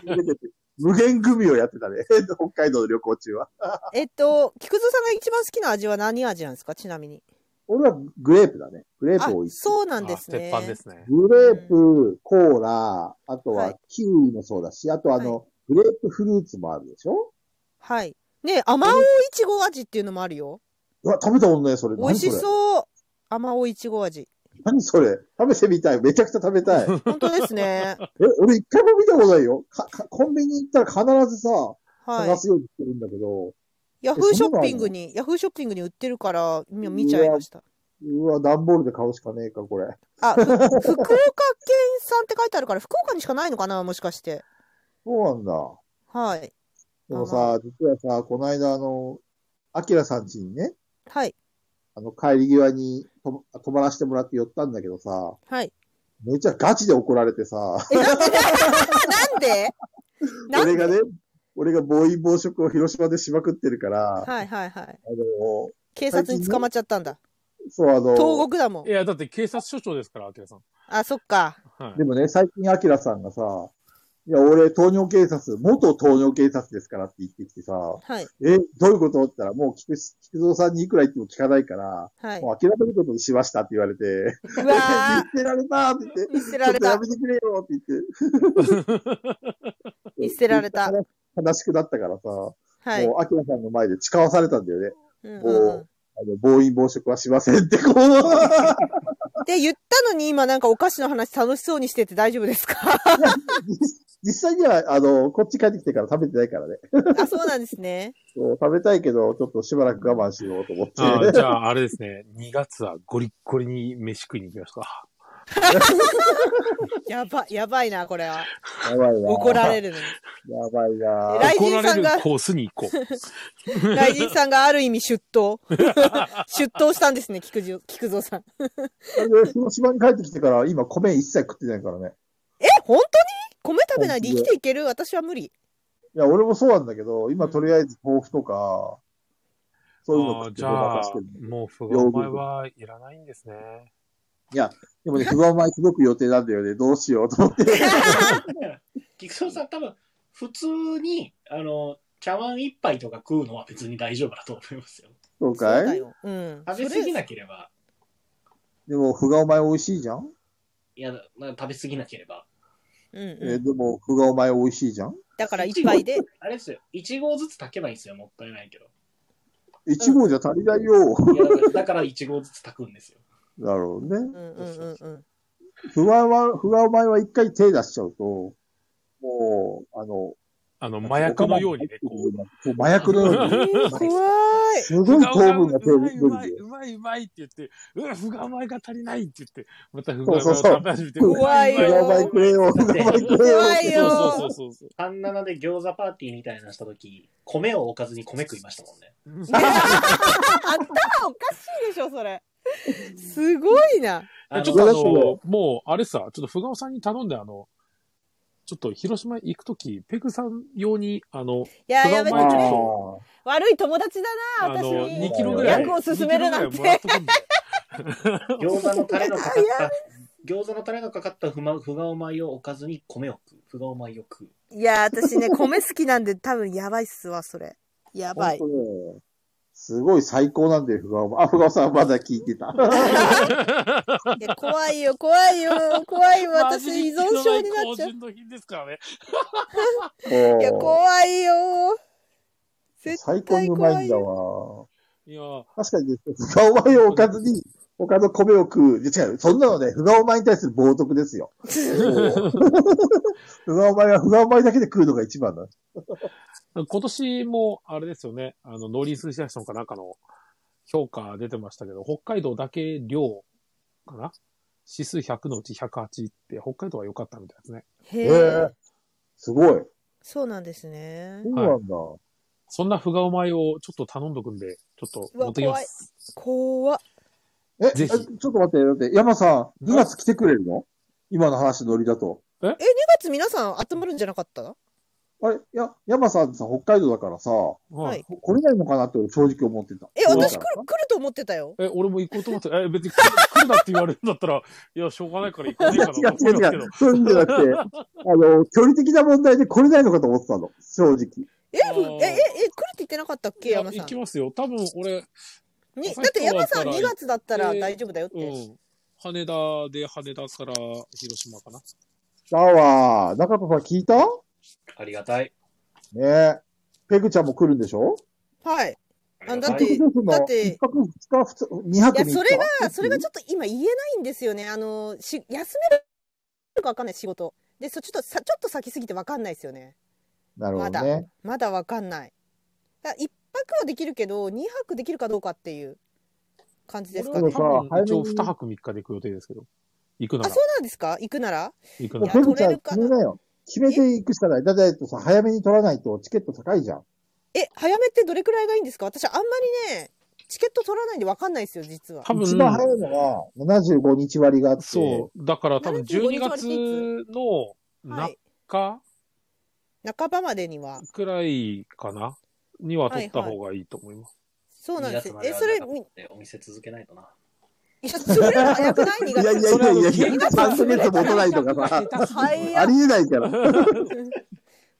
Speaker 1: てくれてて無限グミをやってたね。 北海道の旅行中は。
Speaker 3: えっと、菊蔵さんが一番好きな味は何味なんですかちなみに。
Speaker 1: 俺はグレープだね。グレー
Speaker 3: あ
Speaker 1: プを置い、て。
Speaker 3: そうな
Speaker 2: あ
Speaker 3: んです
Speaker 2: 鉄
Speaker 3: ね。
Speaker 2: 板ですね。
Speaker 1: グレープ、コーラ、あと
Speaker 3: は
Speaker 1: はいキウイもそうだし、あとあの、グレープフルーツもあるでしょ
Speaker 3: はい。ねえ甘おういちご味っていうのもあるよ。
Speaker 1: うわ、食べたことない、それ。
Speaker 3: 美味し
Speaker 1: 何それ
Speaker 3: そう。甘おういちご味。
Speaker 1: 何それ食べてみたい。めちゃくちゃ食べ たい。え、
Speaker 3: 本当で すね。
Speaker 1: 俺一回も見たことないよ。かかコンビニ行ったら必ずさ、探
Speaker 3: は
Speaker 1: すようにしてるんだけど、
Speaker 3: い。ヤフーショッピングに、ヤフーショッピングに売ってるから、み見ちゃいました。
Speaker 1: うわ、段ボールで買うしかねえか、これ。
Speaker 3: あ、ふ 福岡県産って書いてあるから、福岡にしかないのかなもしかして。
Speaker 1: そうなんだ。
Speaker 3: はい。
Speaker 1: でも
Speaker 3: ま
Speaker 1: さ、実はさ、この間あの、アキラさん家にね、
Speaker 3: はい。
Speaker 1: あの、帰り際にと泊まらせてもらって寄ったんだけどさ、
Speaker 3: はい。
Speaker 1: めちゃガチで怒られてさ、
Speaker 3: え、なんでなんで なん
Speaker 1: 俺
Speaker 3: で
Speaker 1: がね、俺が暴飲暴食を広島でしまくってるから、あ
Speaker 3: はいはいはい。
Speaker 1: の、
Speaker 3: 警察に捕まっちゃったんだ。
Speaker 1: そうあ
Speaker 3: 東
Speaker 1: の、
Speaker 3: 国だもん
Speaker 2: い。や、だって警察署長ですから、アキラさん。
Speaker 3: あ、そっか。
Speaker 2: はい
Speaker 1: で。もね、最近アキラさんがさ、いや、俺、糖尿警察、元糖尿警察ですからって言ってきてさ、
Speaker 3: はい。
Speaker 1: え、どういうことって言ったら、もう菊池、菊蔵さんにいくら言っても聞かないから、
Speaker 3: はい。
Speaker 1: もう諦めることにしましたって言われて、
Speaker 3: うわ
Speaker 1: 見捨てられたって言って、
Speaker 3: ー見捨て
Speaker 1: ちょ
Speaker 3: ら
Speaker 1: っ
Speaker 3: れ
Speaker 1: とや
Speaker 3: た。
Speaker 1: めてくれよって言って。
Speaker 3: 見捨てら れた。
Speaker 1: 悲しくなったからさ、も
Speaker 3: はい。
Speaker 1: う、アキラさんの前で誓わされたんだよね。
Speaker 3: うんうんうん
Speaker 1: もう、あの、暴飲暴食はしませんって、こう。
Speaker 3: で、言ったのに今なんかお菓子の話楽しそうにしてて大丈夫ですか
Speaker 1: 実際には、あの、こっち帰ってきてから食べてないからね。
Speaker 3: あ、そうなんですね。
Speaker 1: そう食べたいけど、ちょっとしばらく我慢しようと思って。
Speaker 2: あーじゃあ、あれですね。2月はゴリッゴリに飯食いに行きますか。
Speaker 3: やば、やばいな、これは。
Speaker 1: やばいな。
Speaker 3: 怒られるのに。
Speaker 1: やばいな。
Speaker 3: 偉大い
Speaker 2: 怒
Speaker 3: 臣
Speaker 2: ら
Speaker 3: さ
Speaker 2: れる
Speaker 3: んが
Speaker 2: コースに行こう。
Speaker 3: 大臣さんがある意味出 頭。出頭したんですね、菊蔵菊蔵さん。
Speaker 1: で広島に帰ってきてから、今米一切食ってないからね。
Speaker 3: え、本当に米食べないで生きていける私は無理。
Speaker 1: いや、俺もそうなんだけど、今とりあえず豆腐とか、そういうの
Speaker 2: あ
Speaker 1: 食
Speaker 2: ー
Speaker 1: って
Speaker 2: じ
Speaker 1: ご
Speaker 2: ゃ
Speaker 1: ま
Speaker 2: あ
Speaker 1: かしてる。、
Speaker 2: もう不合前はいらないんですね。
Speaker 1: でもね、不安前届く予定なんだよね。どうしようと思 って。
Speaker 4: 菊蔵さん多分、普通に、あの、茶碗一杯とか食うのは別に大丈夫だと思いますよ。
Speaker 1: そう
Speaker 3: そう
Speaker 1: か
Speaker 3: だ
Speaker 1: い
Speaker 3: よ。うん。
Speaker 4: 食べ過ぎなければ、
Speaker 1: でも、不顔前美味しいじゃん、
Speaker 4: いや、まあ食べ過ぎなければ。
Speaker 3: それうん
Speaker 1: え
Speaker 3: うん。
Speaker 1: でも、不顔前美味しいじゃん
Speaker 3: だから一杯で。
Speaker 4: あれですよ、1合ずつ炊けばいいんですよ、もったいないけど。
Speaker 1: 一号じゃ足りないよ。
Speaker 4: いやだからだから1合ずつ炊くんですよ。
Speaker 1: だろう
Speaker 3: う
Speaker 1: ね。
Speaker 3: んうんうんうん。
Speaker 1: 不安は、不安前は一回手出しちゃうと、もう、あの、
Speaker 2: あの、麻薬のようにね、こう。
Speaker 1: こう麻薬のように、
Speaker 3: えー怖い。
Speaker 1: すごい糖分が手
Speaker 2: うま
Speaker 1: に
Speaker 2: い
Speaker 1: 出る
Speaker 2: うまい
Speaker 1: で。
Speaker 2: うまいうまいって言って、うわ、不が前が足りないって言って、また不が
Speaker 1: そうそ
Speaker 2: 前を
Speaker 1: うそう
Speaker 2: 食べ始めて、
Speaker 1: そう
Speaker 3: 怖い
Speaker 1: 不
Speaker 3: よ
Speaker 1: 顔前くれよ、不顔前くれよ。
Speaker 3: 怖いよ
Speaker 2: そうそうそうそう。
Speaker 4: 37で餃子パーティーみたいなのした時米を置かずに米食いましたもんね。
Speaker 3: あんたおかしいでしょ、それ。すごいな。
Speaker 4: あの
Speaker 2: ちょっとあ
Speaker 1: だってね
Speaker 2: の、もう、あれさ、ちょっと、ふがおさんに頼んで、あの、ちょっと、広島行くとき、ペグさん用に、あの、
Speaker 3: いや、
Speaker 2: それ
Speaker 3: や
Speaker 2: は
Speaker 3: めて
Speaker 2: まあ
Speaker 3: く
Speaker 2: ちょっ
Speaker 3: れ。
Speaker 2: と
Speaker 1: あ
Speaker 3: 悪い友達だ
Speaker 2: あ
Speaker 3: な、私
Speaker 2: の、
Speaker 3: に。
Speaker 2: 2キロぐらい。
Speaker 3: 役を進めるなん。
Speaker 2: 2キロぐらいもらってとくんで
Speaker 4: 餃子のタレのかかった、餃子のタレのかかったふま、ふがお米を置かずに米を食う。ふがお米を食う。
Speaker 3: いや、私ね、米好きなんで多分やばいっすわ、それ。や
Speaker 1: ーほんとねすごい最高なんだよ、不顔前。あ、不顔さんまだ聞いてた。
Speaker 3: いや怖いよ、怖いよ、怖いよ、私
Speaker 2: マジ
Speaker 3: 依存症になっちゃ
Speaker 2: 貴
Speaker 3: う
Speaker 2: 重。な高純度品ですからね。
Speaker 3: いや、怖いよ。絶
Speaker 1: 最
Speaker 3: 対
Speaker 1: 高
Speaker 3: 怖い
Speaker 1: に
Speaker 3: よ
Speaker 1: うまいんだわ。
Speaker 2: いやー、
Speaker 1: 確かにね、不顔前を置かずに、他の米を食う。いや違う、そんなのね、不顔前に対する冒涜です よ。不顔前は不顔前だけで食うのが一番だ。
Speaker 2: 今年も、あれですよね、あの、農林水産省かなんかの評価出てましたけど、北海道だけ量かな指数100のうち108って、北海道は良かったみたいですね。
Speaker 3: へ
Speaker 1: へ
Speaker 3: え
Speaker 1: え。。すごい。そ
Speaker 3: そうなんですね
Speaker 1: う。なんだ。
Speaker 2: そんな不顔米をちょっと頼んどくんで、ちょっと持ってきます。
Speaker 3: 怖っ。
Speaker 1: え、
Speaker 2: ぜ
Speaker 1: え
Speaker 2: ひ
Speaker 1: ちょっと待って、だって、山さん、2月来てくれるの今の話ノリだと。
Speaker 3: え、2月皆さん集まるんじゃなかった
Speaker 1: あれ、いや、山さんさ、北海道だからさ、こ
Speaker 3: は
Speaker 2: はいい。
Speaker 1: 来れないのかなって俺正直思ってた。
Speaker 3: え、私来
Speaker 1: どう
Speaker 3: る
Speaker 1: な、
Speaker 3: 来ると思ってたよ。
Speaker 2: え、俺も行こうと思って、え、別に来る来るなって言われるんだったら、いや、しょうがないから行かねえかなと
Speaker 1: のかな違う
Speaker 2: 思い
Speaker 1: 違
Speaker 2: ますけ
Speaker 1: う違
Speaker 2: ど
Speaker 1: う。。そういうんじゃなく て、あの、距離的な問題で来れないのかと思ってたの。正直。
Speaker 3: え、
Speaker 2: あ
Speaker 3: ふ
Speaker 2: ー
Speaker 3: え、え、え、来るって言ってなかったっけ、
Speaker 2: いや
Speaker 3: 山さ
Speaker 2: 行
Speaker 3: ん
Speaker 2: き。ますよ。多分俺、
Speaker 3: に
Speaker 2: 朝
Speaker 3: だって山さん
Speaker 2: から
Speaker 3: 2月だったら
Speaker 2: えー
Speaker 3: 大丈夫だよって。
Speaker 2: うん。羽田で羽田から広島かな。
Speaker 1: だわー。中田さん聞いた
Speaker 4: ありがたい。
Speaker 1: ねえ。ペグちゃんも来るんでしょ
Speaker 3: はい。
Speaker 4: あり
Speaker 3: だ
Speaker 4: がた
Speaker 3: っ
Speaker 4: い
Speaker 3: て
Speaker 1: 結局その
Speaker 3: だって
Speaker 1: 一泊二日、普通二泊三
Speaker 3: い
Speaker 1: 日。
Speaker 3: や、それが、それがちょっと今言えないんですよね。あの、し休めるかわかんない仕事。で、そちょっとさ、ちょっと先すぎてわかんないですよね。
Speaker 1: なるほ
Speaker 3: ま
Speaker 1: ど
Speaker 3: だ、
Speaker 1: ね。
Speaker 3: まだわかんない。だ1泊はできるけど、2泊できるかどうかっていう感じですか
Speaker 1: 俺
Speaker 2: こ
Speaker 1: は
Speaker 2: れ
Speaker 3: ね。
Speaker 1: さ
Speaker 2: 多
Speaker 1: 早め
Speaker 2: 分
Speaker 1: に
Speaker 2: 一応2泊3日で行く予定ですけど。行く
Speaker 3: あ、
Speaker 2: な
Speaker 3: そう
Speaker 2: ら。
Speaker 3: なんですか行くなら
Speaker 2: 行く
Speaker 1: も
Speaker 2: な
Speaker 1: う
Speaker 2: ら。
Speaker 1: ペグちゃ
Speaker 3: い
Speaker 1: ん
Speaker 3: や
Speaker 1: 決めなよ。決めていくしかない。だってとさ、早めに取らないとチケット高いじゃん。
Speaker 3: え、早めってどれくらいがいいんですか私あんまりね、チケット取らないんでわかんないですよ、実は。
Speaker 2: 多
Speaker 1: 一番早
Speaker 2: 分、
Speaker 1: いのは75日割があって。
Speaker 2: そう。だから多分
Speaker 3: 75
Speaker 2: 12月の
Speaker 3: はい。
Speaker 2: 中
Speaker 3: 半ばまでには。
Speaker 2: くらいかなには取った方がいいと思います。
Speaker 3: そうなんですよ。
Speaker 4: 2月まで
Speaker 3: え、
Speaker 4: は
Speaker 3: それ、
Speaker 4: な
Speaker 3: み
Speaker 4: んかお店続けないとな。
Speaker 3: いや、それは早くない苦
Speaker 1: いや
Speaker 3: 手
Speaker 1: いやいやいやいや、3ヶ月も来ないとかさ、
Speaker 3: 早
Speaker 1: あ
Speaker 3: っ
Speaker 1: りえないから。ど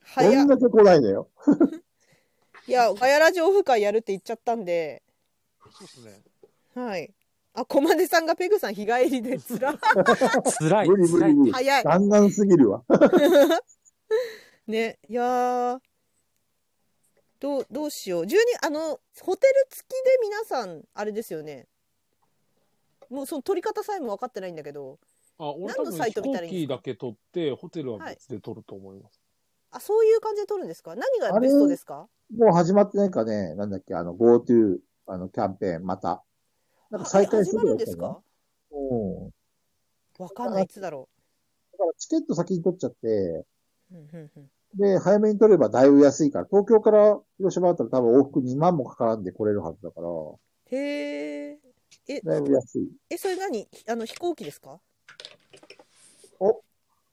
Speaker 3: 早
Speaker 1: ん
Speaker 3: っ
Speaker 1: だけ来ないのよ。
Speaker 3: いやガヤラジオフ会やるって言っちゃったんで
Speaker 2: そうですね。
Speaker 3: はいあコマネさんがペグさん日帰りでつら
Speaker 2: 辛い。
Speaker 1: 無理無
Speaker 2: 辛
Speaker 1: 理
Speaker 2: い
Speaker 1: 無理。
Speaker 3: 早い
Speaker 1: 弾丸すぎるわ。
Speaker 3: ねいやーどうどうしよう12あのホテル付きで皆さんあれですよねもうその取り方さえも分かってないんだけど
Speaker 2: あ、俺多
Speaker 3: 何の
Speaker 2: 分
Speaker 3: サイ
Speaker 2: 飛
Speaker 3: ト見たら
Speaker 2: 行
Speaker 3: いいんで
Speaker 2: 機
Speaker 3: すか
Speaker 2: だけ取って、ホテルは別で取ると思います。
Speaker 3: あそういう感じで取るんですか何が
Speaker 1: あれ
Speaker 3: ベストですか
Speaker 1: もう始まってないかね、なんだっけ、あの、GoTo、あの、キャンペーン、また。なんか再
Speaker 3: あ
Speaker 1: 開
Speaker 3: え
Speaker 1: す
Speaker 3: 始ま
Speaker 1: る
Speaker 3: る
Speaker 1: よ
Speaker 3: んですか
Speaker 1: うん。
Speaker 3: わかんないいつだろ
Speaker 1: だからチケット先に取っちゃって、
Speaker 3: う、うんうんうん
Speaker 1: で、早めに取ればだいぶ安いから、東京から広島だったら多分往復2万もかからんで来れるはずだから、
Speaker 3: へええ
Speaker 1: だいぶ安い。
Speaker 3: えそれ何ひあの飛行機ですか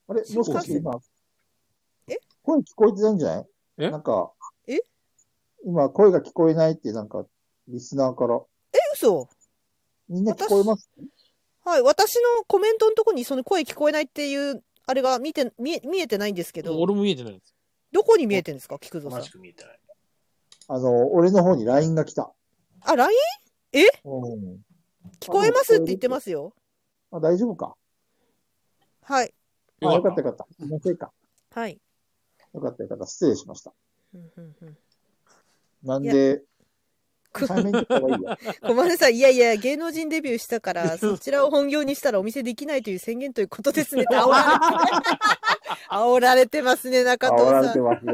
Speaker 1: あれ、もしかして今、
Speaker 3: え
Speaker 1: 声聞こえてないんじゃない
Speaker 2: え
Speaker 1: なんか、
Speaker 3: え
Speaker 1: 今声が聞こえないってなんか、リスナーから、
Speaker 3: 嘘
Speaker 1: みんな聞こえます
Speaker 3: はい私のコメントのとこにその声聞こえないっていうあれが見て見え見えてないんですけど
Speaker 2: 俺も見えてないです。
Speaker 3: どこに見えてるんですか菊蔵さ
Speaker 4: 同
Speaker 3: ん
Speaker 4: じく見えてない。
Speaker 1: あの、俺の方に LINE が来た。
Speaker 3: あ LINE
Speaker 1: うん。
Speaker 3: 聞こえますって言ってますよ
Speaker 1: あ、大丈夫か。
Speaker 3: はい
Speaker 1: あ、よかったよかった。気のせいか。
Speaker 3: はい、
Speaker 1: よかったよかった。失礼しました。
Speaker 3: うんうんうん、
Speaker 1: なんで、
Speaker 3: く
Speaker 1: 早めに行った方がいいよ。
Speaker 3: 小丸さん、いやいや、芸能人デビューし たから、そちらを本業にしたらお見せできないという宣言ということです ねって煽られて。煽られてますね、中藤
Speaker 1: 煽られ
Speaker 3: さ
Speaker 1: て
Speaker 3: ん。
Speaker 1: ますね。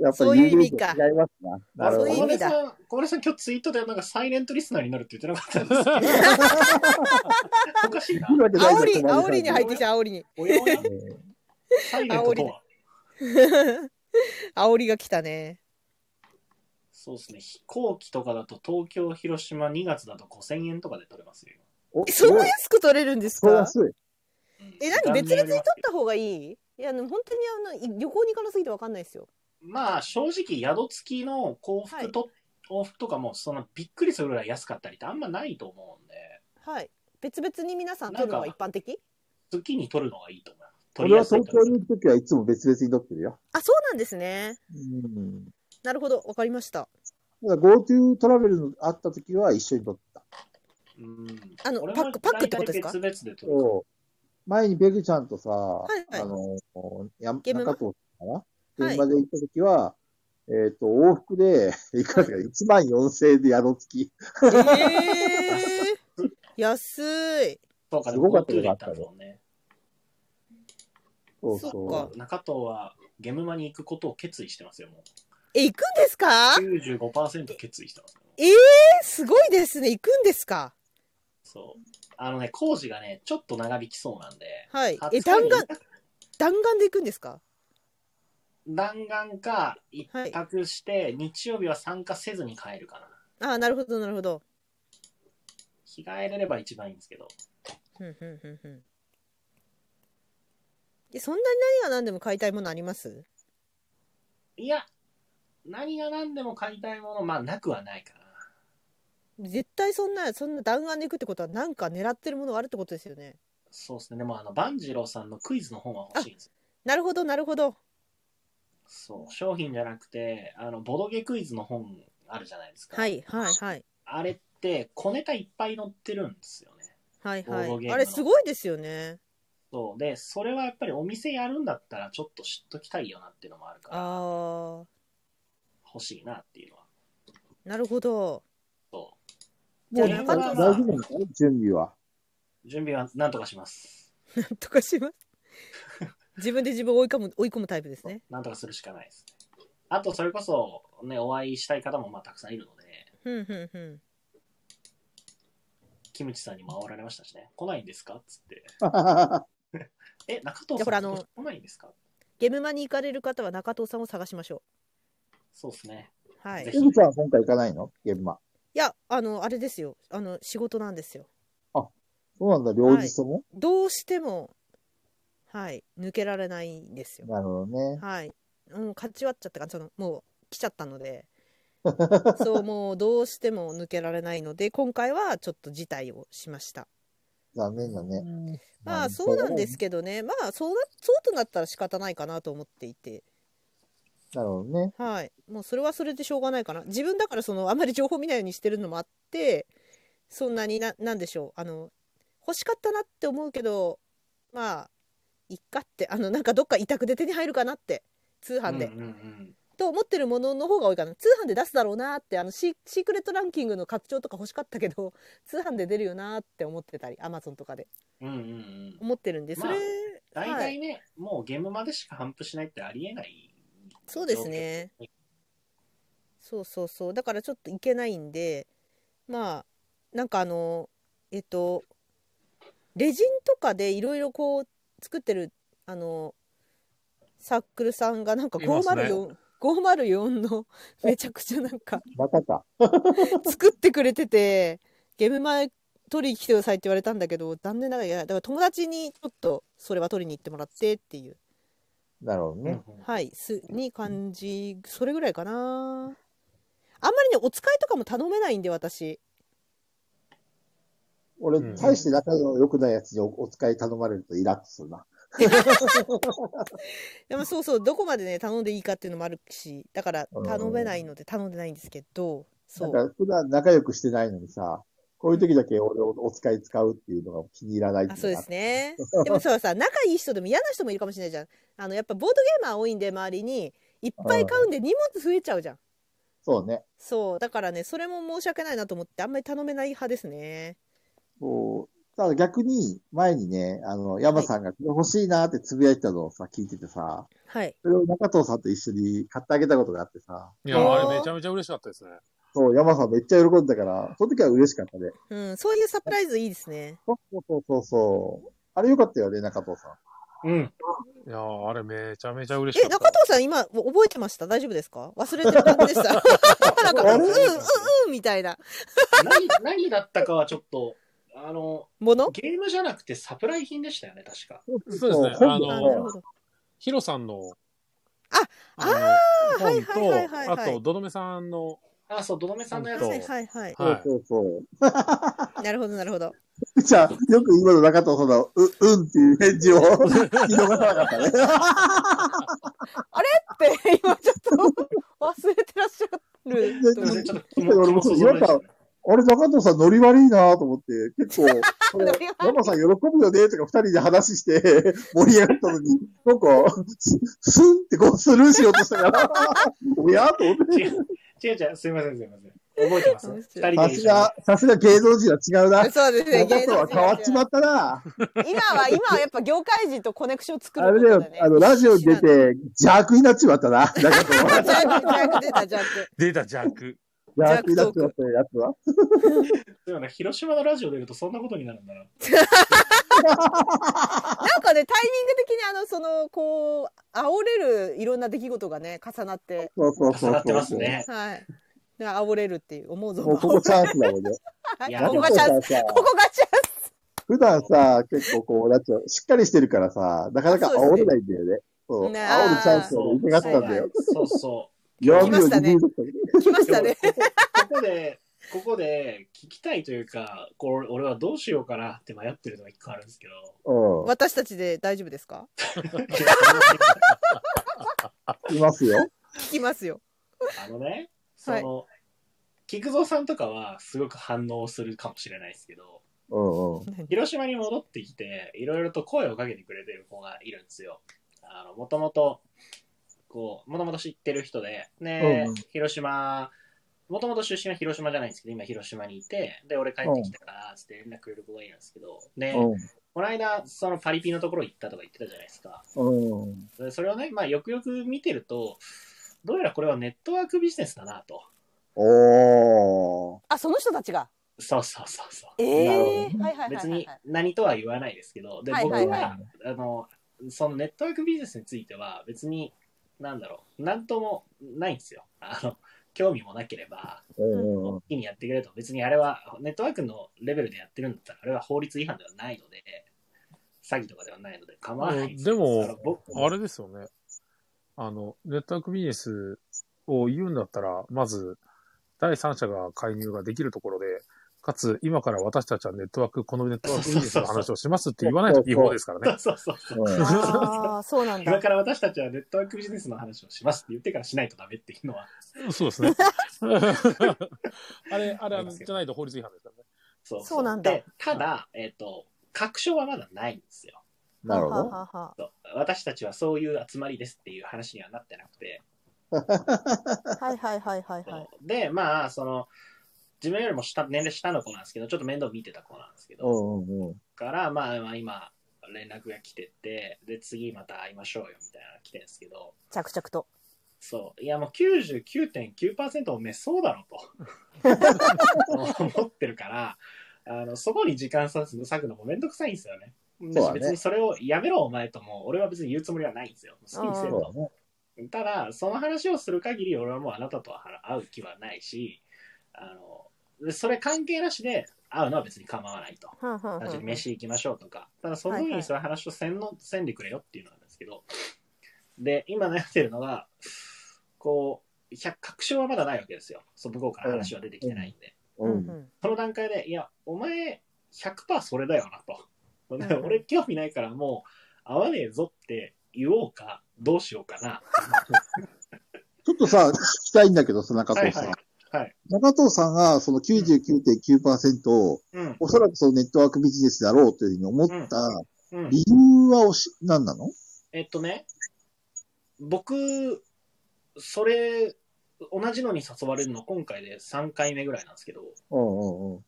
Speaker 1: やっぱ
Speaker 3: そう
Speaker 1: り
Speaker 3: いう意
Speaker 1: 有名
Speaker 3: 味
Speaker 1: 人
Speaker 3: か
Speaker 1: 違いますな。なるほ
Speaker 3: そういう
Speaker 1: ど。
Speaker 3: 意味だ
Speaker 4: 小林さん、小林さん今日ツイートでなんかサイレントリスナーになるって言ってなかったんです かおかしいな。
Speaker 1: わけない
Speaker 3: 煽り、
Speaker 1: じゃん
Speaker 3: 煽りに入ってきた、煽りに。
Speaker 4: おやおや
Speaker 1: えー
Speaker 4: サイレントとは。
Speaker 3: 煽りが来たね。
Speaker 4: そうですね。飛行機とかだと東京、広島2月だと5000円とかで取れますよ。
Speaker 1: お、
Speaker 3: え
Speaker 1: す
Speaker 3: そん
Speaker 1: ご。
Speaker 3: ない安く取れるんです
Speaker 1: そう
Speaker 3: か
Speaker 1: 安い。
Speaker 4: うん
Speaker 3: え、何別
Speaker 4: 時
Speaker 3: 々に
Speaker 4: 間よ
Speaker 3: 取っ
Speaker 4: りますけど
Speaker 3: た方がいいいや、でも本当にあの、旅行に行かなすぎてわかんないですよ。
Speaker 4: まあ正直宿付きの幸福と、往復とかもそのびっくりするぐらい安かったりってあんまないと思うんで
Speaker 3: はい。別々に皆さん取るのが一般的
Speaker 4: 月に取るのがいいと思います。取
Speaker 1: 俺
Speaker 4: り
Speaker 1: は
Speaker 4: やすい
Speaker 1: 東
Speaker 4: と
Speaker 1: 京
Speaker 4: 思い
Speaker 1: に
Speaker 4: ま
Speaker 1: 行くときはいつも別々に撮ってるよ。
Speaker 3: あ、そうなんですね。
Speaker 1: うん。
Speaker 3: なるほど、わかりました。
Speaker 1: ただ GoTo トラベルのあったときは一緒に撮った。
Speaker 4: すうん
Speaker 3: あの
Speaker 4: 俺も
Speaker 3: パックパックってことですか
Speaker 4: 大体別々で取る。
Speaker 1: そう。前にペグちゃんとさ、
Speaker 3: いはい
Speaker 1: あの、や中
Speaker 3: ゲームマ
Speaker 1: 藤さんかな
Speaker 3: はい
Speaker 1: 現場で行ったときは、えっ、と、往復で、 いくらか1万4000円で宿付き。
Speaker 3: えー、安い。
Speaker 4: そうか、
Speaker 1: すごかった
Speaker 4: で
Speaker 1: よ
Speaker 4: も GoTo で行ったんだもんね。
Speaker 1: そう
Speaker 3: そ
Speaker 1: そ
Speaker 3: っ
Speaker 1: う。
Speaker 4: 中藤はゲムマに行くことを決意してますよ、も
Speaker 3: え、行くんですか
Speaker 4: う。95%決意してます、ね。
Speaker 3: ええすごいですね。行くんですか。
Speaker 4: そう。あのね、工事がね、ちょっと長引きそうなんで。
Speaker 3: はい
Speaker 4: 20。
Speaker 3: え、
Speaker 4: 日
Speaker 3: 弾
Speaker 4: に
Speaker 3: 丸、弾丸で行くんですか。
Speaker 4: 弾丸か、一泊して、日曜日は参加せずに帰るかな。
Speaker 3: ああ、なるほど、なるほど。
Speaker 4: 日帰れれば一番いいんですけど。
Speaker 3: ふんふんふんふん。え、そんなに何が何でも買いたいものあります。
Speaker 4: いや、何が何でも買いたいもの、まあ、なくはないかな。
Speaker 3: 絶対そんな、そんな弾丸で行くってことは、なんか狙ってるものがあるってことですよね。
Speaker 4: そうですね。でも、あの、万次郎さんのクイズの本は欲しいんですよ。
Speaker 3: なるほど、なるほど。
Speaker 4: そう。商品じゃなくて、あの、ボドゲクイズの本あるじゃないですか。
Speaker 3: はい、はい、はい。
Speaker 4: あれって、小ネタいっぱい載ってるんですよね。
Speaker 3: はい、
Speaker 4: ボード
Speaker 3: は
Speaker 4: ゲーム
Speaker 3: い。
Speaker 4: の
Speaker 3: あれ、すごいですよね。
Speaker 4: そう。で、それはやっぱりお店やるんだったら、ちょっと知っときたいよなっていうのもあるから、
Speaker 3: ああ。
Speaker 4: 欲しいなっていうのは。
Speaker 3: なるほど。
Speaker 4: そう。
Speaker 3: じゃあ、
Speaker 4: もう
Speaker 1: 大
Speaker 3: 中藤
Speaker 4: ま
Speaker 1: 丈
Speaker 4: あ
Speaker 1: 夫な
Speaker 3: さ。
Speaker 1: んのかな準備は。
Speaker 4: 準備はなんとかします。
Speaker 3: なんとかします。 自分で自分を追い込む、追い込むタイプですね。
Speaker 4: なんとかするしかないですね。あと、それこそ、ね、お会いしたい方もまあたくさんいるので、
Speaker 3: ふんふんふん。
Speaker 4: キムチさんにも煽られましたしね、来ないんですかっつって、え、
Speaker 3: い
Speaker 4: 中
Speaker 3: や
Speaker 4: 藤
Speaker 3: ほ
Speaker 4: さ
Speaker 3: ら
Speaker 4: ん
Speaker 3: あの
Speaker 4: 来ないんですか
Speaker 3: ゲームマに行かれる方は中藤さんを探しましょ
Speaker 4: そうですね。
Speaker 3: う。はい。
Speaker 4: ぜ
Speaker 1: ペ
Speaker 4: ひ
Speaker 3: い
Speaker 1: グちゃんは今回行かないの現場。
Speaker 3: や、あの、あれですよ。あの、仕事なんですよ。
Speaker 1: そうなんだ、両日とも、
Speaker 3: どうしても、はい、抜けられないんですよ。
Speaker 1: なるほどね。
Speaker 3: はい。もう、勝ち割っちゃったから、その、もう、来ちゃったので、そうもうどうしても抜けられないので今回はちょっと辞退をしました
Speaker 1: 残念だね。
Speaker 3: まあそうなんですけどねまあそうなそうとなったら仕方ないかなと思っていて
Speaker 1: なるほどね。
Speaker 3: はいもうそれはそれでしょうがないかな自分だからそのあまり情報見ないようにしてるのもあってそんなにななんでしょうあの欲しかったなって思うけどまあいっかってあのなんかどっか委託で手に入るかなって通販で、
Speaker 4: うんうんうん
Speaker 3: と思ってるものの方が多いかな通販で出すだろうなってあのシシークレットランキングの拡張とか欲しかったけど 通販で出るよなって思ってたりアマゾンとかで
Speaker 4: うんうんうん。
Speaker 3: 思ってるんでそれ、
Speaker 4: まあ大
Speaker 3: は
Speaker 4: 体
Speaker 3: い、
Speaker 4: ね、もうゲームまでしか反布しないってありえない。
Speaker 3: そうですねそうそうそうだからちょっといけないんでまあなんかあのえっとレジンとかでいろいろこう作ってるあのサークルさんがなんか
Speaker 2: いますね
Speaker 3: 504、504の めちゃくちゃなんか
Speaker 1: またか。
Speaker 3: 作ってくれててゲーム前取りに来てくださいって言われたんだけど残念ながらいやだから友達にちょっとそれは取りに行ってもらってっていう
Speaker 1: なるほど
Speaker 4: 状況
Speaker 1: ね。
Speaker 4: うんうん
Speaker 3: はいすに感じそれぐらいかなあんまりねお使いとかも頼めないんで私
Speaker 1: 俺
Speaker 2: うん、
Speaker 1: 大して仲の良くないやつにおお使い頼まれるとイラッとするな。
Speaker 3: でもそうそうどこまでね頼んでいいかっていうのもあるしだから
Speaker 1: うん
Speaker 3: 頼めないので頼んでないんですけど
Speaker 1: な
Speaker 3: そ
Speaker 1: ん
Speaker 3: う
Speaker 1: か普段仲良くしてないのにさ、こういう時だけ俺をお使い使うっていうのが気に入らないってい
Speaker 3: あ
Speaker 1: の
Speaker 3: そうで
Speaker 1: が
Speaker 3: すねでもそうさ仲いい人でも嫌な人もいるかもしれないじゃんあのやっぱボードゲーマー多いんで周りにいっぱい買うんで荷物増えちゃうじゃん
Speaker 1: そうね。
Speaker 3: そうだからねそれも申し訳ないなと思ってあんまり頼めない派ですね
Speaker 1: こう、ただ逆に前にね、あの、山さんがこれ欲しいなってつぶやいてたのをさ、聞いててさ、
Speaker 3: はい
Speaker 1: それを中藤さんと一緒に買ってあげたことがあってさ、
Speaker 2: い
Speaker 3: あ
Speaker 2: や、
Speaker 3: ー
Speaker 2: あれめちゃめちゃ嬉しかったですね。
Speaker 1: そう、山さんめっちゃ喜んだから、その時は嬉しかったね。
Speaker 3: うんそういうサプライズいいです ね
Speaker 1: そうそうそうそう。あれよかったよね、中藤さん。
Speaker 4: うん。
Speaker 2: いや、あれめちゃめちゃ嬉しか
Speaker 3: え
Speaker 2: った。
Speaker 3: 中藤さん今覚えてました大丈夫ですか忘れてる感じでした なんかうんうんうんみたいな
Speaker 4: 何、何だったかはちょっと、あの、
Speaker 3: もの
Speaker 4: ゲームじゃなくてサプライ品でしたよね、確か。
Speaker 2: そうですね
Speaker 1: 本
Speaker 2: あ
Speaker 3: あ
Speaker 2: の
Speaker 3: なるほど
Speaker 2: ヒロさんの、
Speaker 3: あ、
Speaker 2: あ
Speaker 3: あーはいはいはいはい
Speaker 2: 本
Speaker 3: は
Speaker 2: と、あ
Speaker 3: い
Speaker 2: と、どどめさんの、
Speaker 4: あ、そう、どどめさんのやつ
Speaker 2: そう
Speaker 3: はいはいはい
Speaker 1: そう
Speaker 2: は
Speaker 1: そうそう。
Speaker 3: なるほどなるほど
Speaker 1: じゃあ、よく今の中藤さんの、う、うんっていう返事を 聞き逃さなかったね。
Speaker 3: って今ちょっと 忘れてらっしゃ る
Speaker 4: すいませんちょっと気
Speaker 1: 俺
Speaker 4: 持
Speaker 1: も
Speaker 4: ち
Speaker 1: そう違和感あれ、中藤さんノリ悪いなと思って、結構、これ
Speaker 3: ノリ悪い
Speaker 1: 山さん喜ぶよねとか二人で話して盛り上がったのに、なんか、すすんってこうスルーしようとしたから、 おやと思って。
Speaker 4: 違う違う違う、すいません、すいません。覚えてます
Speaker 3: 面
Speaker 4: 二
Speaker 3: 白い
Speaker 4: 人
Speaker 1: さ
Speaker 4: で一緒
Speaker 1: す
Speaker 4: に。
Speaker 1: が、さすが芸能人は違うな。
Speaker 3: そうですね
Speaker 1: 中藤は変わっちまったな。
Speaker 3: 今は今はやっぱ業界人とコネクション作
Speaker 1: あ
Speaker 3: る
Speaker 1: れ
Speaker 3: こ
Speaker 1: だ
Speaker 3: と
Speaker 1: よ
Speaker 3: だ、ね
Speaker 1: あの、ラジオに 出て邪悪になっちまったな。中藤は。
Speaker 3: ジャックジャック出たジャック
Speaker 2: 出たジャック。
Speaker 1: 邪悪になっちまったやつは。
Speaker 4: そうだね広島のラジオ出るとそんなことになるんだな。
Speaker 3: なんかねタイミング的にあのそのこう煽れるいろんな出来事がね重なって
Speaker 1: そうそうそうそ
Speaker 4: 重
Speaker 1: う。
Speaker 4: なってますね。
Speaker 3: はいで煽れるっていう思うぞ
Speaker 1: もうここチャンスだもんね。
Speaker 3: はい
Speaker 4: いや
Speaker 3: ここ
Speaker 1: 中藤
Speaker 3: がチ
Speaker 1: さ
Speaker 3: ャン
Speaker 1: ん
Speaker 3: ス
Speaker 1: さ、
Speaker 3: ここがチャン
Speaker 1: 普段さ、結構こう、なんちゅうのしっかりしてるからさ、なかなか煽れないんだよね。そう。
Speaker 3: ね
Speaker 1: 煽るチャンスを
Speaker 4: そう
Speaker 1: 伺ったんだよ。
Speaker 4: そうそ
Speaker 1: 弱みを
Speaker 3: 来ました
Speaker 1: 握
Speaker 3: ね
Speaker 1: りとったけど
Speaker 3: ス来ま
Speaker 4: う。
Speaker 3: したね
Speaker 4: でもここここで、ここで聞きたいというか、これ俺はどうしようかなって迷ってるのが一個あるんですけど。
Speaker 1: う
Speaker 3: 私たちで大丈夫ですか
Speaker 1: ん。いますよ。
Speaker 3: 聞きますよ
Speaker 4: あのね、その、菊蔵さんとかはすごく反応するかもしれないですけど、
Speaker 1: うんうん。
Speaker 4: 広島に戻ってきて、いろいろと声をかけてくれてる子がいるんですよ。あの、もともと、こう、もともと知ってる人で、ね、
Speaker 1: うんうん
Speaker 4: 広島、もともと出身は広島じゃないんですけど、今広島にいて、で、俺帰ってきたから、つって連絡くれる子がいるんですけど、で、この間、そのパリピのところ行ったとか言ってたじゃないですか。
Speaker 1: うん。うん。
Speaker 4: でそれをね、まあ、よくよく見てると、どうやらこれはネットワークビジネスだなと。
Speaker 1: おー。
Speaker 3: あその人たちが
Speaker 4: そうそうそうそう。
Speaker 3: え
Speaker 1: なるほ
Speaker 3: え
Speaker 1: ど
Speaker 3: はいはいはいはい
Speaker 4: 別に何とは言わないですけど、で、
Speaker 3: はい
Speaker 4: 僕
Speaker 3: はいはい
Speaker 4: は、あの、そのネットワークビジネスについては、別に、なんだろう、なんともないんですよ。あの、興味もなければ、
Speaker 1: うんうん。
Speaker 4: 好きにやってくれると、別にあれは、ネットワークのレベルでやってるんだったら、あれは法律違反ではないので、詐欺とかではないので、構わないんすよ
Speaker 2: でも
Speaker 4: あの僕
Speaker 2: あれですよね。あの、ネットワークビジネスを言うんだったら、まず、第三者が介入ができるところで、かつ、今から私たちはネットワーク、このネットワークビジネスの話をしますって言わないと違法ですからね。
Speaker 4: そうそうそう。
Speaker 3: ああ、そうなん
Speaker 4: 今
Speaker 3: だ。
Speaker 4: から私たちはネットワークビジネスの話をしますって言ってからしないとダメっていうのは、
Speaker 2: そうですね。 あれ、あれ、あのじゃないと法律違反ですからね。
Speaker 4: そう
Speaker 3: そうなんだ
Speaker 4: でただ、えっ、と、確証はまだないんですよ。
Speaker 5: なるほ
Speaker 3: は
Speaker 5: ど。
Speaker 3: はは
Speaker 4: そう私たちはそういう集まりですっていう話にはなってなくて。
Speaker 3: はいはいはいはい
Speaker 4: そう
Speaker 3: はい。
Speaker 4: で、まあ、その、自分よりも下、年齢下の子なんですけど、ちょっと面倒見てた子なんですけど、
Speaker 5: うんうんうん。
Speaker 4: から、まあ、まあ今、連絡が来てて、で、次また会いましょうよ、みたいなのが来てるんですけど、
Speaker 3: 着々と。
Speaker 4: そう。いや、もう99.9%おめえそうだろと思ってるから、あの、そこに時間割くのもめんどくさいんですよね。
Speaker 5: そうだね
Speaker 4: 別にそれをやめろお前とも、俺は別に言うつもりはないんですよ。好きにせえ
Speaker 5: そうだ。
Speaker 4: と
Speaker 5: ね。
Speaker 4: ただ、その話をする限り、俺はもうあなたとは会う気はないし、あの、でそれ関係なしで会うのは別に構わないと。
Speaker 3: はんはんはん
Speaker 4: あじゃあ飯行きましょうとか、ただその時にそういう話をせんの、せんでくれよっていうのなんですけど、で、今悩んでるのが、こう、100確証はまだないわけですよ。そう向こうから話は出てきてないんで。
Speaker 3: う
Speaker 5: うん。
Speaker 3: うんん
Speaker 4: その段階で、いや、お前100%それだよなと。
Speaker 3: んうん
Speaker 4: 俺興味ないからもう会わねえぞって言おうか、どうしようかな。
Speaker 5: ちょっとさ、聞きたいんだけどさ、中
Speaker 4: はい
Speaker 5: 藤さん。
Speaker 4: はい。はい。
Speaker 5: 中藤さんが、その99.9%を、
Speaker 4: うん。
Speaker 5: おそらくそのネットワークビジネスだろうというふうに思った
Speaker 4: うん
Speaker 5: 理由はおし、何なの
Speaker 4: えっとね、僕、それ、同じのに誘われるの今回で3回目ぐらいなんですけど、
Speaker 5: うんうんうん。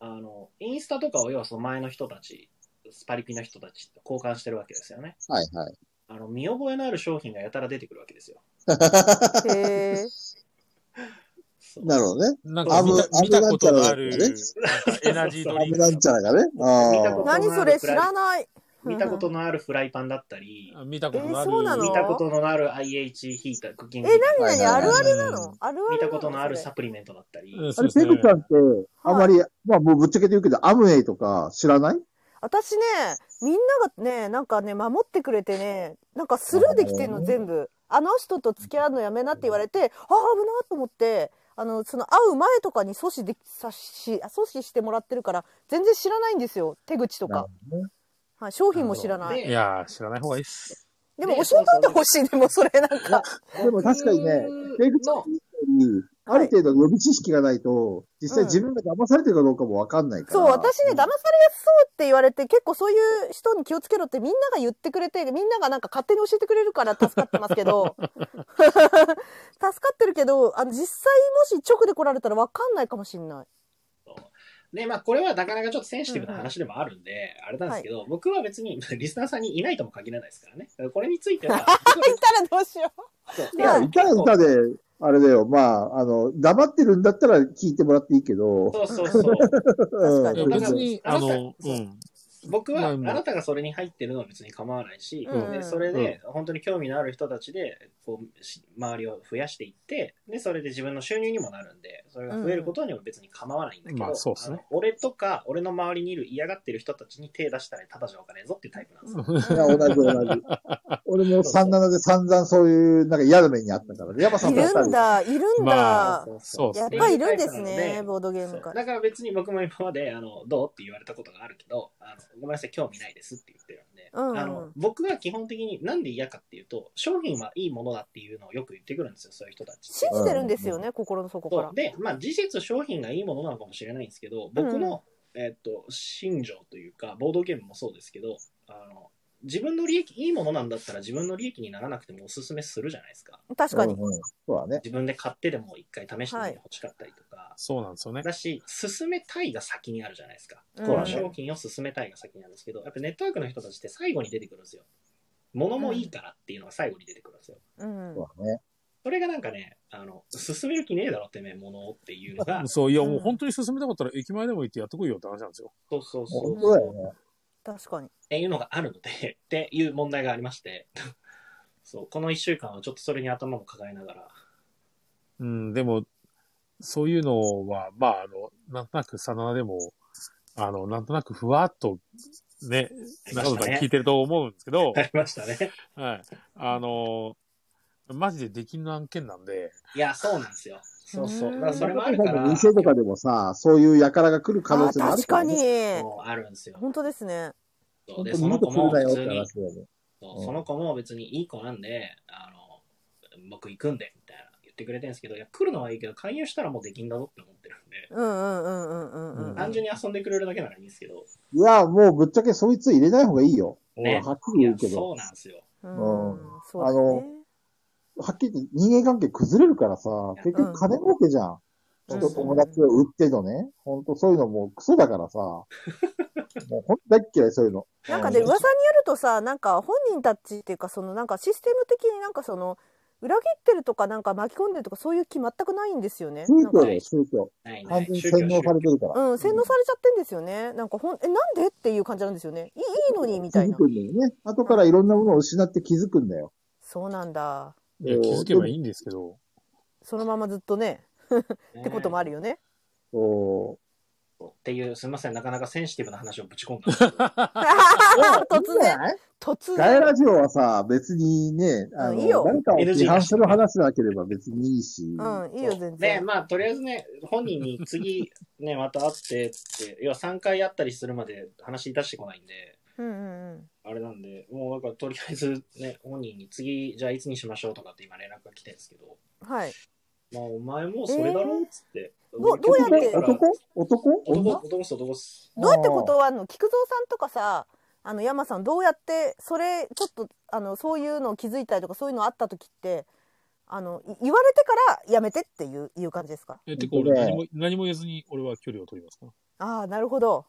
Speaker 4: あの、インスタとかを要はその前の人たち、スパリピの人たちと交換してるわけですよね。
Speaker 5: はいはい。
Speaker 4: あの、見覚えのある商品がやたら出てくるわけですよ。
Speaker 3: へえ。
Speaker 4: そう
Speaker 5: なるほどね。
Speaker 2: なんか見た
Speaker 5: あぶ
Speaker 2: 見たことのある
Speaker 5: あぶなん
Speaker 2: なんかエナジードリ
Speaker 5: 危
Speaker 2: ンク
Speaker 5: なんちゃらがね。あ
Speaker 4: な
Speaker 5: あ。
Speaker 4: るほど
Speaker 3: 何それ知らない。
Speaker 4: 見たことのあるフライパンだったり、
Speaker 2: 見たことのあ
Speaker 3: えーそうなの
Speaker 2: る
Speaker 4: 見たことのある IH ヒーター、クッキングヒー
Speaker 3: え、
Speaker 4: ター
Speaker 3: 何
Speaker 5: は
Speaker 3: 々
Speaker 5: い
Speaker 3: あ
Speaker 5: はい
Speaker 3: る
Speaker 5: は
Speaker 3: あ
Speaker 5: い
Speaker 3: るなのあるあるな
Speaker 4: 見たことのある
Speaker 3: そ
Speaker 4: サプリメントだったり、
Speaker 2: うん。
Speaker 5: あ
Speaker 2: そう
Speaker 5: れ、
Speaker 2: です
Speaker 5: ペ
Speaker 2: ね
Speaker 5: グちゃんって、あまり、まあもうぶっちゃけて言うけど、アムウェイとか知らない
Speaker 3: 私ね、みんながね、なんかね、守ってくれてね、なんかスルーできてん
Speaker 5: あ
Speaker 3: の、
Speaker 5: ー
Speaker 3: 全部。あの人と付き合うのやめなって言われて、ああ、危なーと思って、あの、その、会う前とかに阻止でき、さし、あ阻止してもらってるから、全然知らないんですよ、手口と
Speaker 5: なる
Speaker 3: か。はい、商品も知らない。
Speaker 4: で
Speaker 2: いやー、知らない方がいいっす。
Speaker 3: で
Speaker 4: で
Speaker 3: も、教えといてほしい、でも、それなんか。
Speaker 5: でも確かにねペグ
Speaker 4: 僕
Speaker 5: ちゃん
Speaker 4: の
Speaker 5: の言うようにある程度予備知識がないと、実際自分が騙されてるかどうかもわかんないから。
Speaker 3: そう、私ね、騙されやすそうって言われて、結構そういう人に気をつけろってみんなが言ってくれて、みんながなんか勝手に教えてくれるから助かってますけど、 助かってるけど、あの、実際もし直で来られたらわかんないかもしんない。
Speaker 4: で、まあ、これはなかなかちょっとセンシティブな話でもあるんで、あれなんですけど、僕は別にリスナーさんにいないとも限らないですからね。これについては、
Speaker 3: いたらどうしよう。
Speaker 4: そう
Speaker 5: いや、
Speaker 3: はい
Speaker 5: いたらいたで、あれだよ、まあ、あの、黙ってるんだったら聞いてもらっていいけど、
Speaker 4: そうそうそう。
Speaker 3: 確
Speaker 2: い
Speaker 3: かに
Speaker 2: や
Speaker 5: うん
Speaker 4: だから
Speaker 2: 別に、
Speaker 4: あ
Speaker 2: あ
Speaker 4: なた
Speaker 2: の、うん。
Speaker 4: 僕は、
Speaker 2: まあ
Speaker 4: あ
Speaker 2: まあ
Speaker 4: なたがそれに入ってるのは別に構わないし、
Speaker 3: うん
Speaker 4: でそれで、本当に興味のある人たちで、こう、し周りを増やしていって、で、それで自分の収入にもなるんで、それが増えることにも別に構わないんだけど、
Speaker 2: うんまあそうっすね
Speaker 4: の俺とか、俺の周りにいる嫌がってる人たちに手出したらただじゃおかねえぞっていうタイプなんですよ。
Speaker 5: いや同じ同じ。俺も37で散々そういう、なんか嫌な目にあったからね、ヤバさん
Speaker 3: い
Speaker 5: とやった
Speaker 3: るん
Speaker 5: ら
Speaker 3: だ、いるんだ。
Speaker 2: まあ
Speaker 4: そう
Speaker 2: そうっ
Speaker 3: や
Speaker 2: す
Speaker 3: っ
Speaker 2: ね
Speaker 3: ぱりいるんです
Speaker 4: そういうタイプなの
Speaker 3: ね、
Speaker 4: で
Speaker 3: ボードゲー
Speaker 4: そ
Speaker 3: ム
Speaker 4: う
Speaker 3: 会。
Speaker 4: だから別に僕も今まで、あの、どうって言われたことがあるけど、あのごめんなさい、興味ないですって言ってるんで、
Speaker 3: うん
Speaker 4: あの僕は基本的になんで嫌かっていうと、商品はいいものだっていうのをよく言ってくるんですよ、そういう人たちって。
Speaker 3: 信じてるんですよね、心の底か
Speaker 4: そ
Speaker 3: ら
Speaker 4: う。で、まあ、事実商品がいいものなのかもしれないんですけど僕の、えっと信条というかボードゲームもそうですけどあの自分の利益いいものなんだったら自分の利益にならなくてもおすすめするじゃないですか
Speaker 3: 確かに。
Speaker 5: うんうんそうだね。
Speaker 4: 自分で買ってでも一回試してみてほしかったりとか、
Speaker 2: そうなんですよね。
Speaker 4: だし進めたいが先にあるじゃないですか、
Speaker 3: うん
Speaker 5: そうだね
Speaker 4: 商品を進めたいが先にあるんですけどやっぱネットワークの人たちって最後に出てくるんですよ物もいいからっていうのが最後に出てくるんですよ
Speaker 3: うん。
Speaker 5: そうだね。
Speaker 4: それがなんかねあの進める気ねえだろてめえ物をっていうのが
Speaker 2: そう、いや、
Speaker 3: うん
Speaker 2: もう本当に進めたかったら駅前でも行ってやってこいよって話なんですよ。
Speaker 4: そうそうそう
Speaker 5: 本当だよね。
Speaker 3: 確かに。
Speaker 4: っていうのがあるので、っていう問題がありまして、そう、この一週間はちょっとそれに頭を抱えながら、
Speaker 2: うん、でも、そういうのは、まあ、あの、なんとなく、さなでも、あの、なんとなくふわっと、ね、
Speaker 4: ありま
Speaker 2: 中
Speaker 4: し
Speaker 2: 野
Speaker 4: た
Speaker 2: さん
Speaker 4: ね
Speaker 2: 聞いてると思うんですけど
Speaker 4: あ、りましたね。
Speaker 2: はい。あの、マジでできる案件なんで、
Speaker 4: いや、そうなんですよ。そうそうう。
Speaker 3: ーん
Speaker 4: だからそれもあるから、
Speaker 1: 店とかでもさ、そういう輩が来る可
Speaker 3: あ
Speaker 1: 能
Speaker 3: ー
Speaker 1: 性もある
Speaker 3: 確
Speaker 1: か、
Speaker 3: からに
Speaker 1: ね。
Speaker 4: そうあるんですよ。
Speaker 3: 本当ですね
Speaker 4: そうで、
Speaker 1: 本当
Speaker 4: そ
Speaker 1: にも
Speaker 4: の
Speaker 1: っと
Speaker 4: 子
Speaker 1: 来る
Speaker 4: も
Speaker 1: なよ
Speaker 4: 普
Speaker 1: って
Speaker 4: 通に、
Speaker 1: 話だよね。
Speaker 4: そう
Speaker 1: うん
Speaker 4: その子も別にいい子なんで、あの、僕行くんで、みたいな言ってくれてるんですけど、いや、来るのはいいけど、勧誘したらもうできんだぞって思ってるんで、
Speaker 3: うんうんうんうんうんうん、うん、
Speaker 4: 単純に遊んでくれるだけならいいんですけど、
Speaker 1: いや、もうぶっちゃけそいつ入れない方がいいよ。
Speaker 4: ね
Speaker 1: 俺はっきり
Speaker 4: い
Speaker 1: 言
Speaker 4: や
Speaker 1: う、けど。
Speaker 4: そうなんですよ。
Speaker 3: う
Speaker 1: うん
Speaker 3: んそうだ
Speaker 1: あの
Speaker 3: ね
Speaker 1: はっきり言って人間関係崩れるからさ、結局金儲けじゃん。ちょっと友達を売ってのね。ほんとそういうのもうクソだからさ。もうほんと大っ嫌いそういうの。
Speaker 3: なんかで
Speaker 1: うん
Speaker 3: 噂によるとさなんか本人たちっていうかそのなんかシステム的になんかその裏切ってるとかなんか巻き込んでるとかそういう気全くないんですよね。
Speaker 1: 宗
Speaker 3: なんか
Speaker 1: 教だよ、宗教。
Speaker 4: ないな
Speaker 1: 完
Speaker 4: い。
Speaker 1: 全に
Speaker 4: 宗
Speaker 1: 洗
Speaker 4: 教
Speaker 1: 脳されてるから。
Speaker 3: うん、洗脳されちゃってんですよね。なんかほん、え、なんでっていう感じなんですよね。いいいいのにみ
Speaker 1: 気
Speaker 3: たい
Speaker 1: づ
Speaker 3: な
Speaker 1: く。んだよね。後からいろんなものを失って気づくんだよ。
Speaker 3: そうなんだ。
Speaker 2: いや気づけばいいんですけど、
Speaker 3: そのままずっとね、
Speaker 4: っ
Speaker 3: ってこともあるよね。
Speaker 1: そう
Speaker 4: っていう、すみません、なかなかセンシティブな話をぶち込んだんです けど。
Speaker 1: いいんじゃない
Speaker 3: 突然、突
Speaker 1: ガエ
Speaker 3: 然。
Speaker 1: ラジオはさ、別にね、あ
Speaker 3: う
Speaker 1: の、
Speaker 3: んいいよ
Speaker 1: 誰かを批
Speaker 4: NG
Speaker 1: 判する話なければ別にいいし。
Speaker 3: うん、いいよ、全
Speaker 4: で、
Speaker 3: 然。
Speaker 4: まあ、とりあえずね、本人に次、ね、また会ってって、要は3回会ったりするまで話出してこないんで、
Speaker 3: うんうんうん。
Speaker 4: あれなんで、もう、だからとりあえずね、本人に次、じゃあいつにしましょうとかって今連絡が来てるんですけど、
Speaker 3: はい。
Speaker 4: まあ、お前もうそれだろっつって。
Speaker 3: どどうやって
Speaker 1: 男男
Speaker 4: 男
Speaker 1: 女
Speaker 4: 男っす、男っす。
Speaker 3: どうやってことは、あの、菊蔵さんとかさ、あの、山さん、どうやって、それ、ちょっと、あの、そういうのを気づいたりとか、そういうのあった時って、あの、い言われてからやめてっていう、いう感じですか
Speaker 2: え、てか俺何も、何も言えずに俺は距離を取りますから。
Speaker 3: ああ、なるほど。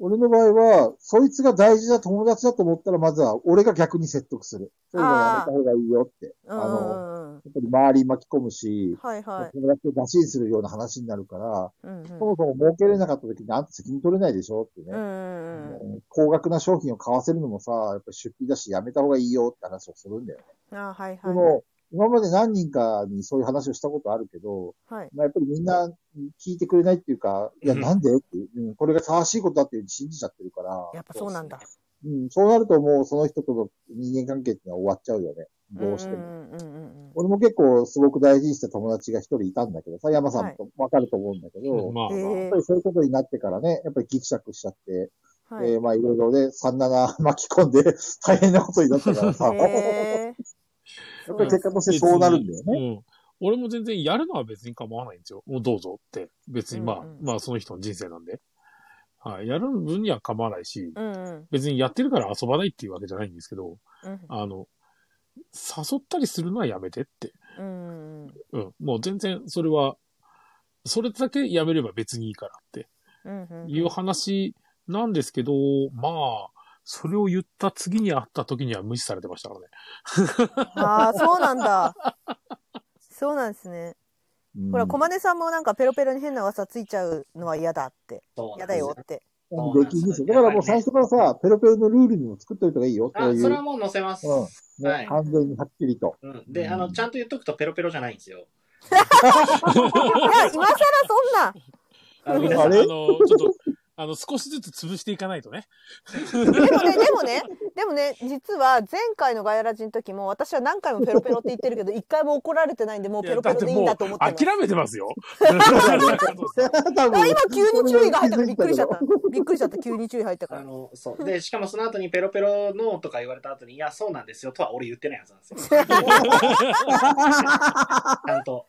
Speaker 1: 俺の場合は、そいつが大事な友達だと思ったら、まずは俺が逆に説得する。そういうのやめた方がいいよって。
Speaker 3: う
Speaker 1: あ
Speaker 3: んう
Speaker 1: の、
Speaker 3: んうん。
Speaker 1: やっぱり周り巻き込むし、
Speaker 3: はいはい。
Speaker 1: 友達を打診するような話になるから、
Speaker 3: うんうん
Speaker 1: そもそも儲けれなかった時にあんた責任取れないでしょって
Speaker 3: うんう
Speaker 1: ね。
Speaker 3: んうん。
Speaker 1: 高額な商品を買わせるのもさ、やっぱ出費だしやめた方がいいよって話をするんだよ。
Speaker 3: あはい
Speaker 1: で
Speaker 3: は
Speaker 1: も、今まで何人かにそういう話をしたことあるけど、
Speaker 3: い。はい。
Speaker 1: まあ、やっぱりみんな聞いてくれないっていうか、いや、
Speaker 4: うん
Speaker 1: なんでって、うん、これが正しいことだっていうふうに信じちゃってるから、
Speaker 3: やっぱそうなんだ。
Speaker 1: うん、そうなるともうその人との人間関係ってのは終わっちゃうよね。どうしても。
Speaker 3: んうんうんうん
Speaker 1: 俺も結構すごく大事にした友達が一人いたんだけどさ、山さんとわかると思うんだけど、
Speaker 2: まあ、
Speaker 3: え
Speaker 2: まあ、
Speaker 1: やっぱりそういうことになってからね、やっぱりギクシャクしちゃって、
Speaker 3: ーはい。
Speaker 1: えーまあいろいろね、37巻 き込んで大変なことになったからさ、や
Speaker 3: へ ー
Speaker 1: っぱり結果としてそうなるんだよ
Speaker 2: う
Speaker 1: ね。
Speaker 2: ん。俺も全然やるのは別に構わないんですよ。もうどうぞって。別にまあ、
Speaker 3: うんうん
Speaker 2: まあその人の人生なんで。はい。やる分には構わないし、
Speaker 3: うんうん
Speaker 2: 別にやってるから遊ばないっていうわけじゃないんですけど、
Speaker 3: うん
Speaker 2: あの、誘ったりするのはやめてって。
Speaker 3: うんうん
Speaker 2: うん。もう全然それは、それだけやめれば別にいいからって
Speaker 3: うんうん
Speaker 2: いう話なんですけど、まあ、それを言った次に会った時には無視されてましたからね。
Speaker 3: ああそうなんだ。そうなんですね。
Speaker 1: うん
Speaker 3: ほら小金さんもなんかペロペロに変な噂ついちゃうのは嫌だって、
Speaker 4: そうな
Speaker 3: 嫌だ
Speaker 4: んで
Speaker 3: よ
Speaker 4: す
Speaker 3: って。
Speaker 1: できるんですよ。だからもう最初からさ、ペロペロのルールにも作っておいた方がいいよ。
Speaker 4: あ
Speaker 1: そう、い
Speaker 4: そうれは、もう載せます。
Speaker 1: うん、
Speaker 4: はい
Speaker 1: ね、完全にはっきりと。
Speaker 4: うん、で、あの、ちゃんと言っとくとペロペロじゃないんですよ。
Speaker 3: いや今更そんな。
Speaker 4: あの
Speaker 1: れ
Speaker 4: 皆さん
Speaker 2: あ
Speaker 1: あ
Speaker 2: の、ちょっと、あの、少しずつ潰していかないとね。
Speaker 3: でもねでもねでもね実は前回のガヤラジの時も私は何回もペロペロって言ってるけど一回も怒られてないんでもうペロペロでいいんだと思って
Speaker 2: い
Speaker 3: ま
Speaker 2: やだ
Speaker 3: す
Speaker 2: ってもう諦めてます よ。
Speaker 1: 多
Speaker 3: あ
Speaker 1: 分
Speaker 3: 今急に注意が入ったからびっくりしちゃった。びっくりしちゃった。急に注意入ったか
Speaker 4: あ
Speaker 3: ら。
Speaker 4: の、そう。で、しかもその後にペロペロのとか言われた後に、いや、そうなんですよとは俺言ってないはずなん ですよ。ちゃんと。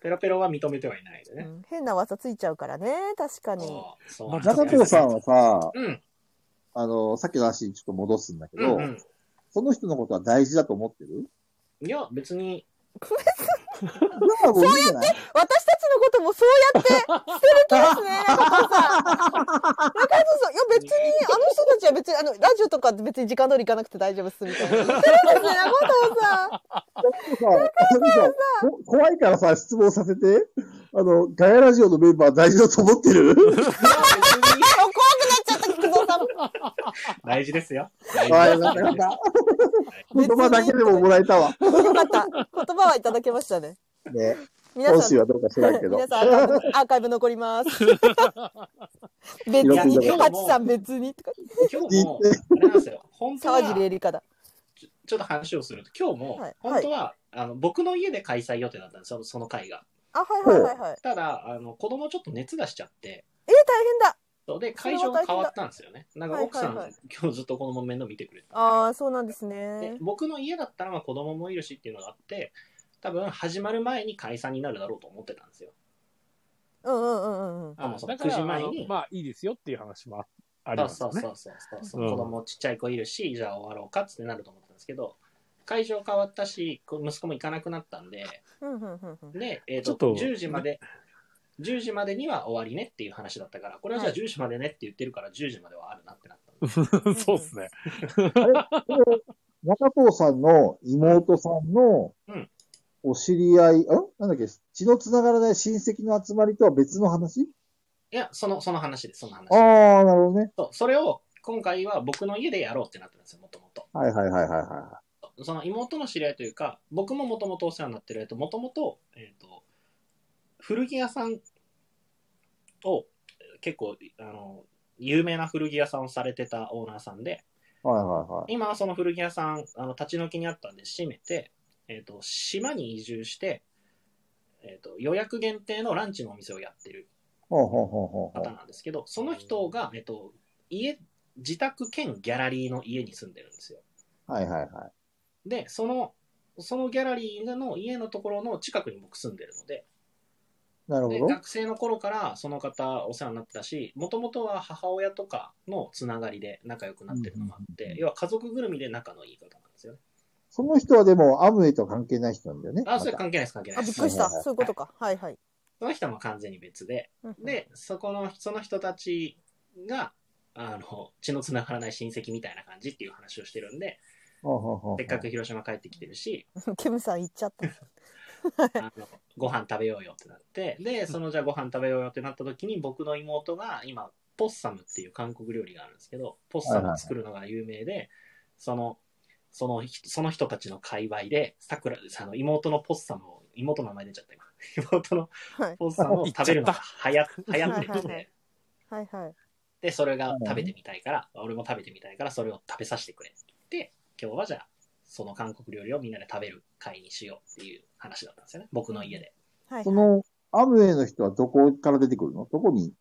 Speaker 4: ペロペロは認めてはいないで
Speaker 3: う
Speaker 4: ね。
Speaker 3: ん変な噂ついちゃうからね。確かに。
Speaker 4: そうそう
Speaker 2: まあ
Speaker 4: な
Speaker 1: 中
Speaker 4: ですよ
Speaker 1: 藤さんはさ、
Speaker 4: うん。
Speaker 1: あの、さっきの話にちょっと戻すんだけ
Speaker 4: う
Speaker 1: ど、
Speaker 4: ん、うん。
Speaker 1: その人のことは大事だと思ってる
Speaker 4: いや、別に、
Speaker 1: じゃあもういいんじゃない
Speaker 3: 私たちのこともそうやって捨てる気ですね。中藤さん。中藤さん。いや別に、あの人たちは別に、あの、ラジオとか別に時間通り行かなくて大丈夫っすみたいな。捨てるんですね、中藤さん。
Speaker 1: さこ怖いからさ、質問させて。あの、ガヤラジオのメンバー大事だと思ってる
Speaker 4: いや別に
Speaker 3: あの、怖くなっちゃった、菊蔵さんも。
Speaker 4: 大事ですよ。
Speaker 1: ああ、よかったよかった。 言葉だけでももらえたわ。
Speaker 3: よかった。言葉はいただけましたね。
Speaker 1: ね。
Speaker 3: 皆
Speaker 1: 本
Speaker 3: さん
Speaker 1: 心。はどうか知らんけど。
Speaker 3: 皆さんアーカイブ、アーカイブ残ります。別
Speaker 1: いや
Speaker 3: に、
Speaker 4: でも
Speaker 3: ハチさん別に。とか
Speaker 4: 今日も、あれなんですよ。本当
Speaker 3: 沢尻
Speaker 4: は
Speaker 3: エリカだ。
Speaker 4: ちょっと話をすると、今日も
Speaker 3: はい、
Speaker 4: 本当は、あの僕の家で開催予定だったんですよ、その会が。
Speaker 3: あ、はいはいはいはい。
Speaker 4: ただ、あの子供ちょっと熱出しちゃって、
Speaker 3: えー、大変だ。
Speaker 4: そうで、
Speaker 3: それ
Speaker 4: 会
Speaker 3: は
Speaker 4: 場
Speaker 3: 大変だ
Speaker 4: 変わったんですよね。なんか奥さん、
Speaker 3: はいはいはい
Speaker 4: 今日ずっと子供面倒見てくれてたんで
Speaker 3: ああ、そうなんです
Speaker 4: で
Speaker 3: ね。
Speaker 4: 僕の家だったらまあ子供もいるしっていうのがあって多分始まる前に解散になるだろうと思ってたんですよ
Speaker 3: うんうんうんうん。
Speaker 4: そもそも
Speaker 2: だから
Speaker 4: 9時前に
Speaker 2: あのまあいいですよっていう話もああり
Speaker 4: そう
Speaker 2: ます
Speaker 4: そ
Speaker 2: よ
Speaker 4: うそ
Speaker 2: ね。
Speaker 4: うそうそう、
Speaker 2: うん
Speaker 4: 子供ちっちゃい子いるしじゃあ終わろうかっつってなると思ってたんですけど会場変わったしこ息子も行かなくなったんで
Speaker 3: うんうんうんうん。
Speaker 4: で、えー、と
Speaker 2: ちょっと
Speaker 4: 10時まで10時までには終わりねっていう話だったからこれはじゃあ
Speaker 3: は
Speaker 4: 10時までねって言ってるから10時まではあるなってなったんで
Speaker 2: そうですね。
Speaker 1: 中藤さんの妹さんの
Speaker 4: うん、
Speaker 1: お知り合い、んなんだっけ、血の繋がらない親戚の集まりとは別の話
Speaker 4: いやそのその話ですその話
Speaker 1: ああ、なるほどね。
Speaker 4: そうそれを今回は僕の家でやろうってなってるんですよもともと
Speaker 1: はいはいはいはいは
Speaker 4: その妹の知り合いというか、僕ももともとお世話になってる、えっと、もともと、えっと、古着屋さんを、結構、あの、有名な古着屋さんをされてたオーナーさんで、
Speaker 1: い。はいはいはい。
Speaker 4: 今はその古着屋さん、あの、立ち退きにあったんで閉めて、えっと、島に移住して、えっと、予約限定のランチのお店をやってる
Speaker 1: ほうほうほうほうほ
Speaker 4: 方なんですけど、その人が、えっと、家、自宅兼ギャラリーの家に住んでるんですよ。
Speaker 1: う。はいはいはい。
Speaker 4: で、その、そのギャラリーの家のところの近くに僕住んでるので、
Speaker 1: なる
Speaker 4: で
Speaker 1: ほど。
Speaker 4: 学生の頃からその方お世話になってたし、もともとは母親とかのつながりで仲良くなってるのもあっ
Speaker 1: うんうん
Speaker 4: て
Speaker 1: う、ん
Speaker 4: 要は家族ぐるみで仲のいい方なんですよね。
Speaker 1: その人はでも、アムウェイとは関係ない人なんだよね。
Speaker 4: あ、それ
Speaker 1: また
Speaker 4: 関係ないです、関係な
Speaker 3: あ、
Speaker 4: い
Speaker 3: び
Speaker 4: で
Speaker 3: っ
Speaker 4: す。
Speaker 3: くりした。
Speaker 1: はいはいはい
Speaker 3: そういうことか。はいはい。
Speaker 4: その人も完全に別で、
Speaker 3: うんうん、
Speaker 4: で、そこの、その人たちが、あの、血のつながらない親戚みたいな感じっていう話をしてるんで、
Speaker 1: ほうほうほうほう
Speaker 4: せっかく広島帰ってきてるし、
Speaker 3: ケムさん行っちゃった。
Speaker 4: あのご飯食べようよってなってでそのじゃあご飯食べようよってなった時に僕の妹が今ポッサムっていう韓国料理があるんですけどポッサムを作るのが有名でそのその人その人たちの界隈でさくらあの妹のポッサムを妹の名前出ちゃった今 妹の
Speaker 3: はい
Speaker 4: ポッサムを食べるのが流行流行って
Speaker 3: はい
Speaker 4: き
Speaker 3: はいはい
Speaker 4: て
Speaker 3: はいはい。
Speaker 4: でそれが食べてみたいから俺も食べてみたいからそれを食べさせてくれで今日はじゃあその韓国料理をみんなで食べる会にしようっていう話だったんですよね僕の家で。
Speaker 3: はい
Speaker 1: そ。の、アムウェイの人はどこから出てくるのどこに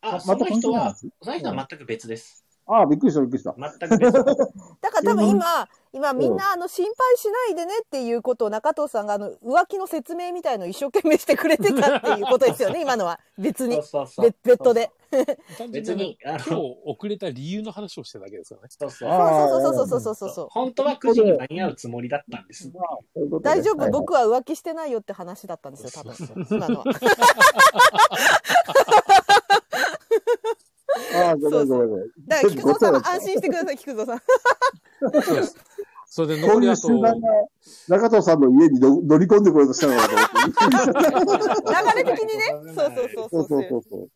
Speaker 4: あ、そ
Speaker 1: ま
Speaker 4: の
Speaker 1: た関係
Speaker 4: 人
Speaker 1: ない
Speaker 4: は、
Speaker 1: 話
Speaker 4: その人は全く別です。
Speaker 1: ああ、びっくりしたびっくりした。
Speaker 4: 全く別。
Speaker 3: だから多分
Speaker 1: うん
Speaker 3: 今、今みんなあの心配しないでねっていうことを中藤さんがあの浮気の説明みたいのを一生懸命してくれてたっていうことです よね、今のは。別に。
Speaker 4: そうそうそう
Speaker 3: ベベッドで。。
Speaker 2: 単純
Speaker 4: 別に、あの、
Speaker 2: 今日遅れた理由の話をしてるだけですよね。
Speaker 4: そうそう。
Speaker 1: あ
Speaker 3: そう
Speaker 1: ー
Speaker 3: そうそうそうそうそうそう。
Speaker 4: 本当は9時に間に合うつもりだったんです。
Speaker 1: そういうことね
Speaker 3: 大丈
Speaker 1: は
Speaker 3: 夫、
Speaker 1: い
Speaker 3: 僕は浮気してないよって話だったんですよ、多分。今のは。
Speaker 1: ああ、ごめんごめんごめん。
Speaker 3: だから、菊蔵さんは安
Speaker 1: 心。
Speaker 3: 心してください、菊蔵 さん。
Speaker 2: そうです。それで
Speaker 1: こ
Speaker 2: 残
Speaker 1: う
Speaker 2: り
Speaker 1: いう
Speaker 2: あ
Speaker 1: 集団
Speaker 2: と、
Speaker 1: が中藤さんの家にの乗り込んでこようとしたのかと思って
Speaker 3: 流れ的にね。そうそうそ
Speaker 1: そ
Speaker 3: うそうう
Speaker 1: そ
Speaker 3: そう。
Speaker 1: そううそう。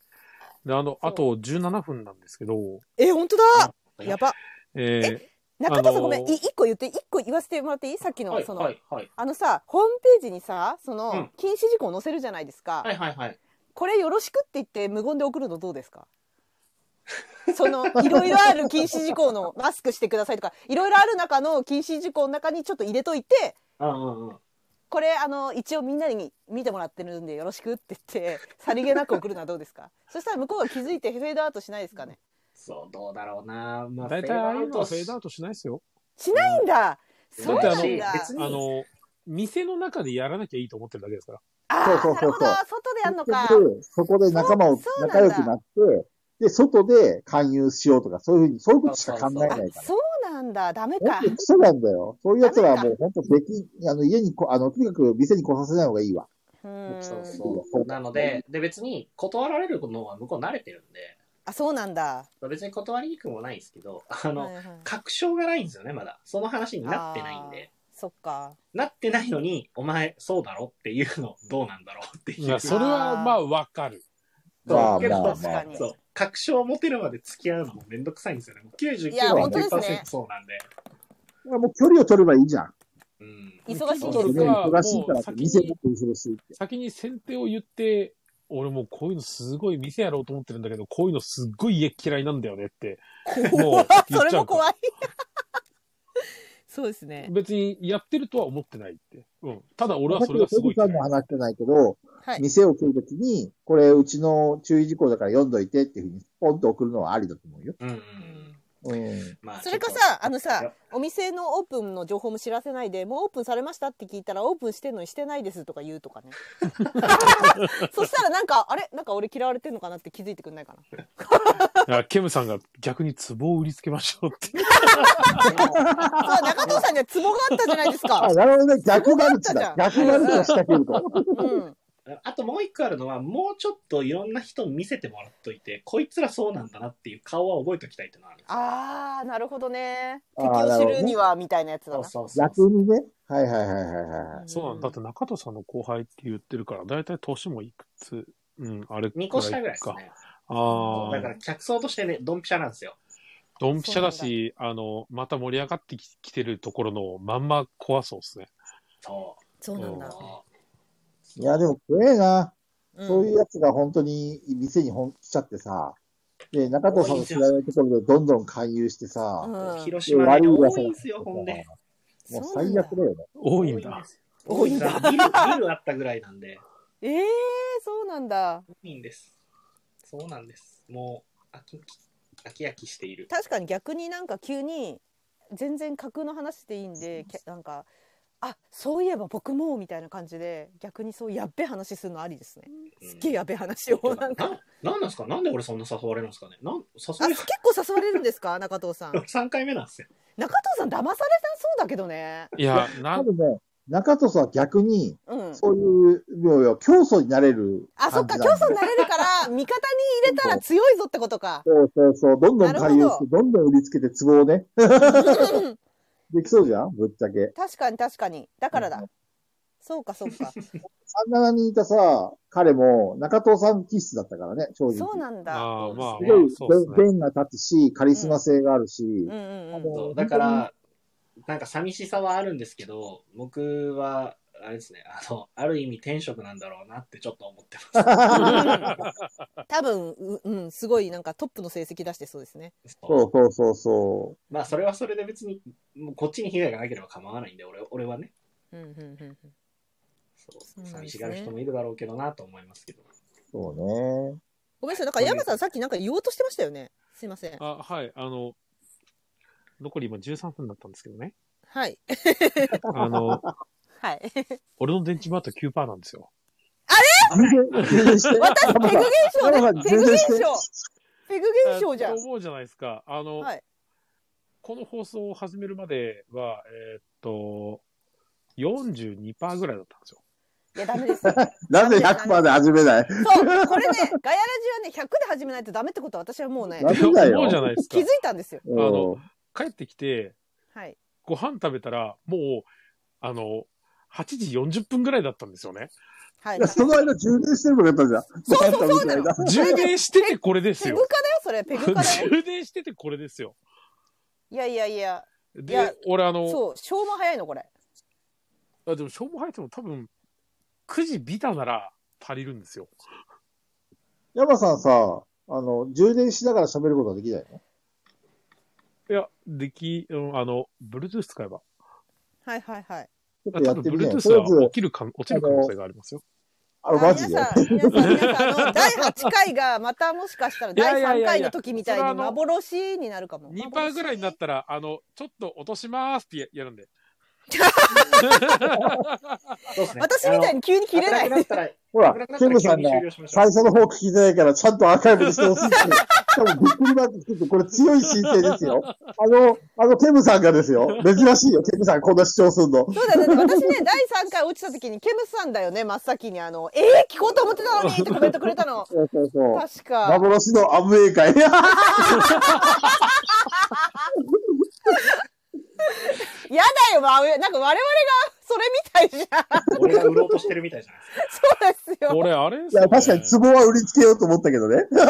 Speaker 2: であの、あと17分なんですけど、
Speaker 3: え、本当だやば。
Speaker 2: えー
Speaker 3: 中藤さんごめ
Speaker 2: あ
Speaker 3: ん、
Speaker 2: のー
Speaker 3: い一個言って、一個言わせてもらっていいさっき
Speaker 4: は
Speaker 3: の、
Speaker 4: い、
Speaker 3: そ
Speaker 4: は
Speaker 3: の、
Speaker 4: い、はい。
Speaker 3: あのさ、ホームページにさ、そ
Speaker 4: うん
Speaker 3: の、禁止事項載せるじゃないですか
Speaker 4: は。い、はい、はい。
Speaker 3: これよろしくって言って無言で送るのどうですかそのいろいろある禁止事項のマスクしてくださいとかいろいろある中の禁止事項の中にちょっと入れといて
Speaker 4: うんうんうん。
Speaker 3: これあの一応みんなに見てもらってるんでよろしくって言ってさりげなく送るのはどうですかそしたら向こうが気づいてフェードアウトしないですかね
Speaker 4: そう、どうだろうな。まあ、
Speaker 2: 大体ああいうのはフ
Speaker 4: フ
Speaker 2: ェ
Speaker 4: ェ
Speaker 2: ード
Speaker 4: ー
Speaker 2: ア
Speaker 4: ドア
Speaker 2: ウ
Speaker 4: ウ
Speaker 2: トしないですよ。
Speaker 3: しないんだ、そう
Speaker 4: だ
Speaker 3: な
Speaker 4: っ
Speaker 3: ん
Speaker 4: て
Speaker 3: だ
Speaker 4: あの別に
Speaker 2: あの、店の中でやらなきゃいいと思ってるだけですから。
Speaker 3: あ
Speaker 1: そ
Speaker 3: あ
Speaker 1: う
Speaker 3: な
Speaker 1: そうそうそう
Speaker 3: るほど外でやるのか
Speaker 1: 結局そこで仲間を
Speaker 3: そうそうなん
Speaker 1: 仲
Speaker 3: だ
Speaker 1: 良くなって、で、外で勧誘しようとか、そういうふうに、そういうことしか考えない
Speaker 3: あ
Speaker 1: から。
Speaker 3: そうなんだダメ
Speaker 1: 本
Speaker 3: か
Speaker 1: 当にクソなんだよ。そういう奴らはもう本当べき、あの、家にこ、あの、とにかく店に来させない方がいいわ。
Speaker 3: うーん
Speaker 4: そうそう。なので、で、別に断られるのは向こう慣れてるんで、
Speaker 3: あそうなんだ
Speaker 4: 別に断りにくくもないんですけど、あ
Speaker 3: はい
Speaker 4: の、
Speaker 3: はい
Speaker 4: 確証がないんですよね、まだ。その話になってないんで。
Speaker 3: そっか
Speaker 4: なってないのに、お前、そうだろっていうの、どうなんだろうっていう。
Speaker 2: いや、それはまあわかる。
Speaker 1: まあ
Speaker 4: け
Speaker 1: ま
Speaker 4: ど
Speaker 1: あ
Speaker 3: 確
Speaker 1: ま
Speaker 3: か
Speaker 1: あ。
Speaker 3: に
Speaker 4: そう。確証を持てるまで付き合うのもめんどくさいんですよね。もう
Speaker 3: いや
Speaker 1: 本当
Speaker 3: ですね
Speaker 4: 99.9%そうなんで。
Speaker 1: もう距離を取ればいいじゃん。
Speaker 4: うん。
Speaker 3: 忙しい
Speaker 2: そ
Speaker 3: んで
Speaker 2: れ
Speaker 3: す
Speaker 2: で
Speaker 3: よ
Speaker 2: は
Speaker 1: 忙しいからって、
Speaker 2: もう
Speaker 1: 店
Speaker 2: 先
Speaker 1: も
Speaker 2: に
Speaker 1: っと忙しいって。
Speaker 2: 先に先手を言って、俺もうこういうのすごい店やろうと思ってるんだけど、こういうのす っごい家嫌いなんだよねって。もう言っちゃう
Speaker 3: それも怖い。
Speaker 6: そうですね。
Speaker 2: 別にやってるとは思ってないって。うん。ただ俺
Speaker 1: さっ
Speaker 2: はそれが
Speaker 1: き
Speaker 2: すご
Speaker 1: の
Speaker 2: い
Speaker 1: さ
Speaker 2: 嫌
Speaker 1: んも
Speaker 2: い。
Speaker 1: 話してないけど、
Speaker 6: はい。
Speaker 1: 店を食うときに、これうちの注意事項だから読んどいてっていうふうに、ポンと送るのはありだと思うよ。
Speaker 4: うんうん。
Speaker 1: うん。
Speaker 4: まあ、
Speaker 3: それか
Speaker 4: ちょっ
Speaker 3: さあのさ
Speaker 4: よ
Speaker 3: お店のオープンの情報も知らせないでもうオープンされましたって聞いたらオープンしてんのにしてないですとか言うと かねそしたらなんかあれなんか俺嫌われてんのかなって気づいてくんないかな
Speaker 2: あケムさんが逆に壺を売りつけましょうって。
Speaker 3: そう中藤さんにはツボがあったじゃないですか
Speaker 1: あ、なるほどね。逆マルチ
Speaker 3: そうだ
Speaker 1: だ
Speaker 3: っ。た
Speaker 1: 逆マルチを仕掛けると。
Speaker 3: うん
Speaker 4: とあともう一個あるのは、もうちょっといろんな人に見せてもらっといて、こいつらそうなんだなっていう顔は覚えておきたいっていうのはあるんですよ
Speaker 3: あーなるほどね
Speaker 1: あー
Speaker 3: 敵を知
Speaker 1: なるほど
Speaker 3: る
Speaker 1: ね
Speaker 3: にはみたいなやつだな
Speaker 4: そうそうそう
Speaker 1: 逆にね。はいはいはいはいは
Speaker 2: そうなんだ。だって中戸さんの後輩って言ってるから、だいたい年もいくつ、うん、あれくらい
Speaker 4: 2
Speaker 2: か
Speaker 4: 個下ぐらいですね。
Speaker 2: あ
Speaker 4: だか
Speaker 2: あ
Speaker 4: ら、、客層としてね、ドンピシャなんですよ。
Speaker 2: ドンピシャだし、あの、また盛り上がってききてるところのまんま怖そうですね。
Speaker 4: そ
Speaker 3: そうなんだ
Speaker 4: う。
Speaker 1: い。いや、でも怖えな。
Speaker 3: うん
Speaker 1: そういうやつが本当に店にほん来ちゃってさ、で、中藤さんの知らないところでどんどん勧誘してさ、
Speaker 3: うん
Speaker 4: 広
Speaker 1: で
Speaker 4: 島
Speaker 1: 悪
Speaker 4: に
Speaker 1: い噂
Speaker 4: 多いんですよ、ほんで。
Speaker 1: もう
Speaker 3: そうなん
Speaker 1: 最
Speaker 3: だ
Speaker 1: 悪だよね。
Speaker 2: 多いんだ。。
Speaker 4: 多
Speaker 3: 多
Speaker 4: い
Speaker 3: い
Speaker 4: ん
Speaker 3: ん
Speaker 4: だ
Speaker 3: だ。
Speaker 4: ビル、ビルあったぐらいなんで。
Speaker 3: えー、そうなんだ
Speaker 4: 多いんです。そうなんです。もう、飽き飽き、飽き飽きしている。
Speaker 3: 確かに逆になんか急に全然架空の話でいいんできゃなんかあそういえば僕もみたいな感じで逆にそうやっべえ話するのありですねすっげえやべえ話をなんか
Speaker 4: な、なんなんですかなんで俺そんな誘われるんですかねなん、
Speaker 3: あ
Speaker 4: 誘
Speaker 3: 結構誘われるんですか中藤さん
Speaker 4: われ、3回目なんですよ。
Speaker 3: 中藤さん騙されなそうだけどね
Speaker 2: いや、な
Speaker 1: 多、分ね、中藤さんは逆に、
Speaker 3: うん
Speaker 1: そういう、要は競争になれる
Speaker 3: あそっ
Speaker 1: 感じな
Speaker 3: か
Speaker 1: ん
Speaker 3: 競
Speaker 1: だよ。
Speaker 3: 争になれるから味方に入れたら強いぞってこ とか
Speaker 1: そうそうそう、どんどん勧誘
Speaker 3: なる
Speaker 1: し
Speaker 3: ほ
Speaker 1: て、どんどん売りつけて壺をね、できそうじゃんぶっちゃけ。
Speaker 3: 確かに確かにだからだそうかそうか
Speaker 1: 37人いたさ、彼も中藤さん気質だったからね、正直。
Speaker 3: そうなんだ
Speaker 2: あーまあ
Speaker 1: す
Speaker 2: まあ
Speaker 1: ごい、
Speaker 2: そうですね
Speaker 1: 弁が立つし、カリスマ性があるし、
Speaker 3: うんうんうん
Speaker 4: そうだから、なんか寂しさはあるんですけど、僕は、あれですね、あの、ある意味天職なんだろうなってちょっと思ってま
Speaker 3: 多分ううんすごいなんかトップの成績出してそうですね
Speaker 4: す。
Speaker 1: そうそうそうそう。
Speaker 4: まあ、それはそれで別に、もうこっちに被害がなければ構わないんで、俺俺はね、
Speaker 3: うんうんうんうん
Speaker 4: そう
Speaker 3: そうなん
Speaker 4: 寂
Speaker 3: です
Speaker 4: し
Speaker 3: ね
Speaker 4: がる人もいるだろうけどなと思いますけど。
Speaker 1: そうね。
Speaker 3: ごめんなさいなんか山さんさっきなんか言おうとしてましたよねすいません
Speaker 2: あ、はい、あの、残り今13分だったんですけど ね。
Speaker 3: はい
Speaker 2: あの、
Speaker 3: はい
Speaker 2: 俺の電池もあと9%なんです よ。
Speaker 1: 全然、全然して。
Speaker 3: 私ペグ現象
Speaker 1: 山さ
Speaker 3: で
Speaker 1: ん
Speaker 3: ペグ
Speaker 1: 全
Speaker 3: 現
Speaker 1: 然して
Speaker 3: 象ペグ現象じゃ
Speaker 2: あ
Speaker 3: ん
Speaker 2: と思うじゃないですか。あの、
Speaker 3: はい
Speaker 2: この放送を始めるまでは、えーっと、42%ぐらいだったんですよ。
Speaker 3: いやダメですよ
Speaker 1: なぜ100%で始めない
Speaker 3: そうこれねガヤラジはね100で始めないとダメってことは私はもうね
Speaker 1: ダ メだよ
Speaker 2: 思うじゃないですか
Speaker 3: 気づい。たんですよ
Speaker 1: うん
Speaker 2: あの帰ってきて、
Speaker 3: はい
Speaker 2: ご飯食べたら、もう、あの、8時40分ぐらいだったんです よね。
Speaker 3: はい
Speaker 1: いやその間充電してるのがやったじゃん。
Speaker 3: そうそうそうなの
Speaker 2: 充電しててこれです
Speaker 3: ペグ
Speaker 2: よ
Speaker 3: 化。だよそれペ グ化だよ
Speaker 2: 充電しててこれですよ。
Speaker 3: いやいやいやい
Speaker 2: で
Speaker 3: や、
Speaker 2: 俺あの、
Speaker 3: そう消も早いのこれ
Speaker 2: あでも消防入っても多分、9時ビタなら足りるんですよ。
Speaker 1: 山さんさ、あの、充電しながら喋ることはできないの
Speaker 2: いや、でき、うんあの、Bluetooth 使えば。
Speaker 3: はいはいはい
Speaker 1: ちょっとや
Speaker 2: 多
Speaker 1: って
Speaker 2: 分
Speaker 1: みね。と
Speaker 2: Bluetooth
Speaker 1: りあえ
Speaker 2: は
Speaker 1: ず
Speaker 2: 起、きるかん、落ちる可能性がありますよ。
Speaker 1: あの、
Speaker 3: あ
Speaker 1: マジで。
Speaker 3: 皆さん、皆さん、皆さん、あの、第8回がまたもしかしたら第3回の時みたい
Speaker 2: いや
Speaker 3: に
Speaker 2: いやいやいや
Speaker 3: 幻になるかも。
Speaker 2: 2%ぐらいになったら、あの、ちょっと落としますってややるんで。
Speaker 4: そうですね
Speaker 3: 私みたいに急に切れな
Speaker 4: あの
Speaker 3: い。
Speaker 4: 暗くなったら
Speaker 1: ほら、ケムさんが最初の方聞いてないから、ちゃんとアーカイブにしてほしいって。しかも、びっくりマークつけて、これ強い申請ですよ。あの、あの、ケムさんがですよ。珍しいよ、ケムさんこんな主張すんの。
Speaker 3: そうだよ、だって私ね、第3回落ちた時に、ケムスさんだよね、真っ先に、あの、えー、聞こうと思ってたのにってコメントくれたの。
Speaker 1: そうそうそう。
Speaker 3: 確か。
Speaker 1: 幻のアムウェイ 会。
Speaker 3: やだよ、真上。なんか我々が、それみたいじゃん。
Speaker 4: 俺が売ろうとしてるみたいじゃないですか。
Speaker 3: そうですよ。
Speaker 2: 俺、あれで
Speaker 1: い
Speaker 2: すよ、
Speaker 1: や、
Speaker 2: ね。
Speaker 1: 確かに、ツボは売りつけようと思ったけどね。
Speaker 3: 確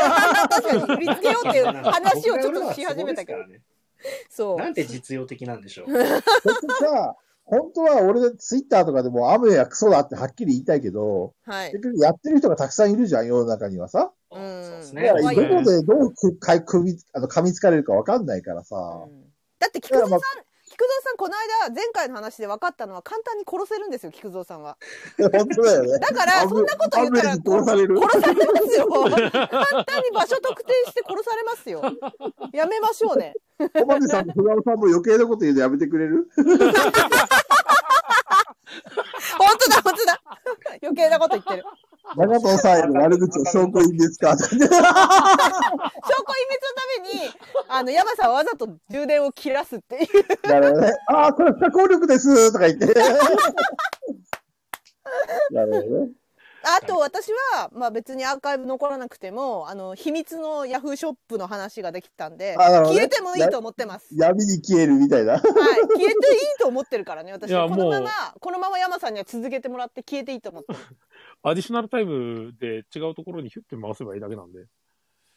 Speaker 3: かに、振り付けようっていう話をちょっとし始めたけど。
Speaker 4: 僕が売るのは都合ですらね。
Speaker 3: そう。
Speaker 4: なんて実用的なんでしょう。
Speaker 1: 結局さ、本当は俺、ツイッターとかでもアムウェイはクソだってはっきり言いたいけど、
Speaker 3: はい
Speaker 1: 結。局やってる人がたくさんいるじゃん、世の中にはさ。
Speaker 4: そう
Speaker 3: うん
Speaker 4: です
Speaker 1: だ
Speaker 4: ね
Speaker 1: か。ら
Speaker 3: 怖い
Speaker 1: ど
Speaker 3: よ
Speaker 1: こでどうくかい組みあの噛みつかれるかわかんないからさ。
Speaker 3: うんだって、菊蔵さん、菊菊蔵さんこの間前回の話で分かったのは簡単に殺せるんですよ菊蔵さ んは
Speaker 1: 本当だよね。
Speaker 3: だからそんなこと言ったら
Speaker 1: アンブレージ殺される。
Speaker 3: 殺されますよ簡単に場所特定して殺されますよやめましょうね
Speaker 1: 小松さんも船尾さんも余計なこと言うのやめてくれる
Speaker 3: 本当だ本当だ余計なこと言ってる
Speaker 1: 長藤さんへの悪口を証拠隠滅か。
Speaker 3: 証拠隠滅のためにあの山さんはわざと充電を切らすっていう
Speaker 1: なるほどね。ああ、これ不可抗力ですとか言って。なるほどね。
Speaker 3: あと私は、まあ、別にアーカイブ残らなくてもあの秘密のヤフーショップの話ができたんで、
Speaker 1: あなるほどね
Speaker 3: 消えてもいいと思ってます。
Speaker 1: 闇に消えるみたいな。
Speaker 3: はい、消えていいと思ってるからね私
Speaker 2: いや
Speaker 3: はこのま
Speaker 2: も
Speaker 3: ま
Speaker 2: う
Speaker 3: このまま山さんには続けてもらって消えていいと思って
Speaker 2: アディショナルタイムで違うところにヒュッて回せばいいだけなんで。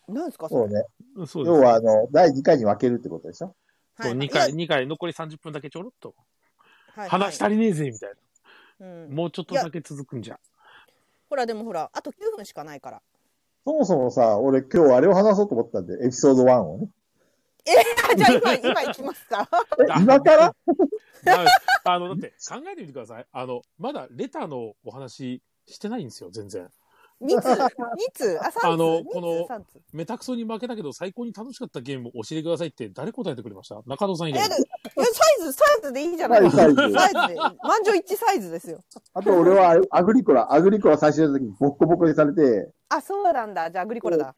Speaker 3: なんですかそ
Speaker 1: そう
Speaker 3: れ
Speaker 1: ね。
Speaker 2: うんそうです。
Speaker 1: 要は、あの、第2回に分けるってことでしょ
Speaker 2: そう
Speaker 3: は
Speaker 2: 2
Speaker 3: いはい
Speaker 2: 回、二回、残り30分だけちょろっと。
Speaker 3: はい
Speaker 2: 話足りねえぜ、みたい
Speaker 3: うん
Speaker 2: な。もうちょっとだけ続くんじゃ。
Speaker 3: ほらでもほらあと9分しかないから
Speaker 1: そもそもさ、俺今日あれを話そうと思ったんで、エピソード1をね。
Speaker 3: あじゃあ今今行きますか
Speaker 1: え、今から
Speaker 2: だあの、だって、考えてみてください。あの、まだレターのお話してないんですよ、全然。
Speaker 3: 2通2通あ三通
Speaker 2: あの
Speaker 3: 二通
Speaker 2: この
Speaker 3: 三通
Speaker 2: メタクソに負けたけど最高に楽しかったゲームを教えてくださいって誰答えてくれました中野さん以
Speaker 3: えいや
Speaker 2: 外
Speaker 3: サ
Speaker 2: に。
Speaker 3: イズサイズでいいじゃないですか
Speaker 1: サイ
Speaker 3: サイ
Speaker 1: ズ
Speaker 3: ズ
Speaker 1: サイ
Speaker 3: で
Speaker 1: ズ
Speaker 3: 満場一致サイズですよ
Speaker 1: あと俺はアグリコラ、アグリコラ最初の時にボッコボコにされて、
Speaker 3: あそうなんだじゃあグリコラだ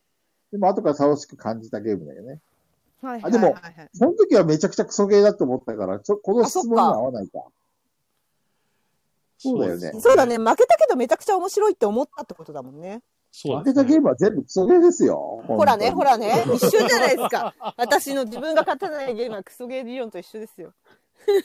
Speaker 1: でも後から楽しく感じたゲームだよね。
Speaker 3: はい
Speaker 1: あでも
Speaker 3: はいはい
Speaker 1: その時はめちゃくちゃクソゲーだと思ったから、ちょこの
Speaker 3: あ
Speaker 1: 質
Speaker 3: そっか
Speaker 1: 問には合わないか。そうだよね
Speaker 3: そうだ。ね負けたけどめちゃくちゃ面白いって思ったってことだもんね
Speaker 2: そう
Speaker 1: 負けたゲームは全部クソゲーですよ。
Speaker 3: ほらねほ
Speaker 1: ら。
Speaker 3: らね一緒じゃないですか私の自分が勝たないゲームはクソゲー理論と一緒ですよ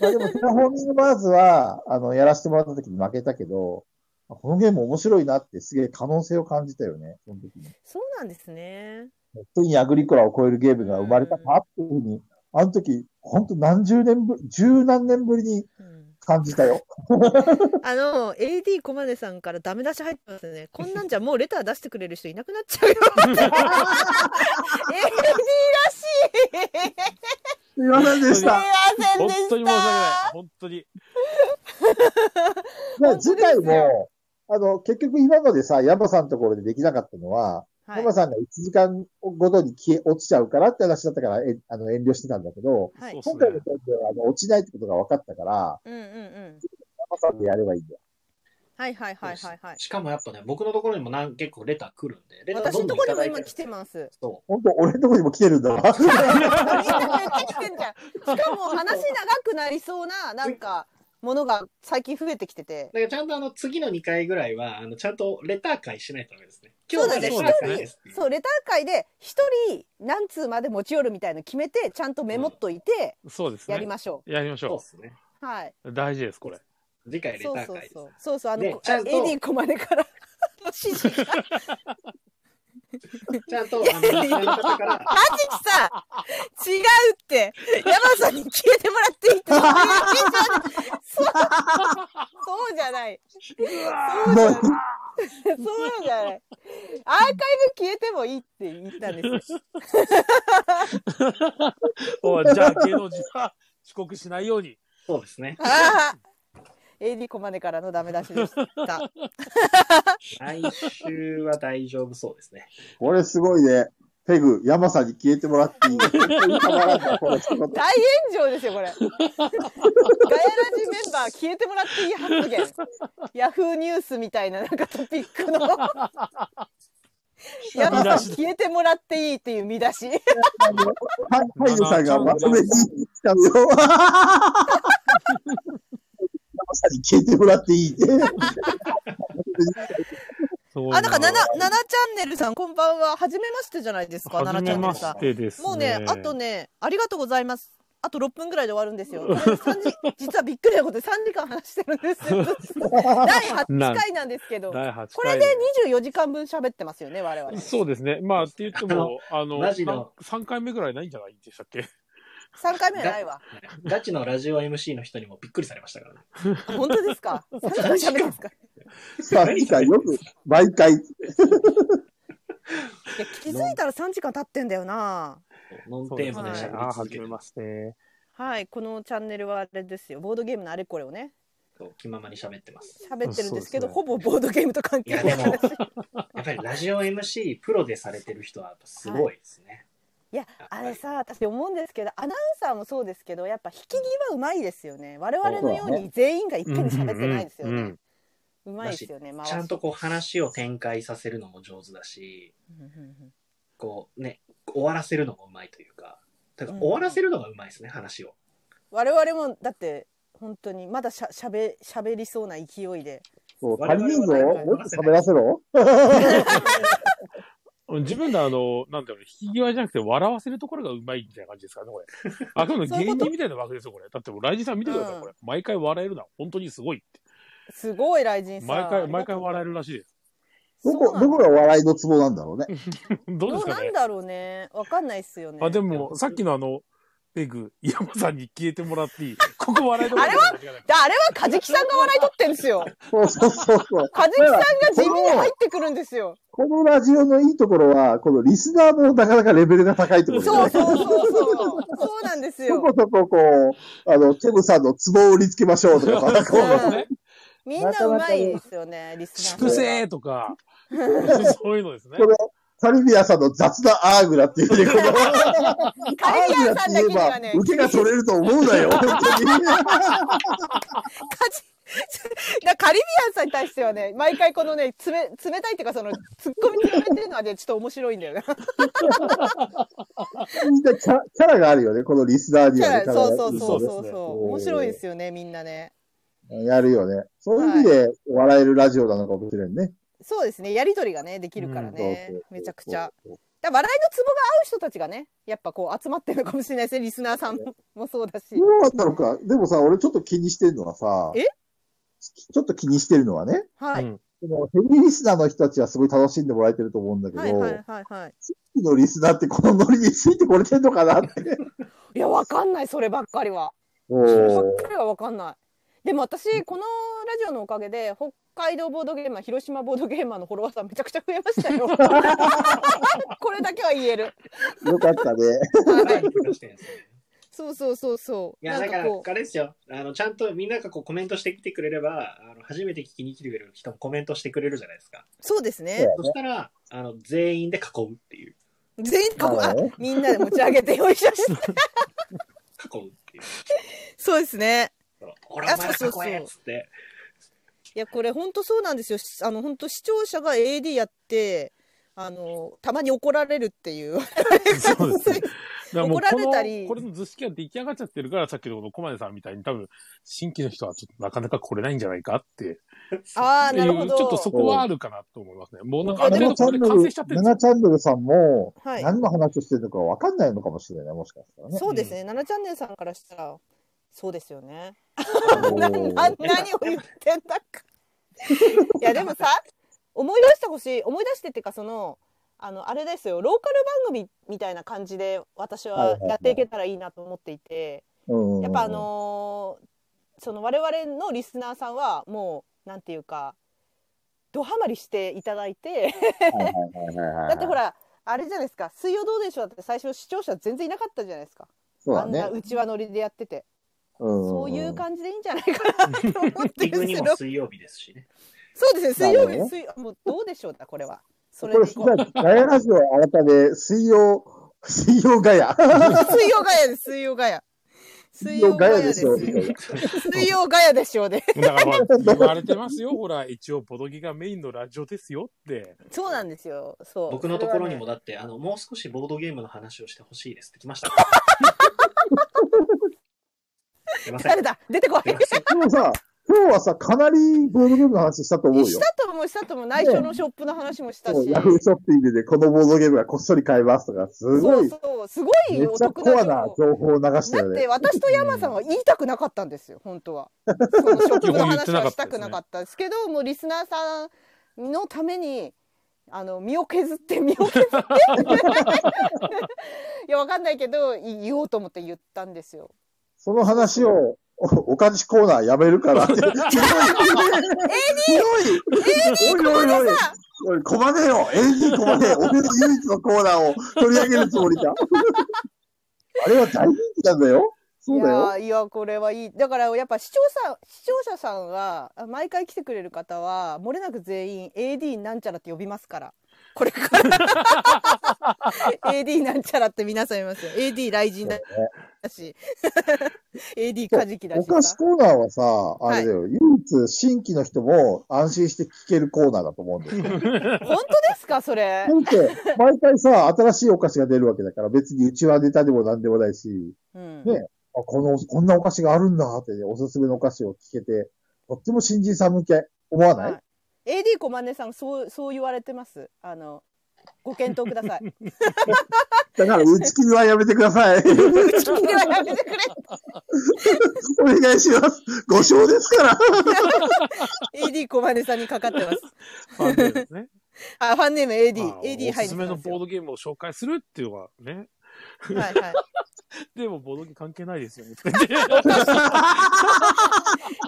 Speaker 1: まあでも、テラフォーミングマーズは、あの、やらせてもらった時に負けたけど、このゲーム面白いなってすげえ可能性を感じたよね、その時に。
Speaker 3: そうなんですね
Speaker 1: ついにアグリコラを超えるゲームが生まれたなっていうふうに、あの時、本当何十年ぶり、十何年ぶりに
Speaker 3: うん
Speaker 1: 感じたよ。
Speaker 3: あの AD コマネさんからダメ出し入ってますねこんなんじゃもうレター出してくれる人いなくなっちゃう よ AD ら
Speaker 1: す
Speaker 3: しい
Speaker 1: いませんでし
Speaker 3: すいま
Speaker 1: た。
Speaker 3: せ
Speaker 2: 本
Speaker 3: んで
Speaker 2: 当に申し訳
Speaker 3: し
Speaker 2: ない
Speaker 3: た。
Speaker 2: 本当に。
Speaker 1: じゃあ
Speaker 3: 本当ですよ
Speaker 1: 次回も、あの、結局今までさ、ヤマさんのところでできなかったのは、ヤ
Speaker 3: はい
Speaker 1: マさんが1時間ごとに消え、落ちちゃうからって話だったから、えあの、遠慮してたんだけど、
Speaker 3: はい
Speaker 2: そうっす
Speaker 1: 今
Speaker 2: ね
Speaker 1: 回の件ではあの落ちないってことが分かったから、
Speaker 3: うんうんうん
Speaker 1: ヤマさんでやればいいんだよ。
Speaker 3: はいはいはいはいはい
Speaker 4: しかもやっぱね、僕のところにもなん結構レター来るんで、レター
Speaker 3: 私
Speaker 4: どん
Speaker 3: の
Speaker 4: ど
Speaker 3: と
Speaker 4: ん
Speaker 3: こに
Speaker 4: いた
Speaker 3: も
Speaker 4: だ
Speaker 3: 今
Speaker 4: いてる
Speaker 3: 来てます
Speaker 4: そ
Speaker 1: 本当俺のとこにも来てるんだわ。
Speaker 3: みんなめっちゃ来てんじゃん。しかも話長くなりそうな、なんか、ものが最近増えてきてて
Speaker 4: う。。だからちゃんとあの次の2回ぐらいは、あのちゃんとレター会しないとダメですね。今
Speaker 3: そう
Speaker 4: 日
Speaker 3: だ
Speaker 4: は
Speaker 3: ね
Speaker 4: レター会です。
Speaker 3: そう、レター会で、一人何通まで持ち寄るみたいの決めて、ちゃんとメモっといて、
Speaker 2: そうですね。
Speaker 3: やりましょ
Speaker 2: やりまし
Speaker 4: そう
Speaker 2: ょ
Speaker 4: ですね。
Speaker 3: う。はい。
Speaker 2: う。大事です、これ。
Speaker 4: 次回レタ
Speaker 3: そう
Speaker 4: ー
Speaker 3: そう
Speaker 4: 会です
Speaker 3: そ。う。そうそう、あの、
Speaker 4: ね
Speaker 3: こ
Speaker 4: ちゃんと
Speaker 3: AD コマネから 指示が。
Speaker 4: ちゃん と、あの、リスナーの方から、
Speaker 3: はじきさん、違うって、山さんに消えてもらっていいって。 そうそうじゃない。そうじゃない。そうじゃない。アーカイブ消えてもいいって言ったんですよ。
Speaker 2: おいじゃあ、芸能人は遅刻しないように。
Speaker 4: そうですね。
Speaker 3: あー AD コマネからのダメ出しでした。
Speaker 4: 来週は大丈夫そうですね。
Speaker 1: これすごいね。ペグ、ヤマさんに消えてもらっていい本当にたまらんなこの一言
Speaker 3: 大炎上ですよ、これ。ガヤラジメンバー消えてもらっていい発言。ヤフーニュースみたいななんかトピック の。ヤマさん消えてもらっていいっていう見出し。
Speaker 1: ハイグさんがまとめに来たのよ。ヤマさんに消えてもらっていいって。
Speaker 2: そう
Speaker 3: あ、なんか、なな、ななチャンネルさん、こんばんは。はじめましてじゃないですか、な
Speaker 2: は
Speaker 3: な
Speaker 2: じ
Speaker 3: チャ
Speaker 2: め
Speaker 3: ンネ
Speaker 2: ま
Speaker 3: ルさ
Speaker 2: してですね。
Speaker 3: ん。もうね、あとね、ありがとうございます。あと6分ぐらいで終わるん ですよ。これ三時実はびっくりなことで3時間話してるんです よ。第8回なんですけど、
Speaker 2: 第8回。
Speaker 3: これで24時間分喋ってますよね、我々。
Speaker 2: そうですね。まあ、って言っても、あの、
Speaker 4: マジの
Speaker 2: 3回目ぐらいないんじゃないでしたっけ
Speaker 3: 3回目はないわ。
Speaker 4: ガチのラジオ MC の人にもびっくりされましたからね。
Speaker 3: 本当ですか ?3 回喋って ますかい
Speaker 1: さっきからよく、毎回。
Speaker 3: や気づいたら3時間経ってんだよな。
Speaker 4: ノンテーマで
Speaker 3: し
Speaker 4: し
Speaker 3: ゃ
Speaker 4: ゃ
Speaker 2: あ、
Speaker 3: べ
Speaker 4: べり
Speaker 2: は
Speaker 4: 続け
Speaker 2: じ
Speaker 4: て
Speaker 2: めまして。
Speaker 3: はい、このチャンネルはあれですよ。ボードゲームのあれこれをね、
Speaker 4: そう気ままに喋ってます。
Speaker 3: 喋ってるんですけど、
Speaker 2: そ
Speaker 3: ほぼボードゲームと関
Speaker 4: い
Speaker 3: 係な
Speaker 4: や、
Speaker 3: い。
Speaker 4: でも、やっぱりラジオ MC プロでされてる人はやっぱすごいですね。
Speaker 3: いやあれさ私思うんですけどアナウンサーもそうですけどやっぱ引き際うまいですよね我々のように全員がいっぺんに喋ってないですよ
Speaker 2: うんうん
Speaker 3: ね
Speaker 2: うん
Speaker 3: うまいですよね回し
Speaker 4: ちゃんとこう話を展開させるのも上手だし、
Speaker 3: うんうんうん
Speaker 4: こうね、終わらせるのもうまいというか、だから
Speaker 3: うん
Speaker 4: 終わらせるのがうまいですね、話を。
Speaker 3: 我々もだって本当にまだしゃしゃべしゃべりそうな勢いで
Speaker 1: そう、
Speaker 4: 我
Speaker 1: 足
Speaker 4: 々
Speaker 1: り
Speaker 4: は
Speaker 1: ねえぞ。
Speaker 4: なんか
Speaker 1: もっと喋らせろ。
Speaker 2: 自分らあ の、なんだろう、引き際じゃなくて笑わせるところがうまいみたいな感じですかね、 これ。あくまで
Speaker 3: そういうこ
Speaker 2: 芸
Speaker 3: と
Speaker 2: 人みたいな枠ですよ、これ。だってもう、ライジンさん見てください、
Speaker 3: うん
Speaker 2: これ。毎回笑えるのは本当にすごいっ
Speaker 3: すごい雷神
Speaker 2: て。
Speaker 3: さん
Speaker 2: 毎回、毎回笑えるらしいです。
Speaker 1: ど
Speaker 3: そう
Speaker 1: こ、
Speaker 3: なんだ
Speaker 1: どこが笑いのツボなんだろうね。
Speaker 2: どう
Speaker 3: ど
Speaker 2: です
Speaker 3: う
Speaker 2: か
Speaker 3: な
Speaker 2: ね
Speaker 3: ん。だろうねわかんないっすよね
Speaker 2: あ、でも、さっきのあの、ペグ、山さんに消えてもらっていい。ここ笑いどころ
Speaker 3: あれはだあれはカジキさんが笑い取ってんですよ
Speaker 1: そうそうそうそう。
Speaker 3: カジキさんが地味に入ってくるんですよ
Speaker 1: このラジオのいいところは、このリスナーもなかなかレベルが高いってこと
Speaker 3: そう
Speaker 1: ね。
Speaker 3: そうそうそうそうなんです
Speaker 1: そ
Speaker 3: よ
Speaker 1: こそここう、あの、ケムさんのツボを売りつけましょうとかさ、こ
Speaker 2: そうですね。
Speaker 3: みんなうまいですよねリスナーさ
Speaker 2: 粛
Speaker 3: んが
Speaker 2: 清と か、そういうのですね
Speaker 1: こ。れ、カリビアさんの雑なアーグラっていうね、この、
Speaker 3: カリビアさんだけ
Speaker 1: ア
Speaker 3: にはね
Speaker 1: ーグラって言えば受けが取れると思うなよ、本当に。
Speaker 3: カジだカリビアンさんに対してはね毎回このねつめ冷たいっていうかそのツッコミ冷めてるのはねちょっと面白いんだよね
Speaker 1: みんなキャラキャラがあるよね、このリスナーにはね。キャラが
Speaker 3: そうそうそう
Speaker 2: そう
Speaker 3: そう
Speaker 2: ですね
Speaker 3: そう面白いですよねみんなね
Speaker 1: やるよね。そういう意味で笑えるラジオなのかもしれんね。
Speaker 3: そうですねやりとりがねできるからね、
Speaker 1: うんそうそうそう
Speaker 3: めちゃくちゃだ笑いのツボが合う人たちがねやっぱこう集まってるのかもしれないですねリスナーさんももそうだし
Speaker 1: どうだったのか。でもさ、俺ちょっと気にしてるのはさ、
Speaker 3: え
Speaker 1: ちょっと気にしてるのはね、
Speaker 3: はい、
Speaker 2: うん
Speaker 1: このヘビーリスナーの人たちはすごい楽しんでもらえてると思うんだけど、
Speaker 3: はいはいはいはい
Speaker 1: 次のリスナーってこのノリについてこれてんのか なって。
Speaker 3: いやわかんないそればっかりは
Speaker 1: お
Speaker 3: そればっ
Speaker 1: ー
Speaker 3: かりは分かんないでも私このラジオのおかげで北海道ボードゲーマー広島ボードゲーマーのフォロワーさんめちゃくちゃ増えまし たよこれだけは言える、
Speaker 1: よかったね。
Speaker 3: はい、
Speaker 4: してるんですね
Speaker 3: そうそうそうそう
Speaker 4: いや、だか、
Speaker 3: からこう
Speaker 4: あれですよ。あの、ちゃんとみんながこうコメントしてきてくれれば、あの、初めて聞きに来てくれる人もコメントしてくれるじゃないですか。
Speaker 3: そうですね
Speaker 4: そしたら、あの、全員で囲うっていう。
Speaker 3: 全員か
Speaker 1: な
Speaker 3: あ
Speaker 1: るほど
Speaker 3: みんなで持ち上げてよい しょして
Speaker 4: 囲うっていう。
Speaker 3: そうですね
Speaker 4: ほら、お前
Speaker 3: あ
Speaker 4: ら
Speaker 3: そうそうそう
Speaker 4: 囲えっつって。
Speaker 3: いやこれ本当そうなんですよしあの本当視聴者が AD やってあのたまに怒られるっていう
Speaker 2: そうですね。だからもう
Speaker 3: 怒ら
Speaker 2: こ
Speaker 3: れた
Speaker 2: の、
Speaker 3: り
Speaker 2: これの図式が出来上がっちゃってるから、さっきのこのコマネさんみたいに多分、新規の人はちょっとなかなか来れないんじゃないかって
Speaker 3: ああ
Speaker 2: い
Speaker 3: なるほ
Speaker 2: う、ち
Speaker 3: ど
Speaker 2: ょっとそこはあるかなと思いますね。もうなんかある程
Speaker 1: 長
Speaker 2: 度
Speaker 1: チャ
Speaker 2: これ
Speaker 1: ン
Speaker 2: で
Speaker 1: ネ
Speaker 2: 完成しちゃって
Speaker 1: ル、
Speaker 2: るんです
Speaker 1: 長チャンネルさんも、
Speaker 3: はい
Speaker 1: 何の話をしてるのかわかんないのかもしれない、もしかしたらね。
Speaker 3: そうですね、七チャンネルさんからしたら、そうですよね。
Speaker 1: お
Speaker 3: な
Speaker 1: ー
Speaker 3: な何を言ってんだか。 いやでもさ、思い出してほしい、思い出してっていうかそのあのあれですよ、ローカル番組みたいな感じで私
Speaker 1: はいは
Speaker 3: はい
Speaker 1: はい
Speaker 3: やっていけたらいいなと思っていて、
Speaker 1: うん
Speaker 3: やっぱあのーその我々のリスナーさんはもうなんていうか、ドハマりしていただいて、
Speaker 1: はいはいはいはいはい
Speaker 3: だってほら。あれじゃないですか水曜どうでしょうだって最初視聴者全然いなかったじゃないですか、
Speaker 1: そう
Speaker 3: あ
Speaker 1: だ
Speaker 3: んな
Speaker 1: ね。
Speaker 3: うちわ乗りでやってて
Speaker 1: そ
Speaker 3: そういう感じでいいんじゃないかなと思って
Speaker 4: リ
Speaker 3: る
Speaker 4: グ
Speaker 3: んで
Speaker 4: に
Speaker 3: す
Speaker 4: も
Speaker 3: よ。
Speaker 4: 水曜日ですしね。
Speaker 3: そうですね、水曜
Speaker 1: なる
Speaker 3: 日、
Speaker 1: ほど
Speaker 3: 水曜もうどうでしょうか、これは。それ
Speaker 1: これ、
Speaker 3: でい
Speaker 1: じ
Speaker 3: こ
Speaker 1: ゃあ、ガヤラジオ改め、水曜、水曜ガヤ。
Speaker 3: う。水曜ガヤです、水曜ガヤ。水曜ガヤです。水曜ガヤでしょうね。
Speaker 2: よ。だからほら言われてますよ、ほら、一応、ボドギがメインのラジオですよって。
Speaker 3: そうなんですよ。そう。
Speaker 4: 僕のところにも
Speaker 3: そ
Speaker 4: だって、あの、もう少しボードゲームの話をしてほしいですって来ました。
Speaker 3: れはね。
Speaker 4: すいません。
Speaker 3: 誰だ出てこい。
Speaker 4: すいま
Speaker 1: で
Speaker 4: せん。
Speaker 1: もさ、今日はさ、かなりボードゲームの話したと思う
Speaker 3: し
Speaker 1: よ。
Speaker 3: たともしたとも内緒のショップの話もしたし。
Speaker 1: ヤフーショッピングでこのボードゲームがこっそり買えますとか、すご
Speaker 3: そう
Speaker 1: い、
Speaker 3: そう、すごい
Speaker 1: めっ
Speaker 3: お
Speaker 1: ちゃ
Speaker 3: 得
Speaker 1: コ
Speaker 3: な
Speaker 1: ア
Speaker 3: 情
Speaker 1: な
Speaker 3: 報
Speaker 1: 情報を流した
Speaker 3: だ
Speaker 1: よ
Speaker 3: っ
Speaker 1: ね
Speaker 3: て。私と山さんは言いたくなかったんですよ、本当は。その食の話はしたくなかったんですけ ど、もうリスナーさんのために、あの、身を削って、身を削って。 いや、わかんないけど、い言おうと思って言ったんですよ。
Speaker 1: その話を、おおかしコーナーやめる からって。ひどいひどいひどいおいおいおいおい、こまねえよ !AD こまねえ俺の 唯一のコーナーを取り上げるつもりかあれは大人気なんだよそうだよ。
Speaker 3: いやいやこれはいいだからやっぱ視聴者視聴者さんは毎回来てくれる方はもれなく全員 AD なんちゃらって呼びますからこれから AD なんちゃらって皆さんいますよ AD 雷神だ し AD カジキだし
Speaker 1: お菓子コーナーはさ、あれだよ、唯一新規の人も安心して聞けるコーナーだと思うんですよ。
Speaker 3: 本当ですかそれ
Speaker 1: だって、毎回さ、新しいお菓子が出るわけだから、別にうちはネタでも何でもないし、
Speaker 3: うん
Speaker 1: ねあこの、こんなお菓子があるんだって、おすすめのお菓子を聞けて、とっても新人さん向け、思わない、
Speaker 3: はい AD コマネさんそうそう言われてますあのご検討ください
Speaker 1: だから、打ち切りはやめてくだ さい。
Speaker 3: 打ち切りはやめてくれ
Speaker 1: お願いします。5勝です から。
Speaker 3: AD コマネさんにかかってます
Speaker 2: ファンデー ですね。
Speaker 3: あファンネーム AD
Speaker 2: まあ
Speaker 3: AD
Speaker 2: おすすめのボー
Speaker 3: ド
Speaker 2: ドゲームを紹介するっていうのはね。
Speaker 3: はいはい
Speaker 2: でもボードゲーム関係ないですよ ね。 とか言って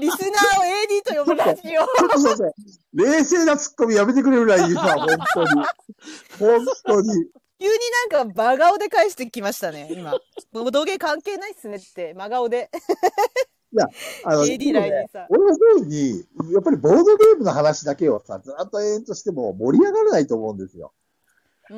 Speaker 3: リスナーを AD と呼ぶラジ
Speaker 1: ち
Speaker 3: オ。
Speaker 1: ょっとすいません冷静なツッコミやめてくれるらいいさ、本当に。本当に。
Speaker 3: 急になんか真顔で返してきましたね、今。ボドゲ関係ないっすねって、真顔で。
Speaker 1: あ の、
Speaker 3: AD ラインさん。
Speaker 1: 俺のように、やっぱりボードゲームの話だけをさ、ずっと延々としても盛り上がらないと思うんですよ。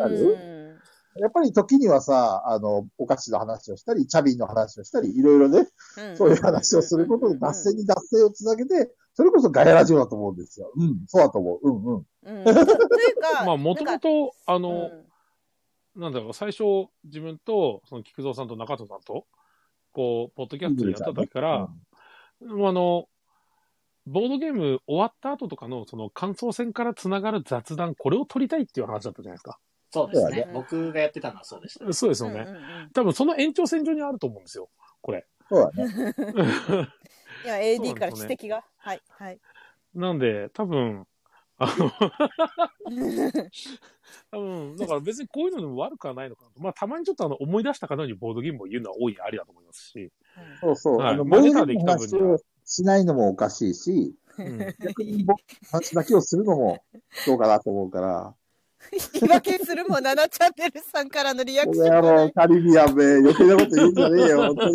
Speaker 1: ある
Speaker 3: うん
Speaker 1: やっぱり時にはさ、あの、お菓子の話をしたり、チャビンの話をしたり、いろいろね、そういう話をすることで脱線に脱線をつなげて、それこそガヤラジオだと思うんですよ。うん、そうだと思う。うん、うん。
Speaker 3: うんうんというか、
Speaker 2: まあ、もと
Speaker 3: な
Speaker 2: も
Speaker 3: んか
Speaker 2: と、あ
Speaker 3: う
Speaker 2: の、
Speaker 3: ん
Speaker 2: なんだろう、最初、自分と、その、菊蔵さんと中戸さんと、こう、ポッドキャストでやった時から、もうあの、ボードゲーム終わった後とかの、その、感想戦からつながる雑談、これを撮りたいっていう話だったじゃないですか。
Speaker 4: そうです
Speaker 1: そう
Speaker 4: ね
Speaker 3: だね
Speaker 4: 僕がやってたのはそうでした。
Speaker 2: そうですよね。
Speaker 3: うんうんうん
Speaker 2: 多分、その延長線上にあると思うんですよ。これ。
Speaker 1: そうだね。
Speaker 3: いや、
Speaker 2: そうなんです
Speaker 3: AD
Speaker 2: ね
Speaker 3: から指摘が。はい、はい。
Speaker 2: なんで、多分、あの、多分、だから別にこういうのでも悪くはないのかなと。まあ、たまにちょっとあの、思い出したかのようにボードゲームを言うのは大いにありだと思いますし。
Speaker 1: そうそう。
Speaker 2: はい
Speaker 1: あの、
Speaker 2: ま
Speaker 1: ボー
Speaker 2: あレ
Speaker 1: ド
Speaker 2: ターで
Speaker 1: ゲー
Speaker 2: 行っ
Speaker 1: ム
Speaker 2: た
Speaker 1: の
Speaker 2: 分
Speaker 1: 話をしないのもおかしいし、
Speaker 2: うん
Speaker 1: 逆に僕話だけをするのもどうかなと思うから。
Speaker 3: 言い訳するも7チャンネルさんからのリア
Speaker 1: こ
Speaker 3: クショ
Speaker 1: の
Speaker 3: ン
Speaker 1: 野
Speaker 3: がない
Speaker 1: 郎、カリビアンめ、余計なこと言うんじゃねえよ、本当に。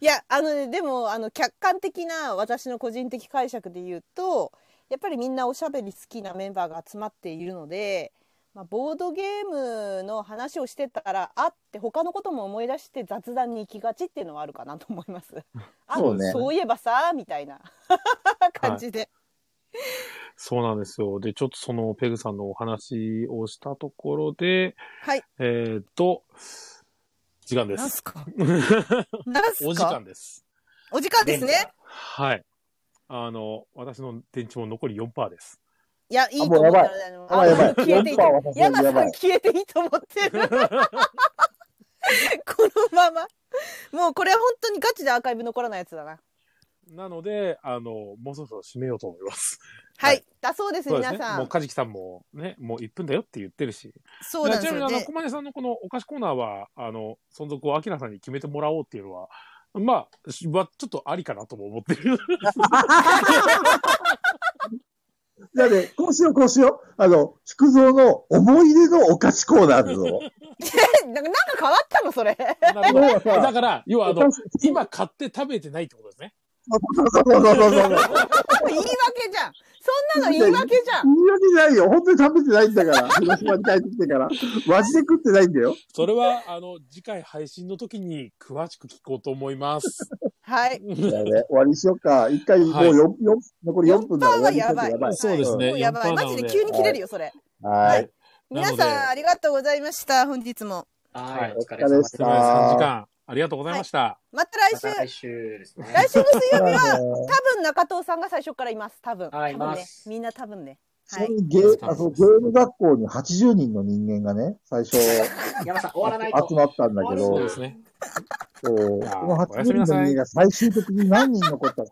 Speaker 3: いやあのねでもあの客観的な私の個人的解釈で言うとやっぱりみんなおしゃべり好きなメンバーが集まっているので、まあ、ボードゲームの話をしてたらあって他のことも思い出して雑談に行きがちっていうのはあるかなと思います。 あ
Speaker 1: そうね
Speaker 3: そういえばさみたいな 感じで。
Speaker 2: そうなんですよ。で、ちょっとそのペグさんのお話をしたところで、
Speaker 3: はい。
Speaker 2: えーっと、時間で
Speaker 3: なん
Speaker 2: す。
Speaker 3: すかなんすか
Speaker 2: お時間です。
Speaker 3: お時間ですね。
Speaker 2: はい。あの、私の電池も残り4%です。
Speaker 3: いや、いいと思ったら、
Speaker 1: あもうやばい
Speaker 3: あの消えていいと
Speaker 1: やばい。
Speaker 3: 山さ
Speaker 1: や
Speaker 3: ん
Speaker 1: ばい
Speaker 3: 消えていいと思っ てる。このまま。もうこれは本当にガチでアーカイブ残らないやつだな。
Speaker 2: なので、あの、もうそろそろ締めようと思います。
Speaker 3: は
Speaker 2: はい
Speaker 3: い。だそうです、
Speaker 2: そうです
Speaker 3: 皆
Speaker 2: ね。
Speaker 3: さ。
Speaker 2: もうんカジキさんもね、もう1分だよって言ってるし。
Speaker 3: そうなんです
Speaker 2: いや
Speaker 3: よ
Speaker 2: ちなみに、あの、
Speaker 3: ね
Speaker 2: 小。金さんのこのお菓子コーナーは、あの、存続をアキラさんに決めてもらおうっていうのは、まあ、しはちょっとありかなとも思って る。
Speaker 1: じゃあね、こうしよう、こうしよう。あの、福蔵の思い出のお菓子コーナーだぞ。
Speaker 3: なんか変わったのそれ。
Speaker 2: なるほど
Speaker 1: 要はさ
Speaker 2: だから、要はあの
Speaker 1: お菓、子
Speaker 2: 今買って食べてないってことです ね。
Speaker 1: そうそうそうそうそう。言い
Speaker 3: 言い訳じゃん。そんなの言い訳じゃん。
Speaker 1: 訳じゃないよ。本当に食べてないんだから。広島に帰ってきてから。マジで食ってないんだよ。
Speaker 2: それは、あの、次回配信の時に詳しく聞こうと思います。
Speaker 3: はい。
Speaker 1: じゃあね、終わりにしようか。一回、もう
Speaker 2: はい
Speaker 1: 4、四残り4分だ。
Speaker 3: 4%
Speaker 1: 終わ
Speaker 3: は
Speaker 1: りにしよ
Speaker 3: や
Speaker 1: うか
Speaker 3: ばい
Speaker 1: やばい。。
Speaker 2: そうですね
Speaker 3: もうやばい。
Speaker 2: 4%な
Speaker 3: マ
Speaker 2: ので
Speaker 3: ジで急に切れるよ、それ。
Speaker 1: はい。
Speaker 2: なの
Speaker 3: 皆
Speaker 2: で
Speaker 3: さん、ありがとうございました。本日も。
Speaker 4: は、
Speaker 2: はいい
Speaker 4: お疲れ様でし
Speaker 2: それ
Speaker 4: た。
Speaker 1: お疲れ様でした
Speaker 2: で
Speaker 4: ま
Speaker 2: は3時間、ありがとうございました。
Speaker 3: また来週。
Speaker 4: た
Speaker 3: 来
Speaker 4: 来週ですね。
Speaker 3: 週の水曜日は、
Speaker 1: あのー
Speaker 3: 多分中藤さんが最初からいます。多分。
Speaker 4: はい
Speaker 3: 多分ね
Speaker 4: いま。す
Speaker 3: みんな多分ね。
Speaker 1: ち
Speaker 3: は
Speaker 1: ないみ。にゲーあのゲーム学校に80人の人間がね、最初、
Speaker 4: 山さん、終わらないと
Speaker 1: 集。まったんだけ
Speaker 4: 終
Speaker 1: ど
Speaker 4: わ
Speaker 2: そう
Speaker 4: り
Speaker 2: で
Speaker 4: そ
Speaker 2: すね。
Speaker 1: そう。こ
Speaker 2: いやー
Speaker 1: の8人の人間が最終的に何人残ったか、